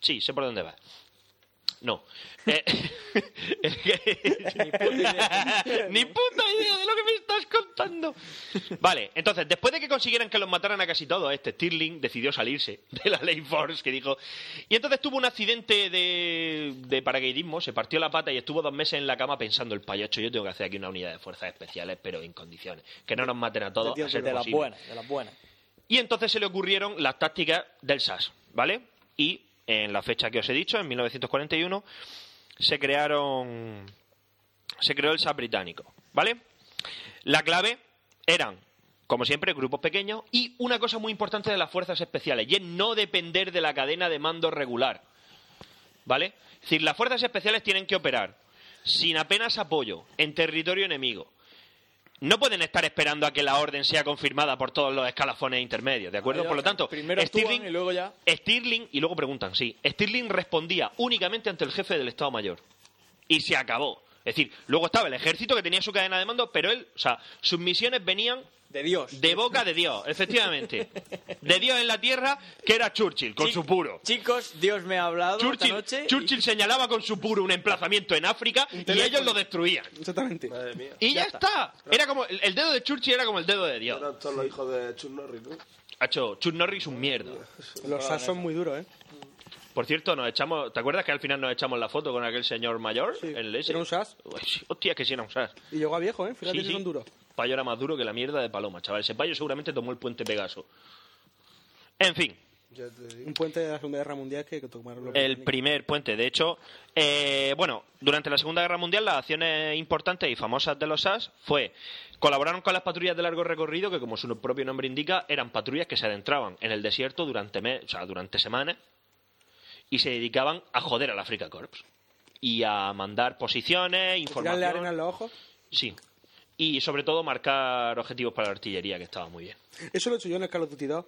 S9: Sí, sé por dónde va. No. Eh, [laughs] Ni puta idea de lo que me estás contando. Vale, entonces, después de que consiguieran que los mataran a casi todos, este Stirling decidió salirse de la ley Force que dijo. Y entonces tuvo un accidente de, de paracaidismo, se partió la pata y estuvo dos meses en la cama pensando: el payacho, yo tengo que hacer aquí una unidad de fuerzas especiales, pero en condiciones. Que no nos maten a todos. a
S8: Este de,
S9: ser
S8: las
S9: posible".
S8: buenas, de las buenas.
S9: Y entonces se le ocurrieron las tácticas del SAS, ¿vale? Y en la fecha que os he dicho, en 1941, se crearon. Se creó el SAS británico, ¿vale? La clave eran, como siempre, grupos pequeños y una cosa muy importante de las fuerzas especiales, y es no depender de la cadena de mando regular, ¿vale? Es decir, las fuerzas especiales tienen que operar sin apenas apoyo, en territorio enemigo, no pueden estar esperando a que la orden sea confirmada por todos los escalafones intermedios, ¿de acuerdo?
S19: Ah, ya,
S9: por lo
S19: o sea,
S9: tanto,
S19: primero actúan y luego ya-
S9: Stirling, y luego preguntan, sí. Stirling respondía únicamente ante el jefe del Estado Mayor. Y se acabó. Es decir, luego estaba el ejército que tenía su cadena de mando, pero él, o sea, sus misiones venían.
S19: De Dios.
S9: De boca de Dios, efectivamente. De Dios en la tierra, que era Churchill, con su puro.
S19: Chicos, Dios me ha hablado
S9: Churchill,
S19: esta noche. y-
S9: Churchill señalaba con su puro un emplazamiento en África y
S19: teléfono.
S9: ellos lo destruían.
S10: Exactamente.
S9: Y ya, está. Era como el el dedo de Churchill era como el dedo de Dios.
S12: Eran todos los hijos de Chuck Norris, ¿no?
S9: Hacho, Chuck Norris un mierda.
S10: Los sas son muy duros, ¿eh?
S9: Por cierto, nos echamos, ¿te acuerdas que al final nos echamos la foto con aquel señor mayor? El ese?
S10: Era un sas.
S9: Uy, sí, Hostia, que sí era un sas.
S10: Y llegó a viejo, ¿eh? Fíjate
S9: Sí,
S10: si
S9: sí.
S10: son duros.
S9: Payo era más duro que la mierda de Paloma, chaval. Ese payo seguramente tomó el puente Pegaso. En fin,
S10: Un puente de la Segunda Guerra Mundial que, que tomaron los...
S9: el primer puente. De hecho, eh, bueno, durante la Segunda Guerra Mundial las acciones importantes y famosas de los SAS fue colaboraron con las patrullas de largo recorrido que, como su propio nombre indica, eran patrullas que se adentraban en el desierto durante me- o sea, durante semanas y se dedicaban a joder al Africa Corps y a mandar posiciones,
S10: Tirarle
S9: información,
S10: arena en los ojos.
S9: sí, y sobre todo marcar objetivos para la artillería que estaba muy bien.
S10: Eso lo he hecho yo en el Call of Duty 2.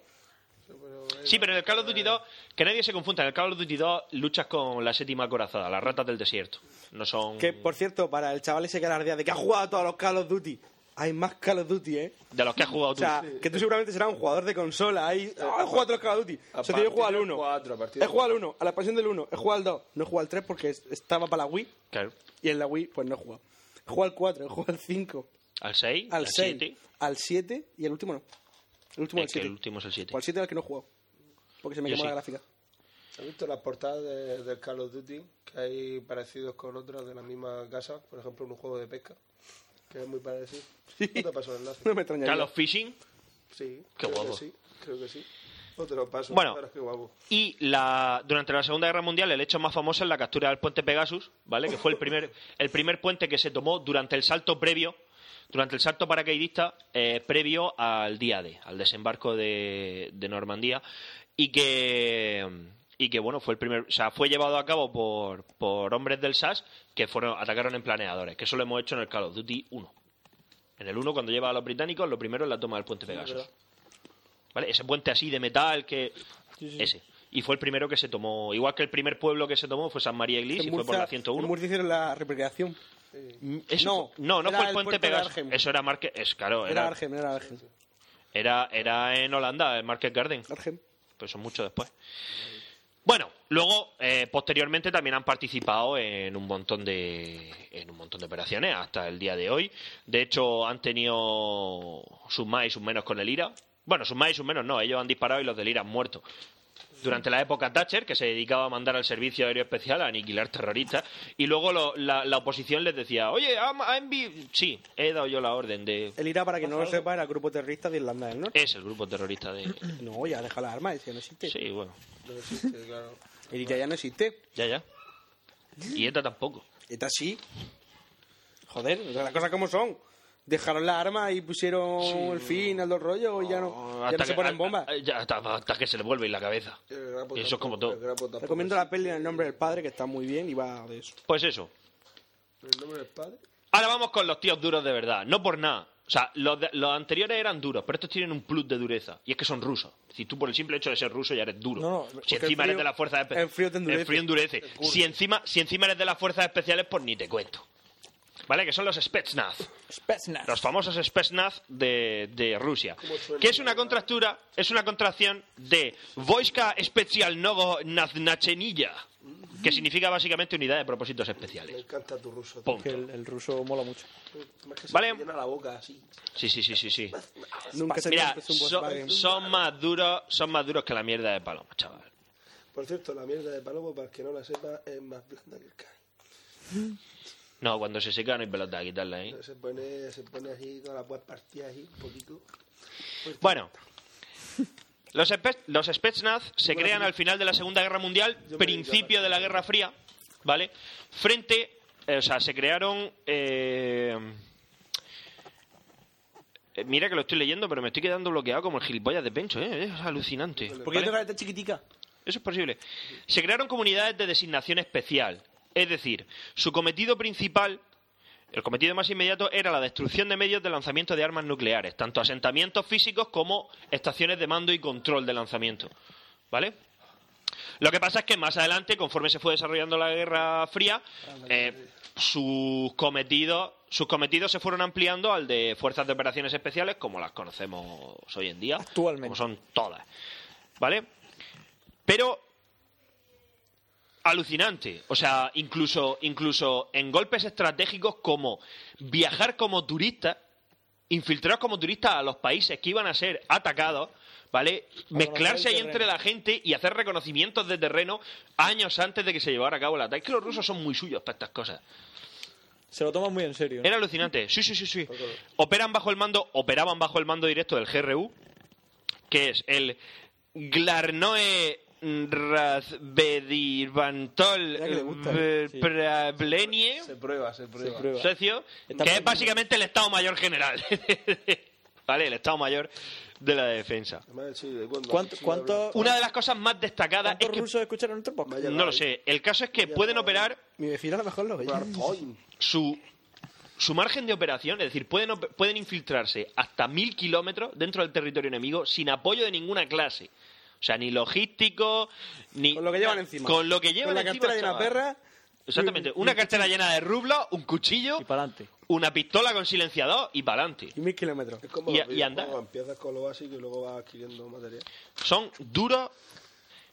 S9: Sí, pero en el Call of Duty 2, que nadie se confunda, en el Call of Duty 2 luchas con la séptima corazada, las ratas del desierto. No son
S10: Que, por cierto, para el chaval ese que alardea de que ha jugado a todos los Call of Duty, hay más Call of Duty, ¿eh?
S9: de los que has jugado
S10: O
S9: tú.
S10: sea, que tú seguramente serás un jugador de consola. Ahí, ah, he jugado a todos los Call of Duty. O sea, yo he jugado al 1. He jugado al 1, a la pasión del 1. He jugado al 2. No he jugado al 3 porque es- estaba para la Wii.
S9: Claro.
S10: Y en la Wii, pues no he jugado. He jugado al 4, he jugado al 5,
S9: Al 6,
S10: al 6, al 7 y el último no. El último al Pues
S9: que el
S10: 7.
S9: último es el 7.
S10: O al 7 al que no he jugado. Porque se me
S9: Yo
S10: quemó
S9: sí.
S10: la gráfica. [laughs]
S12: ¿Has visto las portadas de, del Call of Duty? Que hay parecidos con otras de la misma casa. Por ejemplo, un juego de pesca. Que es muy parecido. No te paso el enlace.
S10: No me extrañaría.
S9: Call of Fishing.
S12: Sí.
S9: Qué
S12: creo
S9: guapo.
S12: Que sí, creo que sí. No te lo paso.
S9: Bueno.
S12: Pero es que guapo.
S9: Y la, durante la Segunda Guerra Mundial el hecho más famoso es la captura del puente Pegasus, ¿vale? Que fue el primer, el primer puente que se tomó durante el salto previo, durante el salto paracaidista eh, previo al día D, al desembarco de, de Normandía, y que y que bueno fue el primer, o sea, fue llevado a cabo por, por hombres del SAS que fueron atacaron en planeadores, que eso lo hemos hecho en el Call of Duty 1. En el 1 cuando lleva a los británicos, lo primero es la toma del puente Pegasus. ¿Vale? Ese puente así de metal que. Ese. Y fue el primero que se tomó. Igual que el primer pueblo que se tomó fue San María Iglis y fue por la 101.
S10: en Murcia hicieron la recreación.
S9: Eso fue- no, no
S10: era
S9: fue el
S10: el
S9: puente
S10: puerto de
S9: Pegaso.
S10: Argem.
S9: Eso era Marque. Es claro,
S10: Era
S9: era,
S10: Argem, era Argem.
S9: era, era en Holanda, el Market Garden.
S10: Argem.
S9: Pero eso es mucho después. Bueno, luego, eh, posteriormente también han participado en un montón de en un montón de operaciones hasta el día de hoy. De hecho, han tenido sus más y sus menos con el IRA. Bueno, sus más y sus menos no, ellos han disparado y los del IRA han muerto. Durante la época Thatcher, que se dedicaba a mandar al servicio aéreo especial a aniquilar terroristas, y luego lo- la, la oposición les decía, oye, ha ha envi- sí, he dado yo la orden de...
S10: El IRA, para que no lo sepa, era el grupo terrorista de Irlanda del Norte.
S9: Es el grupo terrorista de...
S10: No, ya deja las armas, ya no existe.
S9: Sí, bueno,
S10: El IRA ya no existe.
S9: ya, ya. Y ETA tampoco.
S10: ETA sí. Joder, o sea, las cosas como son. Dejaron las armas y pusieron el fin al dos rollos y ya no, ya no se ponen bombas. pues,
S9: a- ya hasta, hasta que se le vuelve en la cabeza. Eso es como todo.
S10: Recomiendo la peli en el nombre del padre, que está muy bien y va de eso.
S9: Pues eso.
S12: ¿El nombre del padre?
S9: Ahora vamos con los tíos duros de verdad. No por nada. O sea, los, de- los anteriores eran duros, pero estos tienen un plus de dureza. Y es que son rusos. Si tú por el simple hecho de ser ruso ya eres duro.
S10: No, no, porque
S9: si encima
S10: el frío-
S9: eres de las fuerzas espe-
S10: el frío te endurece.
S9: el frío endurece. Si encima, si encima eres de las fuerzas especiales, pues ni te cuento. ¿Vale? Que son los Spetsnaz. Los famosos Spetsnaz de, de Rusia. Que es una contractura, es una contracción de Voiska Special Novo Naznachenilla. Que significa básicamente unidad de propósitos especiales.
S12: Me encanta tu ruso. tío.
S9: Punto.
S19: Que el, el ruso mola mucho.
S12: Más que se
S9: Vale.
S12: me llena la boca así.
S9: Sí, sí, sí, sí, sí.
S10: Nunca se
S9: Mira,
S10: compre un
S9: son,
S10: Volkswagen.
S9: son más duros, son más duros que la mierda de paloma, chaval.
S12: Por cierto, la mierda de palomo, para el que no la sepa, es más blanda que el caño.
S9: No, cuando se seca no hay pelota a quitarla, ¿eh?
S12: Se pone, se pone así, con la puedes partir así un poquito.
S9: Bueno, los, espe- los Spetsnaz se crean al final de la Segunda Guerra Mundial, principio de la Guerra Fría, ¿vale? Frente, eh, o sea, se crearon. eh, eh, Mira que lo estoy leyendo, pero me estoy quedando bloqueado como el gilipollas de Pencho, ¿eh? Es alucinante.
S10: Porque
S9: ¿vale?
S10: yo tengo la letra chiquitica.
S9: Eso es posible. Se crearon comunidades de designación especial. Es decir, su cometido principal El cometido más inmediato era la destrucción de medios de lanzamiento de armas nucleares, tanto asentamientos físicos como estaciones de mando y control de lanzamiento. ¿Vale? Lo que pasa es que más adelante, conforme se fue desarrollando la Guerra Fría, eh, sus cometidos sus cometidos se fueron ampliando al de fuerzas de operaciones especiales como las conocemos hoy en día,
S19: Actualmente.
S9: como son todas, ¿vale? Pero alucinante, o sea, incluso incluso en golpes estratégicos como viajar como turista, infiltrados como turistas a los países que iban a ser atacados, ¿vale? Mezclarse
S19: el
S9: ahí
S19: terreno.
S9: entre la gente y hacer reconocimientos de terreno años antes de que se llevara a cabo el ataque. Es que los rusos son muy suyos para estas cosas.
S19: Se lo toman muy en serio.
S9: Era alucinante. Sí, sí, sí, sí. Operan bajo el mando, operaban bajo el mando directo del GRU, que es el Glarnoe
S12: Ya que le gusta,
S9: Razbedirvantol
S12: sí.
S9: Prablenie,
S12: Se prueba, se prueba.
S19: Se prueba.
S9: socio,
S19: Está
S9: que es
S19: aprendiendo.
S9: básicamente el Estado Mayor General. [laughs] ¿Vale? El Estado Mayor de la Defensa.
S19: ¿Cuánto- cuánto-
S9: Una de las cosas más destacadas es
S19: ¿Cuántos
S9: que...
S19: rusos escucharon nuestro podcast?
S9: No lo sé. El caso es que pueden operar
S10: Mi vecino a lo mejor lo veía.
S9: su, su margen de operación, es decir, pueden, op- pueden infiltrarse hasta mil kilómetros dentro del territorio enemigo sin apoyo de ninguna clase. O sea, ni logístico, ni...
S10: Con lo que llevan encima.
S9: Con lo que llevan
S10: Con la
S9: encima,
S10: cartera de una
S9: chaval.
S10: perra.
S9: Exactamente. Una cartera llena de rublos, un cuchillo,
S8: Pa'lante.
S9: una pistola con silenciador y para adelante.
S10: Y mil kilómetros.
S12: Es como
S9: Y-
S12: los
S9: y andar.
S12: videojuegos, Empiezas con lo básico y luego vas adquiriendo material.
S9: Son duros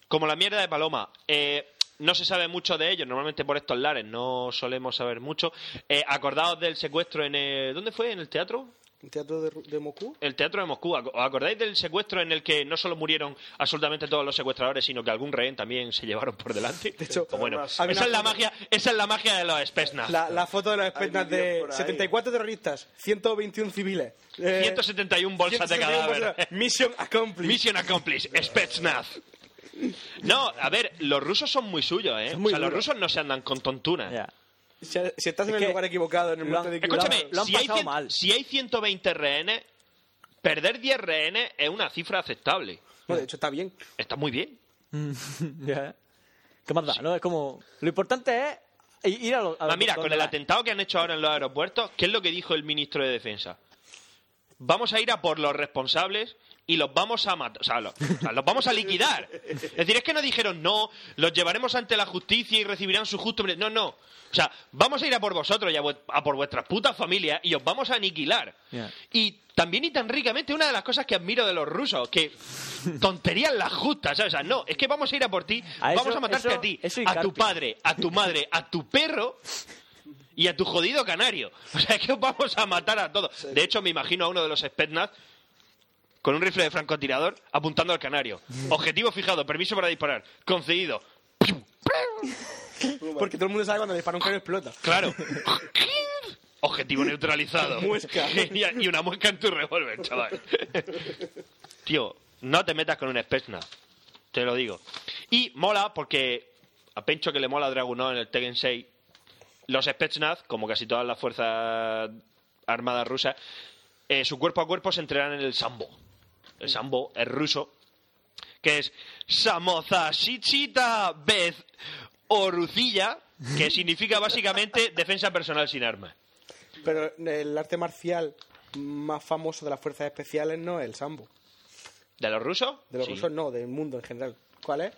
S9: como la mierda de paloma. Eh, no se sabe mucho de ellos, normalmente por estos lares no solemos saber mucho. Eh, acordaos del secuestro en el... ¿Dónde fue? ¿En el teatro?
S10: ¿El teatro de, Ru- de Moscú?
S9: El teatro de Moscú. ¿Ac- ¿Os acordáis del secuestro en el que no solo murieron absolutamente todos los secuestradores, sino que algún rehén también se llevaron por delante? De
S10: hecho,
S9: bueno,
S10: había
S9: esa
S10: una
S9: es la
S10: foto-
S9: magia, esa es la magia de los Spetsnaz.
S10: La, la foto de los espectaculares
S9: vídeos
S10: de
S9: por ahí.
S10: 74 terroristas, 121 civiles. eh,
S9: 171 bolsas de
S10: 171
S9: cadáver.
S10: bolsas. Mission accomplished.
S9: [laughs] Mission accomplished. Spetsnaz. No, a ver, los rusos son muy suyos, ¿eh?
S10: muy
S9: o sea, los
S10: duros.
S9: rusos no se andan con tontunas.
S10: Si, si estás en
S9: Es
S10: el
S9: que
S10: lugar equivocado, en el
S9: Lo
S10: momento
S9: han-
S10: de equivocado.
S9: Escúchame, si, hay cien- si hay 120 rehenes, perder 10 rehenes es una cifra aceptable.
S10: No, de hecho, está bien.
S9: Está muy bien.
S8: Ya. ¿Qué más da? ¿no? Es como... Lo importante es i- ir a los...
S9: Ah, mira, con el atentado que han hecho ahora en los aeropuertos, ¿qué es lo que dijo el ministro de Defensa? Vamos a ir a por los responsables y los vamos a matar, o sea, los, o sea, los vamos a liquidar. Es decir, es que no dijeron no, los llevaremos ante la justicia y recibirán su justo. mere-". No, no. O sea, vamos a ir a por vosotros y a, vuest- a por vuestras putas familias y os vamos a aniquilar. Y también y tan ricamente, una de las cosas que admiro de los rusos, que tonterías las justas, ¿sabes? O sea, no, es que vamos a ir a por ti,
S8: A
S9: vamos
S8: eso-
S9: a matarte
S8: eso-
S9: a ti,
S8: eso y
S9: a tu
S8: Carpi.
S9: padre, a tu madre, a tu perro y a tu jodido canario. O sea, es que os vamos a matar a todos. De hecho, me imagino a uno de los Spetsnaz con un rifle de francotirador apuntando al canario.
S8: Mm.
S9: Objetivo fijado, permiso para disparar, concedido.
S10: Porque todo el mundo sabe cuando le dispara un cañón explota.
S9: Claro. [laughs] Objetivo neutralizado.
S10: Muesca.
S9: Genial. [laughs] Y una muesca en tu revólver, chaval. Tío, no te metas con un Spetsnaz. Te lo digo. Y mola porque a Pencho que le mola Dragunov en el Tekken 6, los Spetsnaz, como casi todas las fuerzas armadas rusas, eh, su cuerpo a cuerpo se entrenan en el sambo. El sambo es ruso, que es Samoza Shichita Bez Orucilla,
S10: [laughs]
S9: que significa básicamente defensa personal sin armas.
S10: Pero el arte marcial más famoso de las fuerzas especiales no es el sambo.
S9: ¿De los rusos?
S10: De los
S9: Sí.
S10: rusos no, del mundo en general. ¿Cuál es?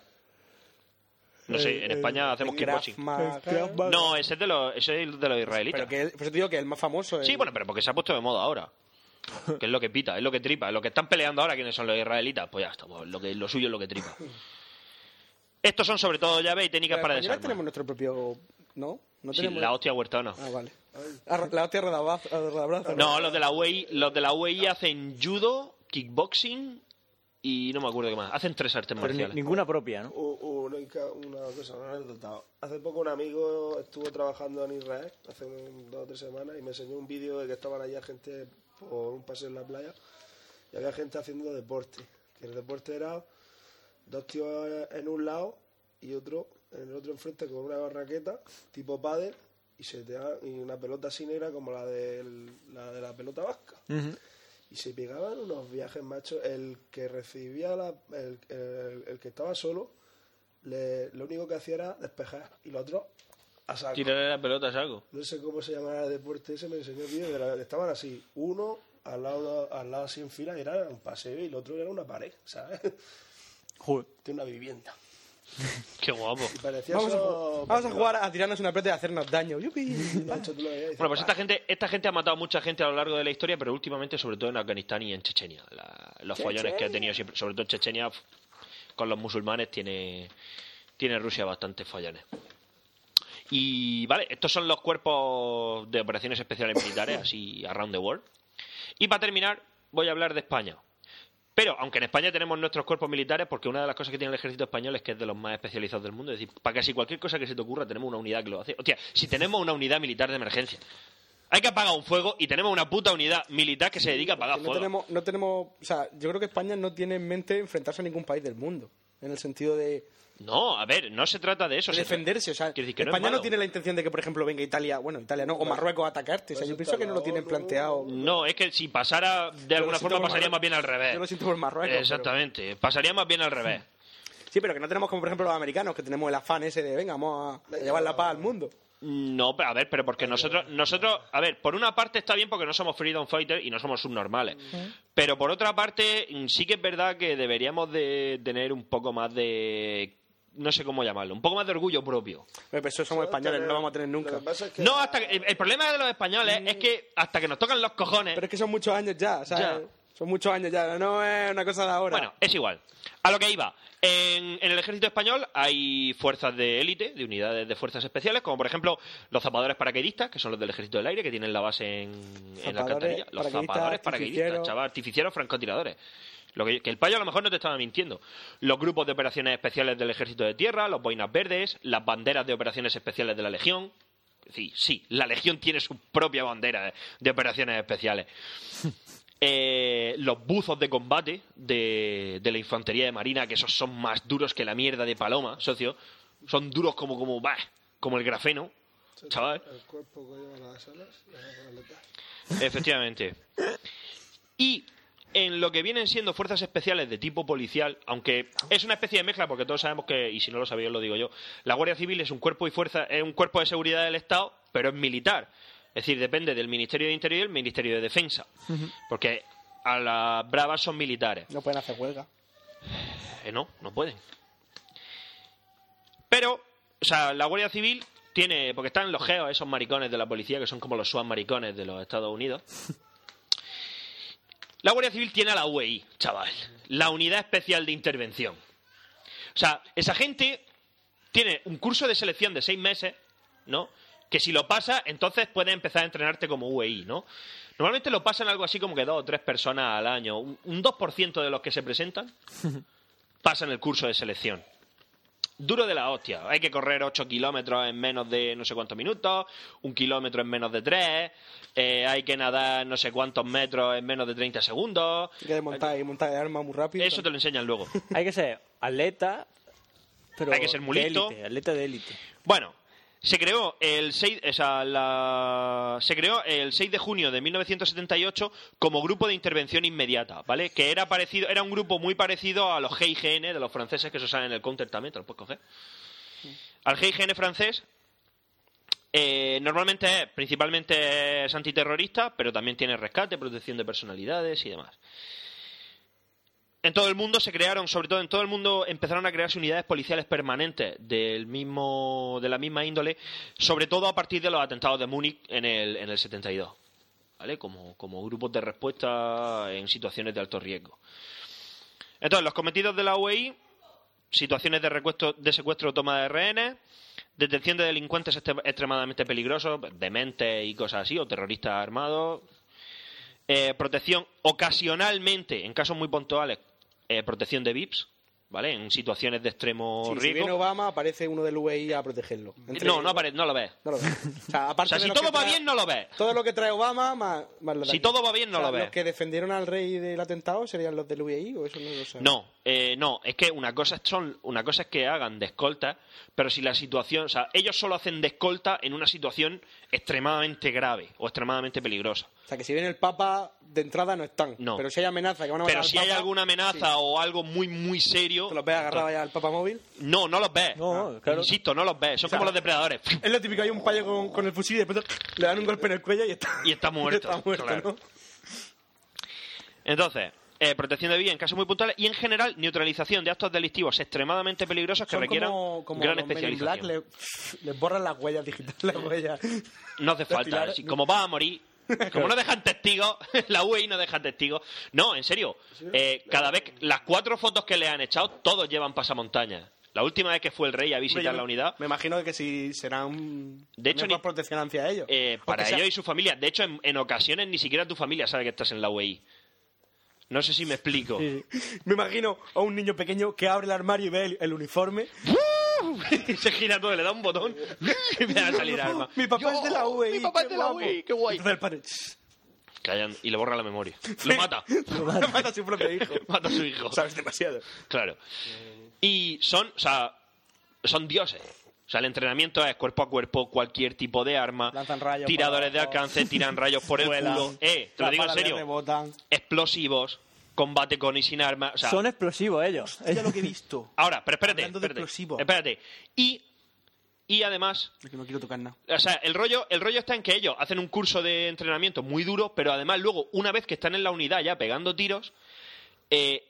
S9: No sé, en
S10: El-
S9: España
S10: el-
S9: hacemos
S10: eh, el Graf
S9: kickboxing.
S10: Maga. El Graf Maga.
S9: No, ese es de los, ese es de los israelitas.
S10: Pero que es- por eso te digo que es el más famoso.
S9: Sí, bueno, pero porque se ha puesto de moda ahora. Que es lo que pita, es lo que tripa. Lo que están peleando ahora, ¿quiénes son los israelitas? Pues ya está, pues lo, que, lo suyo es lo
S10: [laughs]
S9: que tripa. Estos son sobre todo llave y técnicas para
S10: españoles
S9: desarmar.
S10: tenemos nuestro propio... ¿No? ¿No
S9: Sí,
S10: tenemos...
S9: la hostia huertana.
S10: Ah, vale. Ah, La hostia rodabaz- rodabrazo.
S9: No, los de la UAI, los de la UAI hacen judo, kickboxing y no me acuerdo qué más. Hacen tres artes marciales.
S8: ninguna propia, ¿no?
S12: U- una, inca- una cosa, una anécdota. Hace poco un amigo estuvo trabajando en Israel, hace un- dos o tres semanas, y me enseñó un vídeo de que estaban allá gente por un paseo en la playa y había gente haciendo deporte. Que el deporte era dos tíos en un lado y otro en el otro enfrente con una raqueta tipo pádel y, se te y una pelota así negra como la, del- la de la pelota vasca. Y se pegaban unos viajes, macho. El que recibía la. El, el- el que estaba solo, le- lo único que hacía era despejar. Y los otros a saco.
S9: Tirarle la pelota es algo.
S12: No sé cómo se llamará el deporte ese, me enseñó el vídeo, de la- estaban así, uno al lado, al lado así en fila, y era un paseo, y el otro era una pared, ¿sabes? [laughs]
S8: Joder.
S12: Tiene una vivienda.
S9: Qué guapo.
S12: Parecía
S10: Vamos a, Ah,
S12: eso-
S10: ju- vamos a jugar a tirarnos una pelota y a hacernos daño. Yupi.
S9: Bueno, pues esta gente, esta gente ha matado a mucha gente a lo largo de la historia, pero últimamente, sobre todo en Afganistán y en Chechenia. La- los follones que ha tenido siempre, sobre todo en Chechenia, f- con los musulmanes, tiene, tiene Rusia bastantes follones. Y vale, estos son los cuerpos de operaciones especiales militares, así around the world. Y para terminar, voy a hablar de España. Pero, aunque en España tenemos nuestros cuerpos militares, porque una de las cosas que tiene el ejército español es que es de los más especializados del mundo. Es decir, para casi cualquier cosa que se te ocurra, tenemos una unidad que lo hace. Hostia, si tenemos una unidad militar de emergencia, hay que apagar un fuego y tenemos una puta unidad militar que se dedica a apagar
S10: No
S9: fuego.
S10: tenemos, no tenemos, o sea, yo creo que España no tiene en mente enfrentarse a ningún país del mundo. En el sentido de
S9: No, a ver, no se trata de eso. se tra-
S10: defenderse. O sea,
S9: Quiero decir que no es
S10: España no,
S9: malo.
S10: tiene la intención de que, por ejemplo, venga Italia, bueno, Italia no, o Marruecos a atacarte. O sea, yo pienso que Pues no lo tienen planteado.
S9: No, es que si pasara, de alguna
S10: siento
S9: forma
S10: por
S9: pasaría
S10: Marruecos.
S9: más bien al revés.
S10: Yo lo siento por Marruecos, pero-
S9: Exactamente, pasaría más bien al revés.
S10: Sí, pero que no tenemos como, por ejemplo, los americanos, que tenemos el afán ese de, venga, vamos a llevar la paz al mundo.
S9: No, pero a ver, pero porque nosotros, nosotros, a ver, por una parte está bien porque no somos freedom fighters y no somos subnormales. Pero por otra parte, mm, sí que es verdad que deberíamos de tener un poco más de no sé cómo llamarlo, un poco más de orgullo propio.
S10: Pero eso somos españoles, no lo vamos a tener nunca.
S9: No, hasta que- el, el problema de los españoles es que hasta que nos tocan los cojones.
S10: Pero es que son muchos años ya, o sea,
S9: Ya.
S10: son muchos años ya, no es una cosa de ahora.
S9: Bueno, es igual. A lo que iba. En, en el ejército español hay fuerzas de élite, de unidades de fuerzas especiales, como por ejemplo los zapadores paracaidistas, que son los del ejército del aire, que tienen la base en, en
S10: Zapadores,
S9: la alcantarilla. Los
S10: paracaidistas,
S9: zapadores paracaidistas,
S10: artificieros.
S9: chaval, artificieros, francotiradores. Lo que, que el payo a lo mejor no te estaba mintiendo. Los grupos de operaciones especiales del ejército de tierra, los boinas verdes, las banderas de operaciones especiales de la legión. Sí, sí, la legión tiene su propia bandera de operaciones especiales. Eh, los buzos de combate de, de la infantería de marina, que esos son más duros que la mierda de paloma, socio. Son duros como, como, bah, como el grafeno, chaval.
S12: El cuerpo que lleva las alas, las aletas.
S9: Efectivamente. Y en lo que vienen siendo fuerzas especiales de tipo policial, aunque es una especie de mezcla, porque todos sabemos que, y si no lo sabéis, os lo digo yo, la Guardia Civil es un cuerpo y fuerza, es un cuerpo de seguridad del Estado, pero es militar. Es decir, depende del Ministerio de Interior y el Ministerio de Defensa. Porque a las bravas son militares.
S10: No pueden hacer huelga.
S9: Eh, no, no pueden. Pero, o sea, la Guardia Civil tiene. Porque están los geos, esos maricones de la policía, que son como los SWAT maricones de los Estados Unidos. La Guardia Civil tiene a la UEI, chaval. La Unidad Especial de Intervención. O sea, esa gente tiene un curso de selección de seis meses, ¿no? Que si lo pasa, entonces puedes empezar a entrenarte como UEI, ¿no? Normalmente lo pasan algo así como que dos o tres personas al año. Un un 2% de los que se presentan pasan el curso de selección. Duro de la hostia. Hay que correr 8 kilómetros en menos de no sé cuántos minutos, un kilómetro en menos de 3, hay que nadar no sé cuántos metros en menos de 30 segundos.
S10: Hay que desmontar y montar el arma muy rápido.
S9: Eso te lo enseñan luego.
S8: Hay que ser atleta, pero
S9: Hay que ser muy
S8: de
S9: listo.
S8: élite, atleta de élite.
S9: Bueno, se creó el 6, o sea, la- se creó el 6 de junio de 1978 como grupo de intervención inmediata, ¿vale? Que era parecido, era un grupo muy parecido a los GIGN de los franceses que eso sale en el counter también, te lo puedes coger. Al GIGN francés eh, normalmente es, principalmente es antiterrorista, pero también tiene rescate, protección de personalidades y demás. En todo el mundo se crearon, sobre todo en todo el mundo empezaron a crearse unidades policiales permanentes del mismo, de la misma índole, sobre todo a partir de los atentados de Múnich en el, en el 72, ¿vale? Como, como grupos de respuesta en situaciones de alto riesgo. Entonces, los cometidos de la UEI, situaciones de, recuesto- de secuestro o toma de rehenes, detención de delincuentes este- extremadamente peligrosos, pues, dementes y cosas así, o terroristas armados, eh, protección ocasionalmente, en casos muy puntuales, eh, protección de VIPs, ¿vale? En situaciones de extremo
S10: Sí, si
S9: riesgo.
S10: viene Obama, aparece uno del UEI a protegerlo. Entre-
S9: no, no, apare- no lo ves.
S10: No lo ves. O sea,
S9: [laughs] O
S10: aparte
S9: sea,
S10: de
S9: si
S10: lo que
S9: todo va
S10: trae-
S9: bien, no lo ves.
S10: Todo lo que trae Obama, más, más lo de
S9: Si
S10: aquí.
S9: todo va bien, no
S10: O sea,
S9: lo ves.
S10: ¿Los que defendieron al rey del atentado serían los del UEI o eso no lo sé?
S9: No, eh, no, es que una cosa, es- son, una cosa es que hagan de escolta, pero si la situación, o sea, ellos solo hacen de escolta en una situación extremadamente grave o extremadamente peligrosa.
S7: O sea, que si viene el Papa, de entrada no están.
S9: No.
S7: Pero si hay amenaza que van a matar
S9: Pero
S7: al
S9: si hay
S7: Papa,
S9: alguna amenaza o algo muy, muy serio. ¿Te
S7: los ves agarrados ya al Papa móvil?
S9: No, no los ves.
S7: No, claro.
S9: Insisto, no los ves. Son como los depredadores. [laughs]
S7: Es lo típico, hay un payo con, con el fusil y después le dan un golpe en el cuello y está,
S9: Y está
S7: [laughs]
S9: muerto.
S7: está muerto,
S9: claro.
S7: ¿no?
S9: Entonces, eh, protección de vida en casos muy puntuales y en general neutralización de actos delictivos extremadamente peligrosos que
S10: Son
S9: requieran
S10: como, como
S9: gran
S10: los Men in
S9: especialización.
S10: Black, le- les borran las huellas digitales, las
S9: [laughs]
S10: huellas.
S9: No hace
S10: Los
S9: falta.
S10: pilares-
S9: si- como va a morir, como no dejan testigos, [laughs] la UAI no deja testigos. No, en serio. eh, cada vez, que- las cuatro fotos que le han echado, todos llevan pasamontaña. La última vez que fue el rey a visitar
S7: Hombre, yo
S9: la
S7: me-
S9: unidad,
S7: Me imagino que si serán.
S9: De hecho,
S7: mejor
S9: ni-
S7: protección hacia ellos.
S9: eh, para
S7: Aunque sea-
S9: ellos y su familia. De hecho, en, en ocasiones ni siquiera tu familia sabe que estás en la UAI. No sé si me explico.
S7: Me imagino a un niño pequeño que abre el armario y ve el, el uniforme.
S9: y [laughs] se gira todo, le da un botón [laughs] y me va
S7: [laughs]
S9: a salir arma.
S7: "Oh, Mi papá es de la E
S9: oh,
S7: UAI. Mi papá es de la
S9: UAI, E qué guay.
S7: Entonces el padre,
S9: Callan y le borra la memoria.
S7: [laughs]
S9: Lo mata. [laughs]
S7: lo mata a su propio hijo.
S9: mata a su hijo.
S7: Sabes demasiado.
S9: Claro. Y son, o sea, son dioses. O sea, el entrenamiento es cuerpo a cuerpo, cualquier tipo de arma,
S7: Lanzan rayos
S9: tiradores
S7: por
S9: de alcance, tiran rayos por el
S7: Vuelan.
S9: culo, eh, te lo
S7: Las
S9: digo en
S7: balas le
S9: serio,
S7: rebotan.
S9: explosivos, combate con y sin arma, o sea,
S8: Son explosivos ellos.
S10: Hostia, lo que he visto.
S9: ahora, pero espérate,
S10: Hablando de
S9: espérate,
S10: explosivos.
S9: espérate, y, y además,
S10: Es que no quiero tocar nada.
S9: o sea, el rollo, el rollo está en que ellos hacen un curso de entrenamiento muy duro, pero además luego, una vez que están en la unidad ya pegando tiros, eh,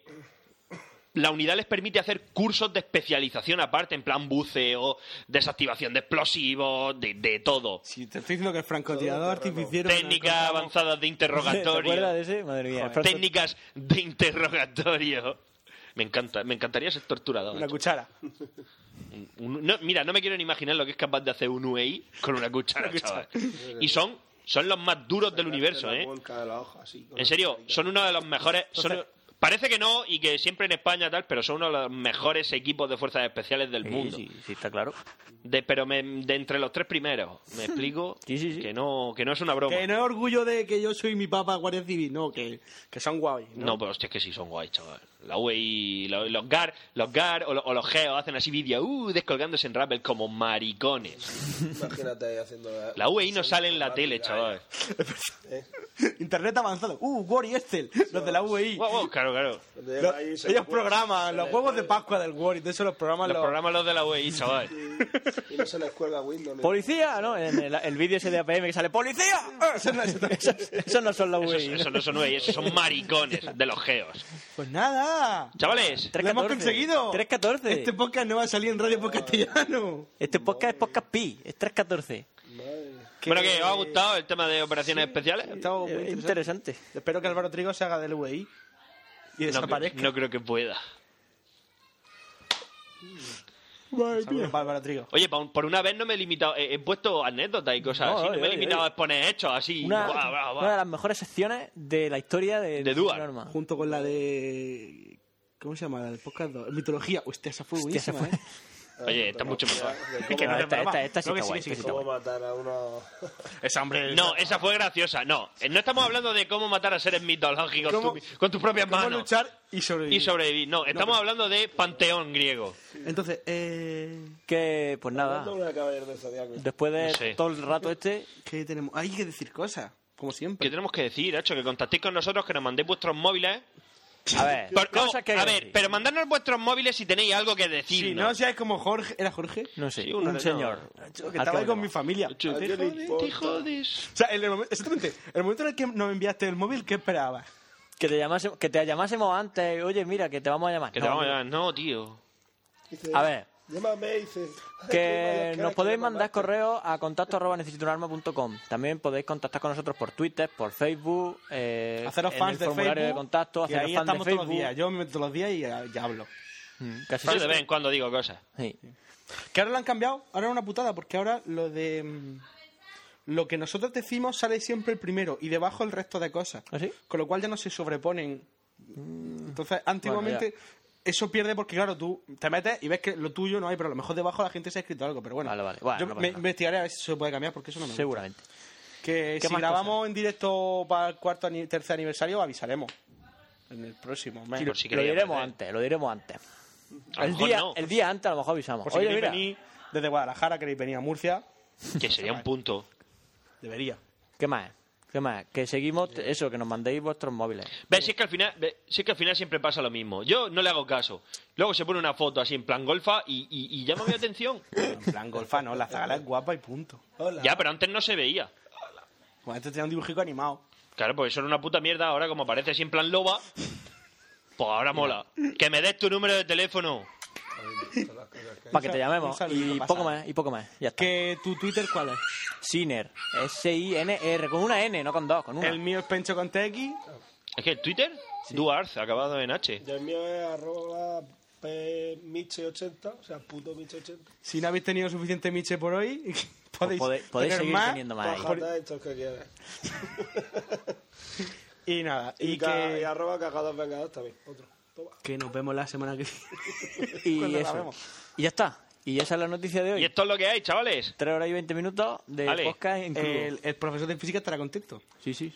S9: la unidad les permite hacer cursos de especialización aparte, en plan buceo, desactivación de explosivos, de, de todo.
S10: Si te estoy diciendo que el francotirador artificiero.
S9: Técnicas avanzadas de
S19: ¿Te acuerdas
S9: interrogatorio.
S19: de ese? Madre mía.
S9: Joder. Técnicas de interrogatorio. Me encanta, me encantaría ser torturado.
S7: Una
S9: macho.
S7: cuchara.
S9: Un- no, mira, no me quiero ni imaginar lo que es capaz de hacer un UAI con [laughs] una cuchara, chaval. Y son, son los más duros del universo, ¿eh?
S12: Cada la hoja, así, con
S9: En serio, son uno de los mejores. son- parece que no y que siempre en España tal, pero son uno de los mejores equipos de fuerzas especiales del
S8: Sí,
S9: mundo.
S8: sí, sí, está claro.
S9: De, pero me- de entre los tres primeros, me explico que no que no es una broma.
S10: Que no es orgullo de que yo soy mi papa guardia civil, no, que, que son guay.
S9: No, pero hostia, es que sí son guays, chaval. La UAI, lo- los GAR, los GAR o, lo- o los GEO hacen así vídeos, uh, descolgándose en Rappel como maricones.
S12: Imagínate ahí haciendo la...
S9: La UAI no sale en la tele, chaval.
S10: Internet avanzado. Uh, Word
S7: [laughs]
S10: y Excel, los de la UEI.
S9: Guau, guau, claro, claro.
S10: Lo- ellos programan los juegos de Pascua del Word y de eso los programan
S9: Los
S10: los.
S9: programas los de la UAI, chaval.
S12: Y no se les cuelga Windows.
S8: ¡Policía! ¿No? En el, el vídeo ese de APM que sale ¡Policía! ¡Ah! Eso no, eso- eso no son los
S9: Esos,
S8: güey.
S9: esos no son UAI, esos son maricones de los GEOs.
S10: Pues nada.
S9: Chavales,
S10: Lo hemos
S8: 314.
S10: conseguido.
S8: 314.
S10: Este podcast no va a salir en radio por castellano.
S8: Este podcast es podcast pi, es 314.
S9: bueno, que os ha gustado el tema de operaciones especiales.
S10: Estaba muy
S8: Eh, interesante.
S10: Espero que Álvaro Trigo se haga del E UEI y
S9: No, cre-
S10: desaparezca.
S9: no creo que pueda.
S10: Saludos para Álvaro Trigo.
S9: Oye, pa un- por una vez no me he limitado. He, he puesto anécdotas y cosas
S8: No,
S9: así. No
S8: oye,
S9: me he
S8: oye,
S9: limitado
S8: oye.
S9: a exponer hechos así.
S8: Una,
S9: Buah, buah, buah.
S8: una de las mejores secciones de la historia de,
S9: De Duar.
S8: Norma.
S10: Junto con la de. ¿Cómo se llama? La del podcast 2. Mitología. Hostia, esa fue
S8: Hostia, esa
S10: buenísima, ¿eh?
S9: Oye, está mucho mejor.
S8: que no, esta- esta- esta sí
S10: No, que
S8: está guay,
S10: que
S8: esta sí está
S12: ¿Cómo
S8: guay.
S12: matar a uno?
S7: Esa hombre.
S9: No, esa fue graciosa. No, eh, no estamos hablando de cómo matar a seres mitológicos
S10: ¿Cómo-
S9: tú- con tus propias
S10: Cómo
S9: manos
S10: luchar y sobrevivir.
S9: y sobrevivir. No, estamos hablando de panteón griego.
S10: Entonces, eh,
S8: Que, pues
S10: Ah.
S8: nada,
S12: Dando una caballero del zodiaco.
S8: después de
S9: No sé.
S8: todo el rato este,
S10: ¿qué tenemos? Hay que decir cosas, como siempre.
S9: ¿Qué tenemos que decir, hecho? Que contactéis con nosotros, que nos mandéis vuestros móviles.
S8: a ver,
S9: Por- no,
S8: cosas que hay
S9: a
S8: que
S9: ver,
S8: decir.
S9: pero mandadnos vuestros móviles si tenéis algo que decir.
S10: Si no seáis como Jorge, ¿era Jorge?
S8: no sé,
S9: Sí, uno
S8: un
S9: de-
S8: señor.
S10: Yo, que
S8: Al
S10: estaba ahí
S8: cabo
S10: con
S8: no.
S10: mi familia.
S9: Te
S10: O
S9: jodes, te jodes.
S10: sea, en el momento, exactamente, en el momento en el que nos enviaste el móvil, ¿qué esperabas?
S8: Que te, llamásemos, que te llamásemos antes, oye, mira, que te vamos a llamar.
S9: Que
S8: No,
S9: te vamos a llamar. No, tío.
S12: Dice,
S8: A ver.
S12: Llámame y dice... "Ay, qué
S8: que
S12: mayor cara
S8: nos podéis
S12: me
S8: mandar
S12: mandaste".
S8: correo a contacto arroba necesitounarma.com. También podéis contactar con nosotros por Twitter, por Facebook, eh,
S10: Haceros
S8: en
S10: fans
S8: el
S10: de
S8: formulario
S10: Facebook.
S8: de contacto,
S10: que
S8: haceros
S10: ahí
S8: fans de
S10: estamos todos los días.
S8: Facebook.
S10: Yo me meto todos los días y, eh, y hablo.
S8: Mm, Casi
S9: Yo de
S8: siempre.
S9: vez en cuando digo cosas.
S8: Sí.
S10: Que ahora lo han cambiado, ahora es una putada, porque ahora lo de... mm, Lo que nosotros decimos sale siempre el primero y debajo el resto de cosas.
S8: ¿Ah, sí?
S10: Con lo cual ya no se sobreponen. Entonces, antiguamente... eso pierde porque, claro, tú te metes y ves que lo tuyo no hay, pero a lo mejor debajo la gente se ha escrito algo. Pero bueno,
S8: Vale, vale. Bueno,
S10: yo
S8: no pasa
S10: me
S8: nada.
S10: investigaré a ver si se puede cambiar porque eso no me gusta.
S8: Seguramente.
S10: Que
S8: ¿Qué
S10: si
S8: más
S10: grabamos en directo para el cuarto ani- tercer aniversario, avisaremos. En el próximo mes.
S9: Sí, por si
S8: lo
S9: queréis
S8: diremos
S9: aprender.
S8: antes, lo diremos antes.
S9: A lo
S8: El
S9: mejor
S8: día,
S9: no.
S8: el día antes a lo mejor avisamos.
S10: Por si
S8: Oye,
S10: queréis
S8: mira,
S10: venir desde Guadalajara, queréis venir a Murcia,
S9: Que sería un punto.
S10: debería.
S8: ¿qué más? ¿Qué más? Que seguimos, eso, que nos mandéis vuestros móviles.
S9: ¿Ves? Si es, que al final, ve, si es que al final siempre pasa lo mismo. Yo no le hago caso. Luego se pone una foto así en plan golfa y, y- y llama mi atención.
S10: En plan golfa, no, la zagala es guapa y punto.
S9: Ya, pero antes no se veía.
S10: Bueno, esto tenía un dibujico animado.
S9: Claro, pues eso era una puta mierda. Ahora, como aparece así en plan loba, pues ahora mola. Que me des tu número de teléfono.
S8: Para que te
S10: Un
S8: llamemos.
S10: saludito
S8: Y
S10: pasado.
S8: poco más, y poco más. Ya está.
S10: ¿Que tu Twitter cuál es?
S8: Siner. S-I-N-R. Con una N, no con dos, con una.
S10: El mío es Pencho con TX.
S9: ¿Es que el Twitter? Duarz, acabado en H.
S12: Y el mío es arroba p- miche80, o sea, puto miche80.
S10: Si no habéis tenido suficiente miche por hoy, [laughs] podéis,
S8: pode- podéis
S10: tener
S8: seguir
S10: más.
S8: teniendo más.
S10: Por-
S12: Cojada estos que quieras.
S10: Y nada,
S12: Y,
S10: y,
S12: ca- y
S10: que,
S12: arroba cagados vengados también. Otro. Toma.
S10: que nos vemos la semana que viene.
S8: Y
S10: Cuando la
S8: eso.
S10: vemos.
S8: Y ya está. Y esa es la noticia de hoy.
S9: Y esto es lo que hay, chavales.
S8: 3 horas y 20 minutos de
S9: Ale,
S8: podcast en crudo.
S10: El, el profesor de física estará contento.
S8: Sí, sí.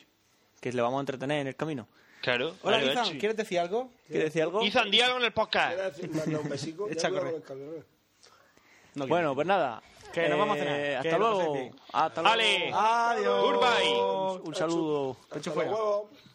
S8: Que le vamos a entretener en el camino.
S9: Claro.
S10: Hola,
S9: Vale,
S10: Izan,
S9: Nachi.
S10: ¿quieres decir algo?
S8: ¿Quieres decir algo?
S9: Izan, di algo en el podcast.
S12: Era decir, manda un besico.
S10: [laughs]
S12: ya
S10: Echa
S12: cuidado
S10: a
S12: con el calderón.
S8: bueno, pues nada.
S10: Que nos vamos a cenar.
S8: Eh,
S10: Que lo
S8: Hasta luego.
S10: paséis bien.
S8: Hasta
S9: Ale.
S8: luego.
S10: Adiós.
S9: Goodbye.
S8: Un saludo.
S12: Hasta luego.